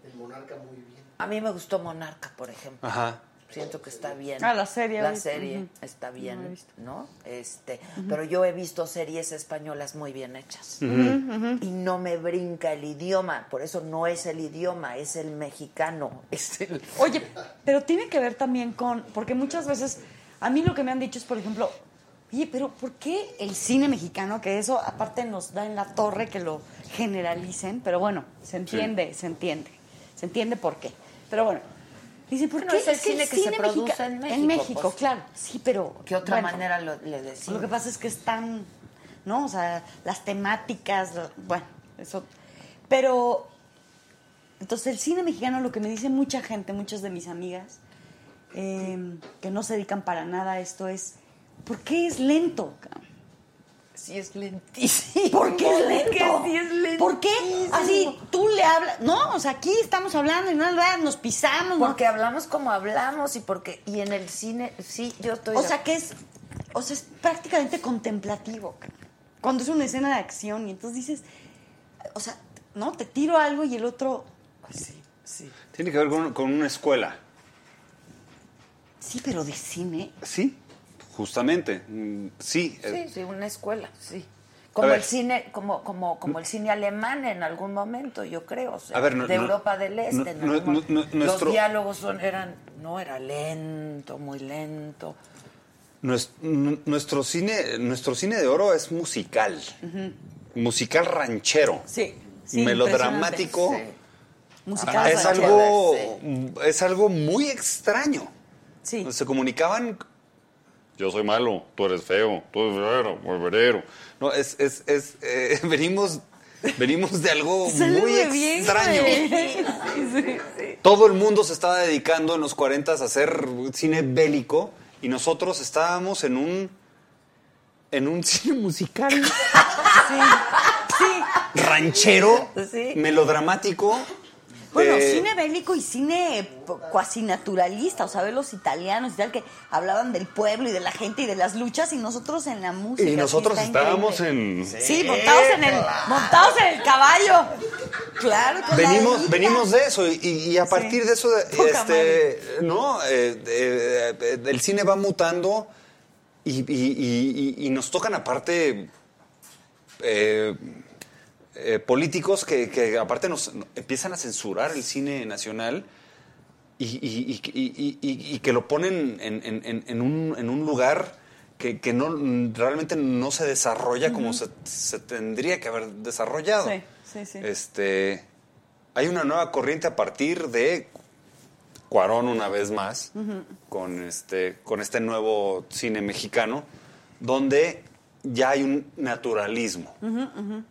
[SPEAKER 2] El monarca muy bien.
[SPEAKER 1] a mí me gustó Monarca, por ejemplo.
[SPEAKER 11] Ajá.
[SPEAKER 1] Siento que está bien.
[SPEAKER 12] Ah, la serie,
[SPEAKER 1] La
[SPEAKER 12] ahorita,
[SPEAKER 1] serie
[SPEAKER 12] ujú.
[SPEAKER 1] está
[SPEAKER 12] No la he
[SPEAKER 1] bien,
[SPEAKER 12] visto.
[SPEAKER 1] ¿no? Este, pero yo he visto series españolas muy bien hechas.
[SPEAKER 12] Ujú. Ujú,
[SPEAKER 1] Y no me brinca el idioma, por eso no es el idioma, es el mexicano. Es el-
[SPEAKER 12] Oye, pero tiene que ver también con, porque muchas veces, a mí lo que me han dicho es, por ejemplo, oye, pero ¿por qué el cine mexicano, que eso aparte nos da en la torre que lo generalicen, pero bueno, se entiende, se entiende, se entiende por qué. Pero bueno, dice, ¿por
[SPEAKER 1] Bueno,
[SPEAKER 12] qué
[SPEAKER 1] es el
[SPEAKER 12] el
[SPEAKER 1] cine que se produce
[SPEAKER 12] mexica-
[SPEAKER 1] en México,
[SPEAKER 12] En México,
[SPEAKER 1] pues.
[SPEAKER 12] claro, sí, pero...
[SPEAKER 1] ¿Qué otra
[SPEAKER 12] bueno,
[SPEAKER 1] manera lo- le decimos?
[SPEAKER 12] Lo que pasa es que están, ¿no? O sea, las temáticas, lo- bueno, eso. Pero, entonces el cine mexicano, lo que me dice mucha gente, muchas de mis amigas, eh, que no se dedican para nada a esto, es, ¿por qué es lento? cabrón?
[SPEAKER 1] Sí, es
[SPEAKER 12] ¿Por qué es
[SPEAKER 1] ¿Por
[SPEAKER 12] lento?
[SPEAKER 1] qué sí es lentísimo?
[SPEAKER 12] ¿Por qué? Así, tú le hablas. No, o sea, aquí estamos hablando y no nos pisamos. ¿no?
[SPEAKER 1] Porque hablamos como hablamos y porque y en el cine sí yo estoy
[SPEAKER 12] O
[SPEAKER 1] de
[SPEAKER 12] sea, que es, o sea, es prácticamente contemplativo. cabrón. Cuando es una escena de acción y entonces dices, o sea, no, te tiro algo y el otro, pues sí, sí.
[SPEAKER 11] Tiene que ver con, con una escuela.
[SPEAKER 12] Sí, pero de cine.
[SPEAKER 11] Sí, justamente. Mm, Sí, eh,
[SPEAKER 1] Sí, sí, una escuela, sí. Como
[SPEAKER 11] ver.
[SPEAKER 1] el cine, como, como, como el cine alemán en algún momento, yo creo. o sea,
[SPEAKER 11] A ver, no-
[SPEAKER 1] de
[SPEAKER 11] no-
[SPEAKER 1] Europa del Este.
[SPEAKER 11] no-
[SPEAKER 1] en
[SPEAKER 11] no-
[SPEAKER 1] algún
[SPEAKER 11] no- no-
[SPEAKER 1] momento.
[SPEAKER 11] nuestro-
[SPEAKER 1] Los diálogos son, eran, no era lento, muy lento.
[SPEAKER 11] nues- n- nuestro, cine, nuestro cine de oro es musical, musical ranchero,
[SPEAKER 1] Sí.
[SPEAKER 11] melodramático. Ah,
[SPEAKER 1] Musical
[SPEAKER 11] es
[SPEAKER 1] ranchero,
[SPEAKER 11] algo
[SPEAKER 1] sí.
[SPEAKER 11] es algo muy extraño.
[SPEAKER 1] Sí.
[SPEAKER 11] Se comunicaban yo soy malo, tú eres feo, tú eres verero, verero. No, es, es, es, eh, venimos, venimos de algo muy extraño. Todo el mundo se estaba dedicando en los 40 a hacer cine bélico y nosotros estábamos en un en un cine musical. Ah. Ranchero,
[SPEAKER 12] Sí.
[SPEAKER 11] melodramático.
[SPEAKER 12] Bueno,
[SPEAKER 11] eh,
[SPEAKER 12] cine bélico y cine po- cuasi naturalista, o sea, ver los italianos y tal que hablaban del pueblo y de la gente y de las luchas y nosotros en la música.
[SPEAKER 11] Y nosotros
[SPEAKER 12] Pues sí, está
[SPEAKER 11] estábamos
[SPEAKER 12] increíble.
[SPEAKER 11] en
[SPEAKER 12] Sí, montados en el montados en el caballo. Claro, con la
[SPEAKER 11] Venimos,
[SPEAKER 12] lira.
[SPEAKER 11] venimos de eso y, y- y a partir de eso,
[SPEAKER 12] Poca
[SPEAKER 11] este, no, Eh, eh, eh, el cine va mutando y, y- y- y- y nos tocan aparte eh, eh, políticos que, que aparte nos empiezan a censurar el cine nacional y, y- y- y- y- y que lo ponen en, en- en- en un, en un lugar que, que no realmente no se desarrolla como se, se tendría que haber desarrollado.
[SPEAKER 12] Sí, sí, sí.
[SPEAKER 11] Este, hay una nueva corriente a partir de Cuarón una vez más
[SPEAKER 12] Ujú.
[SPEAKER 11] con este con este nuevo cine mexicano donde ya hay un naturalismo,
[SPEAKER 1] Ujú, ujú.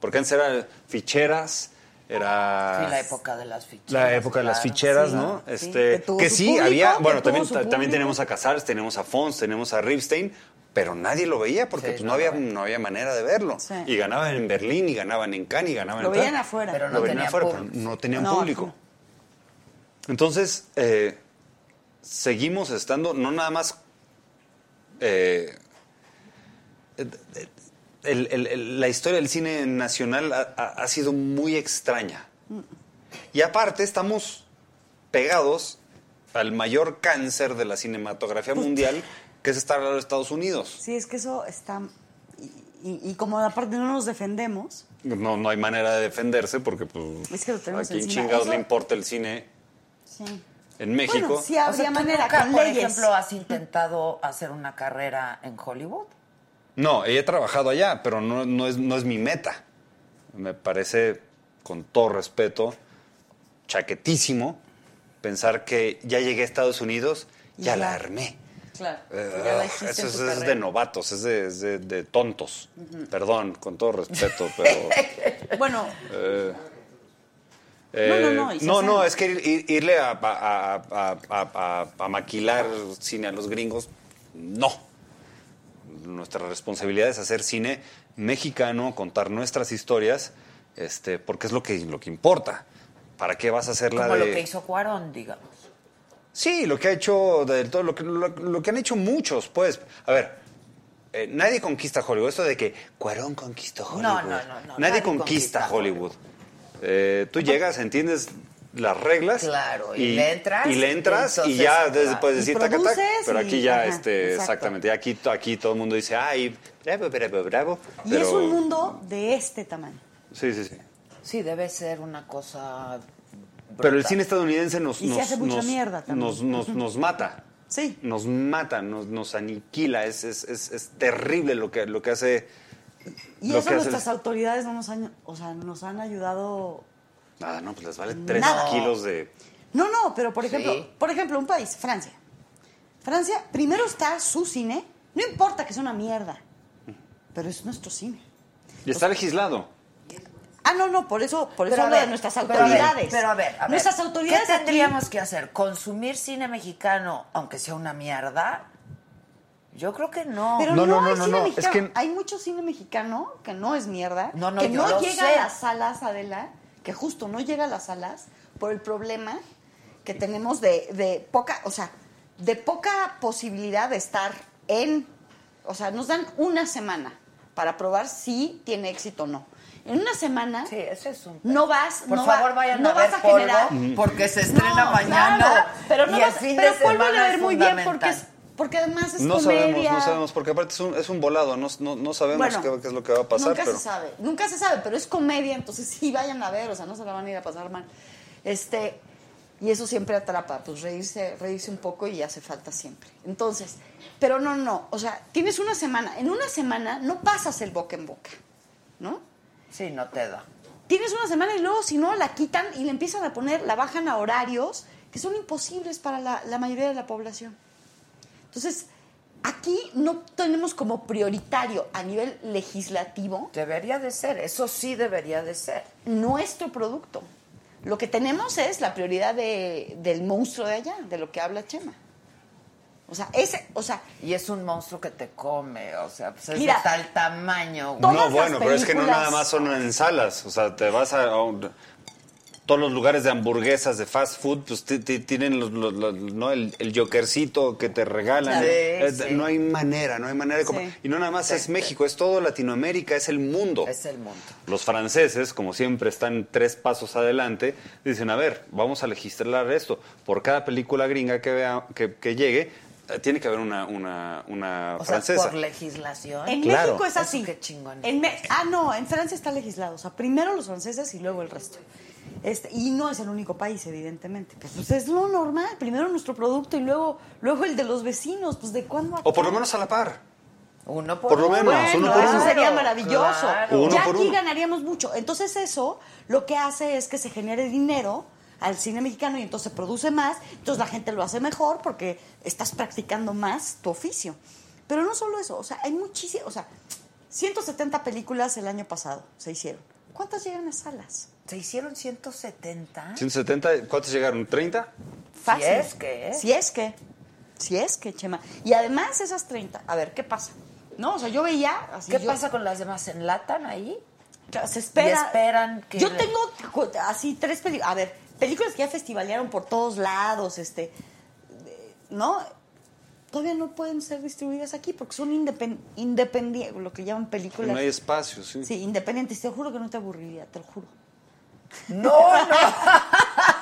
[SPEAKER 11] porque antes eran ficheras, era
[SPEAKER 1] Sí, la época de las ficheras.
[SPEAKER 11] la época de las
[SPEAKER 1] claro,
[SPEAKER 11] ficheras,
[SPEAKER 1] sí,
[SPEAKER 11] ¿no?
[SPEAKER 1] sí.
[SPEAKER 11] Este,
[SPEAKER 1] tuvo
[SPEAKER 11] que
[SPEAKER 1] su
[SPEAKER 11] sí,
[SPEAKER 1] público,
[SPEAKER 11] había,
[SPEAKER 1] que
[SPEAKER 11] bueno,
[SPEAKER 1] tuvo
[SPEAKER 11] también
[SPEAKER 1] su
[SPEAKER 11] ta- también
[SPEAKER 1] público.
[SPEAKER 11] tenemos a Casares, tenemos a Fons, tenemos a Ripstein, pero nadie lo veía porque
[SPEAKER 1] Sí,
[SPEAKER 11] pues
[SPEAKER 1] no
[SPEAKER 11] no, había no había manera de verlo.
[SPEAKER 1] Sí.
[SPEAKER 11] Y ganaban en Berlín y ganaban en Cannes y ganaban
[SPEAKER 12] Lo
[SPEAKER 11] en
[SPEAKER 12] veían
[SPEAKER 11] tal.
[SPEAKER 12] afuera. Pero no
[SPEAKER 11] Lo veían
[SPEAKER 12] tenía
[SPEAKER 11] afuera, pero
[SPEAKER 12] público.
[SPEAKER 11] no tenían
[SPEAKER 12] No,
[SPEAKER 11] público. Entonces, eh, seguimos estando no nada más eh, el- el- el- la historia del cine nacional ha- ha- ha sido muy extraña. Y aparte estamos pegados al mayor cáncer de la cinematografía mundial, que es estar a los Estados Unidos.
[SPEAKER 12] Sí, es que eso está y, y- y como aparte no nos defendemos,
[SPEAKER 11] No, no hay manera de defenderse porque pues,
[SPEAKER 12] Es que lo
[SPEAKER 11] a
[SPEAKER 12] tenemos
[SPEAKER 11] quién
[SPEAKER 12] encima.
[SPEAKER 11] chingados
[SPEAKER 12] Eso-
[SPEAKER 11] le importa el cine
[SPEAKER 12] sí.
[SPEAKER 11] en México.
[SPEAKER 12] Bueno, sí habría
[SPEAKER 1] O sea, ¿tú
[SPEAKER 12] manera,
[SPEAKER 1] nunca,
[SPEAKER 12] con
[SPEAKER 1] por
[SPEAKER 12] leyes.
[SPEAKER 1] ejemplo, ah, has intentado hacer una carrera en Hollywood?
[SPEAKER 11] No, he trabajado allá, pero no, no es, no es mi meta. Me parece, con todo respeto, chaquetísimo pensar que ya llegué a Estados Unidos, ya
[SPEAKER 12] Ya.
[SPEAKER 11] la armé.
[SPEAKER 12] Claro.
[SPEAKER 11] Ugh, ah, eso es, es de novatos, es de, es de- de tontos.
[SPEAKER 12] Ujú.
[SPEAKER 11] Perdón, con todo respeto, pero...
[SPEAKER 12] Bueno,
[SPEAKER 11] eh,
[SPEAKER 12] No, no, no,
[SPEAKER 11] eh,
[SPEAKER 12] y se
[SPEAKER 11] no,
[SPEAKER 12] hacen-
[SPEAKER 11] no, es que ir- ir- irle a, a- a- a- a- a- a maquilar cine a los gringos, no. Nuestra responsabilidad es hacer cine mexicano, contar nuestras historias, este, porque es lo que, lo que importa. ¿Para qué vas a hacer la
[SPEAKER 1] Como
[SPEAKER 11] de...?
[SPEAKER 1] lo que hizo Cuarón, digamos.
[SPEAKER 11] Sí, lo que ha hecho del todo, lo que, lo, lo que han hecho muchos, pues. A ver, eh, nadie conquista Hollywood. Esto de que Cuarón conquistó Hollywood.
[SPEAKER 1] No, no, no, no,
[SPEAKER 11] nadie,
[SPEAKER 1] nadie
[SPEAKER 11] conquista,
[SPEAKER 1] conquista
[SPEAKER 11] Hollywood. Eh, tú llegas, entiendes las reglas.
[SPEAKER 1] Claro, y le entras,
[SPEAKER 11] Y le entras y
[SPEAKER 1] entonces,
[SPEAKER 11] ya después
[SPEAKER 1] claro.
[SPEAKER 11] puedes
[SPEAKER 1] Y
[SPEAKER 11] decir taca, taca,
[SPEAKER 1] produces
[SPEAKER 11] Pero aquí
[SPEAKER 1] y-
[SPEAKER 11] ya,
[SPEAKER 1] ajá,
[SPEAKER 11] este,
[SPEAKER 1] exacto.
[SPEAKER 11] exactamente. Aquí, aquí todo el mundo dice, ay, bravo, bravo, bravo.
[SPEAKER 12] y
[SPEAKER 11] pero-
[SPEAKER 12] es un mundo de este tamaño.
[SPEAKER 11] Sí, sí, sí.
[SPEAKER 1] Sí, debe ser una cosa.
[SPEAKER 11] Pero el
[SPEAKER 1] brutal.
[SPEAKER 11] cine estadounidense nos.
[SPEAKER 1] Y se
[SPEAKER 11] nos-
[SPEAKER 1] hace mucha
[SPEAKER 11] nos-
[SPEAKER 1] mierda también.
[SPEAKER 11] Nos, nos-
[SPEAKER 1] Ujú.
[SPEAKER 11] nos mata.
[SPEAKER 12] Sí.
[SPEAKER 11] Nos mata, nos, nos aniquila. Es, es- es- es terrible lo que, lo que hace.
[SPEAKER 12] Y
[SPEAKER 11] lo
[SPEAKER 12] eso
[SPEAKER 11] que hace el-
[SPEAKER 12] nuestras autoridades no nos han, o sea, nos han ayudado.
[SPEAKER 11] Nada, no, pues les vale tres
[SPEAKER 12] Nada.
[SPEAKER 11] kilos de.
[SPEAKER 12] No, no, pero por ejemplo,
[SPEAKER 11] Sí.
[SPEAKER 12] por ejemplo, un país, Francia. Francia, primero está su cine, no importa que sea una mierda, pero es nuestro cine.
[SPEAKER 11] Y
[SPEAKER 12] Pues,
[SPEAKER 11] está legislado.
[SPEAKER 12] Ah, no, no, por eso, por eso
[SPEAKER 1] Pero a
[SPEAKER 12] hablo de
[SPEAKER 1] ver,
[SPEAKER 12] nuestras
[SPEAKER 1] pero a ver,
[SPEAKER 12] autoridades.
[SPEAKER 1] Pero a ver, a ver,
[SPEAKER 12] nuestras autoridades
[SPEAKER 1] ¿Qué
[SPEAKER 12] aquí-
[SPEAKER 1] tendríamos que hacer? ¿Consumir cine mexicano, aunque sea una mierda? Yo creo que no.
[SPEAKER 12] Pero no, hay cine mexicano. Hay mucho cine mexicano que no es mierda,
[SPEAKER 1] No, no,
[SPEAKER 12] que
[SPEAKER 1] yo
[SPEAKER 12] no
[SPEAKER 1] lo
[SPEAKER 12] llega
[SPEAKER 1] sé.
[SPEAKER 12] a las salas, Adela, que justo no llega a las salas por el problema que tenemos de, de poca, o sea, de poca posibilidad de estar en, o sea, nos dan una semana para probar si tiene éxito o no. En una semana no vas,
[SPEAKER 1] Por
[SPEAKER 12] no va-
[SPEAKER 1] favor, vayan
[SPEAKER 12] no
[SPEAKER 1] a ver
[SPEAKER 12] vas a generar
[SPEAKER 11] Mm.
[SPEAKER 1] Polvo, porque se estrena
[SPEAKER 12] No,
[SPEAKER 1] mañana.
[SPEAKER 12] claro, pero no
[SPEAKER 1] y
[SPEAKER 12] vas-
[SPEAKER 1] el fin
[SPEAKER 12] pero
[SPEAKER 1] de
[SPEAKER 12] Polvo
[SPEAKER 1] semana
[SPEAKER 12] le va a
[SPEAKER 1] es
[SPEAKER 12] ver muy bien porque es
[SPEAKER 1] fundamental.
[SPEAKER 12] Porque además es
[SPEAKER 11] No
[SPEAKER 12] comedia.
[SPEAKER 11] sabemos, no sabemos, porque aparte es un, es un volado, no, no, no sabemos
[SPEAKER 12] Bueno,
[SPEAKER 11] qué, qué es lo que va a pasar.
[SPEAKER 12] Nunca
[SPEAKER 11] pero
[SPEAKER 12] se sabe, nunca se sabe, pero es comedia, entonces sí vayan a ver, o sea, no se la van a ir a pasar mal. Este, y eso siempre atrapa, pues reírse, reírse un poco y hace falta siempre. Entonces, pero no, no, o sea, tienes una semana, en una semana no pasas el boca en boca, ¿no?
[SPEAKER 1] Sí, no te da.
[SPEAKER 12] Tienes una semana y luego si no la quitan y le empiezan a poner, la bajan a horarios que son imposibles para la, la mayoría de la población. Entonces, aquí no tenemos como prioritario a nivel legislativo.
[SPEAKER 1] Debería de ser, eso sí debería de ser.
[SPEAKER 12] Nuestro producto. Lo que tenemos es la prioridad de- del monstruo de allá, de lo que habla Chema. O sea, ese, o sea,
[SPEAKER 1] Y es un monstruo que te come, o sea, pues es
[SPEAKER 12] Mira,
[SPEAKER 1] de tal tamaño. güey.
[SPEAKER 11] no, bueno, pero es que no nada más son en salas, o sea, te vas a... a un- todos los lugares de hamburguesas, de fast food, pues ti- ti- tienen los, los- los- ¿no? el, el jokercito que te regalan.
[SPEAKER 17] Claro. Sí,
[SPEAKER 11] Eh,
[SPEAKER 17] sí.
[SPEAKER 11] No hay manera, no hay manera de comer.
[SPEAKER 17] Sí.
[SPEAKER 11] Y no nada más es México, es todo Latinoamérica, es el mundo.
[SPEAKER 1] Es el mundo.
[SPEAKER 11] Los franceses, como siempre, están tres pasos adelante. Dicen, a ver, vamos a legislar esto. Por cada película gringa que, vea, que, que llegue, eh, tiene que haber una, una, una
[SPEAKER 1] O sea,
[SPEAKER 11] Ah, francesa.
[SPEAKER 1] por legislación.
[SPEAKER 12] en
[SPEAKER 11] Claro.
[SPEAKER 12] México es
[SPEAKER 11] Eso
[SPEAKER 12] así.
[SPEAKER 1] qué chingón.
[SPEAKER 12] En Me- ah, no, en Francia está legislado. O sea, primero los franceses y luego el resto. Este, y no es el único país, evidentemente. Pero, pues es lo normal. Primero nuestro producto y luego, luego el de los vecinos. Pues de cuándo
[SPEAKER 11] O por lo menos a la par.
[SPEAKER 1] Uno
[SPEAKER 11] por Por lo uno. menos, uno por
[SPEAKER 12] eso
[SPEAKER 11] uno.
[SPEAKER 12] sería maravilloso.
[SPEAKER 11] Claro. Uno
[SPEAKER 12] ya
[SPEAKER 11] por
[SPEAKER 12] aquí
[SPEAKER 11] uno.
[SPEAKER 12] ganaríamos mucho. Entonces eso lo que hace es que se genere dinero al cine mexicano y entonces se produce más, entonces la gente lo hace mejor porque estás practicando más tu oficio. Pero no solo eso, o sea, hay muchísimas, o sea, 170 películas el año pasado se hicieron. ¿Cuántas llegan a salas?
[SPEAKER 1] Se hicieron 170.
[SPEAKER 11] 170, ¿cuántos llegaron? ¿30?
[SPEAKER 12] Fácil.
[SPEAKER 1] Si es que, ¿eh?
[SPEAKER 12] Si es que. Si es que, Chema. Y además esas 30. A ver, ¿qué pasa? No, o sea, yo veía así.
[SPEAKER 1] ¿Qué
[SPEAKER 12] yo-
[SPEAKER 1] pasa con las demás? ¿Se enlatan ahí?
[SPEAKER 12] Claro, se espera.
[SPEAKER 1] Y esperan que-
[SPEAKER 12] Yo tengo cu- así tres películas. A ver, películas que ya festivalearon por todos lados, este. eh, ¿No? Todavía no pueden ser distribuidas aquí porque son independientes, lo que llaman
[SPEAKER 1] Pues
[SPEAKER 12] películas.
[SPEAKER 11] No hay espacio, sí.
[SPEAKER 12] Sí, independientes. Te juro que no te aburriría, te lo juro.
[SPEAKER 1] No, no.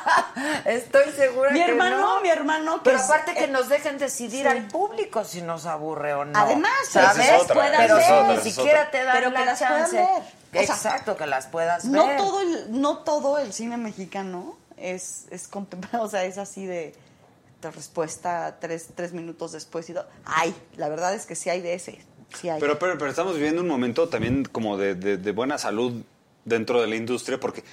[SPEAKER 1] Estoy segura
[SPEAKER 12] Mi
[SPEAKER 1] que
[SPEAKER 12] hermano,
[SPEAKER 1] no.
[SPEAKER 12] mi hermano, que
[SPEAKER 1] Pero
[SPEAKER 12] es-
[SPEAKER 1] aparte que
[SPEAKER 12] eh,
[SPEAKER 1] nos dejen decidir
[SPEAKER 12] sí.
[SPEAKER 1] al público si nos aburre o no.
[SPEAKER 12] Además,
[SPEAKER 1] ¿sabes?
[SPEAKER 12] Esa es otra,
[SPEAKER 1] Puedan
[SPEAKER 12] esa es
[SPEAKER 1] ver,
[SPEAKER 12] otra,
[SPEAKER 1] ni
[SPEAKER 12] esa es
[SPEAKER 1] siquiera
[SPEAKER 12] otra.
[SPEAKER 1] te dan
[SPEAKER 12] Pero que
[SPEAKER 1] la
[SPEAKER 12] las puedan
[SPEAKER 1] chance.
[SPEAKER 12] ver. O sea,
[SPEAKER 1] Exacto, que las puedas
[SPEAKER 12] no
[SPEAKER 1] ver.
[SPEAKER 12] todo el no todo el cine mexicano es es contemplado, o sea, es así de, de respuesta tres, tres minutos después y todo. Ay, la verdad es que sí hay de ese, sí hay.
[SPEAKER 11] Pero, pero, pero estamos viviendo un momento también como de, de- de buena salud dentro de la industria porque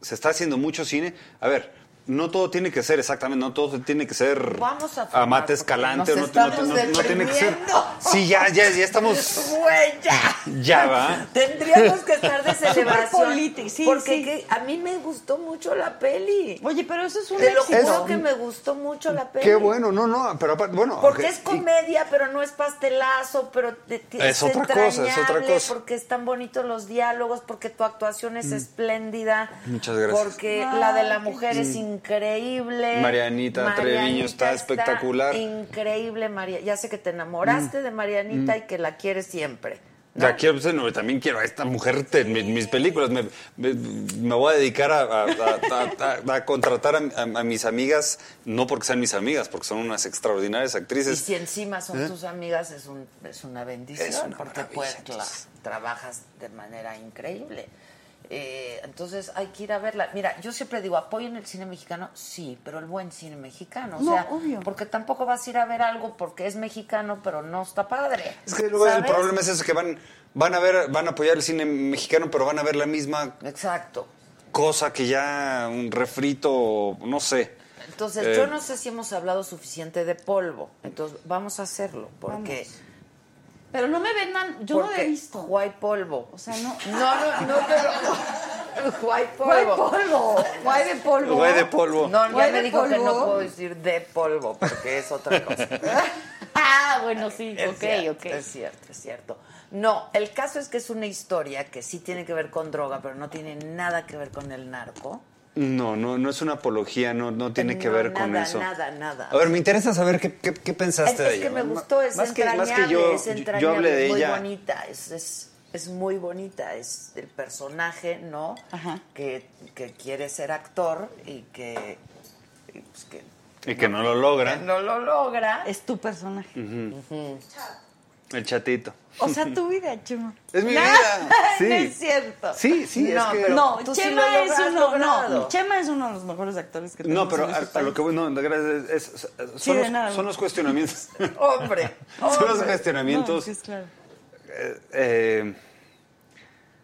[SPEAKER 11] se está haciendo mucho cine. A ver, no todo tiene que ser exactamente, no todo tiene que ser
[SPEAKER 1] Vamos a fumar,
[SPEAKER 11] Amate
[SPEAKER 1] porque
[SPEAKER 11] Escalante,
[SPEAKER 1] nos
[SPEAKER 11] no, no-
[SPEAKER 1] estamos
[SPEAKER 11] no- no tiene que ser.
[SPEAKER 1] deprimiendo.
[SPEAKER 11] Sí, ya, ya, ya estamos.
[SPEAKER 1] Güey, ya.
[SPEAKER 11] Ya va.
[SPEAKER 1] Tendríamos que estar de
[SPEAKER 12] Súper
[SPEAKER 1] celebración.
[SPEAKER 12] politi- sí,
[SPEAKER 1] porque
[SPEAKER 12] sí.
[SPEAKER 1] que- a mí me gustó mucho la peli.
[SPEAKER 12] Oye, pero eso es un
[SPEAKER 1] Te lo
[SPEAKER 12] éxito.
[SPEAKER 1] juro que me gustó mucho la peli.
[SPEAKER 11] Qué bueno, no, no, pero aparte, bueno.
[SPEAKER 1] Porque
[SPEAKER 11] ok,
[SPEAKER 1] es comedia, pero no es pastelazo, pero te- te-
[SPEAKER 11] Es otra cosa, es otra
[SPEAKER 1] entrañable,
[SPEAKER 11] cosa.
[SPEAKER 1] Porque están bonitos los diálogos, porque tu actuación es
[SPEAKER 11] Mm.
[SPEAKER 1] espléndida.
[SPEAKER 11] Muchas gracias.
[SPEAKER 1] Porque la de la mujer
[SPEAKER 11] qué-
[SPEAKER 1] es
[SPEAKER 11] Mm.
[SPEAKER 1] increíble.
[SPEAKER 11] Marianita Treviño está espectacular.
[SPEAKER 1] Increíble, María. Ya sé que te enamoraste de Marianita
[SPEAKER 11] Mm.
[SPEAKER 1] y que la quieres siempre.
[SPEAKER 11] Ya quiero, pues, no, también quiero a esta mujer te- mi- mis películas. Me, me- me voy a dedicar a, a- a- a- a- a contratar a, a- a mis amigas, no porque sean mis amigas, porque son unas extraordinarias
[SPEAKER 1] Y
[SPEAKER 11] actrices.
[SPEAKER 1] si encima son
[SPEAKER 11] ¿Eh?
[SPEAKER 1] tus amigas, es, un, es una bendición,
[SPEAKER 11] Es una
[SPEAKER 1] porque pues, la- trabajas de manera increíble. Eh, entonces hay que ir a verla. Mira, yo siempre digo, apoyen el cine mexicano, sí, pero el buen cine mexicano. O
[SPEAKER 12] No,
[SPEAKER 1] sea,
[SPEAKER 12] obvio.
[SPEAKER 1] porque tampoco vas a ir a ver algo porque es mexicano, pero no está padre.
[SPEAKER 11] Es que luego el
[SPEAKER 1] ¿sabes?
[SPEAKER 11] problema es eso, que van, van a ver, van a apoyar el cine mexicano, pero van a ver la misma
[SPEAKER 1] Exacto.
[SPEAKER 11] cosa que ya un refrito, no sé.
[SPEAKER 1] Entonces,
[SPEAKER 11] Eh,
[SPEAKER 1] yo no sé si hemos hablado suficiente de polvo. Entonces, vamos a hacerlo, porque...
[SPEAKER 12] Pero no me vendan, yo no la he visto.
[SPEAKER 1] Guay polvo. O
[SPEAKER 12] sea, no.
[SPEAKER 1] No, no, no, pero. Guay polvo.
[SPEAKER 12] Guay polvo. Guay de polvo.
[SPEAKER 11] Guay de polvo.
[SPEAKER 1] No, ya
[SPEAKER 12] Guay
[SPEAKER 1] me
[SPEAKER 12] de
[SPEAKER 1] dijo que no
[SPEAKER 12] polvo.
[SPEAKER 1] puedo decir de polvo, porque es otra cosa.
[SPEAKER 12] Ah, bueno, sí,
[SPEAKER 1] Es
[SPEAKER 12] ok,
[SPEAKER 1] cierto,
[SPEAKER 12] ok.
[SPEAKER 1] Es cierto, es cierto. No, el caso es que es una historia que sí tiene que ver con droga, pero no tiene nada que ver con el narco.
[SPEAKER 11] No, no, no es una apología, no, no tiene que
[SPEAKER 1] No,
[SPEAKER 11] ver con
[SPEAKER 1] nada,
[SPEAKER 11] eso.
[SPEAKER 1] Nada, nada,
[SPEAKER 11] A ver, me interesa saber qué, qué, qué
[SPEAKER 1] Es,
[SPEAKER 11] pensaste
[SPEAKER 1] es
[SPEAKER 11] de ella.
[SPEAKER 1] que me
[SPEAKER 11] Ma-
[SPEAKER 1] gustó, es
[SPEAKER 11] más que-
[SPEAKER 1] entrañable,
[SPEAKER 11] más que yo-
[SPEAKER 1] es
[SPEAKER 11] yo- yo
[SPEAKER 1] entrañable,
[SPEAKER 11] hablé de
[SPEAKER 1] es muy
[SPEAKER 11] ella.
[SPEAKER 1] bonita, es, es, es muy bonita, es el personaje, ¿no? Que, que quiere ser actor y que, y pues que
[SPEAKER 11] Y que no lo logra.
[SPEAKER 1] No lo logra.
[SPEAKER 12] Es tu personaje.
[SPEAKER 11] Ujú. El chatito.
[SPEAKER 12] O sea, tu vida, Chema.
[SPEAKER 11] Es mi
[SPEAKER 12] Nah,
[SPEAKER 11] vida. Sí.
[SPEAKER 12] no es cierto.
[SPEAKER 11] Sí, sí, es
[SPEAKER 12] no,
[SPEAKER 11] que-
[SPEAKER 12] pero no,
[SPEAKER 1] tú sí
[SPEAKER 12] Chema
[SPEAKER 1] lo
[SPEAKER 12] es
[SPEAKER 1] has
[SPEAKER 12] uno,
[SPEAKER 1] logrado.
[SPEAKER 12] no, Chema es uno de los mejores actores que tenemos.
[SPEAKER 11] No, pero
[SPEAKER 12] en
[SPEAKER 11] a,
[SPEAKER 12] este
[SPEAKER 11] a
[SPEAKER 12] país.
[SPEAKER 11] lo que voy, no, gracias, es- es- son,
[SPEAKER 12] Sí, de
[SPEAKER 11] los,
[SPEAKER 12] nada.
[SPEAKER 11] son los cuestionamientos.
[SPEAKER 1] Hombre,
[SPEAKER 11] son los
[SPEAKER 12] hombre.
[SPEAKER 11] cuestionamientos
[SPEAKER 12] No, es claro.
[SPEAKER 11] eh, eh,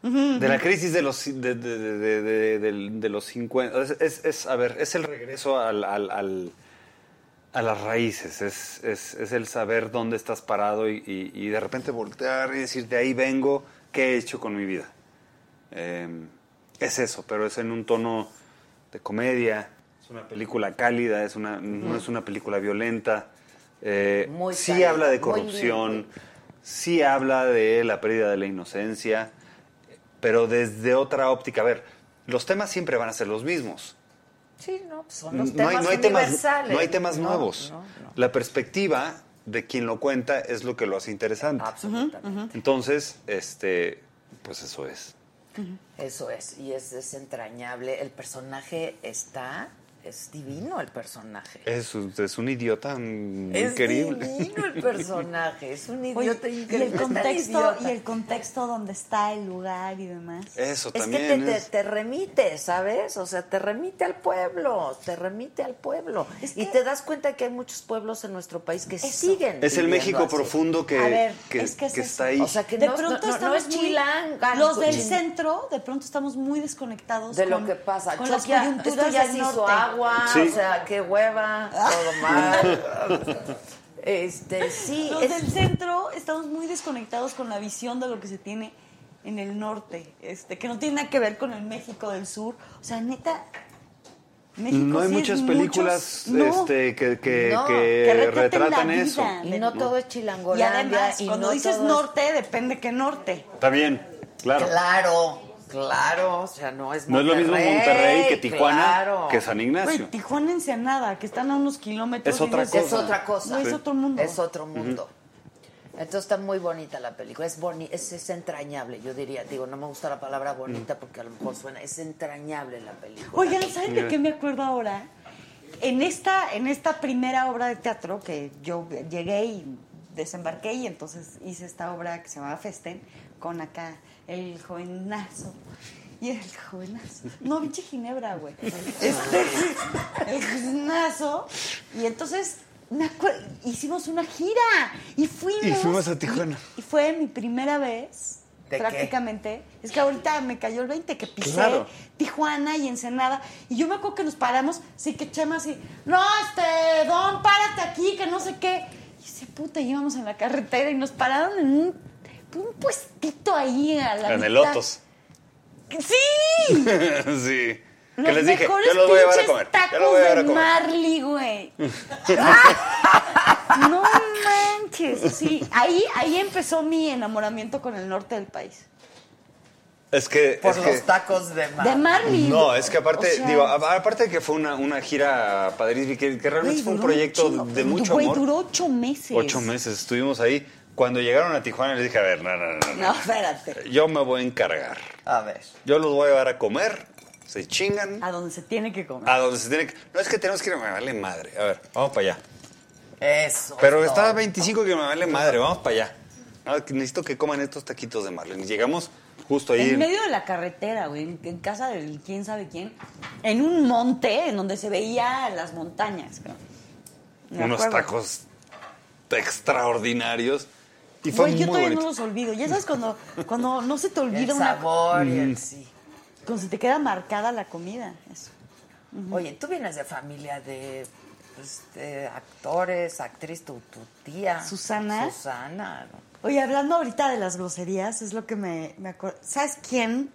[SPEAKER 12] Ujú,
[SPEAKER 11] de la
[SPEAKER 12] ujú.
[SPEAKER 11] crisis de los de, de- de- de- de- del- de los 50. Es, es- es, a ver, es el regreso al, al- al- a las raíces, es, es- es el saber dónde estás parado y, y- y de repente voltear y decir, de ahí vengo, ¿qué he hecho con mi vida? Eh, es eso, pero es en un tono de comedia, es una película cálida, es una, no es una película violenta, eh, sí
[SPEAKER 1] cálida,
[SPEAKER 11] habla
[SPEAKER 1] muy
[SPEAKER 11] de
[SPEAKER 1] libre.
[SPEAKER 11] corrupción, sí habla de la pérdida de la inocencia, pero desde otra óptica. A ver, los temas siempre van a ser los mismos.
[SPEAKER 1] Sí, no, pues son los
[SPEAKER 11] No hay-
[SPEAKER 1] temas
[SPEAKER 11] no hay temas-
[SPEAKER 1] universales.
[SPEAKER 11] no hay temas nuevos. La perspectiva de quien lo cuenta es lo que lo hace interesante. Entonces, este, pues eso es.
[SPEAKER 1] Eso es, y es, es entrañable. El personaje está, es divino el personaje.
[SPEAKER 11] Es, un- es un idiota mm,
[SPEAKER 1] es
[SPEAKER 11] increíble.
[SPEAKER 1] divino el personaje, es un
[SPEAKER 12] Oye,
[SPEAKER 1] idiota
[SPEAKER 12] y
[SPEAKER 1] increíble.
[SPEAKER 12] el
[SPEAKER 1] tan
[SPEAKER 12] contexto
[SPEAKER 1] idiota.
[SPEAKER 12] y el contexto donde está el lugar y demás.
[SPEAKER 11] Eso
[SPEAKER 1] Es que
[SPEAKER 11] también
[SPEAKER 1] te, te,
[SPEAKER 11] es.
[SPEAKER 1] te remite, ¿sabes? O sea, te remite al pueblo, te remite al pueblo. Y te das cuenta que hay muchos pueblos en nuestro país que siguen.
[SPEAKER 11] Es el
[SPEAKER 1] viviendo
[SPEAKER 11] México
[SPEAKER 1] así.
[SPEAKER 11] profundo que,
[SPEAKER 12] A ver,
[SPEAKER 11] que-
[SPEAKER 12] es que es
[SPEAKER 11] que
[SPEAKER 12] eso.
[SPEAKER 11] está ahí.
[SPEAKER 1] O sea, que
[SPEAKER 12] de
[SPEAKER 1] no-
[SPEAKER 12] pronto
[SPEAKER 1] no- no- no
[SPEAKER 12] estamos
[SPEAKER 1] es
[SPEAKER 12] muy-
[SPEAKER 1] chilanga,
[SPEAKER 12] los del
[SPEAKER 1] chin-
[SPEAKER 12] centro, de pronto estamos muy desconectados
[SPEAKER 1] De lo
[SPEAKER 12] con-
[SPEAKER 1] que pasa.
[SPEAKER 12] con
[SPEAKER 1] Chuck
[SPEAKER 12] las
[SPEAKER 1] ya-
[SPEAKER 12] coyunturas
[SPEAKER 1] esto ya
[SPEAKER 12] del
[SPEAKER 1] se
[SPEAKER 12] norte.
[SPEAKER 1] hizo agua,
[SPEAKER 11] Sí.
[SPEAKER 1] o sea, qué hueva, todo mal. este, sí,
[SPEAKER 12] Los
[SPEAKER 1] es-
[SPEAKER 12] del centro estamos muy desconectados con la visión de lo que se tiene en el norte, este, que no tiene nada que ver con el México del sur. O sea, neta, México
[SPEAKER 11] no hay
[SPEAKER 12] sí es
[SPEAKER 11] muchas
[SPEAKER 12] muchos-
[SPEAKER 11] películas
[SPEAKER 12] No.
[SPEAKER 11] este, que, que-
[SPEAKER 12] No,
[SPEAKER 11] que
[SPEAKER 12] que retraten la
[SPEAKER 11] retratan
[SPEAKER 12] vida.
[SPEAKER 11] eso.
[SPEAKER 1] y no todo es
[SPEAKER 12] Y
[SPEAKER 1] chilangolandia.
[SPEAKER 12] además,
[SPEAKER 1] y
[SPEAKER 12] cuando
[SPEAKER 1] no
[SPEAKER 12] dices
[SPEAKER 1] todo es-
[SPEAKER 12] norte, depende qué norte.
[SPEAKER 11] También, claro.
[SPEAKER 1] Claro, claro, o sea, no es
[SPEAKER 11] No es lo mismo Monterrey que Tijuana
[SPEAKER 1] claro.
[SPEAKER 11] que San Ignacio.
[SPEAKER 12] Güey, Tijuana Ensenada, que están a unos kilómetros.
[SPEAKER 11] Es otra
[SPEAKER 12] y dices,
[SPEAKER 11] cosa.
[SPEAKER 1] Es otra cosa.
[SPEAKER 12] No, es
[SPEAKER 1] Sí.
[SPEAKER 12] otro mundo.
[SPEAKER 1] Es otro mundo. Entonces está muy bonita la película, es, boni es, es entrañable, yo diría, digo, no me gusta la palabra
[SPEAKER 11] Mm.
[SPEAKER 1] bonita porque a lo mejor suena, es entrañable la película.
[SPEAKER 12] Oigan, ¿saben de qué me acuerdo ahora? En esta, en esta primera obra de teatro que yo llegué y desembarqué y entonces hice esta obra que se llamaba Festen con acá el jovenazo. Y el jovenazo. No, pinche Ginebra, güey. Este, el jovenazo. Y entonces me acuer- hicimos una gira y fuimos.
[SPEAKER 11] Y fuimos a Tijuana.
[SPEAKER 12] Y fue mi primera vez,
[SPEAKER 11] ¿De qué?
[SPEAKER 12] prácticamente. Es que ahorita me cayó el 20 que pisé
[SPEAKER 11] Claro.
[SPEAKER 12] Tijuana y Ensenada. Y yo me acuerdo que nos paramos, sí que Chema así, no, este, Don, párate aquí, que no sé qué. Y dice, puta, y íbamos en la carretera y nos pararon en un, un puestito ahí a la
[SPEAKER 11] En el
[SPEAKER 12] mitad.
[SPEAKER 11] Otos.
[SPEAKER 12] ¡Sí!
[SPEAKER 11] sí. Que
[SPEAKER 12] Los
[SPEAKER 11] les dije,
[SPEAKER 12] mejores
[SPEAKER 11] yo los voy a llevar a
[SPEAKER 12] pinches
[SPEAKER 11] comer. Yo
[SPEAKER 12] tacos
[SPEAKER 11] los voy a llevar a
[SPEAKER 12] de
[SPEAKER 11] comer.
[SPEAKER 12] Marley, güey. No manches. Sí, ahí, ahí empezó mi enamoramiento con el norte del país.
[SPEAKER 11] Es que.
[SPEAKER 1] Por
[SPEAKER 11] es
[SPEAKER 1] los
[SPEAKER 11] que-
[SPEAKER 1] tacos de mar.
[SPEAKER 12] De Marley.
[SPEAKER 11] Ah, No, es que aparte,
[SPEAKER 12] O sea-
[SPEAKER 11] digo, a- aparte de que fue una, una gira padrísima, que, que realmente
[SPEAKER 12] Güey,
[SPEAKER 11] fue un
[SPEAKER 12] duró
[SPEAKER 11] proyecto
[SPEAKER 12] chingo.
[SPEAKER 11] de mucho
[SPEAKER 12] Güey,
[SPEAKER 11] amor.
[SPEAKER 12] duró ocho meses.
[SPEAKER 11] Ocho meses estuvimos ahí. Cuando llegaron a Tijuana les dije, a ver, no, no, no, no.
[SPEAKER 12] No, espérate.
[SPEAKER 11] Yo me voy a encargar.
[SPEAKER 1] A ver.
[SPEAKER 11] Yo los voy a llevar a comer. Se chingan.
[SPEAKER 12] A donde se tiene que comer.
[SPEAKER 11] A donde se tiene que... No, es que tenemos que ir a me vale madre. A ver, vamos para allá.
[SPEAKER 1] Eso.
[SPEAKER 11] Pero
[SPEAKER 1] es
[SPEAKER 11] está a
[SPEAKER 1] todo.
[SPEAKER 11] 25 que me vale madre. Vamos para allá. Ah, que necesito que coman estos taquitos de Marlene. Llegamos justo ahí.
[SPEAKER 12] En medio de la carretera, güey, en, en casa del quién sabe quién, en un monte en donde se veía las montañas. cabrón. Me
[SPEAKER 11] unos
[SPEAKER 12] acuerdo.
[SPEAKER 11] tacos extraordinarios. Y fue
[SPEAKER 12] Güey,
[SPEAKER 11] muy
[SPEAKER 12] yo todavía
[SPEAKER 11] bonito.
[SPEAKER 12] no los olvido. Ya sabes cuando, cuando no se te olvida
[SPEAKER 1] El
[SPEAKER 12] una-
[SPEAKER 1] sabor y el
[SPEAKER 11] Mm.
[SPEAKER 1] sí.
[SPEAKER 12] Cuando se te queda marcada la comida. Eso.
[SPEAKER 1] Oye, tú vienes de familia de, pues, de actores, actriz, tu, tu tía.
[SPEAKER 12] Susana.
[SPEAKER 1] Susana. ¿no?
[SPEAKER 12] Oye, hablando ahorita de las groserías, es lo que me, me acuerdo. ¿Sabes quién?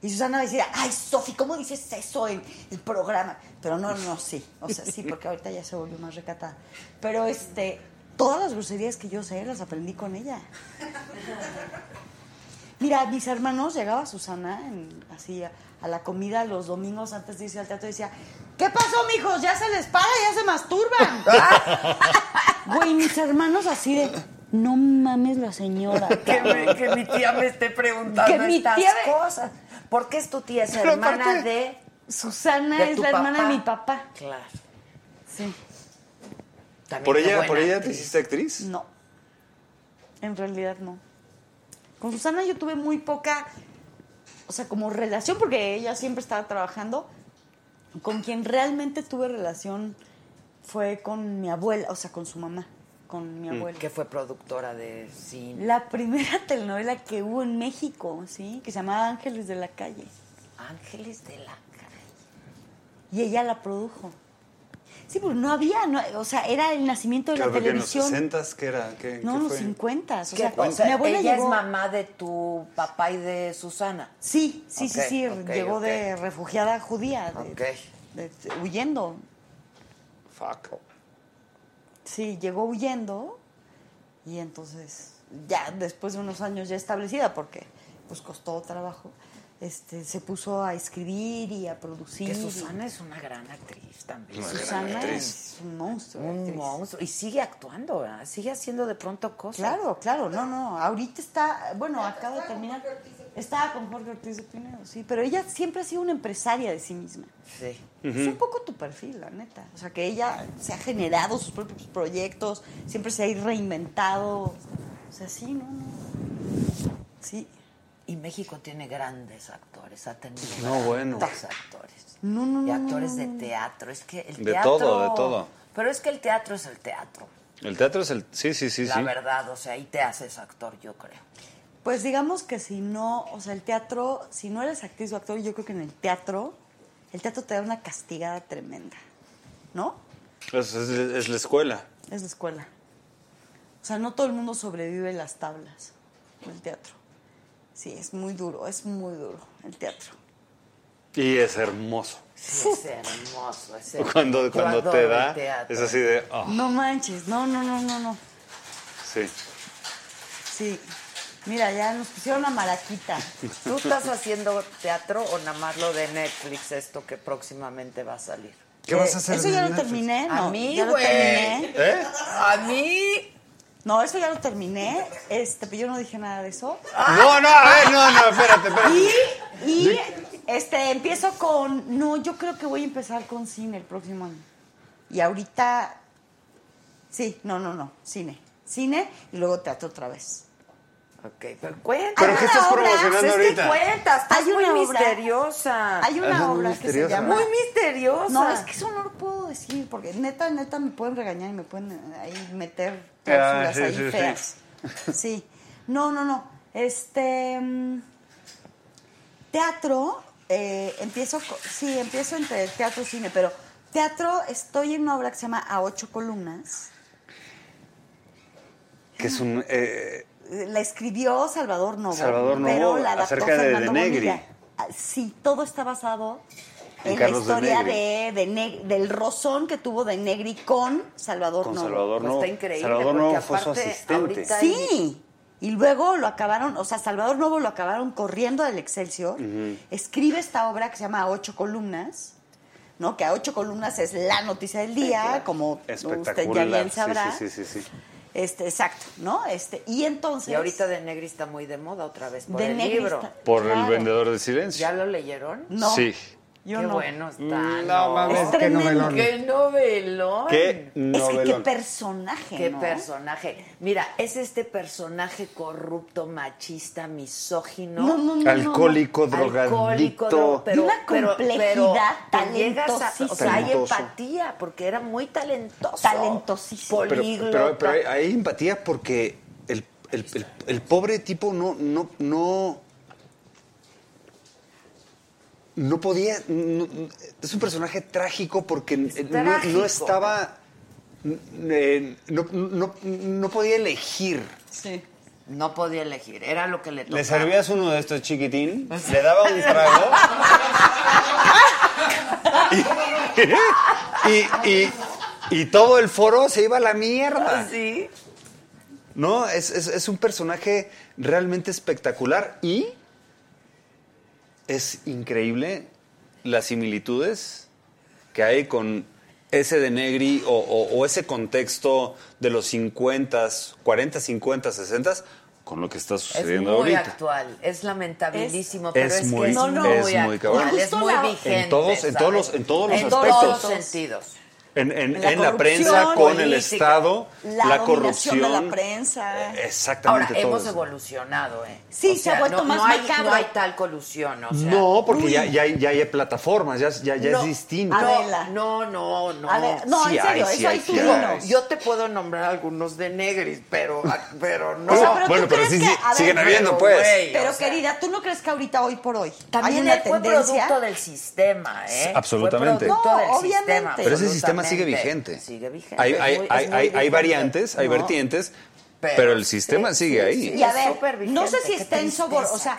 [SPEAKER 12] Y Susana va a decir, ay, Sofi, ¿cómo dices eso en el programa? Pero no, no, sí. O sea, sí, porque ahorita ya se volvió más recatada. Pero, este, todas las groserías que yo sé las aprendí con ella. Mira, mis hermanos, llegaba Susana en- así a, a la comida los domingos antes de irse al teatro y decía, ¿qué pasó, mijos? ¿Ya se les para? ¿Ya se masturban? Güey, mis hermanos así de, no mames la señora.
[SPEAKER 1] que, me- que mi tía me esté preguntando
[SPEAKER 12] Que mi
[SPEAKER 1] estas
[SPEAKER 12] tía me-
[SPEAKER 1] cosas. ¿Por qué es tu tía? Es
[SPEAKER 12] Pero
[SPEAKER 1] hermana
[SPEAKER 12] aparte,
[SPEAKER 1] de...
[SPEAKER 12] Susana
[SPEAKER 1] de
[SPEAKER 12] es
[SPEAKER 1] tu
[SPEAKER 12] la hermana
[SPEAKER 1] papá.
[SPEAKER 12] de mi papá.
[SPEAKER 1] Claro.
[SPEAKER 12] Sí.
[SPEAKER 1] También
[SPEAKER 11] ¿Por
[SPEAKER 1] qué
[SPEAKER 11] ella,
[SPEAKER 1] buena
[SPEAKER 11] ¿Por ella te
[SPEAKER 1] actriz.
[SPEAKER 11] hiciste actriz?
[SPEAKER 12] No. En realidad no. Con Susana yo tuve muy poca, o sea, como relación, porque ella siempre estaba trabajando. Con quien realmente tuve relación fue con mi abuela, o sea, con su mamá, con
[SPEAKER 11] Mm.
[SPEAKER 12] mi abuela.
[SPEAKER 1] Que fue productora de cine.
[SPEAKER 12] La primera telenovela que hubo en México, ¿sí? Que se llamaba Ángeles de la Calle.
[SPEAKER 1] Ángeles de la
[SPEAKER 12] Y ella la produjo. Sí, pero no había, no- o sea, era el nacimiento de
[SPEAKER 11] Claro,
[SPEAKER 12] la
[SPEAKER 11] porque en los
[SPEAKER 12] televisión.
[SPEAKER 11] 60 ¿qué era? ¿Qué,
[SPEAKER 12] no,
[SPEAKER 11] qué
[SPEAKER 12] en los
[SPEAKER 11] fue?
[SPEAKER 12] 50. O
[SPEAKER 1] ¿Qué
[SPEAKER 12] sea,
[SPEAKER 1] cosa?
[SPEAKER 12] mi abuela
[SPEAKER 1] ella
[SPEAKER 12] llegó-
[SPEAKER 1] es mamá de tu papá y de Susana.
[SPEAKER 12] Sí, sí, sí,
[SPEAKER 1] Ok,
[SPEAKER 12] sí,
[SPEAKER 1] ok,
[SPEAKER 12] llegó
[SPEAKER 1] ok.
[SPEAKER 12] de refugiada judía, de-
[SPEAKER 1] Ok.
[SPEAKER 12] de- de- huyendo.
[SPEAKER 11] Fuck.
[SPEAKER 12] Sí, llegó huyendo y entonces ya después de unos años ya establecida, porque pues costó trabajo, este, se puso a escribir y a producir.
[SPEAKER 1] Que
[SPEAKER 12] y-
[SPEAKER 1] Susana es una gran actriz también.
[SPEAKER 12] Una gran Susana actriz. es
[SPEAKER 1] un monstruo. Un monstruo. Y sigue actuando, ¿verdad? sigue haciendo de pronto cosas.
[SPEAKER 12] Claro, claro, no, no. Ahorita está, bueno, acaba de terminar. Estaba con Jorge Ortiz de Pinedo, sí, pero ella siempre ha sido una empresaria de sí misma.
[SPEAKER 1] Sí.
[SPEAKER 12] Es un poco tu perfil, la neta. O sea, que ella se ha generado sus propios proyectos, siempre se ha reinventado. O sea, sí, no, no. Sí.
[SPEAKER 1] Y México tiene grandes actores, ha tenido
[SPEAKER 11] No,
[SPEAKER 1] grandes
[SPEAKER 11] bueno.
[SPEAKER 1] actores.
[SPEAKER 12] No, no,
[SPEAKER 1] Y
[SPEAKER 12] no,
[SPEAKER 1] actores
[SPEAKER 12] no,
[SPEAKER 1] de
[SPEAKER 12] no.
[SPEAKER 1] teatro. Es que el
[SPEAKER 11] De
[SPEAKER 1] teatro.
[SPEAKER 11] todo, de todo.
[SPEAKER 1] Pero es que el teatro es el teatro,
[SPEAKER 11] El teatro es el... Sí, sí, sí,
[SPEAKER 1] la
[SPEAKER 11] sí.
[SPEAKER 1] verdad. O sea, ahí te haces actor, yo creo.
[SPEAKER 12] Pues digamos que si no, o sea, el teatro, si no eres actriz o actor, yo creo que en el teatro, el teatro te da una castigada tremenda, ¿no?
[SPEAKER 11] Es, es- es la escuela.
[SPEAKER 12] Es la escuela. O sea, no todo el mundo sobrevive las tablas del teatro. Sí, es muy duro, es muy duro el teatro.
[SPEAKER 11] Y es hermoso.
[SPEAKER 1] Sí, es hermoso. Es hermoso.
[SPEAKER 11] Cuando,
[SPEAKER 1] Yo
[SPEAKER 11] cuando
[SPEAKER 1] adoro
[SPEAKER 11] te
[SPEAKER 1] el
[SPEAKER 11] da,
[SPEAKER 1] teatro.
[SPEAKER 11] es así de... oh,
[SPEAKER 12] No manches, no, no, no, no, no.
[SPEAKER 11] sí.
[SPEAKER 12] Sí. Mira, ya nos pusieron la maraquita.
[SPEAKER 1] ¿Tú estás haciendo teatro o nada más lo de Netflix, esto que próximamente va a salir?
[SPEAKER 11] ¿Qué vas a hacer
[SPEAKER 12] Eh, Eso
[SPEAKER 11] de
[SPEAKER 12] ya lo
[SPEAKER 11] Netflix?
[SPEAKER 12] terminé, ¿no?
[SPEAKER 1] A mí,
[SPEAKER 12] ya lo
[SPEAKER 1] güey.
[SPEAKER 12] terminé.
[SPEAKER 11] ¿Eh?
[SPEAKER 1] A mí.
[SPEAKER 12] No, eso ya lo terminé. Este, pero yo no dije nada de eso.
[SPEAKER 11] No, no, a ver, no, no, espérate, espérate.
[SPEAKER 12] Y, y este, empiezo con. No, yo creo que voy a empezar con cine el próximo año. Y ahorita. Sí, no, no, no. Cine. Cine y luego teatro otra vez.
[SPEAKER 1] Ok, pero cuenta.
[SPEAKER 12] ¿Pero qué estás
[SPEAKER 1] Hay una obra,
[SPEAKER 12] promocionando
[SPEAKER 1] pues Es
[SPEAKER 12] ahorita?
[SPEAKER 1] que cuentas, estás
[SPEAKER 12] Hay
[SPEAKER 1] muy
[SPEAKER 12] una obra.
[SPEAKER 11] Ah,
[SPEAKER 1] misteriosa.
[SPEAKER 12] Hay una obra que se llama.
[SPEAKER 1] Muy misteriosa.
[SPEAKER 12] No, es que eso no lo puedo decir, porque neta, neta me pueden regañar y me pueden eh, ahí meter
[SPEAKER 11] Ah,
[SPEAKER 12] cláusulas
[SPEAKER 11] sí,
[SPEAKER 12] ahí
[SPEAKER 11] sí, sí.
[SPEAKER 12] feas. Sí. No, no, no. Este mm, teatro, eh, empiezo, co- sí, empiezo entre teatro y cine, pero teatro estoy en una obra que se llama A ocho columnas.
[SPEAKER 11] Que es un... eh,
[SPEAKER 12] Eh, La escribió Salvador Novo.
[SPEAKER 11] Salvador Novo,
[SPEAKER 12] pero la adaptó
[SPEAKER 11] acerca de
[SPEAKER 12] Fernando
[SPEAKER 11] Denegri.
[SPEAKER 12] Bonilla. Ah, Sí, todo está basado
[SPEAKER 11] En
[SPEAKER 12] en la
[SPEAKER 11] Carlos
[SPEAKER 12] historia de,
[SPEAKER 11] Denegri.
[SPEAKER 12] Deneg- del rozón que tuvo Denegri con Salvador
[SPEAKER 11] Con
[SPEAKER 12] Novo.
[SPEAKER 11] Salvador Pues está Novo. increíble, Salvador porque Novo fue su aparte asistente. ahorita
[SPEAKER 12] Sí. Y luego lo acabaron, o sea, Salvador Novo lo acabaron corriendo del Excelsior.
[SPEAKER 11] Ujú.
[SPEAKER 12] Escribe esta obra que se llama A Ocho Columnas, ¿no? Que a ocho columnas es la noticia del día, como usted ya
[SPEAKER 11] espectacular.
[SPEAKER 12] bien
[SPEAKER 11] Sí,
[SPEAKER 12] sabrá.
[SPEAKER 11] Sí, sí, sí, sí.
[SPEAKER 12] Este, exacto, ¿no? Este, y entonces.
[SPEAKER 1] Y ahorita de Negri está muy de moda otra vez por
[SPEAKER 12] De
[SPEAKER 1] el
[SPEAKER 12] Negri
[SPEAKER 1] libro.
[SPEAKER 12] está-
[SPEAKER 11] Por el
[SPEAKER 12] Claro.
[SPEAKER 11] vendedor de silencio.
[SPEAKER 1] ¿Ya lo leyeron?
[SPEAKER 11] Sí.
[SPEAKER 12] Yo
[SPEAKER 1] Qué
[SPEAKER 12] no.
[SPEAKER 1] bueno está.
[SPEAKER 11] Mm, no mames, Es qué tremendo. novelón.
[SPEAKER 1] Qué novelón.
[SPEAKER 11] Qué
[SPEAKER 12] Es que qué
[SPEAKER 11] novelón.
[SPEAKER 12] personaje.
[SPEAKER 1] Qué
[SPEAKER 12] ¿no?
[SPEAKER 1] personaje. Mira, es este personaje corrupto, machista, misógino.
[SPEAKER 12] No, no, no, no,
[SPEAKER 11] Alcohólico,
[SPEAKER 1] no.
[SPEAKER 11] drogadicto.
[SPEAKER 1] Alcohólico, dro- pero,
[SPEAKER 12] De una
[SPEAKER 1] pero- pero
[SPEAKER 12] complejidad
[SPEAKER 1] te llegas a- O sea, hay
[SPEAKER 11] talentosísima.
[SPEAKER 1] empatía, porque era muy talentoso.
[SPEAKER 12] Talentosísimo.
[SPEAKER 11] Pero,
[SPEAKER 1] Políglota.
[SPEAKER 11] pero, pero eh, hay, hay empatía porque el, el- el- el pobre tipo no, no, no, no podía. no- no- es un personaje trágico porque eh, no- No,
[SPEAKER 1] trágico.
[SPEAKER 11] estaba. n- eh, No, no- no podía elegir.
[SPEAKER 12] Sí.
[SPEAKER 1] No podía elegir, era lo que le tocaba.
[SPEAKER 11] Le servías uno de estos chiquitín, le daba un trago. y, y- y todo el foro se iba a la mierda.
[SPEAKER 1] Ah, Sí.
[SPEAKER 11] No, es, es- es un personaje realmente espectacular y es increíble las similitudes que hay con ese de Negri o, o- o ese contexto de los 50, 40, 50, 60 con lo que está
[SPEAKER 1] Es
[SPEAKER 11] sucediendo
[SPEAKER 1] muy
[SPEAKER 11] ahorita.
[SPEAKER 1] actual, es lamentabilísimo, pero es,
[SPEAKER 11] es
[SPEAKER 1] que
[SPEAKER 11] muy-
[SPEAKER 1] es,
[SPEAKER 11] No, no,
[SPEAKER 1] muy
[SPEAKER 11] es muy
[SPEAKER 1] actual,
[SPEAKER 11] cabrón.
[SPEAKER 1] es
[SPEAKER 11] Justo
[SPEAKER 1] muy
[SPEAKER 11] la-
[SPEAKER 1] vigente.
[SPEAKER 11] En todos- en todos
[SPEAKER 1] ¿sabes?
[SPEAKER 11] los- en todos los
[SPEAKER 1] En
[SPEAKER 11] aspectos.
[SPEAKER 1] todos los sentidos.
[SPEAKER 11] en, en-
[SPEAKER 12] En
[SPEAKER 11] en la,
[SPEAKER 12] corrupción
[SPEAKER 11] prensa, con el
[SPEAKER 12] política,
[SPEAKER 11] Estado, la,
[SPEAKER 12] la,
[SPEAKER 11] corrupción. Eh,
[SPEAKER 12] dominación de la prensa.
[SPEAKER 11] Exactamente
[SPEAKER 1] Ahora,
[SPEAKER 11] todo
[SPEAKER 1] hemos
[SPEAKER 11] eso.
[SPEAKER 1] evolucionado, ¿eh?
[SPEAKER 12] Sí, se ha vuelto
[SPEAKER 1] no,
[SPEAKER 12] más
[SPEAKER 1] no hay,
[SPEAKER 12] macabro.
[SPEAKER 1] no hay tal colusión, o sea.
[SPEAKER 11] No, porque
[SPEAKER 1] Uy.
[SPEAKER 11] ya, ya, hay- ya hay plataformas, ya, ya, ya es
[SPEAKER 1] No,
[SPEAKER 11] distinto.
[SPEAKER 1] No, no, no.
[SPEAKER 12] A ver, no,
[SPEAKER 11] eh, Sí en serio, hay, eso sí hay, hay, sí tú hay. dinos.
[SPEAKER 1] Yo te puedo nombrar algunos de Negris, pero, ah, pero no.
[SPEAKER 11] O sea, pero Oh, Bueno, tú pero crees sí, que- sí, a ver, siguen habiendo,
[SPEAKER 1] pero,
[SPEAKER 11] pues.
[SPEAKER 1] güey,
[SPEAKER 12] Pero
[SPEAKER 1] o sea,
[SPEAKER 12] querida, ¿tú no crees que ahorita, hoy por hoy, hay
[SPEAKER 1] también
[SPEAKER 12] una
[SPEAKER 1] él fue
[SPEAKER 12] tendencia?
[SPEAKER 1] producto del sistema, ¿eh? Fue
[SPEAKER 11] absolutamente.
[SPEAKER 1] producto
[SPEAKER 12] No,
[SPEAKER 1] del
[SPEAKER 12] obviamente.
[SPEAKER 1] sistema,
[SPEAKER 11] Pero ese sistema
[SPEAKER 1] absolutamente.
[SPEAKER 11] sigue vigente.
[SPEAKER 1] Sigue vigente.
[SPEAKER 11] Hay,
[SPEAKER 1] es
[SPEAKER 11] hay,
[SPEAKER 1] muy- es
[SPEAKER 11] hay,
[SPEAKER 1] muy
[SPEAKER 11] hay, hay
[SPEAKER 1] vigente.
[SPEAKER 11] variantes, hay
[SPEAKER 1] No,
[SPEAKER 11] vertientes,
[SPEAKER 1] pero
[SPEAKER 11] pero, el sistema
[SPEAKER 1] sí,
[SPEAKER 11] sigue
[SPEAKER 1] sí,
[SPEAKER 11] ahí.
[SPEAKER 1] sí.
[SPEAKER 12] Y a
[SPEAKER 1] Es súper
[SPEAKER 12] ver,
[SPEAKER 1] vigente,
[SPEAKER 12] no sé si
[SPEAKER 1] qué
[SPEAKER 12] está en sobor, o sea,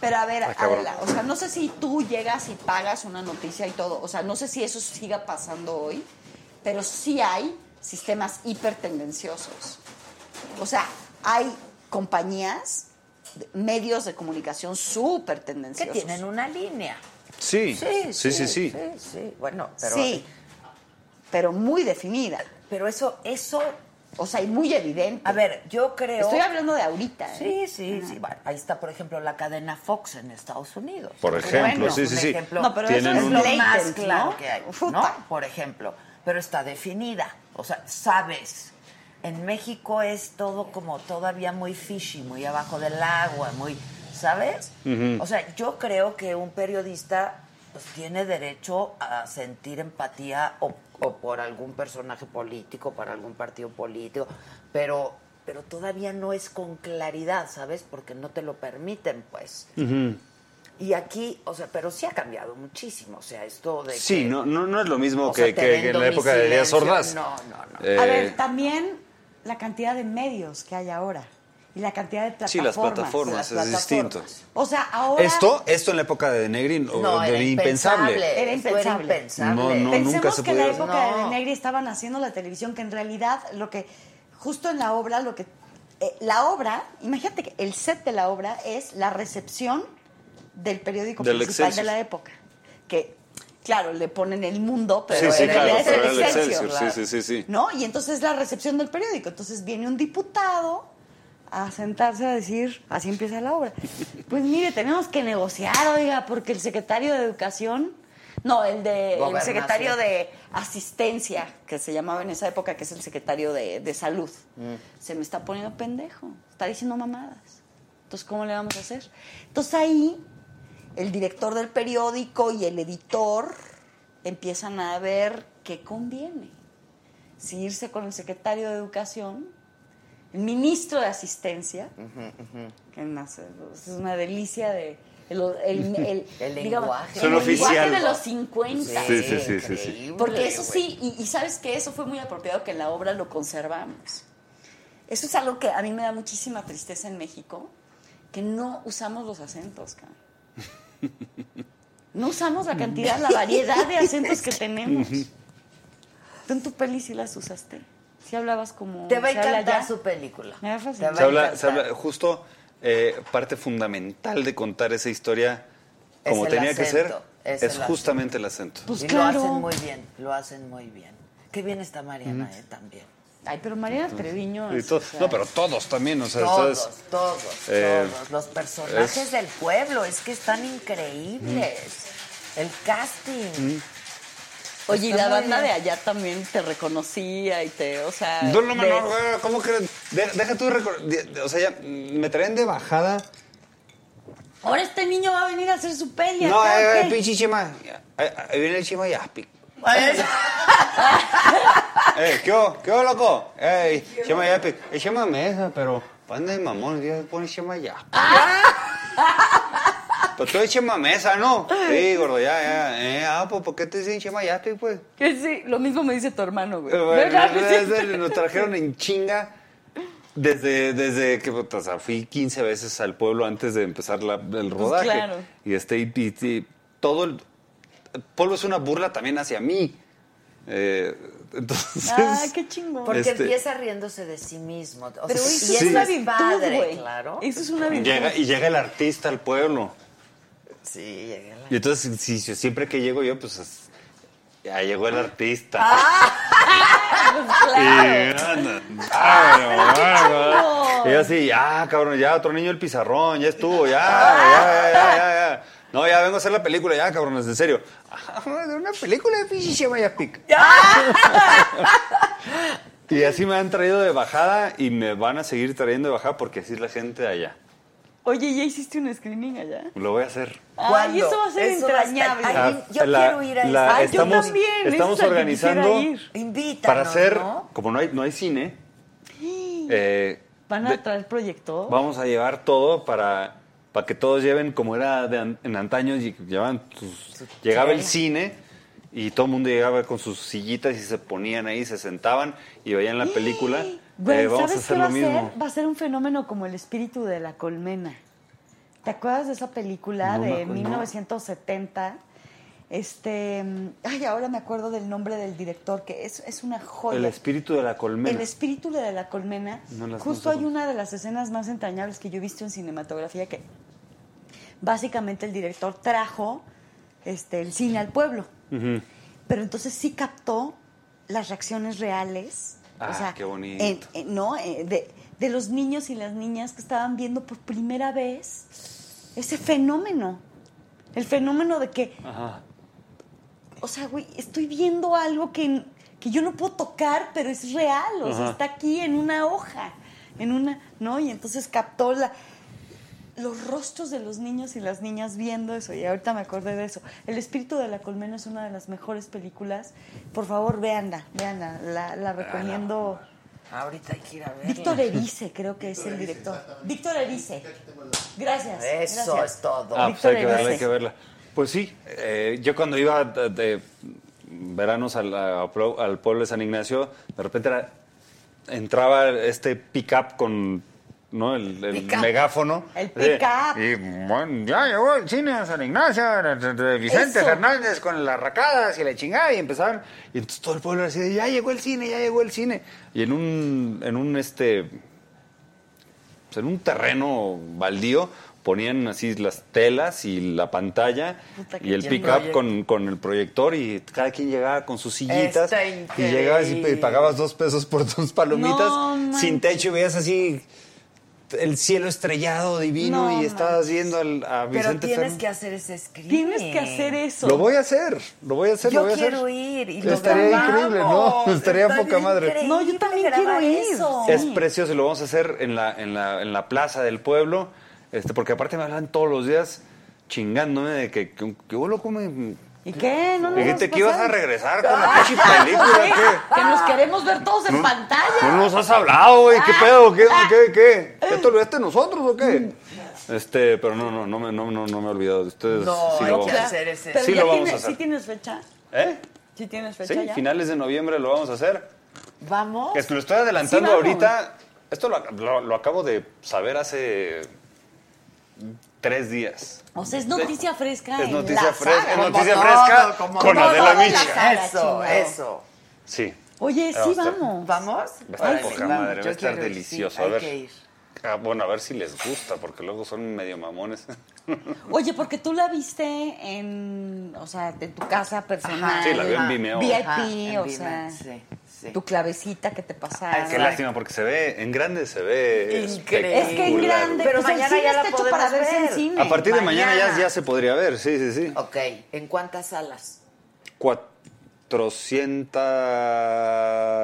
[SPEAKER 12] pero a ver,
[SPEAKER 11] Ah, cabrón.
[SPEAKER 12] Adela, o sea, no sé si tú llegas y pagas una noticia y todo, o sea, no sé si eso siga pasando hoy, pero sí hay sistemas hipertendenciosos. O sea, hay compañías, de- medios de comunicación súper
[SPEAKER 1] Que
[SPEAKER 12] tendenciosos.
[SPEAKER 1] tienen una línea.
[SPEAKER 11] Sí, sí, sí, sí.
[SPEAKER 1] sí, sí. Bueno, pero.
[SPEAKER 12] sí, pero muy definida.
[SPEAKER 1] Pero eso, eso.
[SPEAKER 12] O sea, y muy evidente.
[SPEAKER 1] A ver, yo creo.
[SPEAKER 12] Estoy hablando de ahorita. ¿eh?
[SPEAKER 1] Sí, sí, sí. Bueno, ahí está, por ejemplo, la cadena Fox en Estados Unidos.
[SPEAKER 11] Por ejemplo, sí,
[SPEAKER 1] un
[SPEAKER 11] sí, sí.
[SPEAKER 1] ejemplo.
[SPEAKER 11] No, pero eso Tienen
[SPEAKER 1] es
[SPEAKER 11] es un-
[SPEAKER 1] lo
[SPEAKER 11] blatant,
[SPEAKER 1] más claro
[SPEAKER 12] ¿no?
[SPEAKER 1] que hay, ¿no? Por ejemplo. Pero está definida. O sea, sabes. En México es todo como todavía muy fishy, muy abajo del agua, muy... ¿Sabes?
[SPEAKER 17] Ujú.
[SPEAKER 1] O sea, yo creo que un periodista pues, tiene derecho a sentir empatía o, o por algún personaje político, para algún partido político, pero, pero todavía no es con claridad, ¿sabes? Porque no te lo permiten, pues. Y aquí, o sea, pero sí ha cambiado muchísimo, o sea, esto de...
[SPEAKER 11] Sí,
[SPEAKER 1] que-
[SPEAKER 11] no, no, no es lo mismo
[SPEAKER 1] O
[SPEAKER 11] que,
[SPEAKER 1] sea, te
[SPEAKER 11] que- que
[SPEAKER 1] vendo
[SPEAKER 11] en la
[SPEAKER 1] mi
[SPEAKER 11] época de Díaz
[SPEAKER 1] silencio.
[SPEAKER 11] Ordaz.
[SPEAKER 1] No, no, no.
[SPEAKER 11] Eh,
[SPEAKER 12] A ver, también la cantidad de medios que hay ahora y la cantidad de plataformas.
[SPEAKER 11] Sí, las plataformas, es distinto.
[SPEAKER 12] O sea, ahora...
[SPEAKER 11] Esto, esto en la época de Negri
[SPEAKER 12] No,
[SPEAKER 11] de-
[SPEAKER 12] era
[SPEAKER 11] impensable.
[SPEAKER 12] Era
[SPEAKER 1] Esto era
[SPEAKER 12] impensable.
[SPEAKER 1] impensable.
[SPEAKER 11] No, no,
[SPEAKER 12] Pensemos
[SPEAKER 11] nunca se
[SPEAKER 12] que en la
[SPEAKER 11] pudieron.
[SPEAKER 12] época
[SPEAKER 1] No.
[SPEAKER 12] de Negri estaban haciendo la televisión, que en realidad lo que, justo en la obra, lo que, eh, la obra, imagínate que el set de la obra es la recepción del periódico
[SPEAKER 11] Del
[SPEAKER 12] principal
[SPEAKER 11] Excelsior.
[SPEAKER 12] de la época, que claro, le ponen el mundo, pero
[SPEAKER 11] sí, sí,
[SPEAKER 12] en realidad
[SPEAKER 11] claro,
[SPEAKER 12] es
[SPEAKER 11] pero
[SPEAKER 12] el
[SPEAKER 11] era el
[SPEAKER 12] Excelsior.
[SPEAKER 11] Excelsior, sí, sí, sí, sí.
[SPEAKER 12] ¿No? Y entonces la recepción del periódico. Entonces viene un diputado a sentarse a decir, así empieza la obra. Pues mire, tenemos que negociar, oiga, porque el secretario de Educación, no, el de el
[SPEAKER 1] Gobernación.
[SPEAKER 12] secretario de Asistencia, que se llamaba en esa época, que es el secretario de, de Salud, se me está poniendo pendejo, está diciendo mamadas. Entonces, ¿cómo le vamos a hacer? Entonces ahí el director del periódico y el editor empiezan a ver qué conviene. Si irse con el secretario de Educación, el ministro de Asistencia, que más, eh, es una delicia de... El, el- el-
[SPEAKER 1] El
[SPEAKER 12] digamos,
[SPEAKER 1] lenguaje.
[SPEAKER 12] el
[SPEAKER 1] Son
[SPEAKER 12] lenguaje de
[SPEAKER 1] oficial.
[SPEAKER 12] los 50.
[SPEAKER 11] Sí, sí, sí, sí, sí.
[SPEAKER 1] increíble,
[SPEAKER 12] Porque eso
[SPEAKER 1] güey.
[SPEAKER 12] sí, y, y sabes que eso fue muy apropiado que en la obra lo conservamos. Eso es algo que a mí me da muchísima tristeza en México, que no usamos los acentos, cabrón. No usamos la cantidad, la variedad de acentos que tenemos. Tú en tu peli sí las usaste. Si hablabas como...
[SPEAKER 1] Te va a
[SPEAKER 12] se habla
[SPEAKER 1] encantar
[SPEAKER 12] allá.
[SPEAKER 1] su película.
[SPEAKER 12] Me va a
[SPEAKER 1] Te va
[SPEAKER 12] fascinar.
[SPEAKER 1] a
[SPEAKER 11] Se habla, se
[SPEAKER 1] encantar.
[SPEAKER 11] habla- justo eh, parte fundamental de contar esa historia
[SPEAKER 1] Es
[SPEAKER 11] como
[SPEAKER 1] el
[SPEAKER 11] tenía que ser
[SPEAKER 1] acento, es
[SPEAKER 11] es,
[SPEAKER 1] el acento.
[SPEAKER 11] justamente el acento.
[SPEAKER 12] Pues
[SPEAKER 1] y
[SPEAKER 12] claro.
[SPEAKER 1] lo hacen muy bien, lo hacen muy bien. Qué bien está Mariana, eh, también.
[SPEAKER 12] Ay, pero Mariana Treviño...
[SPEAKER 11] Y
[SPEAKER 12] es,
[SPEAKER 11] to-
[SPEAKER 12] o sea,
[SPEAKER 11] no, pero todos también, o sea,
[SPEAKER 1] todos,
[SPEAKER 11] ustedes-
[SPEAKER 1] todos,
[SPEAKER 11] eh,
[SPEAKER 1] todos. Los personajes
[SPEAKER 11] es-
[SPEAKER 1] del pueblo, es que están increíbles. El casting.
[SPEAKER 12] Oye, y
[SPEAKER 1] Está
[SPEAKER 12] la
[SPEAKER 1] muy
[SPEAKER 12] banda
[SPEAKER 1] bien.
[SPEAKER 12] de allá también te reconocía y te, o sea...
[SPEAKER 11] No, no, no,
[SPEAKER 12] de-
[SPEAKER 11] no, güey, ¿cómo crees? De- deja tú recor- de- de- O sea, ya mm, me traen de bajada.
[SPEAKER 12] Ahora este niño va a venir a hacer su peli.
[SPEAKER 11] No,
[SPEAKER 12] acá, ¿o
[SPEAKER 11] eh,
[SPEAKER 12] qué?
[SPEAKER 11] eh, pinche chima. Ahí ahí viene el chima y ah, aspi. Eh, ¿qué hubo? ¿Qué hubo, loco? Eh, chima y aspi. El chima mesa, pero panda de mamón, Dios pone chima y aspi. Pues tú eres chima mesa, ¿no? Sí, gordo, ya, ya. Eh, ah, pues ¿por qué te dicen chima y aspi, pues?
[SPEAKER 12] Que sí, lo mismo me dice tu hermano, güey.
[SPEAKER 11] Eh,
[SPEAKER 12] ¿Verdad?
[SPEAKER 11] bueno, desde- Nos trajeron en chinga desde, desde que o sea, fui 15 veces al pueblo antes de empezar la- el rodaje.
[SPEAKER 12] Pues, claro.
[SPEAKER 11] Y este y- y- y todo el, el pueblo es una burla también hacia mí. Eh, entonces,
[SPEAKER 12] Ah, qué chingón.
[SPEAKER 1] Porque
[SPEAKER 11] Este-
[SPEAKER 1] empieza riéndose de sí mismo. O
[SPEAKER 12] Pero
[SPEAKER 1] sea,
[SPEAKER 12] eso
[SPEAKER 1] y
[SPEAKER 12] es una
[SPEAKER 1] eso es
[SPEAKER 12] virtud,
[SPEAKER 1] padre,
[SPEAKER 12] güey.
[SPEAKER 1] claro.
[SPEAKER 12] Eso es una virtud.
[SPEAKER 11] llega, y llega el artista al pueblo.
[SPEAKER 1] Sí, llega la...
[SPEAKER 11] Y entonces, si- si- siempre que llego yo, pues es- ya llegó el artista.
[SPEAKER 1] Ah.
[SPEAKER 12] claro.
[SPEAKER 11] Y, anda, bárbaro,
[SPEAKER 12] bárbaro.
[SPEAKER 11] Y yo así, ya, cabrón, ya, otro niño el pizarrón, ya estuvo, ya, ya, ya, ya, ya, ya. No, ya vengo a hacer la película, ya, cabrones, en serio.
[SPEAKER 13] De una película de pinche vaya pic.
[SPEAKER 11] Y así me han traído de bajada y me van a seguir trayendo de bajada porque así es la gente de allá.
[SPEAKER 12] Oye, ¿ya hiciste un screening allá?
[SPEAKER 11] Lo voy a hacer.
[SPEAKER 12] Ay, eso va a ser
[SPEAKER 1] Eso va a estar-
[SPEAKER 12] entrañable.
[SPEAKER 1] Ay, yo
[SPEAKER 11] Ah, La-
[SPEAKER 1] quiero ir a
[SPEAKER 11] la-
[SPEAKER 1] esa. Ay, yo
[SPEAKER 11] estamos,
[SPEAKER 1] también,
[SPEAKER 11] Estamos
[SPEAKER 1] esa es la que quisiera
[SPEAKER 11] organizando
[SPEAKER 1] ir. Invítanos,
[SPEAKER 11] para hacer,
[SPEAKER 1] ¿no?
[SPEAKER 11] como no hay, no hay cine, eh,
[SPEAKER 12] ¿Van a traer proyector?
[SPEAKER 11] vamos a llevar todo para, para que todos lleven como era de an- en antaño, y llevaban sus- llegaba el
[SPEAKER 12] chela.
[SPEAKER 11] cine y todo el mundo llegaba con sus sillitas y se ponían ahí, se sentaban y veían la película.
[SPEAKER 12] Güey,
[SPEAKER 11] Eh, vamos a
[SPEAKER 12] ¿sabes
[SPEAKER 11] hacer
[SPEAKER 12] qué va
[SPEAKER 11] lo
[SPEAKER 12] a
[SPEAKER 11] mismo.
[SPEAKER 12] ser? Va a ser un fenómeno como el espíritu de la colmena. ¿Te acuerdas de esa película
[SPEAKER 11] No me
[SPEAKER 12] de
[SPEAKER 11] acuerdo.
[SPEAKER 12] 1970? Este, mm, ay, ahora me acuerdo del nombre del director, que es, es una joya.
[SPEAKER 11] El espíritu de la colmena.
[SPEAKER 12] El espíritu de la colmena.
[SPEAKER 11] No las
[SPEAKER 12] Justo hay
[SPEAKER 11] conozco.
[SPEAKER 12] una de las escenas más entrañables que yo he visto en cinematografía que básicamente el director trajo este, el cine al pueblo.
[SPEAKER 11] Ujú.
[SPEAKER 12] Pero entonces sí captó las reacciones reales.
[SPEAKER 11] Ah,
[SPEAKER 12] o sea,
[SPEAKER 11] qué bonito.
[SPEAKER 12] en- en- ¿No? Eh, de, de los niños y las niñas que estaban viendo por primera vez ese fenómeno. El fenómeno de que,
[SPEAKER 11] Ajá.
[SPEAKER 12] o sea, güey, estoy viendo algo que, que yo no puedo tocar, pero es real. O sea,
[SPEAKER 11] Ajá.
[SPEAKER 12] está aquí en una hoja. En una, ¿no? Y entonces captó la, los rostros de los niños y las niñas viendo eso. Y ahorita me acordé de eso. El espíritu de la colmena es una de las mejores películas. Por favor, véanla, véanla. La, la recomiendo.
[SPEAKER 1] Ahorita hay que ir a verla.
[SPEAKER 12] Víctor Erice, creo que es el director. Víctor Erice. Gracias.
[SPEAKER 1] Eso
[SPEAKER 12] gracias.
[SPEAKER 1] es todo.
[SPEAKER 11] Ah, pues hay que
[SPEAKER 12] Víctor
[SPEAKER 11] verla, hay
[SPEAKER 12] Erice.
[SPEAKER 11] que verla. Pues sí, eh, yo cuando iba de, de veranos al, a pro- al pueblo de San Ignacio, de repente era- entraba este pick-up con ¿no? el, el
[SPEAKER 12] Pick-up.
[SPEAKER 11] megáfono.
[SPEAKER 12] El
[SPEAKER 11] Así,
[SPEAKER 12] pick-up.
[SPEAKER 11] Y bueno, ya llegó el cine a San Ignacio, de- de- de Vicente
[SPEAKER 12] Eso.
[SPEAKER 11] Fernández con las racadas y la chingada, y empezaban. Y entonces todo el pueblo decía, ya llegó el cine, ya llegó el cine. Y en un, en un este pues, en un terreno baldío ponían así las telas y la pantalla
[SPEAKER 1] Puta, qué
[SPEAKER 11] y el
[SPEAKER 1] chido.
[SPEAKER 11] pick-up con, con el proyector y cada quien llegaba con sus sillitas
[SPEAKER 1] Está
[SPEAKER 11] y llegabas y
[SPEAKER 1] increíble.
[SPEAKER 11] pe- pagabas dos pesos por tus palomitas
[SPEAKER 1] No
[SPEAKER 11] sin
[SPEAKER 1] manches.
[SPEAKER 11] techo y veías así el cielo estrellado divino
[SPEAKER 1] No
[SPEAKER 11] y estabas viendo al, a
[SPEAKER 1] Pero
[SPEAKER 11] Vicente
[SPEAKER 1] tienes
[SPEAKER 11] Fernández.
[SPEAKER 1] que hacer ese screening.
[SPEAKER 12] Tienes que hacer eso.
[SPEAKER 11] Lo voy a hacer, lo voy a hacer,
[SPEAKER 1] Yo
[SPEAKER 11] lo voy a hacer.
[SPEAKER 1] quiero ir y lo
[SPEAKER 11] Estaría
[SPEAKER 1] grabamos.
[SPEAKER 11] increíble, ¿no? Estaría
[SPEAKER 1] Estaría
[SPEAKER 11] poca madre.
[SPEAKER 1] increíble
[SPEAKER 12] No, yo también
[SPEAKER 1] grabar
[SPEAKER 12] quiero ir.
[SPEAKER 1] eso.
[SPEAKER 11] Es precioso y lo vamos a hacer en la, en la, en la plaza del pueblo, este, porque aparte me hablan todos los días chingándome de que, que, que vos loco me...
[SPEAKER 12] ¿Y qué? No, no.
[SPEAKER 11] Dijiste que ibas a regresar con la pinche película,
[SPEAKER 12] Que nos queremos ver todos en pantalla.
[SPEAKER 11] ¿qué? No nos has hablado, güey, ¿qué pedo? ¿Qué, qué, qué? ¿Ya te olvidaste de nosotros o qué? Este, pero no, no, no me, no, no, no me he olvidado de ustedes.
[SPEAKER 1] No,
[SPEAKER 11] sí
[SPEAKER 1] hay
[SPEAKER 11] lo
[SPEAKER 1] que
[SPEAKER 11] vamos
[SPEAKER 1] hacer
[SPEAKER 11] a hacer.
[SPEAKER 1] ese-
[SPEAKER 12] Pero
[SPEAKER 11] Sí
[SPEAKER 12] ya
[SPEAKER 11] lo vamos a
[SPEAKER 12] tiene- ¿sí
[SPEAKER 11] hacer.
[SPEAKER 12] tienes fecha?
[SPEAKER 11] ¿Eh?
[SPEAKER 12] ¿Sí tienes fecha
[SPEAKER 11] Sí,
[SPEAKER 12] ya?
[SPEAKER 11] finales de noviembre lo vamos a hacer.
[SPEAKER 1] Vamos.
[SPEAKER 11] Que lo estoy adelantando
[SPEAKER 1] Sí, vamos.
[SPEAKER 11] ahorita. Esto lo, lo- lo acabo de saber hace tres días.
[SPEAKER 12] O sea, es noticia fresca.
[SPEAKER 11] Es
[SPEAKER 12] en
[SPEAKER 11] noticia
[SPEAKER 12] la
[SPEAKER 11] fresca,
[SPEAKER 12] saga.
[SPEAKER 11] es noticia fresca con
[SPEAKER 12] todo
[SPEAKER 11] Adela
[SPEAKER 12] en la
[SPEAKER 11] Micha.
[SPEAKER 12] saga,
[SPEAKER 1] Eso,
[SPEAKER 12] chingado.
[SPEAKER 1] eso.
[SPEAKER 11] Sí.
[SPEAKER 12] Oye,
[SPEAKER 11] Va a
[SPEAKER 12] sí,
[SPEAKER 11] estar-
[SPEAKER 12] vamos.
[SPEAKER 1] ¿Vamos?
[SPEAKER 11] Va a estar
[SPEAKER 1] Ay, sí,
[SPEAKER 11] poca
[SPEAKER 1] vamos,
[SPEAKER 11] madre, va
[SPEAKER 1] yo
[SPEAKER 11] a estar
[SPEAKER 1] quiero ir,
[SPEAKER 11] delicioso.
[SPEAKER 1] sí,
[SPEAKER 11] a
[SPEAKER 1] hay
[SPEAKER 11] ver.
[SPEAKER 1] que ir.
[SPEAKER 11] Ah, bueno, a ver si les gusta, porque luego son medio mamones.
[SPEAKER 12] Oye, porque tú la viste en, o sea, en tu casa personal.
[SPEAKER 11] Ajá. Sí, la vi en Vimeo.
[SPEAKER 12] VIP,
[SPEAKER 1] Ajá, en
[SPEAKER 12] o
[SPEAKER 1] Vimeo,
[SPEAKER 12] sea,
[SPEAKER 1] sí, sí.
[SPEAKER 12] tu clavecita que te pasaba.
[SPEAKER 11] Qué lástima, porque se ve, en grande se ve.
[SPEAKER 1] Increíble.
[SPEAKER 12] Es que en
[SPEAKER 11] espectacular.
[SPEAKER 12] grande,
[SPEAKER 1] Pero
[SPEAKER 12] pues el
[SPEAKER 1] mañana
[SPEAKER 12] cine
[SPEAKER 1] ya la
[SPEAKER 12] está hecho
[SPEAKER 1] podemos
[SPEAKER 12] para verse en
[SPEAKER 1] ver.
[SPEAKER 12] cine.
[SPEAKER 11] A partir de mañana, ya-
[SPEAKER 1] Mañana.
[SPEAKER 11] ya, se podría ver, sí, sí, sí.
[SPEAKER 1] Ok, ¿en cuántas salas?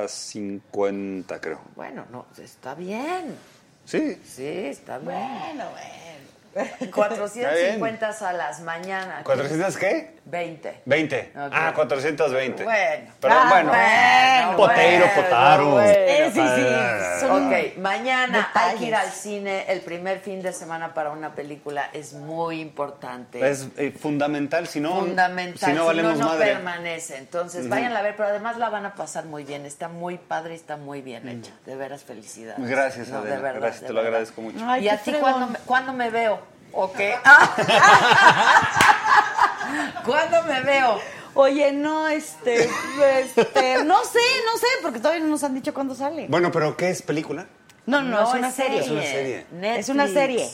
[SPEAKER 11] 450, creo.
[SPEAKER 1] Bueno, no, está bien.
[SPEAKER 11] Sí.
[SPEAKER 1] Sí, está bien.
[SPEAKER 12] Bueno, bueno.
[SPEAKER 1] 450 salas mañana.
[SPEAKER 11] ¿400 qué?
[SPEAKER 1] 20.
[SPEAKER 11] 20. Ah, 420.
[SPEAKER 1] Bueno.
[SPEAKER 11] Pero
[SPEAKER 1] Ah,
[SPEAKER 11] bueno.
[SPEAKER 1] bueno,
[SPEAKER 11] Poteiro,
[SPEAKER 1] bueno,
[SPEAKER 11] potaro.
[SPEAKER 1] bueno.
[SPEAKER 12] Eh, sí,
[SPEAKER 11] Ah.
[SPEAKER 12] sí, son-
[SPEAKER 1] Ok, mañana hay
[SPEAKER 12] Detalles.
[SPEAKER 1] que ir al cine. El primer fin de semana para una película es muy importante.
[SPEAKER 11] Es eh, fundamental, si no.
[SPEAKER 1] fundamental.
[SPEAKER 11] Si no valemos
[SPEAKER 1] no,
[SPEAKER 11] madre.
[SPEAKER 1] permanece. Entonces,
[SPEAKER 11] Ujú.
[SPEAKER 1] váyanla a ver, pero además la van a pasar muy bien. Está muy padre, y está muy bien hecha. De veras, felicidades.
[SPEAKER 11] Gracias,
[SPEAKER 1] No,
[SPEAKER 11] Adela.
[SPEAKER 1] de verdad,
[SPEAKER 11] gracias,
[SPEAKER 1] de
[SPEAKER 11] te lo
[SPEAKER 1] verdad.
[SPEAKER 11] agradezco mucho.
[SPEAKER 12] Ay,
[SPEAKER 1] ¿Y
[SPEAKER 12] qué
[SPEAKER 1] a ti
[SPEAKER 12] fregón.
[SPEAKER 1] cuándo me, cuándo me veo? ¿O qué? ¿Cuándo me veo?
[SPEAKER 12] Oye, no, este, este, no sé, no sé, porque todavía no nos han dicho cuándo sale.
[SPEAKER 11] Bueno, pero ¿qué es película?
[SPEAKER 12] No, no, es una serie.
[SPEAKER 11] Es una serie.
[SPEAKER 12] Es una serie.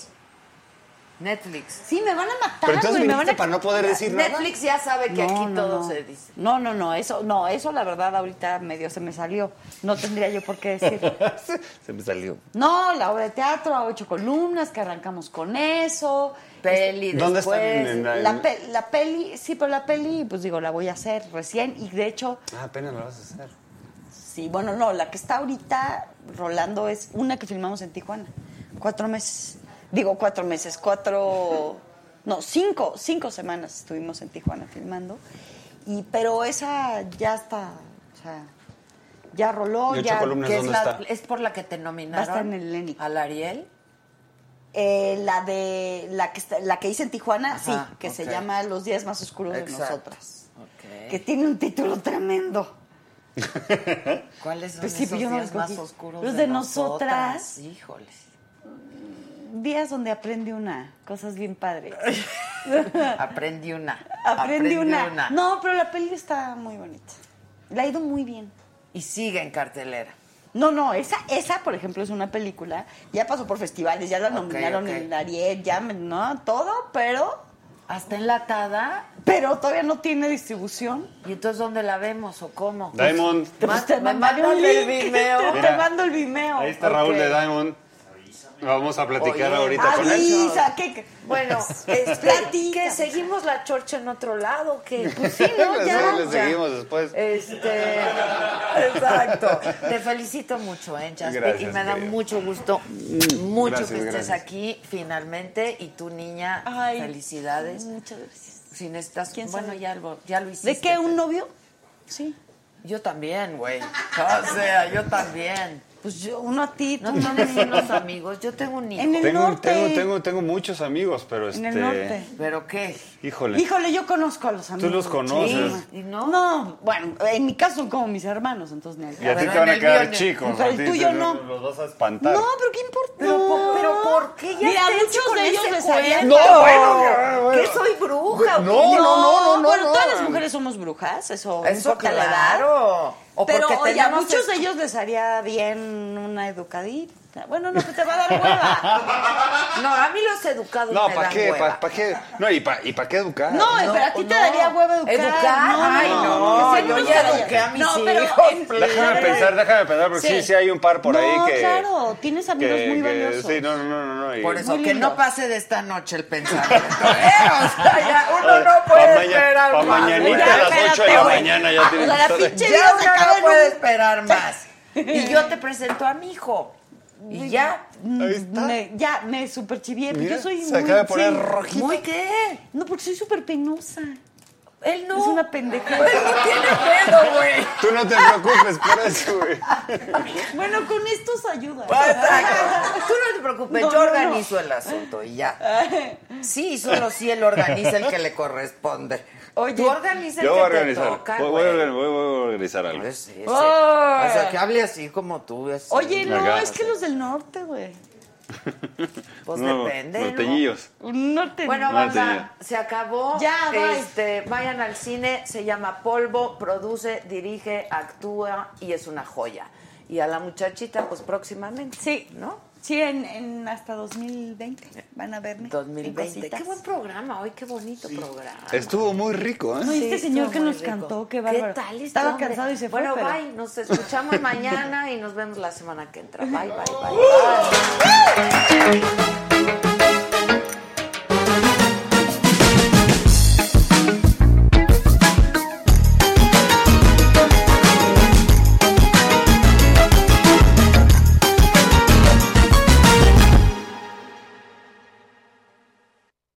[SPEAKER 1] Netflix.
[SPEAKER 12] Sí, me van a matar.
[SPEAKER 1] Pero entonces
[SPEAKER 12] güey, me
[SPEAKER 1] viniste
[SPEAKER 12] van a-
[SPEAKER 1] para no poder decir nada.
[SPEAKER 12] Netflix ya sabe
[SPEAKER 1] No,
[SPEAKER 12] que aquí
[SPEAKER 1] no,
[SPEAKER 12] todo
[SPEAKER 1] no.
[SPEAKER 12] se dice. No, no, no, eso, no, eso la verdad ahorita medio se me salió. No tendría yo por qué decir.
[SPEAKER 17] Se me salió.
[SPEAKER 12] No, la obra de teatro a ocho columnas, que arrancamos con eso. Peli,
[SPEAKER 17] ¿Dónde
[SPEAKER 12] después.
[SPEAKER 17] están en la-
[SPEAKER 12] la, pe- la peli, sí, pero la peli, pues digo, la voy a hacer recién. Y de hecho,
[SPEAKER 17] Ah, apenas lo vas a hacer.
[SPEAKER 12] sí, bueno, no, la que está ahorita rolando es una que filmamos en Tijuana. Cuatro meses. Digo, cuatro meses, cuatro. No, cinco, cinco semanas estuvimos en Tijuana filmando. Y, pero esa ya está. O sea, ya roló,
[SPEAKER 1] ¿Y Ocho
[SPEAKER 12] ya.
[SPEAKER 1] Columnas
[SPEAKER 12] que es
[SPEAKER 1] dónde
[SPEAKER 12] la-
[SPEAKER 1] está?
[SPEAKER 12] Es por la que te nominaron.
[SPEAKER 1] Va a estar en
[SPEAKER 12] el Lenny. ¿Al Ariel? eh, la de la que está- la que hice en Tijuana,
[SPEAKER 1] Ajá,
[SPEAKER 12] sí, que se
[SPEAKER 1] ok.
[SPEAKER 12] llama Los días más oscuros de
[SPEAKER 1] Exacto.
[SPEAKER 12] nosotras, que tiene un título tremendo.
[SPEAKER 1] ¿Cuáles son
[SPEAKER 12] Pues sí,
[SPEAKER 1] esos
[SPEAKER 12] yo no
[SPEAKER 1] días
[SPEAKER 12] los
[SPEAKER 1] más
[SPEAKER 12] cogí.
[SPEAKER 1] oscuros
[SPEAKER 12] Los
[SPEAKER 1] de,
[SPEAKER 12] de nosotras.
[SPEAKER 1] nosotras? Híjoles.
[SPEAKER 12] Días donde aprende una, cosas bien padres.
[SPEAKER 1] Aprendí una.
[SPEAKER 12] aprende una. No, pero la peli está muy bonita. La ha ido muy bien.
[SPEAKER 1] Y sigue en cartelera.
[SPEAKER 12] No, no, esa, esa, por ejemplo, es una película. Ya pasó por festivales, ya la nominaron
[SPEAKER 1] ok.
[SPEAKER 12] en el Ariel, ya, me- ¿no? Todo, pero. ¿Hasta enlatada? Pero todavía no tiene distribución. ¿Y entonces dónde la vemos o cómo?
[SPEAKER 11] Diamond.
[SPEAKER 12] te
[SPEAKER 1] me
[SPEAKER 12] mandaron
[SPEAKER 1] mandas
[SPEAKER 12] el
[SPEAKER 1] el
[SPEAKER 12] link.
[SPEAKER 1] Vimeo.
[SPEAKER 12] Te
[SPEAKER 11] Mira,
[SPEAKER 12] mando el Vimeo.
[SPEAKER 11] Ahí está Raúl
[SPEAKER 12] Ok.
[SPEAKER 11] de Diamond. Vamos a platicar
[SPEAKER 1] Oye, ah,
[SPEAKER 11] ahorita con él.
[SPEAKER 12] Avisa, ¿qué?
[SPEAKER 1] Bueno, este, que seguimos la chorcha en otro lado, que pues sí, ¿no?
[SPEAKER 11] Les-
[SPEAKER 1] ya,
[SPEAKER 11] les
[SPEAKER 1] ya.
[SPEAKER 11] seguimos después.
[SPEAKER 1] Este, exacto. Te felicito mucho, ¿eh, Jaspe? y
[SPEAKER 11] Gracias,
[SPEAKER 1] me da
[SPEAKER 11] querida.
[SPEAKER 1] mucho gusto, mucho
[SPEAKER 11] Gracias,
[SPEAKER 1] que estés
[SPEAKER 11] gracias.
[SPEAKER 1] aquí finalmente. Y tu niña,
[SPEAKER 12] Ay,
[SPEAKER 1] felicidades.
[SPEAKER 12] Muchas gracias.
[SPEAKER 1] Si necesitas,
[SPEAKER 12] ¿Quién
[SPEAKER 1] bueno,
[SPEAKER 12] sabe?
[SPEAKER 1] ya lo, ya lo hiciste.
[SPEAKER 12] ¿De qué? ¿Un novio? Sí.
[SPEAKER 1] Yo también, güey. O sea, yo también.
[SPEAKER 12] Pues yo, uno a ti,
[SPEAKER 1] No
[SPEAKER 12] tú a
[SPEAKER 1] tienes
[SPEAKER 12] mí.
[SPEAKER 1] unos amigos. Yo tengo un hijo.
[SPEAKER 11] Tengo, tengo, tengo, tengo muchos amigos, pero este.
[SPEAKER 12] En el norte.
[SPEAKER 1] ¿Pero qué?
[SPEAKER 11] Híjole.
[SPEAKER 12] Híjole, yo conozco a los amigos.
[SPEAKER 11] los conoces.
[SPEAKER 12] Sí. no? bueno, en mi caso son como mis hermanos, entonces ni al
[SPEAKER 11] Y a
[SPEAKER 12] caso.
[SPEAKER 11] ti
[SPEAKER 12] Pero
[SPEAKER 11] te van
[SPEAKER 12] en
[SPEAKER 11] a
[SPEAKER 12] el
[SPEAKER 11] quedar
[SPEAKER 12] mío,
[SPEAKER 11] chicos.
[SPEAKER 12] Pero
[SPEAKER 11] a ti
[SPEAKER 12] el tuyo
[SPEAKER 11] te-
[SPEAKER 12] no.
[SPEAKER 11] Los vas a espantar.
[SPEAKER 12] No, pero ¿qué importa?
[SPEAKER 1] Pero, por- pero ¿por qué ya
[SPEAKER 12] Mira,
[SPEAKER 1] te
[SPEAKER 12] muchos
[SPEAKER 1] con
[SPEAKER 12] de ellos
[SPEAKER 1] ese
[SPEAKER 12] besarían.
[SPEAKER 1] cuento?
[SPEAKER 12] No, bueno, bueno.
[SPEAKER 1] ¿Que soy bruja? o
[SPEAKER 12] No,
[SPEAKER 1] qué?
[SPEAKER 12] no, no, no, no. Bueno, todas las mujeres somos brujas, eso. no
[SPEAKER 1] Eso
[SPEAKER 12] importa la edad.
[SPEAKER 1] claro. O
[SPEAKER 12] Pero
[SPEAKER 1] porque
[SPEAKER 12] oye, a
[SPEAKER 1] tenemos
[SPEAKER 12] muchos de ellos les haría bien una educadita. Bueno, no, que te va a dar hueva.
[SPEAKER 1] No, a mí los educados
[SPEAKER 11] No,
[SPEAKER 1] me
[SPEAKER 11] ¿para
[SPEAKER 1] dan
[SPEAKER 11] qué?
[SPEAKER 1] hueva.
[SPEAKER 11] ¿Para qué? No, ¿y para qué educar?
[SPEAKER 12] No, pero a ti te daría hueva educar.
[SPEAKER 1] ¿Educar?
[SPEAKER 12] No,
[SPEAKER 1] Ay, no,
[SPEAKER 12] Ese
[SPEAKER 1] yo
[SPEAKER 12] no
[SPEAKER 1] ya
[SPEAKER 12] te-
[SPEAKER 1] eduqué a mis
[SPEAKER 12] No, pero
[SPEAKER 1] hijos,
[SPEAKER 12] en-
[SPEAKER 11] Déjame pensar, déjame pensar, porque sí,
[SPEAKER 12] Sí.
[SPEAKER 11] sí, hay un par por
[SPEAKER 12] No,
[SPEAKER 11] ahí que.
[SPEAKER 12] claro, tienes amigos
[SPEAKER 11] que-
[SPEAKER 12] muy
[SPEAKER 11] que-
[SPEAKER 12] valiosos.
[SPEAKER 11] Sí, no, no, no, no. no, y-
[SPEAKER 1] Por eso,
[SPEAKER 12] Muy
[SPEAKER 1] que
[SPEAKER 12] lindo.
[SPEAKER 1] no pase de esta noche el pensamiento. ¿eh? O sea, ya uno no
[SPEAKER 11] Eh, Pa'
[SPEAKER 1] puede
[SPEAKER 11] maña-
[SPEAKER 1] esperar
[SPEAKER 11] pa'
[SPEAKER 1] más.
[SPEAKER 11] mañanita a las
[SPEAKER 1] espérate,
[SPEAKER 11] ocho de la
[SPEAKER 1] güey.
[SPEAKER 11] mañana ya tienes
[SPEAKER 1] O sea, la
[SPEAKER 11] todo.
[SPEAKER 1] pinche
[SPEAKER 12] Ya
[SPEAKER 1] vida se
[SPEAKER 12] uno no
[SPEAKER 1] acaba en
[SPEAKER 12] puede
[SPEAKER 1] un- esperar más. Y yo te presento a mi hijo. Y ya.
[SPEAKER 12] Mm, Me, ya, me superchivié. pues
[SPEAKER 1] Mira,
[SPEAKER 12] yo soy
[SPEAKER 1] se
[SPEAKER 12] muy,
[SPEAKER 1] acaba de poner
[SPEAKER 11] rojito.
[SPEAKER 1] ¿Muy qué?
[SPEAKER 12] No, porque soy súper penosa.
[SPEAKER 1] Él no.
[SPEAKER 12] Es una pendeja.
[SPEAKER 11] Tú no te preocupes por eso, güey.
[SPEAKER 12] Bueno, con estos ayuda.
[SPEAKER 1] Exacto. Tú no te preocupes,
[SPEAKER 12] No,
[SPEAKER 1] yo
[SPEAKER 12] no, no.
[SPEAKER 1] organizo el asunto y ya. Sí, solo sí él organiza el que le corresponde. Oye, tú organiza el
[SPEAKER 11] Yo
[SPEAKER 1] que
[SPEAKER 11] voy a
[SPEAKER 1] te
[SPEAKER 11] organizar.
[SPEAKER 1] toca,
[SPEAKER 11] Voy, voy
[SPEAKER 1] güey.
[SPEAKER 11] a
[SPEAKER 1] Pues,
[SPEAKER 11] organ- voy- voy a organizar algo.
[SPEAKER 1] Sí. O sea, que hable así como tú. así.
[SPEAKER 12] Oye, no,
[SPEAKER 11] Acá.
[SPEAKER 12] es que los del norte, güey.
[SPEAKER 1] Pues
[SPEAKER 11] No,
[SPEAKER 1] depende, ¿no?
[SPEAKER 11] norteñillos.
[SPEAKER 12] No te
[SPEAKER 1] Bueno,
[SPEAKER 11] No
[SPEAKER 1] banda,
[SPEAKER 11] tenía.
[SPEAKER 1] se acabó.
[SPEAKER 12] Ya, bye.
[SPEAKER 1] este, vayan al cine, se llama Polvo, produce, dirige, actúa y es una joya. Y a la muchachita, pues próximamente.
[SPEAKER 12] Sí.
[SPEAKER 1] ¿No?
[SPEAKER 12] Sí, en, en hasta 2020 van a verme.
[SPEAKER 1] 2020. Qué buen programa, hoy qué bonito programa.
[SPEAKER 11] Estuvo muy rico, ¿eh?
[SPEAKER 12] No, y este señor
[SPEAKER 1] estuvo
[SPEAKER 12] que
[SPEAKER 1] muy
[SPEAKER 12] nos
[SPEAKER 1] rico.
[SPEAKER 12] cantó, qué
[SPEAKER 1] ¿Qué
[SPEAKER 12] bárbaro.
[SPEAKER 1] tal este
[SPEAKER 12] Estaba
[SPEAKER 1] hombre?
[SPEAKER 12] cansado y se fue.
[SPEAKER 1] Bueno,
[SPEAKER 12] pero- ¡Oh!
[SPEAKER 1] bye, nos escuchamos mañana y nos vemos la semana que entra. Bye, bye, bye. bye.